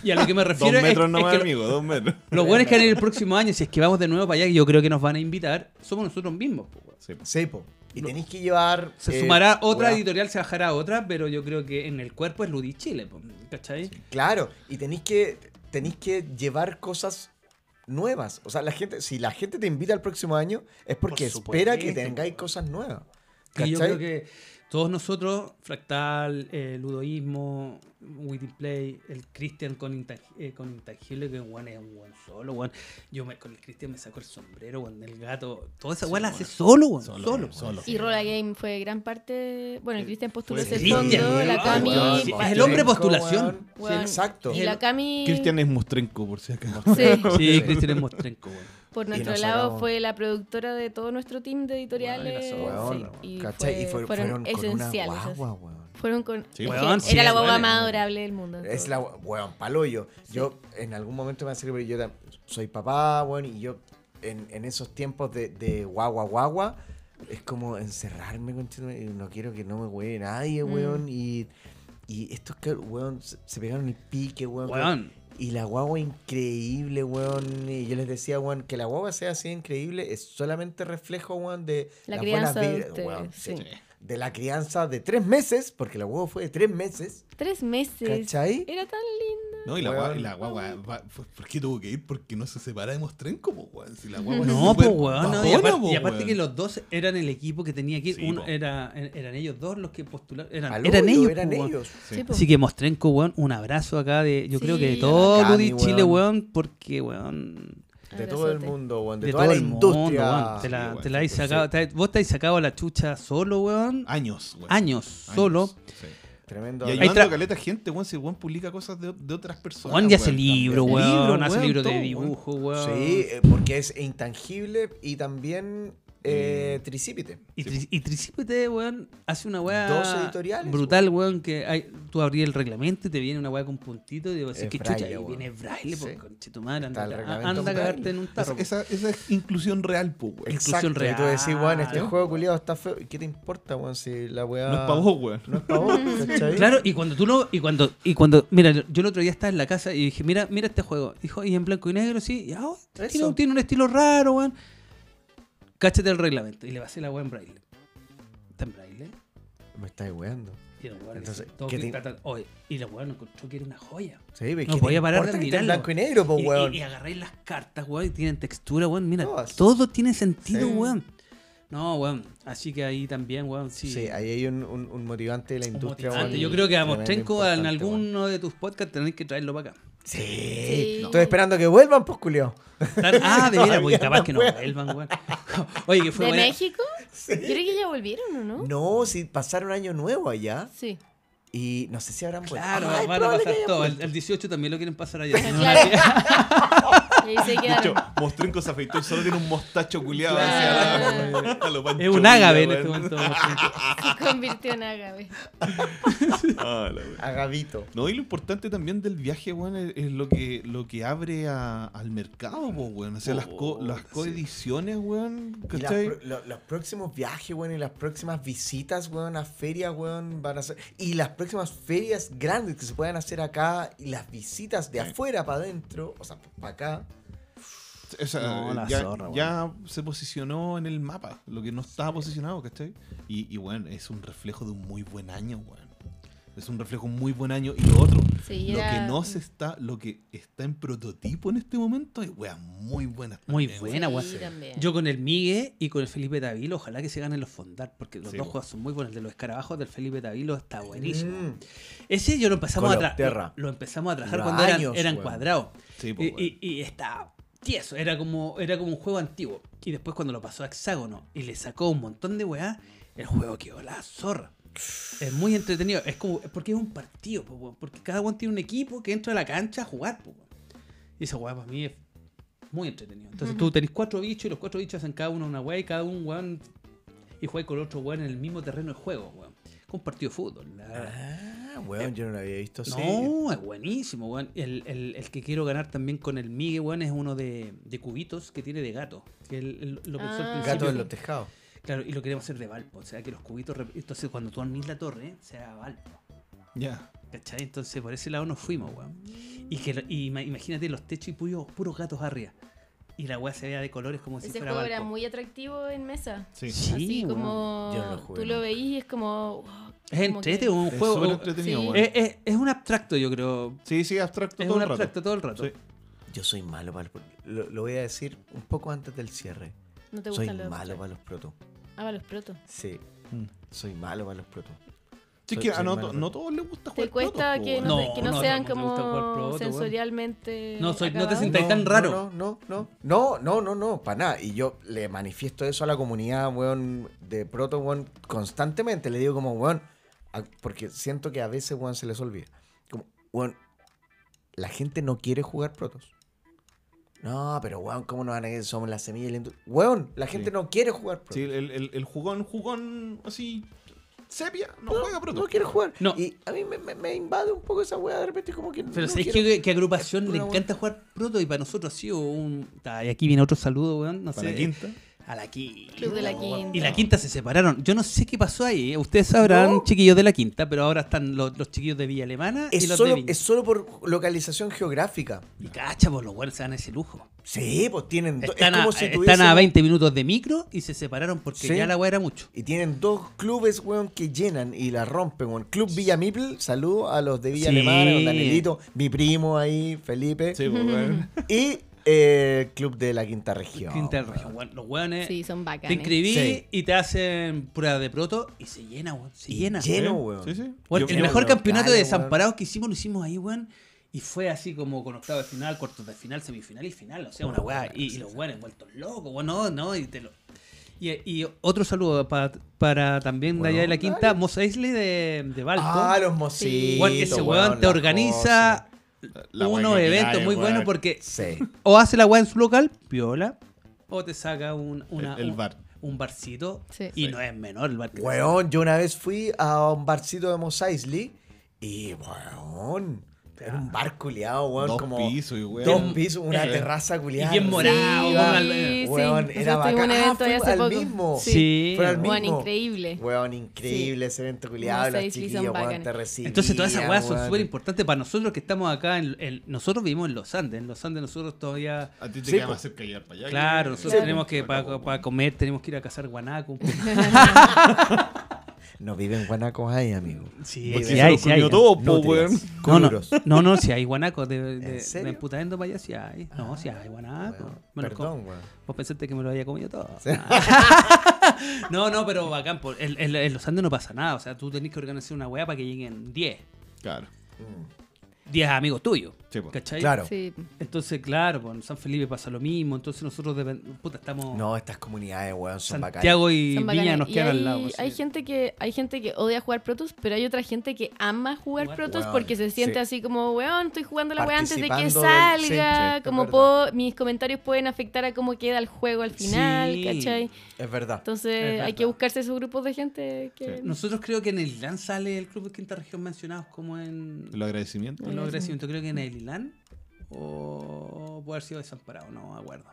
[SPEAKER 1] Y a lo que me
[SPEAKER 3] Dos
[SPEAKER 1] refiero es,
[SPEAKER 3] metros
[SPEAKER 1] es
[SPEAKER 3] nomás,
[SPEAKER 1] que
[SPEAKER 3] amigo, dos metros.
[SPEAKER 1] lo bueno es que en el próximo año, si es que vamos de nuevo para allá, que yo creo que nos van a invitar, somos nosotros mismos. po, weón.
[SPEAKER 3] Sí.
[SPEAKER 4] Sepo. Y tenéis que llevar.
[SPEAKER 1] Se
[SPEAKER 4] eh,
[SPEAKER 1] sumará otra
[SPEAKER 4] weá.
[SPEAKER 1] editorial, se bajará otra, pero yo creo que en el cuerpo es Ludi Chile, po, ¿cachai?
[SPEAKER 4] Claro, y tenéis que, tenéis que llevar cosas nuevas. O sea, la gente, si la gente te invita al próximo año, es porque espera que
[SPEAKER 1] supuesto,
[SPEAKER 4] tengáis
[SPEAKER 1] weón.
[SPEAKER 4] cosas nuevas.
[SPEAKER 1] Y yo creo
[SPEAKER 4] ¿Cachai?
[SPEAKER 1] que todos nosotros, Fractal, eh, Ludoísmo, Witty Play, el Christian con, Intang- eh, con Intangible, que weón, es un buen solo, weón. Yo me- con el Christian me saco el sombrero, weón, el gato. Toda esa weón la hace solo, weón. Solo.
[SPEAKER 3] Solo.
[SPEAKER 2] Y Rola Game fue gran parte. Bueno, el Cristian postuló
[SPEAKER 4] Fue
[SPEAKER 2] ese
[SPEAKER 4] Cristian, Ah,
[SPEAKER 2] fondo, la
[SPEAKER 1] weón.
[SPEAKER 2] Cami.
[SPEAKER 1] Weón, sí,
[SPEAKER 2] pa-
[SPEAKER 1] es el hombre
[SPEAKER 4] Weón,
[SPEAKER 1] postulación.
[SPEAKER 2] weón,
[SPEAKER 4] sí, exacto.
[SPEAKER 2] Y la Cami.
[SPEAKER 3] Cristian es Mustrenko, por si acaso.
[SPEAKER 2] Sí,
[SPEAKER 1] Sí, Christian es mostrenco, weón.
[SPEAKER 2] por
[SPEAKER 4] Y
[SPEAKER 2] nuestro
[SPEAKER 4] nos
[SPEAKER 2] lado
[SPEAKER 4] sacamos-
[SPEAKER 2] fue la productora de todo nuestro team de editoriales.
[SPEAKER 4] Weón,
[SPEAKER 2] sí, y,
[SPEAKER 4] ¿cachai?
[SPEAKER 2] fue-
[SPEAKER 4] Y fue-
[SPEAKER 2] fueron, esenciales.
[SPEAKER 4] con una
[SPEAKER 2] así.
[SPEAKER 4] guagua, weón.
[SPEAKER 2] Fueron con.
[SPEAKER 3] Sí,
[SPEAKER 2] es que
[SPEAKER 1] weón, sí,
[SPEAKER 2] era la guagua
[SPEAKER 1] vale.
[SPEAKER 2] más adorable del mundo.
[SPEAKER 4] Es la weón, palo yo. Yo en algún momento me hace que yo tam- soy papá, weón, y yo en, en esos tiempos de, de guagua guagua es como encerrarme con y no quiero que no me hueve nadie,
[SPEAKER 2] Mm.
[SPEAKER 4] weón, y y estos que, weón, se, se pegaron el pique, weón.
[SPEAKER 1] Weón.
[SPEAKER 4] Y la guagua increíble, weón. Y yo les decía, weón, que la guagua sea así increíble es solamente reflejo, weón, de
[SPEAKER 2] La
[SPEAKER 4] las
[SPEAKER 2] crianza
[SPEAKER 4] buenas
[SPEAKER 2] de
[SPEAKER 4] vibras,
[SPEAKER 2] ustedes,
[SPEAKER 4] weón, sí.
[SPEAKER 2] sí.
[SPEAKER 4] De la crianza de tres meses, porque la guagua fue de tres meses.
[SPEAKER 2] Tres meses.
[SPEAKER 4] ¿Cachai?
[SPEAKER 2] Era tan lindo.
[SPEAKER 5] No, y la, guagua,
[SPEAKER 4] Weón.
[SPEAKER 5] y la guagua, va- fue- ¿por qué tuvo que ir? Porque no se separa de Mostrenco, po, weón. Si la guagua
[SPEAKER 1] No,
[SPEAKER 5] pues
[SPEAKER 1] pues weón. no, y, aparte, y aparte que
[SPEAKER 5] los
[SPEAKER 1] los dos eran el equipo que tenía que ir.
[SPEAKER 5] Sí,
[SPEAKER 1] uno
[SPEAKER 5] po.
[SPEAKER 1] era, er- eran ellos dos los que postularon. Eran,
[SPEAKER 4] Al
[SPEAKER 1] eran
[SPEAKER 4] hoyo,
[SPEAKER 1] ellos. pues.
[SPEAKER 4] Eran
[SPEAKER 1] po, weón.
[SPEAKER 4] ellos.
[SPEAKER 5] Sí.
[SPEAKER 2] Sí, po.
[SPEAKER 1] Así que Mostrenco, weón, un abrazo acá de, yo creo que de
[SPEAKER 2] Sí,
[SPEAKER 1] todo
[SPEAKER 4] bacán,
[SPEAKER 1] Ludi
[SPEAKER 4] y
[SPEAKER 1] Chile,
[SPEAKER 4] weón.
[SPEAKER 1] weón, porque, weón,
[SPEAKER 4] De todo el
[SPEAKER 2] Abrazote.
[SPEAKER 4] mundo, weón. De,
[SPEAKER 1] de
[SPEAKER 4] toda
[SPEAKER 1] todo
[SPEAKER 4] la
[SPEAKER 1] el mundo,
[SPEAKER 4] industria.
[SPEAKER 1] weón. Te la,
[SPEAKER 5] Sí,
[SPEAKER 1] te
[SPEAKER 5] weón,
[SPEAKER 1] la has
[SPEAKER 5] sí, pues,
[SPEAKER 1] sacado, te- vos te has sacado la chucha solo, weón,
[SPEAKER 5] Años, weón.
[SPEAKER 1] años, solo.
[SPEAKER 5] sí.
[SPEAKER 4] Tremendo.
[SPEAKER 5] Y
[SPEAKER 1] Ahí
[SPEAKER 5] ayudando
[SPEAKER 1] tra-
[SPEAKER 5] a caleta gente, weón. Si weón publica cosas de, de otras personas.
[SPEAKER 1] Juan ya hace
[SPEAKER 5] weón,
[SPEAKER 1] libro,
[SPEAKER 5] también.
[SPEAKER 1] weón,
[SPEAKER 5] Libro,
[SPEAKER 1] hace
[SPEAKER 5] weón,
[SPEAKER 1] libro de
[SPEAKER 5] todo,
[SPEAKER 1] dibujo, weón.
[SPEAKER 4] Sí, eh, porque es intangible y también
[SPEAKER 1] Mm.
[SPEAKER 4] eh, tricípite.
[SPEAKER 1] Y, Tri- y Tricípete, weón, hace una weá
[SPEAKER 4] Dos editoriales,
[SPEAKER 1] brutal, weón, que hay, tú abrís el reglamento y te viene una weá con puntito y te vas a decir
[SPEAKER 4] Es
[SPEAKER 1] que
[SPEAKER 4] braille,
[SPEAKER 1] chucha, ahí
[SPEAKER 4] weón.
[SPEAKER 1] viene braille,
[SPEAKER 4] Sí.
[SPEAKER 1] por conchetumar,
[SPEAKER 4] Está
[SPEAKER 1] anda,
[SPEAKER 4] el
[SPEAKER 1] a-
[SPEAKER 4] reglamento
[SPEAKER 1] anda a
[SPEAKER 4] braille.
[SPEAKER 1] cagarte en un tarro. po.
[SPEAKER 5] Esa, esa es inclusión real, po, weón.
[SPEAKER 1] Ex- Inclusión
[SPEAKER 4] Y tú decís, weón, este
[SPEAKER 1] real.
[SPEAKER 4] juego culiado está feo. ¿Y ¿Qué te importa, weón? Si la weá.
[SPEAKER 5] No es pa' vos, weón.
[SPEAKER 4] No es pa' vos, ¿cachai?
[SPEAKER 1] Claro, y cuando tú lo, y cuando, y cuando, mira, yo el otro día estaba en la casa y dije, mira, mira este juego. Dijo, y en blanco y negro, sí, y, ah, oh, tiene,
[SPEAKER 4] Eso.
[SPEAKER 1] un, tiene un estilo raro, weón. Cáchate el reglamento. Y le pasé la weá en braille. Está en braille.
[SPEAKER 4] Me estás weando.
[SPEAKER 1] Y el weón
[SPEAKER 4] Entonces,
[SPEAKER 1] dice, todo
[SPEAKER 4] ¿qué
[SPEAKER 1] que-
[SPEAKER 4] te-
[SPEAKER 1] ta, ta, oye, y la weá encontró que era una joya.
[SPEAKER 4] Sí,
[SPEAKER 1] No podía parar de
[SPEAKER 4] mirar.
[SPEAKER 1] mirarlo.
[SPEAKER 4] blanco y negro, po,
[SPEAKER 1] Y-
[SPEAKER 4] Pues, weón.
[SPEAKER 1] Y, y agarráis las cartas, weón, y tienen textura, weón. Mira,
[SPEAKER 4] Todas.
[SPEAKER 1] todo tiene sentido,
[SPEAKER 4] Sí.
[SPEAKER 1] weón. No, weón. Así que ahí también, weón, sí.
[SPEAKER 4] Sí, ahí hay un, un, un motivante de la
[SPEAKER 1] Un
[SPEAKER 4] industria,
[SPEAKER 1] motivante.
[SPEAKER 4] weón,
[SPEAKER 1] Yo creo que a
[SPEAKER 4] tremendo
[SPEAKER 1] Mostrenko en
[SPEAKER 4] importante, weón.
[SPEAKER 1] alguno de tus podcasts tenéis que traerlo para acá.
[SPEAKER 4] Sí.
[SPEAKER 2] Sí.
[SPEAKER 4] Estoy esperando que vuelvan, pues, culiao.
[SPEAKER 1] Tan- Ah, de veras, porque
[SPEAKER 4] Todavía
[SPEAKER 1] capaz
[SPEAKER 4] no
[SPEAKER 1] que no
[SPEAKER 4] puedo.
[SPEAKER 1] vuelvan, weón. Oye, que fue
[SPEAKER 2] ¿De
[SPEAKER 1] buena-
[SPEAKER 2] México? Creo que ya volvieron, ¿o no?
[SPEAKER 4] No, si pasaron año nuevo allá.
[SPEAKER 2] Sí.
[SPEAKER 4] Y no sé si habrán vuelto.
[SPEAKER 1] Claro,
[SPEAKER 4] Ah, es
[SPEAKER 1] van a
[SPEAKER 4] probable que
[SPEAKER 1] pasar
[SPEAKER 4] hayan
[SPEAKER 1] todo. El,
[SPEAKER 4] vuelto.
[SPEAKER 1] el 18 también lo quieren pasar allá. si no,
[SPEAKER 2] Claro.
[SPEAKER 1] la-
[SPEAKER 2] Y ahí se
[SPEAKER 5] De hecho,
[SPEAKER 2] quedaron.
[SPEAKER 5] Mostrenco se afeitó y solo tiene un mostacho culiado
[SPEAKER 2] Claro.
[SPEAKER 5] hacia la- a lo Pancho
[SPEAKER 1] Es un
[SPEAKER 5] Villa,
[SPEAKER 1] ágave en
[SPEAKER 5] weón.
[SPEAKER 1] este momento.
[SPEAKER 2] Se convirtió en ágave.
[SPEAKER 5] Ah, la weón.
[SPEAKER 4] Agavito.
[SPEAKER 5] No, y lo importante también del viaje, weón, es, es lo que lo que abre a- al mercado, po, weón. O sea, las, co-
[SPEAKER 1] Oh,
[SPEAKER 5] las
[SPEAKER 1] sí.
[SPEAKER 5] coediciones, weón,
[SPEAKER 4] Y las
[SPEAKER 5] ¿cachai?
[SPEAKER 4] pro- lo- los próximos viajes, weón, y las próximas visitas, weón, a ferias, weón, van a ser. Y las próximas ferias grandes que se puedan hacer acá, y las visitas de afuera para adentro, o sea, para acá.
[SPEAKER 5] O sea,
[SPEAKER 1] No, la
[SPEAKER 5] ya,
[SPEAKER 1] zorra, weón.
[SPEAKER 5] ya se posicionó en el mapa, lo que no estaba posicionado, ¿cachai? Y, y weón, es un reflejo de un muy buen año, weón. Es un reflejo muy buen año. Y lo otro,
[SPEAKER 2] Sí,
[SPEAKER 5] lo que
[SPEAKER 2] era-
[SPEAKER 5] no se está, lo que está en prototipo en este momento, es weón, muy buenas.
[SPEAKER 1] Muy
[SPEAKER 5] también,
[SPEAKER 1] buena,
[SPEAKER 2] Sí,
[SPEAKER 1] weón.
[SPEAKER 2] también.
[SPEAKER 1] Yo con el Migue y con el Felipe Tavilo, ojalá que se ganen los fondar, porque los
[SPEAKER 5] Sí,
[SPEAKER 1] dos
[SPEAKER 5] po.
[SPEAKER 1] juegos son muy buenos. El de los escarabajos del Felipe Tavilo está buenísimo.
[SPEAKER 4] Mm.
[SPEAKER 1] Ese yo lo empezamos
[SPEAKER 4] Call
[SPEAKER 1] a
[SPEAKER 4] of
[SPEAKER 1] trabajar.
[SPEAKER 4] Terra.
[SPEAKER 1] Lo empezamos a trabajar
[SPEAKER 4] Los
[SPEAKER 1] cuando eran,
[SPEAKER 4] años,
[SPEAKER 1] eran
[SPEAKER 4] weón.
[SPEAKER 1] cuadrados.
[SPEAKER 5] Sí, po,
[SPEAKER 1] Y,
[SPEAKER 5] weón.
[SPEAKER 1] y, y está tieso, era como, era como un juego antiguo. Y después cuando lo pasó a hexágono y le sacó un montón de weá, el juego quedó la zorra. Es muy entretenido, es como, es porque es un partido, po, weón, porque cada uno tiene un equipo que entra a la cancha a jugar. po, weón. Y esa weá para mí es muy entretenido. Entonces tú tenés cuatro bichos y los cuatro bichos hacen cada uno una weá y cada un weón y juega con el otro weón en el mismo terreno de juego, weón. Con partido de fútbol. la-
[SPEAKER 4] Ah, Ah, weón, yo no lo había visto así.
[SPEAKER 1] No, es buenísimo, weón. El, el- el que quiero ganar también con el Migue, weón, es uno de, de cubitos que tiene de gato. Que él- él lo pensó al
[SPEAKER 2] Ah.
[SPEAKER 1] principio.
[SPEAKER 4] Gato en los tejados.
[SPEAKER 1] Claro, y lo queremos hacer de Valpo. O sea, que los cubitos. rep- Entonces, cuando tú armís la torre, sea Valpo.
[SPEAKER 5] Ya.
[SPEAKER 1] ¿Cachai? Entonces, por ese lado nos fuimos, weón. Y que, lo- y ima- imagínate los techos y puros, puros gatos arriba. Y la weá se veía de colores como si
[SPEAKER 2] Ese
[SPEAKER 1] fuera
[SPEAKER 2] juego era
[SPEAKER 1] Valpo.
[SPEAKER 2] muy atractivo en mesa.
[SPEAKER 5] Sí.
[SPEAKER 1] Sí,
[SPEAKER 2] Así
[SPEAKER 1] weón.
[SPEAKER 2] como
[SPEAKER 4] Yo no lo jugué,
[SPEAKER 2] tú
[SPEAKER 4] no.
[SPEAKER 2] lo veís y es como... "Oh, wow,
[SPEAKER 1] Es
[SPEAKER 2] como
[SPEAKER 1] entrete,
[SPEAKER 2] que-
[SPEAKER 1] un
[SPEAKER 5] Es
[SPEAKER 1] juego.
[SPEAKER 5] súper entretenido,
[SPEAKER 2] Sí.
[SPEAKER 5] weón.
[SPEAKER 1] Es, es- es un abstracto, yo creo.
[SPEAKER 5] Sí, sí, abstracto
[SPEAKER 1] Es
[SPEAKER 5] todo
[SPEAKER 1] un
[SPEAKER 5] el rato.
[SPEAKER 1] abstracto todo el rato.
[SPEAKER 5] Sí.
[SPEAKER 4] Yo soy malo para los lo, lo voy a decir un poco antes del cierre.
[SPEAKER 2] No te
[SPEAKER 4] Soy
[SPEAKER 2] gustan los...
[SPEAKER 4] malo para los protos.
[SPEAKER 2] Ah, para los protos.
[SPEAKER 4] Sí,
[SPEAKER 5] Mm.
[SPEAKER 4] soy malo para los protos.
[SPEAKER 5] Sí,
[SPEAKER 4] Soy-
[SPEAKER 5] que
[SPEAKER 4] soy
[SPEAKER 5] a no,
[SPEAKER 4] malo.
[SPEAKER 5] no todos les gusta jugar
[SPEAKER 2] Te cuesta
[SPEAKER 5] protos,
[SPEAKER 2] que
[SPEAKER 5] po,
[SPEAKER 2] no,
[SPEAKER 1] No,
[SPEAKER 2] que no,
[SPEAKER 1] no,
[SPEAKER 2] sean
[SPEAKER 1] no te gusta jugar
[SPEAKER 2] como
[SPEAKER 1] proto, weón.
[SPEAKER 2] sensorialmente...
[SPEAKER 1] No, soy- no te
[SPEAKER 2] acabados.
[SPEAKER 1] sentí- Está tan raro.
[SPEAKER 4] No, no, no, no, no, no, no, para nada. Y yo le manifiesto eso a la comunidad, weón, de proto, weón, constantemente. Le digo como, weón, a- porque siento que a veces, weón, se les olvida. Como, weón, la gente no quiere jugar protos. No, pero weón, ¿cómo nos van a decir somos la semilla y la industria? Weón, la
[SPEAKER 5] Sí.
[SPEAKER 4] gente no quiere jugar protos.
[SPEAKER 5] Sí, el, el, el jugón, jugón así. Sepia, no, juega proto.
[SPEAKER 4] No quiere jugar.
[SPEAKER 1] No.
[SPEAKER 4] Y a mí me, me- me invade un poco esa weá de repente, como que.
[SPEAKER 1] Pero
[SPEAKER 4] no
[SPEAKER 1] ¿sabéis
[SPEAKER 4] quiero-
[SPEAKER 1] que, que agrupación
[SPEAKER 4] Una
[SPEAKER 1] le
[SPEAKER 4] buena-
[SPEAKER 1] encanta jugar proto y para nosotros ha sido un. Ta, Y aquí viene otro saludo, weón. No
[SPEAKER 5] Para
[SPEAKER 1] sé.
[SPEAKER 5] la quinta.
[SPEAKER 1] A la quinta.
[SPEAKER 2] Club de la
[SPEAKER 1] weón.
[SPEAKER 2] Quinta.
[SPEAKER 1] Y la quinta se separaron. Yo no sé qué pasó ahí. ¿eh? Ustedes sabrán, chiquillos de la quinta, pero ahora están los, los chiquillos de Villa Alemana y
[SPEAKER 4] Es
[SPEAKER 1] los
[SPEAKER 4] solo,
[SPEAKER 1] de Viña.
[SPEAKER 4] es solo por localización geográfica.
[SPEAKER 1] Y cacha, pues los weones se dan ese lujo.
[SPEAKER 4] Sí, pues tienen. do- es
[SPEAKER 1] Están, a,
[SPEAKER 4] como si
[SPEAKER 1] están
[SPEAKER 4] tuviesen-
[SPEAKER 1] a 20 minutos de micro y se separaron porque
[SPEAKER 4] Sí.
[SPEAKER 1] ya la weá era mucho.
[SPEAKER 4] Y tienen dos clubes, weón, que llenan y la rompen, weón. Club Villa Mipel, saludo a los de Villa
[SPEAKER 1] Sí.
[SPEAKER 4] Alemana, don Danielito, mi primo ahí, Felipe.
[SPEAKER 5] Sí, po, weón.
[SPEAKER 4] Y eh, Club de la Quinta Región.
[SPEAKER 1] Quinta región, weón. Los weones.
[SPEAKER 2] Sí, son
[SPEAKER 1] Te
[SPEAKER 2] bacanas.
[SPEAKER 1] inscribí
[SPEAKER 4] Sí.
[SPEAKER 1] y te hacen prueba de proto y se llena, weón. Se llena.
[SPEAKER 4] Lleno,
[SPEAKER 5] Sí,
[SPEAKER 4] weón.
[SPEAKER 5] Sí, sí.
[SPEAKER 1] Bueno,
[SPEAKER 5] Yo-
[SPEAKER 1] el
[SPEAKER 5] yo-
[SPEAKER 1] mejor
[SPEAKER 4] local,
[SPEAKER 1] campeonato de
[SPEAKER 4] weón.
[SPEAKER 1] desamparados que hicimos lo hicimos ahí, weón. Y fue así como con octavo de final, cuartos de final, semifinal y final. O sea, una weá. Y, y los weones vueltos locos, weón. No, no. Y, te lo... y, y otro saludo pa- para también de allá de la
[SPEAKER 4] Bueno,
[SPEAKER 1] quinta, Mosa Isley de, de Valpo.
[SPEAKER 4] Ah, los mocitos.
[SPEAKER 1] Weón, ese weón te
[SPEAKER 4] las
[SPEAKER 1] organiza
[SPEAKER 5] La weá
[SPEAKER 1] unos
[SPEAKER 5] que
[SPEAKER 1] eventos
[SPEAKER 5] cae,
[SPEAKER 1] muy buenos
[SPEAKER 5] weón.
[SPEAKER 1] porque
[SPEAKER 4] cosas. Sí.
[SPEAKER 1] o hace la weá en su local, piola, o te saca un, una-
[SPEAKER 5] El- el
[SPEAKER 1] un-
[SPEAKER 5] bar.
[SPEAKER 1] un barcito.
[SPEAKER 2] Sí.
[SPEAKER 1] Y no es menor el bar. que-
[SPEAKER 4] Weón, yo una vez fui a un barcito de Mos Eisley y, weón, era un bar culiado, weón,
[SPEAKER 5] Dos
[SPEAKER 4] como
[SPEAKER 5] pisos y
[SPEAKER 4] dos
[SPEAKER 5] weón.
[SPEAKER 4] pisos, una
[SPEAKER 1] Eh,
[SPEAKER 4] terraza culiada.
[SPEAKER 1] y bien morado,
[SPEAKER 4] arriba.
[SPEAKER 2] Sí, sí. Nosotros
[SPEAKER 4] Weón, era
[SPEAKER 2] tuvimos
[SPEAKER 4] bacán.
[SPEAKER 2] un
[SPEAKER 4] Ah,
[SPEAKER 2] evento
[SPEAKER 4] fue
[SPEAKER 2] ahí hace
[SPEAKER 4] al
[SPEAKER 2] poco.
[SPEAKER 4] mismo.
[SPEAKER 1] Sí.
[SPEAKER 4] Fue al mismo.
[SPEAKER 2] Weón, increíble.
[SPEAKER 4] Weón, increíble ese evento culiado,
[SPEAKER 2] Mos
[SPEAKER 4] los
[SPEAKER 2] Eisley son
[SPEAKER 4] chiquillos, weón,
[SPEAKER 2] bacanes.
[SPEAKER 4] te recibían.
[SPEAKER 1] Entonces todas esas weas son
[SPEAKER 4] weón.
[SPEAKER 1] súper importantes para nosotros que estamos acá. En, en- nosotros vivimos en los Andes. En los Andes nosotros todavía...
[SPEAKER 5] A ti te
[SPEAKER 4] Sí,
[SPEAKER 5] queda
[SPEAKER 4] po.
[SPEAKER 5] más cerca llegar para allá.
[SPEAKER 1] Claro,
[SPEAKER 5] que-
[SPEAKER 1] nosotros
[SPEAKER 5] Sí,
[SPEAKER 1] tenemos
[SPEAKER 5] po.
[SPEAKER 1] que para
[SPEAKER 5] Acá, po, weón.
[SPEAKER 1] comer, tenemos que ir a cazar guanaco.
[SPEAKER 4] No viven guanacos ahí, amigo.
[SPEAKER 1] Sí,
[SPEAKER 5] Porque
[SPEAKER 1] sí
[SPEAKER 5] se
[SPEAKER 1] hay,
[SPEAKER 5] los
[SPEAKER 1] sí hay.
[SPEAKER 5] comió todo, po,
[SPEAKER 4] Nutrias,
[SPEAKER 5] weón.
[SPEAKER 1] No, Ah, no,
[SPEAKER 4] cururos.
[SPEAKER 1] no, no, si hay guanacos de, de,
[SPEAKER 4] serio? Ah,
[SPEAKER 1] de Putaendo para allá, si hay. No, si hay guanacos.
[SPEAKER 4] Weón,
[SPEAKER 1] Me los com-
[SPEAKER 4] Perdón, weón.
[SPEAKER 1] Vos pensaste que me lo había comido todo. Ah. no, no, pero bacán. por- en, en- en los Andes no pasa nada. O sea, tú tenés que organizar una wea para que lleguen 10.
[SPEAKER 5] Claro.
[SPEAKER 1] 10 amigos tuyos.
[SPEAKER 5] Sí, po.
[SPEAKER 1] ¿Cachai?
[SPEAKER 4] Claro.
[SPEAKER 2] Sí.
[SPEAKER 1] Entonces, claro, pues, en San Felipe pasa lo mismo. Entonces, nosotros depend- puta, estamos.
[SPEAKER 4] No, estas comunidades, weón, son bacanas.
[SPEAKER 1] Santiago y
[SPEAKER 2] Son
[SPEAKER 1] Viña
[SPEAKER 2] bacanes.
[SPEAKER 1] nos
[SPEAKER 2] Y
[SPEAKER 1] quedan
[SPEAKER 2] hay,
[SPEAKER 1] al lado.
[SPEAKER 2] Hay
[SPEAKER 1] sí.
[SPEAKER 2] gente que hay gente que odia jugar Protus, pero hay otra gente que ama jugar
[SPEAKER 1] Jugar.
[SPEAKER 2] Protus
[SPEAKER 4] Weón,
[SPEAKER 2] porque se siente
[SPEAKER 4] sí.
[SPEAKER 2] así como, weón, estoy jugando la weá antes de que
[SPEAKER 4] Participando del- sí,
[SPEAKER 2] salga,
[SPEAKER 4] sí, es
[SPEAKER 2] como
[SPEAKER 4] verdad.
[SPEAKER 2] puedo- mis comentarios pueden afectar a cómo queda el juego al final,
[SPEAKER 1] Sí.
[SPEAKER 2] ¿cachai?
[SPEAKER 4] Es verdad.
[SPEAKER 2] Entonces
[SPEAKER 1] Es
[SPEAKER 2] hay que
[SPEAKER 1] verdad.
[SPEAKER 2] buscarse esos grupos de gente que...
[SPEAKER 5] Sí.
[SPEAKER 1] Nosotros creo que en el ILAN sale el club de quinta región mencionados como en.
[SPEAKER 5] El agradecimiento.
[SPEAKER 1] en los agradecimientos. Creo que en el ILAN o puede haber sido desamparado, no me acuerdo.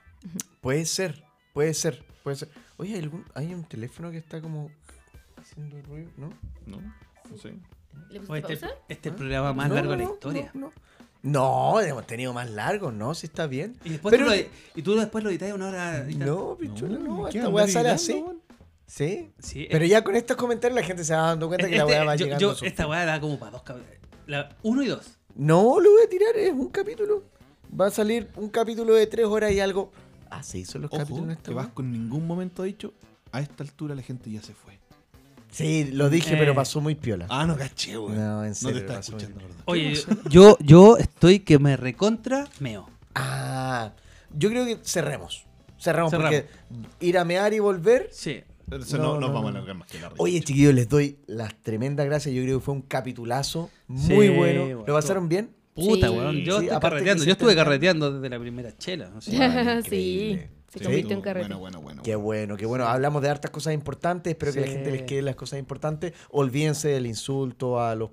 [SPEAKER 4] Puede ser, puede ser, puede ser. Oye, ¿hay, algún- hay un teléfono que está como haciendo ruido, ¿no?
[SPEAKER 5] No, no sé.
[SPEAKER 1] Oye,
[SPEAKER 2] ¿Le pusiste
[SPEAKER 1] este
[SPEAKER 2] pausa?
[SPEAKER 1] este es el programa más
[SPEAKER 4] No,
[SPEAKER 1] largo de
[SPEAKER 4] no,
[SPEAKER 1] la
[SPEAKER 4] no,
[SPEAKER 1] historia.
[SPEAKER 4] No, no. No, hemos tenido más largos, ¿no? Si está bien.
[SPEAKER 1] Y, después
[SPEAKER 4] Pero-
[SPEAKER 1] tú lo, y tú después lo editas una hora. y tanto.
[SPEAKER 4] No, pichula, no.
[SPEAKER 5] ¿qué
[SPEAKER 4] esta
[SPEAKER 5] andar
[SPEAKER 4] weá sale
[SPEAKER 5] gritando,
[SPEAKER 4] así.
[SPEAKER 5] weón?
[SPEAKER 4] Sí.
[SPEAKER 1] Sí, eh,
[SPEAKER 4] Pero ya con estos comentarios la gente se va dando cuenta que la
[SPEAKER 1] este-
[SPEAKER 4] weá va
[SPEAKER 1] yo-
[SPEAKER 4] llegando.
[SPEAKER 1] yo-
[SPEAKER 4] a su
[SPEAKER 1] esta
[SPEAKER 4] fin.
[SPEAKER 1] weá da como para dos cabezas. Uno y dos.
[SPEAKER 4] No, lo voy a tirar, es un capítulo. Va a salir un capítulo de tres horas y algo. Ah, se hizo los capítulos
[SPEAKER 5] Ojo,
[SPEAKER 4] en esta
[SPEAKER 5] que
[SPEAKER 4] weá.
[SPEAKER 5] Vasco en ningún momento ha dicho, a esta altura la gente ya se fue.
[SPEAKER 4] Sí, lo dije,
[SPEAKER 1] Eh.
[SPEAKER 4] pero pasó muy piola.
[SPEAKER 5] Ah, no caché, weón.
[SPEAKER 4] No, en
[SPEAKER 5] No
[SPEAKER 4] serio,
[SPEAKER 5] te estaba
[SPEAKER 4] pasó muy
[SPEAKER 5] escuchando,
[SPEAKER 4] bien.
[SPEAKER 5] ¿verdad?
[SPEAKER 1] Oye, yo, yo estoy que me recontra meo.
[SPEAKER 4] Ah, yo creo que cerremos. Cerremos,
[SPEAKER 1] Cerramos.
[SPEAKER 4] porque ir a mear y volver.
[SPEAKER 1] Sí.
[SPEAKER 5] Pero eso
[SPEAKER 4] No,
[SPEAKER 5] no,
[SPEAKER 4] no,
[SPEAKER 5] nos
[SPEAKER 4] no.
[SPEAKER 5] vamos a alargar más que la risa.
[SPEAKER 4] Oye, chiquillos, les doy las tremendas gracias. Yo creo que fue un capitulazo muy
[SPEAKER 1] Sí,
[SPEAKER 4] bueno.
[SPEAKER 1] bueno.
[SPEAKER 4] ¿Lo pasaron bien?
[SPEAKER 1] Puta,
[SPEAKER 2] Sí.
[SPEAKER 1] weón. Yo
[SPEAKER 4] Sí,
[SPEAKER 1] estoy
[SPEAKER 4] aparte que
[SPEAKER 1] carreteando.
[SPEAKER 4] se
[SPEAKER 1] Yo estuve
[SPEAKER 4] termina-
[SPEAKER 1] carreteando desde la primera chela. o sea.
[SPEAKER 4] Bueno,
[SPEAKER 2] sí,
[SPEAKER 4] increíble.
[SPEAKER 2] se
[SPEAKER 5] Sí,
[SPEAKER 2] convirtió en
[SPEAKER 5] estuvo-
[SPEAKER 2] carrete.
[SPEAKER 5] Bueno, bueno, bueno.
[SPEAKER 4] Qué bueno, qué bueno. Hablamos de hartas cosas importantes. Espero que a la
[SPEAKER 1] Sí.
[SPEAKER 4] gente les quede las cosas importantes. Olvídense del insulto a los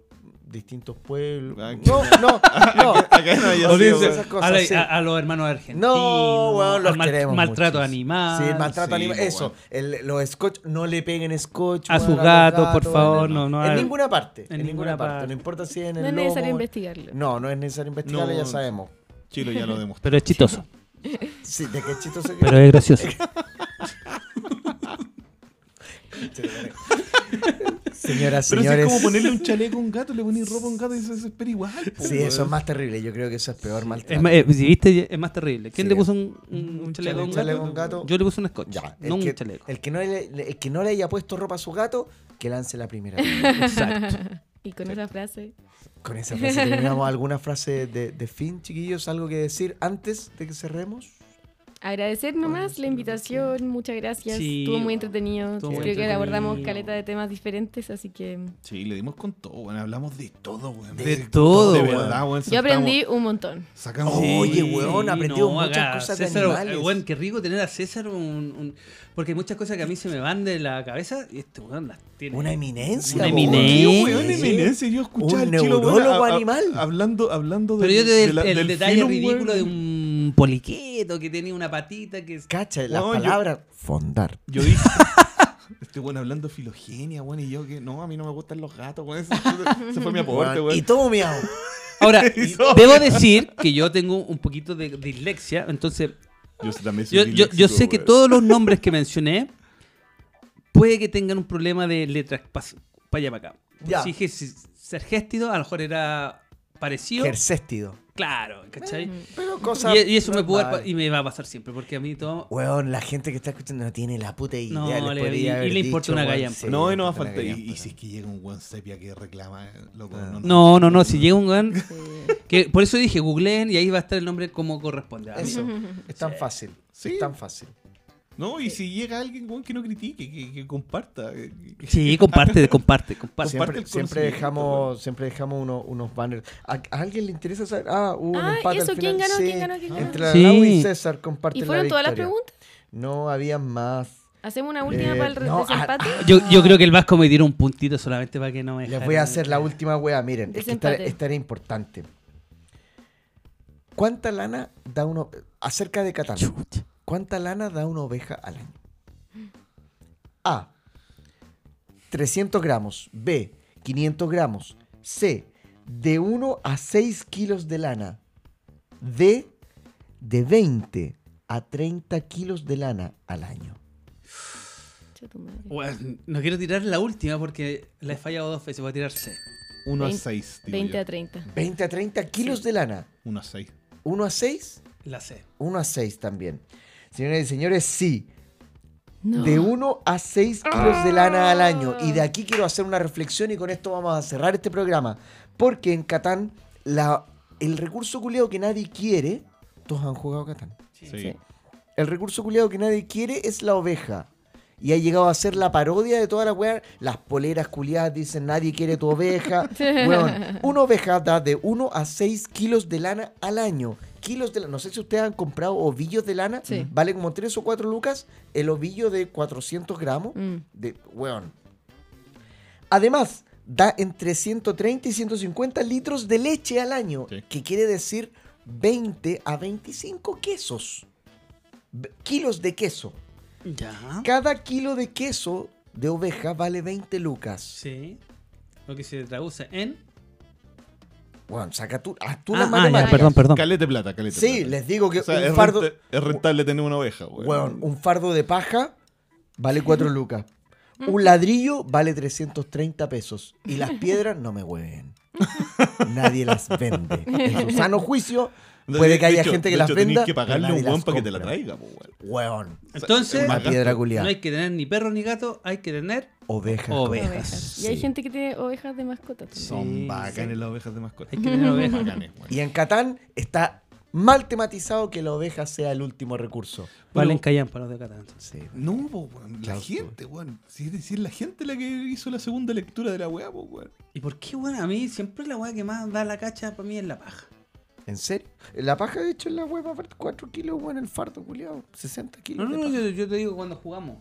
[SPEAKER 4] distintos pueblos.
[SPEAKER 5] Ah,
[SPEAKER 4] No, no, no.
[SPEAKER 5] Acá no había
[SPEAKER 4] O
[SPEAKER 5] sido,
[SPEAKER 4] dice-
[SPEAKER 5] weón.
[SPEAKER 4] esas cosas,
[SPEAKER 1] a, la-
[SPEAKER 4] sí.
[SPEAKER 1] a- a los hermanos argentinos.
[SPEAKER 4] No, weón, los
[SPEAKER 1] al mal-
[SPEAKER 4] queremos
[SPEAKER 1] Maltrato
[SPEAKER 4] mucho.
[SPEAKER 1] animal.
[SPEAKER 4] Sí, el maltrato
[SPEAKER 5] sí, pues,
[SPEAKER 4] animal.
[SPEAKER 5] po,
[SPEAKER 4] Eso,
[SPEAKER 5] weón.
[SPEAKER 4] el- los scotch, no le peguen scotch.
[SPEAKER 1] A
[SPEAKER 4] weón,
[SPEAKER 1] sus
[SPEAKER 4] los
[SPEAKER 1] gatos, por
[SPEAKER 4] weón,
[SPEAKER 1] favor,
[SPEAKER 4] en-
[SPEAKER 1] no, no,
[SPEAKER 4] En
[SPEAKER 1] al-
[SPEAKER 4] ninguna parte.
[SPEAKER 1] en
[SPEAKER 4] En ninguna
[SPEAKER 1] ninguna
[SPEAKER 4] parte.
[SPEAKER 1] parte.
[SPEAKER 4] No importa si en el
[SPEAKER 2] No es
[SPEAKER 4] lomo,
[SPEAKER 2] necesario
[SPEAKER 4] en-
[SPEAKER 2] investigarlo.
[SPEAKER 4] No, no es necesario investigarlo,
[SPEAKER 5] No.
[SPEAKER 4] ya sabemos.
[SPEAKER 5] Chilo ya lo demostró.
[SPEAKER 1] Pero es chistoso.
[SPEAKER 4] Sí, de qué chistoso que
[SPEAKER 1] Pero es gracioso.
[SPEAKER 4] Señoras,
[SPEAKER 5] Pero si es
[SPEAKER 4] señores.
[SPEAKER 5] como ponerle un chaleco a un gato, le pones ropa a un gato y se desespera igual. po,
[SPEAKER 4] Sí,
[SPEAKER 5] weón.
[SPEAKER 4] eso es más terrible. Yo creo que eso es peor maltrato.
[SPEAKER 1] es más, eh, si viste, es más terrible. ¿Quién
[SPEAKER 4] Sí.
[SPEAKER 1] le puso un, un, un chaleco a un
[SPEAKER 4] chaleco
[SPEAKER 1] gato?
[SPEAKER 4] a un gato.
[SPEAKER 1] Yo le puse un scotch.
[SPEAKER 4] Ya, el,
[SPEAKER 1] no un
[SPEAKER 4] que,
[SPEAKER 1] chaleco.
[SPEAKER 4] el que no le, el que no le haya puesto ropa a su gato, que lance la primera.
[SPEAKER 1] Exacto.
[SPEAKER 2] Y con esa frase.
[SPEAKER 4] Con esa frase terminamos alguna frase de, de fin, chiquillos, algo que decir antes de que cerremos.
[SPEAKER 2] Agradecer nomás la invitación, muchas gracias.
[SPEAKER 1] Sí,
[SPEAKER 2] Estuvo muy
[SPEAKER 1] bueno,
[SPEAKER 2] entretenido.
[SPEAKER 1] estuvo
[SPEAKER 2] Creo
[SPEAKER 1] muy
[SPEAKER 2] que abordamos
[SPEAKER 1] entretenido.
[SPEAKER 2] caleta de temas diferentes, así que
[SPEAKER 5] Sí, le dimos con todo, weón. Hablamos de todo, weón.
[SPEAKER 1] De todo,
[SPEAKER 5] de
[SPEAKER 1] weón.
[SPEAKER 5] verdad, weón.
[SPEAKER 2] yo aprendí un montón.
[SPEAKER 5] Sacamos.
[SPEAKER 4] Sí. Oye,
[SPEAKER 5] weón.
[SPEAKER 4] weón, aprendimos muchas cosas de
[SPEAKER 1] César,
[SPEAKER 4] animales.
[SPEAKER 1] eh, weón, qué rico tener a César un, un- Porque hay muchas cosas que a mí se me van de la cabeza y este weón las tiene.
[SPEAKER 4] Una eminencia.
[SPEAKER 1] Una
[SPEAKER 4] po,
[SPEAKER 1] eminencia.
[SPEAKER 4] weón.
[SPEAKER 5] Weón,
[SPEAKER 4] Sí.
[SPEAKER 5] eminencia, yo escuchaba
[SPEAKER 4] Un
[SPEAKER 5] al chilo, weón,
[SPEAKER 4] neurólogo
[SPEAKER 5] a- a-
[SPEAKER 4] animal.
[SPEAKER 5] Hablando, hablando
[SPEAKER 1] Pero
[SPEAKER 5] del-
[SPEAKER 1] yo te doy
[SPEAKER 5] de
[SPEAKER 1] el,
[SPEAKER 5] la-
[SPEAKER 1] el
[SPEAKER 5] del
[SPEAKER 1] detalle
[SPEAKER 5] film,
[SPEAKER 1] ridículo
[SPEAKER 5] weón.
[SPEAKER 1] de un poliqueto que tenía una patita que...
[SPEAKER 4] Cacha, las
[SPEAKER 5] Weón, yo-
[SPEAKER 4] palabras. Fondar.
[SPEAKER 5] Yo dije. Este weón hablando filogenia, weón, y yo que no, a mí no me gustan los gatos, weón. Ese, ese fue mi aporte,
[SPEAKER 4] Weón,
[SPEAKER 5] weón.
[SPEAKER 4] Y todo miau.
[SPEAKER 1] Ahora,
[SPEAKER 5] Hizo-
[SPEAKER 1] debo decir que yo tengo un poquito de dislexia, entonces
[SPEAKER 5] Yo también soy
[SPEAKER 1] yo, yo- yo
[SPEAKER 5] disléxico,
[SPEAKER 1] sé que
[SPEAKER 5] weón.
[SPEAKER 1] todos los nombres que mencioné puede que tengan un problema de letras para allá para acá. Pues
[SPEAKER 4] Ya.
[SPEAKER 1] Si dije si- sergéstido, a lo mejor era parecido.
[SPEAKER 4] Gercéstido.
[SPEAKER 1] claro, ¿cachai?
[SPEAKER 4] Pero cosa
[SPEAKER 1] y, y eso me, pudo haber
[SPEAKER 4] normal.
[SPEAKER 1] pa- y me va a pasar siempre, porque a mí todo...
[SPEAKER 4] Weón, la gente que está escuchando no tiene la puta idea.
[SPEAKER 1] No,
[SPEAKER 4] les
[SPEAKER 1] le-
[SPEAKER 4] podría
[SPEAKER 1] y- y
[SPEAKER 4] haber
[SPEAKER 1] le importa
[SPEAKER 4] dicho,
[SPEAKER 1] una
[SPEAKER 4] weón,
[SPEAKER 1] gallampa.
[SPEAKER 4] sí,
[SPEAKER 5] No, y
[SPEAKER 4] le
[SPEAKER 5] no va a
[SPEAKER 4] importa una
[SPEAKER 5] faltar. Y, y
[SPEAKER 4] gallampa.
[SPEAKER 5] si es que llega un weón sepia que reclama, eh, loco.
[SPEAKER 4] Ah.
[SPEAKER 1] No, no, no, si llega un weón... Que, por eso dije, googleen y ahí va a estar el nombre como corresponde. A mí-
[SPEAKER 4] Eso. Es tan fácil.
[SPEAKER 5] Sí.
[SPEAKER 4] Es tan fácil.
[SPEAKER 5] No, y si llega alguien, weón, que no critique, que, que comparta. que- que-
[SPEAKER 1] Sí, comparte, comparte, comparte.
[SPEAKER 5] Comparte
[SPEAKER 4] Siempre,
[SPEAKER 5] el
[SPEAKER 4] siempre
[SPEAKER 5] conocimiento,
[SPEAKER 4] dejamos, siempre dejamos uno- unos banners. ¿A, a alguien le interesa saber? Ah, hubo un
[SPEAKER 2] Ah,
[SPEAKER 4] empate
[SPEAKER 2] eso,
[SPEAKER 4] al
[SPEAKER 2] ¿quién
[SPEAKER 4] final.
[SPEAKER 2] ganó?
[SPEAKER 4] Sí.
[SPEAKER 2] ¿Quién ganó? ¿Quién ganó?
[SPEAKER 4] Entre la
[SPEAKER 1] Sí.
[SPEAKER 4] Lau y César comparten
[SPEAKER 2] ¿Y
[SPEAKER 4] la
[SPEAKER 2] fueron todas las
[SPEAKER 4] victoria.
[SPEAKER 2] preguntas?
[SPEAKER 4] No, había más.
[SPEAKER 2] ¿Hacemos una última
[SPEAKER 4] Eh,
[SPEAKER 2] para el re-
[SPEAKER 4] no, ah,
[SPEAKER 2] desempate?
[SPEAKER 1] Yo, yo creo que el Vasco me tiró un puntito solamente para que no me
[SPEAKER 4] Les
[SPEAKER 1] dejaran-
[SPEAKER 4] voy a hacer la última wea, miren. Es que esta,
[SPEAKER 2] Desempate.
[SPEAKER 4] esta era importante. ¿Cuánta lana da uno eh, acerca de Catán?
[SPEAKER 1] Chucha.
[SPEAKER 4] ¿Cuánta lana da una oveja al año? A. 300 gramos. B. 500 gramos. C. De 1 a 6 kilos de lana. D. De 20 a 30 kilos de lana al año.
[SPEAKER 2] Chucha tu madre.
[SPEAKER 1] Bueno, no quiero tirar la última porque la he fallado dos veces. Voy a tirar C.
[SPEAKER 5] 1 a
[SPEAKER 2] Vein-
[SPEAKER 5] 6.
[SPEAKER 2] 20 a 30.
[SPEAKER 4] 20 a 30 kilos de lana.
[SPEAKER 5] 1 a 6.
[SPEAKER 4] 1 a 6.
[SPEAKER 1] La C.
[SPEAKER 4] 1 a 6 también. Señoras y señores, sí.
[SPEAKER 2] No.
[SPEAKER 4] De 1 a 6 kilos de lana al año. Y de aquí quiero hacer una reflexión y con esto vamos a cerrar este programa. Porque en Catán, la, el recurso culiado que nadie quiere, todos han jugado Catán.
[SPEAKER 5] Sí.
[SPEAKER 2] Sí.
[SPEAKER 4] El recurso culiado que nadie quiere es la oveja. Y ha llegado a ser la parodia de toda la weá. Las poleras culiadas dicen nadie quiere tu oveja. Weón, una oveja da de 1 a 6 kilos de lana al año. Kilos de lana. No sé si ustedes han comprado ovillos de lana.
[SPEAKER 2] Sí.
[SPEAKER 4] Vale como 3 o 4 lucas. El ovillo de 400 gramos.
[SPEAKER 2] Mm.
[SPEAKER 4] De, weón. Además, da entre 130 y 150 litros de leche al año,
[SPEAKER 5] Sí.
[SPEAKER 4] que quiere decir 20 a 25 quesos. Ve- Kilos de queso.
[SPEAKER 1] Ya.
[SPEAKER 4] Cada kilo de queso de oveja vale 20 lucas.
[SPEAKER 1] Sí. Lo que se traduce en.
[SPEAKER 4] Bueno, saca tú, haz tú
[SPEAKER 1] Ah,
[SPEAKER 4] las
[SPEAKER 1] ah,
[SPEAKER 4] matemáticas.
[SPEAKER 1] ya, perdón, perdón.
[SPEAKER 5] Calete plata, calete plata.
[SPEAKER 4] Sí, les digo que
[SPEAKER 5] O sea,
[SPEAKER 4] un
[SPEAKER 5] es,
[SPEAKER 4] fardo...
[SPEAKER 5] renta- es rentable tener una oveja, weón.
[SPEAKER 4] Weón, un fardo de paja vale 4 lucas. Un ladrillo vale 330 pesos. Y las piedras no me hueven. Nadie las vende. En su sano juicio,
[SPEAKER 5] De-
[SPEAKER 4] puede que
[SPEAKER 5] de
[SPEAKER 4] haya
[SPEAKER 5] hecho-
[SPEAKER 4] gente que
[SPEAKER 5] de
[SPEAKER 4] las
[SPEAKER 5] hecho, tenés
[SPEAKER 4] venda.
[SPEAKER 5] que pagarle
[SPEAKER 4] pero
[SPEAKER 5] un
[SPEAKER 4] nadie
[SPEAKER 5] weón
[SPEAKER 4] las
[SPEAKER 5] para que te la
[SPEAKER 4] compra.
[SPEAKER 5] traiga, po, weón.
[SPEAKER 4] Weón,
[SPEAKER 1] Entonces,
[SPEAKER 5] una
[SPEAKER 4] una
[SPEAKER 5] gasto.
[SPEAKER 4] piedra
[SPEAKER 1] no
[SPEAKER 4] culiada.
[SPEAKER 1] hay que tener ni perro ni gato, hay que tener. Ovejas.
[SPEAKER 4] Ovejas. con-
[SPEAKER 2] Ovejas. Y hay
[SPEAKER 4] Sí.
[SPEAKER 2] gente que tiene ovejas de mascota también.
[SPEAKER 1] Sí,
[SPEAKER 5] Son bacanes
[SPEAKER 1] sí.
[SPEAKER 5] las ovejas de mascota.
[SPEAKER 1] Hay que tener ovejas.
[SPEAKER 5] Bacanes, weón.
[SPEAKER 4] Y en Catán está mal tematizado que la oveja sea el último recurso.
[SPEAKER 1] Valen callan para los de Catán. entonces.
[SPEAKER 4] Sí.
[SPEAKER 5] No, po, weón. La
[SPEAKER 4] Claro,
[SPEAKER 5] gente, weón. Si es decir, la gente la que hizo la segunda lectura de la weá, po, weón.
[SPEAKER 1] ¿Y por qué, bueno, a mí siempre la weá que más da la cacha para mí es la paja?
[SPEAKER 4] ¿En serio? La paja, de hecho, en la hueva, 4 kilos, weón, el fardo culiado. 60
[SPEAKER 1] No,
[SPEAKER 4] kilos.
[SPEAKER 1] no,
[SPEAKER 4] de
[SPEAKER 1] no,
[SPEAKER 4] paja.
[SPEAKER 1] yo, yo te digo cuando jugamos.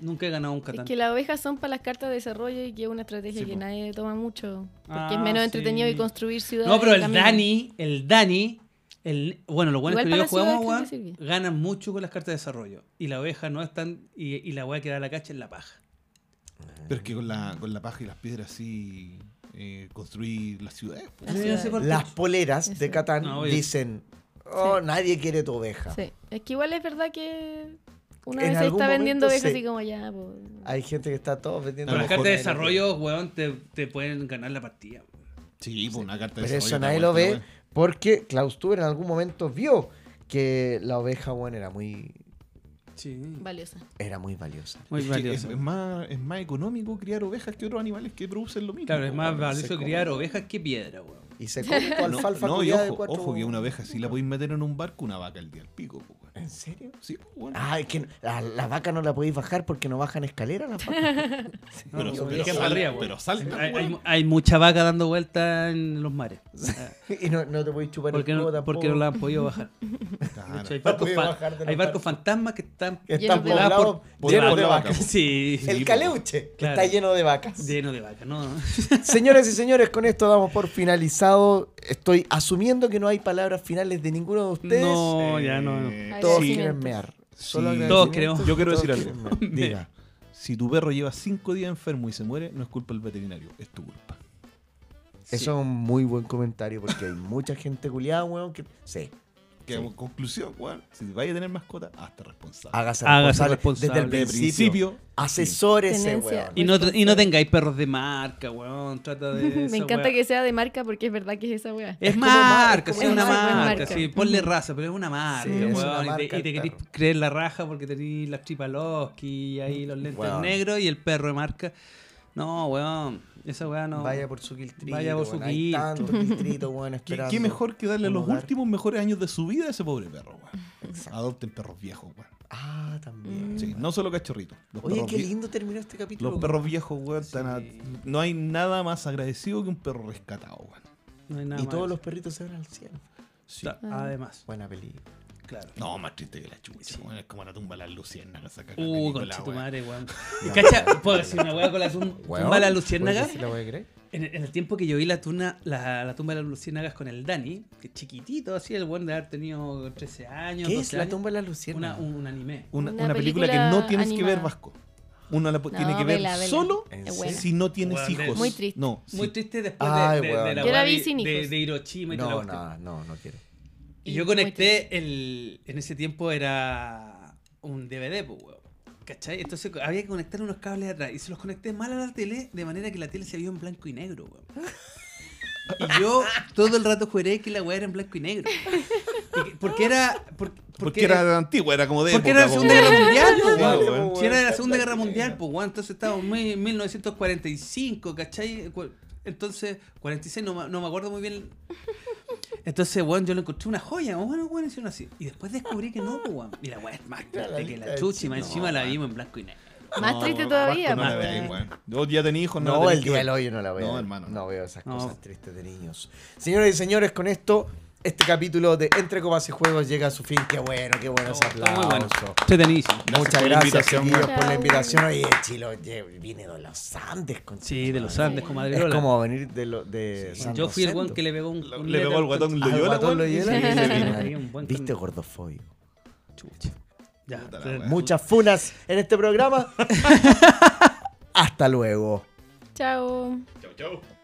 [SPEAKER 1] Nunca he ganado un Catán.
[SPEAKER 2] Es que las ovejas son para las cartas de desarrollo y que es una estrategia
[SPEAKER 1] Sí,
[SPEAKER 2] que
[SPEAKER 1] po.
[SPEAKER 2] nadie toma mucho. Porque
[SPEAKER 1] Ah,
[SPEAKER 2] es menos
[SPEAKER 1] sí.
[SPEAKER 2] entretenido que construir ciudades.
[SPEAKER 1] No, pero
[SPEAKER 2] y
[SPEAKER 1] el
[SPEAKER 2] caminos.
[SPEAKER 1] Dani, el Dani, el, bueno, los buenos
[SPEAKER 2] Igual
[SPEAKER 1] que
[SPEAKER 2] para
[SPEAKER 1] yo
[SPEAKER 2] la ciudad
[SPEAKER 1] jugamos,
[SPEAKER 2] creo que
[SPEAKER 1] weón,
[SPEAKER 2] sirve.
[SPEAKER 1] ganan mucho con las cartas de desarrollo. Y la oveja no es tan. Y, y la weá que da la cacha en la paja.
[SPEAKER 3] Pero es que con la, con la paja y las piedras sí eh, construir la ciudad.
[SPEAKER 1] Yo
[SPEAKER 2] La
[SPEAKER 1] no
[SPEAKER 2] ciudad.
[SPEAKER 1] sé por qué.
[SPEAKER 4] Las poleras de
[SPEAKER 2] Eso.
[SPEAKER 4] Catán
[SPEAKER 1] No, oye.
[SPEAKER 4] dicen, oh, nadie quiere tu oveja.
[SPEAKER 2] Sí. Es que igual es verdad que una
[SPEAKER 4] En
[SPEAKER 2] vez se
[SPEAKER 4] algún
[SPEAKER 2] está vendiendo
[SPEAKER 4] momento
[SPEAKER 2] ovejas
[SPEAKER 4] sí.
[SPEAKER 2] así como ya. po.
[SPEAKER 4] Hay gente que está todo vendiendo
[SPEAKER 1] Con las
[SPEAKER 3] a lo mejor-
[SPEAKER 1] cartas de desarrollo, weón, te, te pueden ganar la partida.
[SPEAKER 3] Sí, pues una carta de
[SPEAKER 4] Pero eso
[SPEAKER 3] desarrollo,
[SPEAKER 4] nadie
[SPEAKER 3] una
[SPEAKER 4] lo
[SPEAKER 3] vuelta,
[SPEAKER 4] ve porque Klaus Tuber en algún momento vio que la oveja, bueno, era muy,
[SPEAKER 1] Sí.
[SPEAKER 2] Valiosa.
[SPEAKER 4] era muy valiosa.
[SPEAKER 1] Muy
[SPEAKER 3] Es que es,
[SPEAKER 1] valioso.
[SPEAKER 3] es más, es más económico criar ovejas que otros animales que producen lo mismo.
[SPEAKER 1] Claro, es
[SPEAKER 3] po,
[SPEAKER 1] más
[SPEAKER 3] weón.
[SPEAKER 1] valioso
[SPEAKER 4] come.
[SPEAKER 1] criar ovejas que piedra, weón.
[SPEAKER 4] Y se come tu
[SPEAKER 3] No,
[SPEAKER 4] alfalfa
[SPEAKER 3] no, y
[SPEAKER 4] culiada
[SPEAKER 3] ojo,
[SPEAKER 4] de cuatro...
[SPEAKER 3] ojo que una oveja, si la podéis meter en un barco, una vaca al día al pico. po, weón.
[SPEAKER 4] ¿En serio?
[SPEAKER 3] Sí, po, weón.
[SPEAKER 4] Ah, es que la, la vaca no la podéis bajar porque no bajan escalera las vacas.
[SPEAKER 3] pero,
[SPEAKER 1] No,
[SPEAKER 3] pero
[SPEAKER 1] qué
[SPEAKER 3] sal-
[SPEAKER 1] barría, weón.
[SPEAKER 3] pero salta,
[SPEAKER 1] Hay,
[SPEAKER 3] weón.
[SPEAKER 1] hay- hay mucha vaca dando vueltas en los mares. Ah,
[SPEAKER 4] y no, no te podéis chupar
[SPEAKER 1] Porque
[SPEAKER 4] el
[SPEAKER 1] no,
[SPEAKER 4] codo tampoco. Ah,
[SPEAKER 1] porque no la han podido bajar. De
[SPEAKER 3] Claro.
[SPEAKER 1] hecho, hay
[SPEAKER 4] No
[SPEAKER 1] barcos,
[SPEAKER 4] puede
[SPEAKER 1] fan-
[SPEAKER 4] bajar de los
[SPEAKER 1] hay barcos
[SPEAKER 4] barcos.
[SPEAKER 1] fantasmas que están
[SPEAKER 2] llenos
[SPEAKER 4] Están
[SPEAKER 2] de
[SPEAKER 4] poblados
[SPEAKER 1] Ah,
[SPEAKER 3] vaca,
[SPEAKER 4] llenos de
[SPEAKER 3] poblado de
[SPEAKER 4] vacas.
[SPEAKER 3] vaca.
[SPEAKER 1] sí,
[SPEAKER 4] El caleuche que
[SPEAKER 1] Claro.
[SPEAKER 4] está lleno de vacas.
[SPEAKER 1] lleno de vacas, ¿no?
[SPEAKER 4] Señoras y señores, con esto damos por finalizado. Estoy asumiendo que no hay palabras finales de ninguno de ustedes.
[SPEAKER 1] No, ya no. no.
[SPEAKER 3] Eh,
[SPEAKER 4] Todos
[SPEAKER 2] Sí.
[SPEAKER 4] quieren mear.
[SPEAKER 3] Sí.
[SPEAKER 4] agradecimientos.
[SPEAKER 1] Todos queremos-
[SPEAKER 3] Yo quiero
[SPEAKER 4] Todos
[SPEAKER 3] decir
[SPEAKER 4] quieren
[SPEAKER 3] algo.
[SPEAKER 4] mear. Diga.
[SPEAKER 3] Si tu perro lleva cinco días enfermo y se muere, no es culpa del veterinario, es tu culpa.
[SPEAKER 4] Eso es un muy buen comentario porque hay mucha gente culiada, weón, que... Sí,
[SPEAKER 3] Que como conclusión, weón, si vaya a tener mascota, hazte responsable.
[SPEAKER 4] hágase
[SPEAKER 1] Hágase
[SPEAKER 4] responsable,
[SPEAKER 1] responsable.
[SPEAKER 4] desde el
[SPEAKER 1] De
[SPEAKER 4] principio. Asesórese,
[SPEAKER 2] Tenencia.
[SPEAKER 4] weón.
[SPEAKER 1] Y no, y no tengáis perros de marca, weón. Trata de.
[SPEAKER 2] Me
[SPEAKER 1] esa
[SPEAKER 2] encanta
[SPEAKER 1] weá.
[SPEAKER 2] que sea de marca porque es verdad que es esa wea.
[SPEAKER 1] Es,
[SPEAKER 4] Es como mar-
[SPEAKER 1] marca,
[SPEAKER 4] es
[SPEAKER 1] sí,
[SPEAKER 4] como
[SPEAKER 1] es una
[SPEAKER 2] marca, es
[SPEAKER 1] marca,
[SPEAKER 2] marca.
[SPEAKER 1] sí, ponle raza, pero es una marca,
[SPEAKER 4] Sí, es
[SPEAKER 1] weón.
[SPEAKER 4] una
[SPEAKER 1] y te,
[SPEAKER 4] marca
[SPEAKER 1] y te
[SPEAKER 4] el
[SPEAKER 1] querís
[SPEAKER 4] perro.
[SPEAKER 1] creer la raja porque tenés las tripaloski, ahí los lentes
[SPEAKER 4] Weón.
[SPEAKER 1] negros y el perro de marca. No, weón, esa weá no.
[SPEAKER 4] Vaya por su quiltrito.
[SPEAKER 1] Vaya por su
[SPEAKER 4] weón. Hay
[SPEAKER 1] quiltro.
[SPEAKER 4] tantos distritos, weón,
[SPEAKER 3] ¿Qué,
[SPEAKER 4] esperando
[SPEAKER 3] qué mejor que darle
[SPEAKER 4] un
[SPEAKER 3] los
[SPEAKER 4] hogar.
[SPEAKER 3] últimos mejores años de su vida a ese pobre perro, weón. Adopten perros viejos, weón.
[SPEAKER 4] Ah, también.
[SPEAKER 3] Sí, no solo cachorritos. Mm. Los
[SPEAKER 4] Oye,
[SPEAKER 3] perros
[SPEAKER 4] qué
[SPEAKER 3] vie-
[SPEAKER 4] lindo terminó este capítulo.
[SPEAKER 3] Los perros viejos, weón, están a-
[SPEAKER 1] Sí.
[SPEAKER 3] no hay nada más agradecido que un perro rescatado, weón.
[SPEAKER 1] no hay nada
[SPEAKER 4] Y
[SPEAKER 1] más.
[SPEAKER 4] todos los Ah. perritos se van al cielo.
[SPEAKER 3] Sí.
[SPEAKER 1] Ta- Además,
[SPEAKER 4] Buena película.
[SPEAKER 1] claro.
[SPEAKER 3] No, más triste que la chucha, weón. Es como la tumba de las luciérnagas. saca la
[SPEAKER 1] Uh,
[SPEAKER 3] película,
[SPEAKER 1] concha tu
[SPEAKER 3] weón.
[SPEAKER 1] madre, weón.
[SPEAKER 4] Ya,
[SPEAKER 1] ¿Cacha?
[SPEAKER 4] ya,
[SPEAKER 1] ¿Puedo
[SPEAKER 4] ya,
[SPEAKER 1] decir
[SPEAKER 4] ya.
[SPEAKER 1] una weá con la tum-
[SPEAKER 4] Weón,
[SPEAKER 1] tumba de las
[SPEAKER 4] ¿puedes
[SPEAKER 1] luciérnagas?
[SPEAKER 4] decir la weá que crees?
[SPEAKER 1] En el, en el tiempo que yo vi la, tuna, la, la tumba de las luciérnagas con el Dani, que chiquitito, así, el weón de haber tenido 13 años,
[SPEAKER 4] ¿Qué
[SPEAKER 1] 12
[SPEAKER 4] es la
[SPEAKER 1] años,
[SPEAKER 4] tumba de las
[SPEAKER 1] una,
[SPEAKER 4] luciérnagas?
[SPEAKER 1] un, un anime.
[SPEAKER 3] Una,
[SPEAKER 2] Una
[SPEAKER 3] una película, que
[SPEAKER 2] película
[SPEAKER 3] no tienes que ver,
[SPEAKER 2] animada.
[SPEAKER 3] Vasco. Uno la po- tiene
[SPEAKER 2] No,
[SPEAKER 3] que ver
[SPEAKER 2] vela, vela.
[SPEAKER 3] solo
[SPEAKER 4] ¿En
[SPEAKER 2] Es
[SPEAKER 4] serio?
[SPEAKER 2] buena.
[SPEAKER 3] si no tienes
[SPEAKER 1] Bueno,
[SPEAKER 3] hijos.
[SPEAKER 2] Muy triste.
[SPEAKER 3] No,
[SPEAKER 1] Muy
[SPEAKER 3] sí.
[SPEAKER 1] triste después
[SPEAKER 4] Ay,
[SPEAKER 1] de, de- de
[SPEAKER 4] weón.
[SPEAKER 1] la
[SPEAKER 2] Yo la
[SPEAKER 1] weá
[SPEAKER 2] vi
[SPEAKER 1] de-
[SPEAKER 2] sin
[SPEAKER 1] de,
[SPEAKER 2] hijos.
[SPEAKER 1] de Hiroshima y toda la
[SPEAKER 4] No,
[SPEAKER 1] cuestión.
[SPEAKER 4] no, no, no quiero.
[SPEAKER 1] Y yo
[SPEAKER 2] Muy
[SPEAKER 1] conecté el. En ese tiempo era un DVD, pues, weón. ¿Cachai? Entonces había que conectar unos cables atrás. Y se los conecté mal a la tele, de manera que la tele se vio en blanco y negro, weón. Y yo todo el rato juré que la weá era en blanco y negro. Y que- porque era. por- Porque,
[SPEAKER 3] Porque era antigua, era como de
[SPEAKER 1] porque
[SPEAKER 3] época,
[SPEAKER 1] era la
[SPEAKER 4] pues,
[SPEAKER 1] Segunda
[SPEAKER 3] como-
[SPEAKER 1] Guerra Mundial, po,
[SPEAKER 3] Sí,
[SPEAKER 1] weón.
[SPEAKER 3] weón.
[SPEAKER 1] Si era de la Segunda Guerra Mundial, pues, weón. Entonces estábamos en mil- 1945, ¿cachai? Cu- Entonces, 46, no, ma- no me acuerdo muy bien. Entonces, weón, yo lo encontré una joya. Bueno, weón, hicieron así. Y después descubrí que no, pues, weón. Y la weón es más triste que la chucha. Y más encima la vimos en blanco y negro.
[SPEAKER 2] Más
[SPEAKER 3] No,
[SPEAKER 2] triste
[SPEAKER 3] Vasco,
[SPEAKER 2] todavía.
[SPEAKER 3] no la
[SPEAKER 2] po.
[SPEAKER 3] veáis, weón. Yo ya tenía hijos, no,
[SPEAKER 4] No,
[SPEAKER 3] la tenéis
[SPEAKER 4] el
[SPEAKER 3] que
[SPEAKER 4] día
[SPEAKER 3] ver.
[SPEAKER 4] del hoyo no la veo.
[SPEAKER 3] No, hermano.
[SPEAKER 4] No veo esas
[SPEAKER 1] No.
[SPEAKER 4] cosas tristes de niños. Señoras y señores, con esto, este capítulo de Entre Copas y Juegos llega a su fin. Qué bueno, qué bueno ese
[SPEAKER 1] Está muy
[SPEAKER 4] aplauso.
[SPEAKER 1] bueno. Entretenidísimo.
[SPEAKER 4] Muchas
[SPEAKER 3] por la
[SPEAKER 4] gracias,
[SPEAKER 3] invitación,
[SPEAKER 4] chiquillos,
[SPEAKER 2] weón.
[SPEAKER 4] por la
[SPEAKER 2] Chao.
[SPEAKER 4] invitación. Oye, Chilo, ye- viene de los Andes. Con
[SPEAKER 1] Sí, de los
[SPEAKER 4] madre.
[SPEAKER 1] Andes, comadre.
[SPEAKER 4] Es como venir de, lo, de San
[SPEAKER 1] Yo fui el weón
[SPEAKER 4] Rosendo.
[SPEAKER 1] que le pegó un. un
[SPEAKER 3] Le
[SPEAKER 1] letra
[SPEAKER 3] pegó
[SPEAKER 1] al
[SPEAKER 3] el guatón
[SPEAKER 4] Al
[SPEAKER 3] Loyola,
[SPEAKER 4] guatón
[SPEAKER 3] weón.
[SPEAKER 4] Loyola,
[SPEAKER 1] Sí,
[SPEAKER 4] y se
[SPEAKER 1] sí,
[SPEAKER 4] vino.
[SPEAKER 1] sí, un buen
[SPEAKER 4] Viste
[SPEAKER 1] con-
[SPEAKER 4] gordofobio.
[SPEAKER 1] Chucha. Ya,
[SPEAKER 3] Puta la
[SPEAKER 1] te-
[SPEAKER 3] weá.
[SPEAKER 4] Muchas funas en este programa. Hasta luego.
[SPEAKER 2] Chao.
[SPEAKER 3] Chau, chau.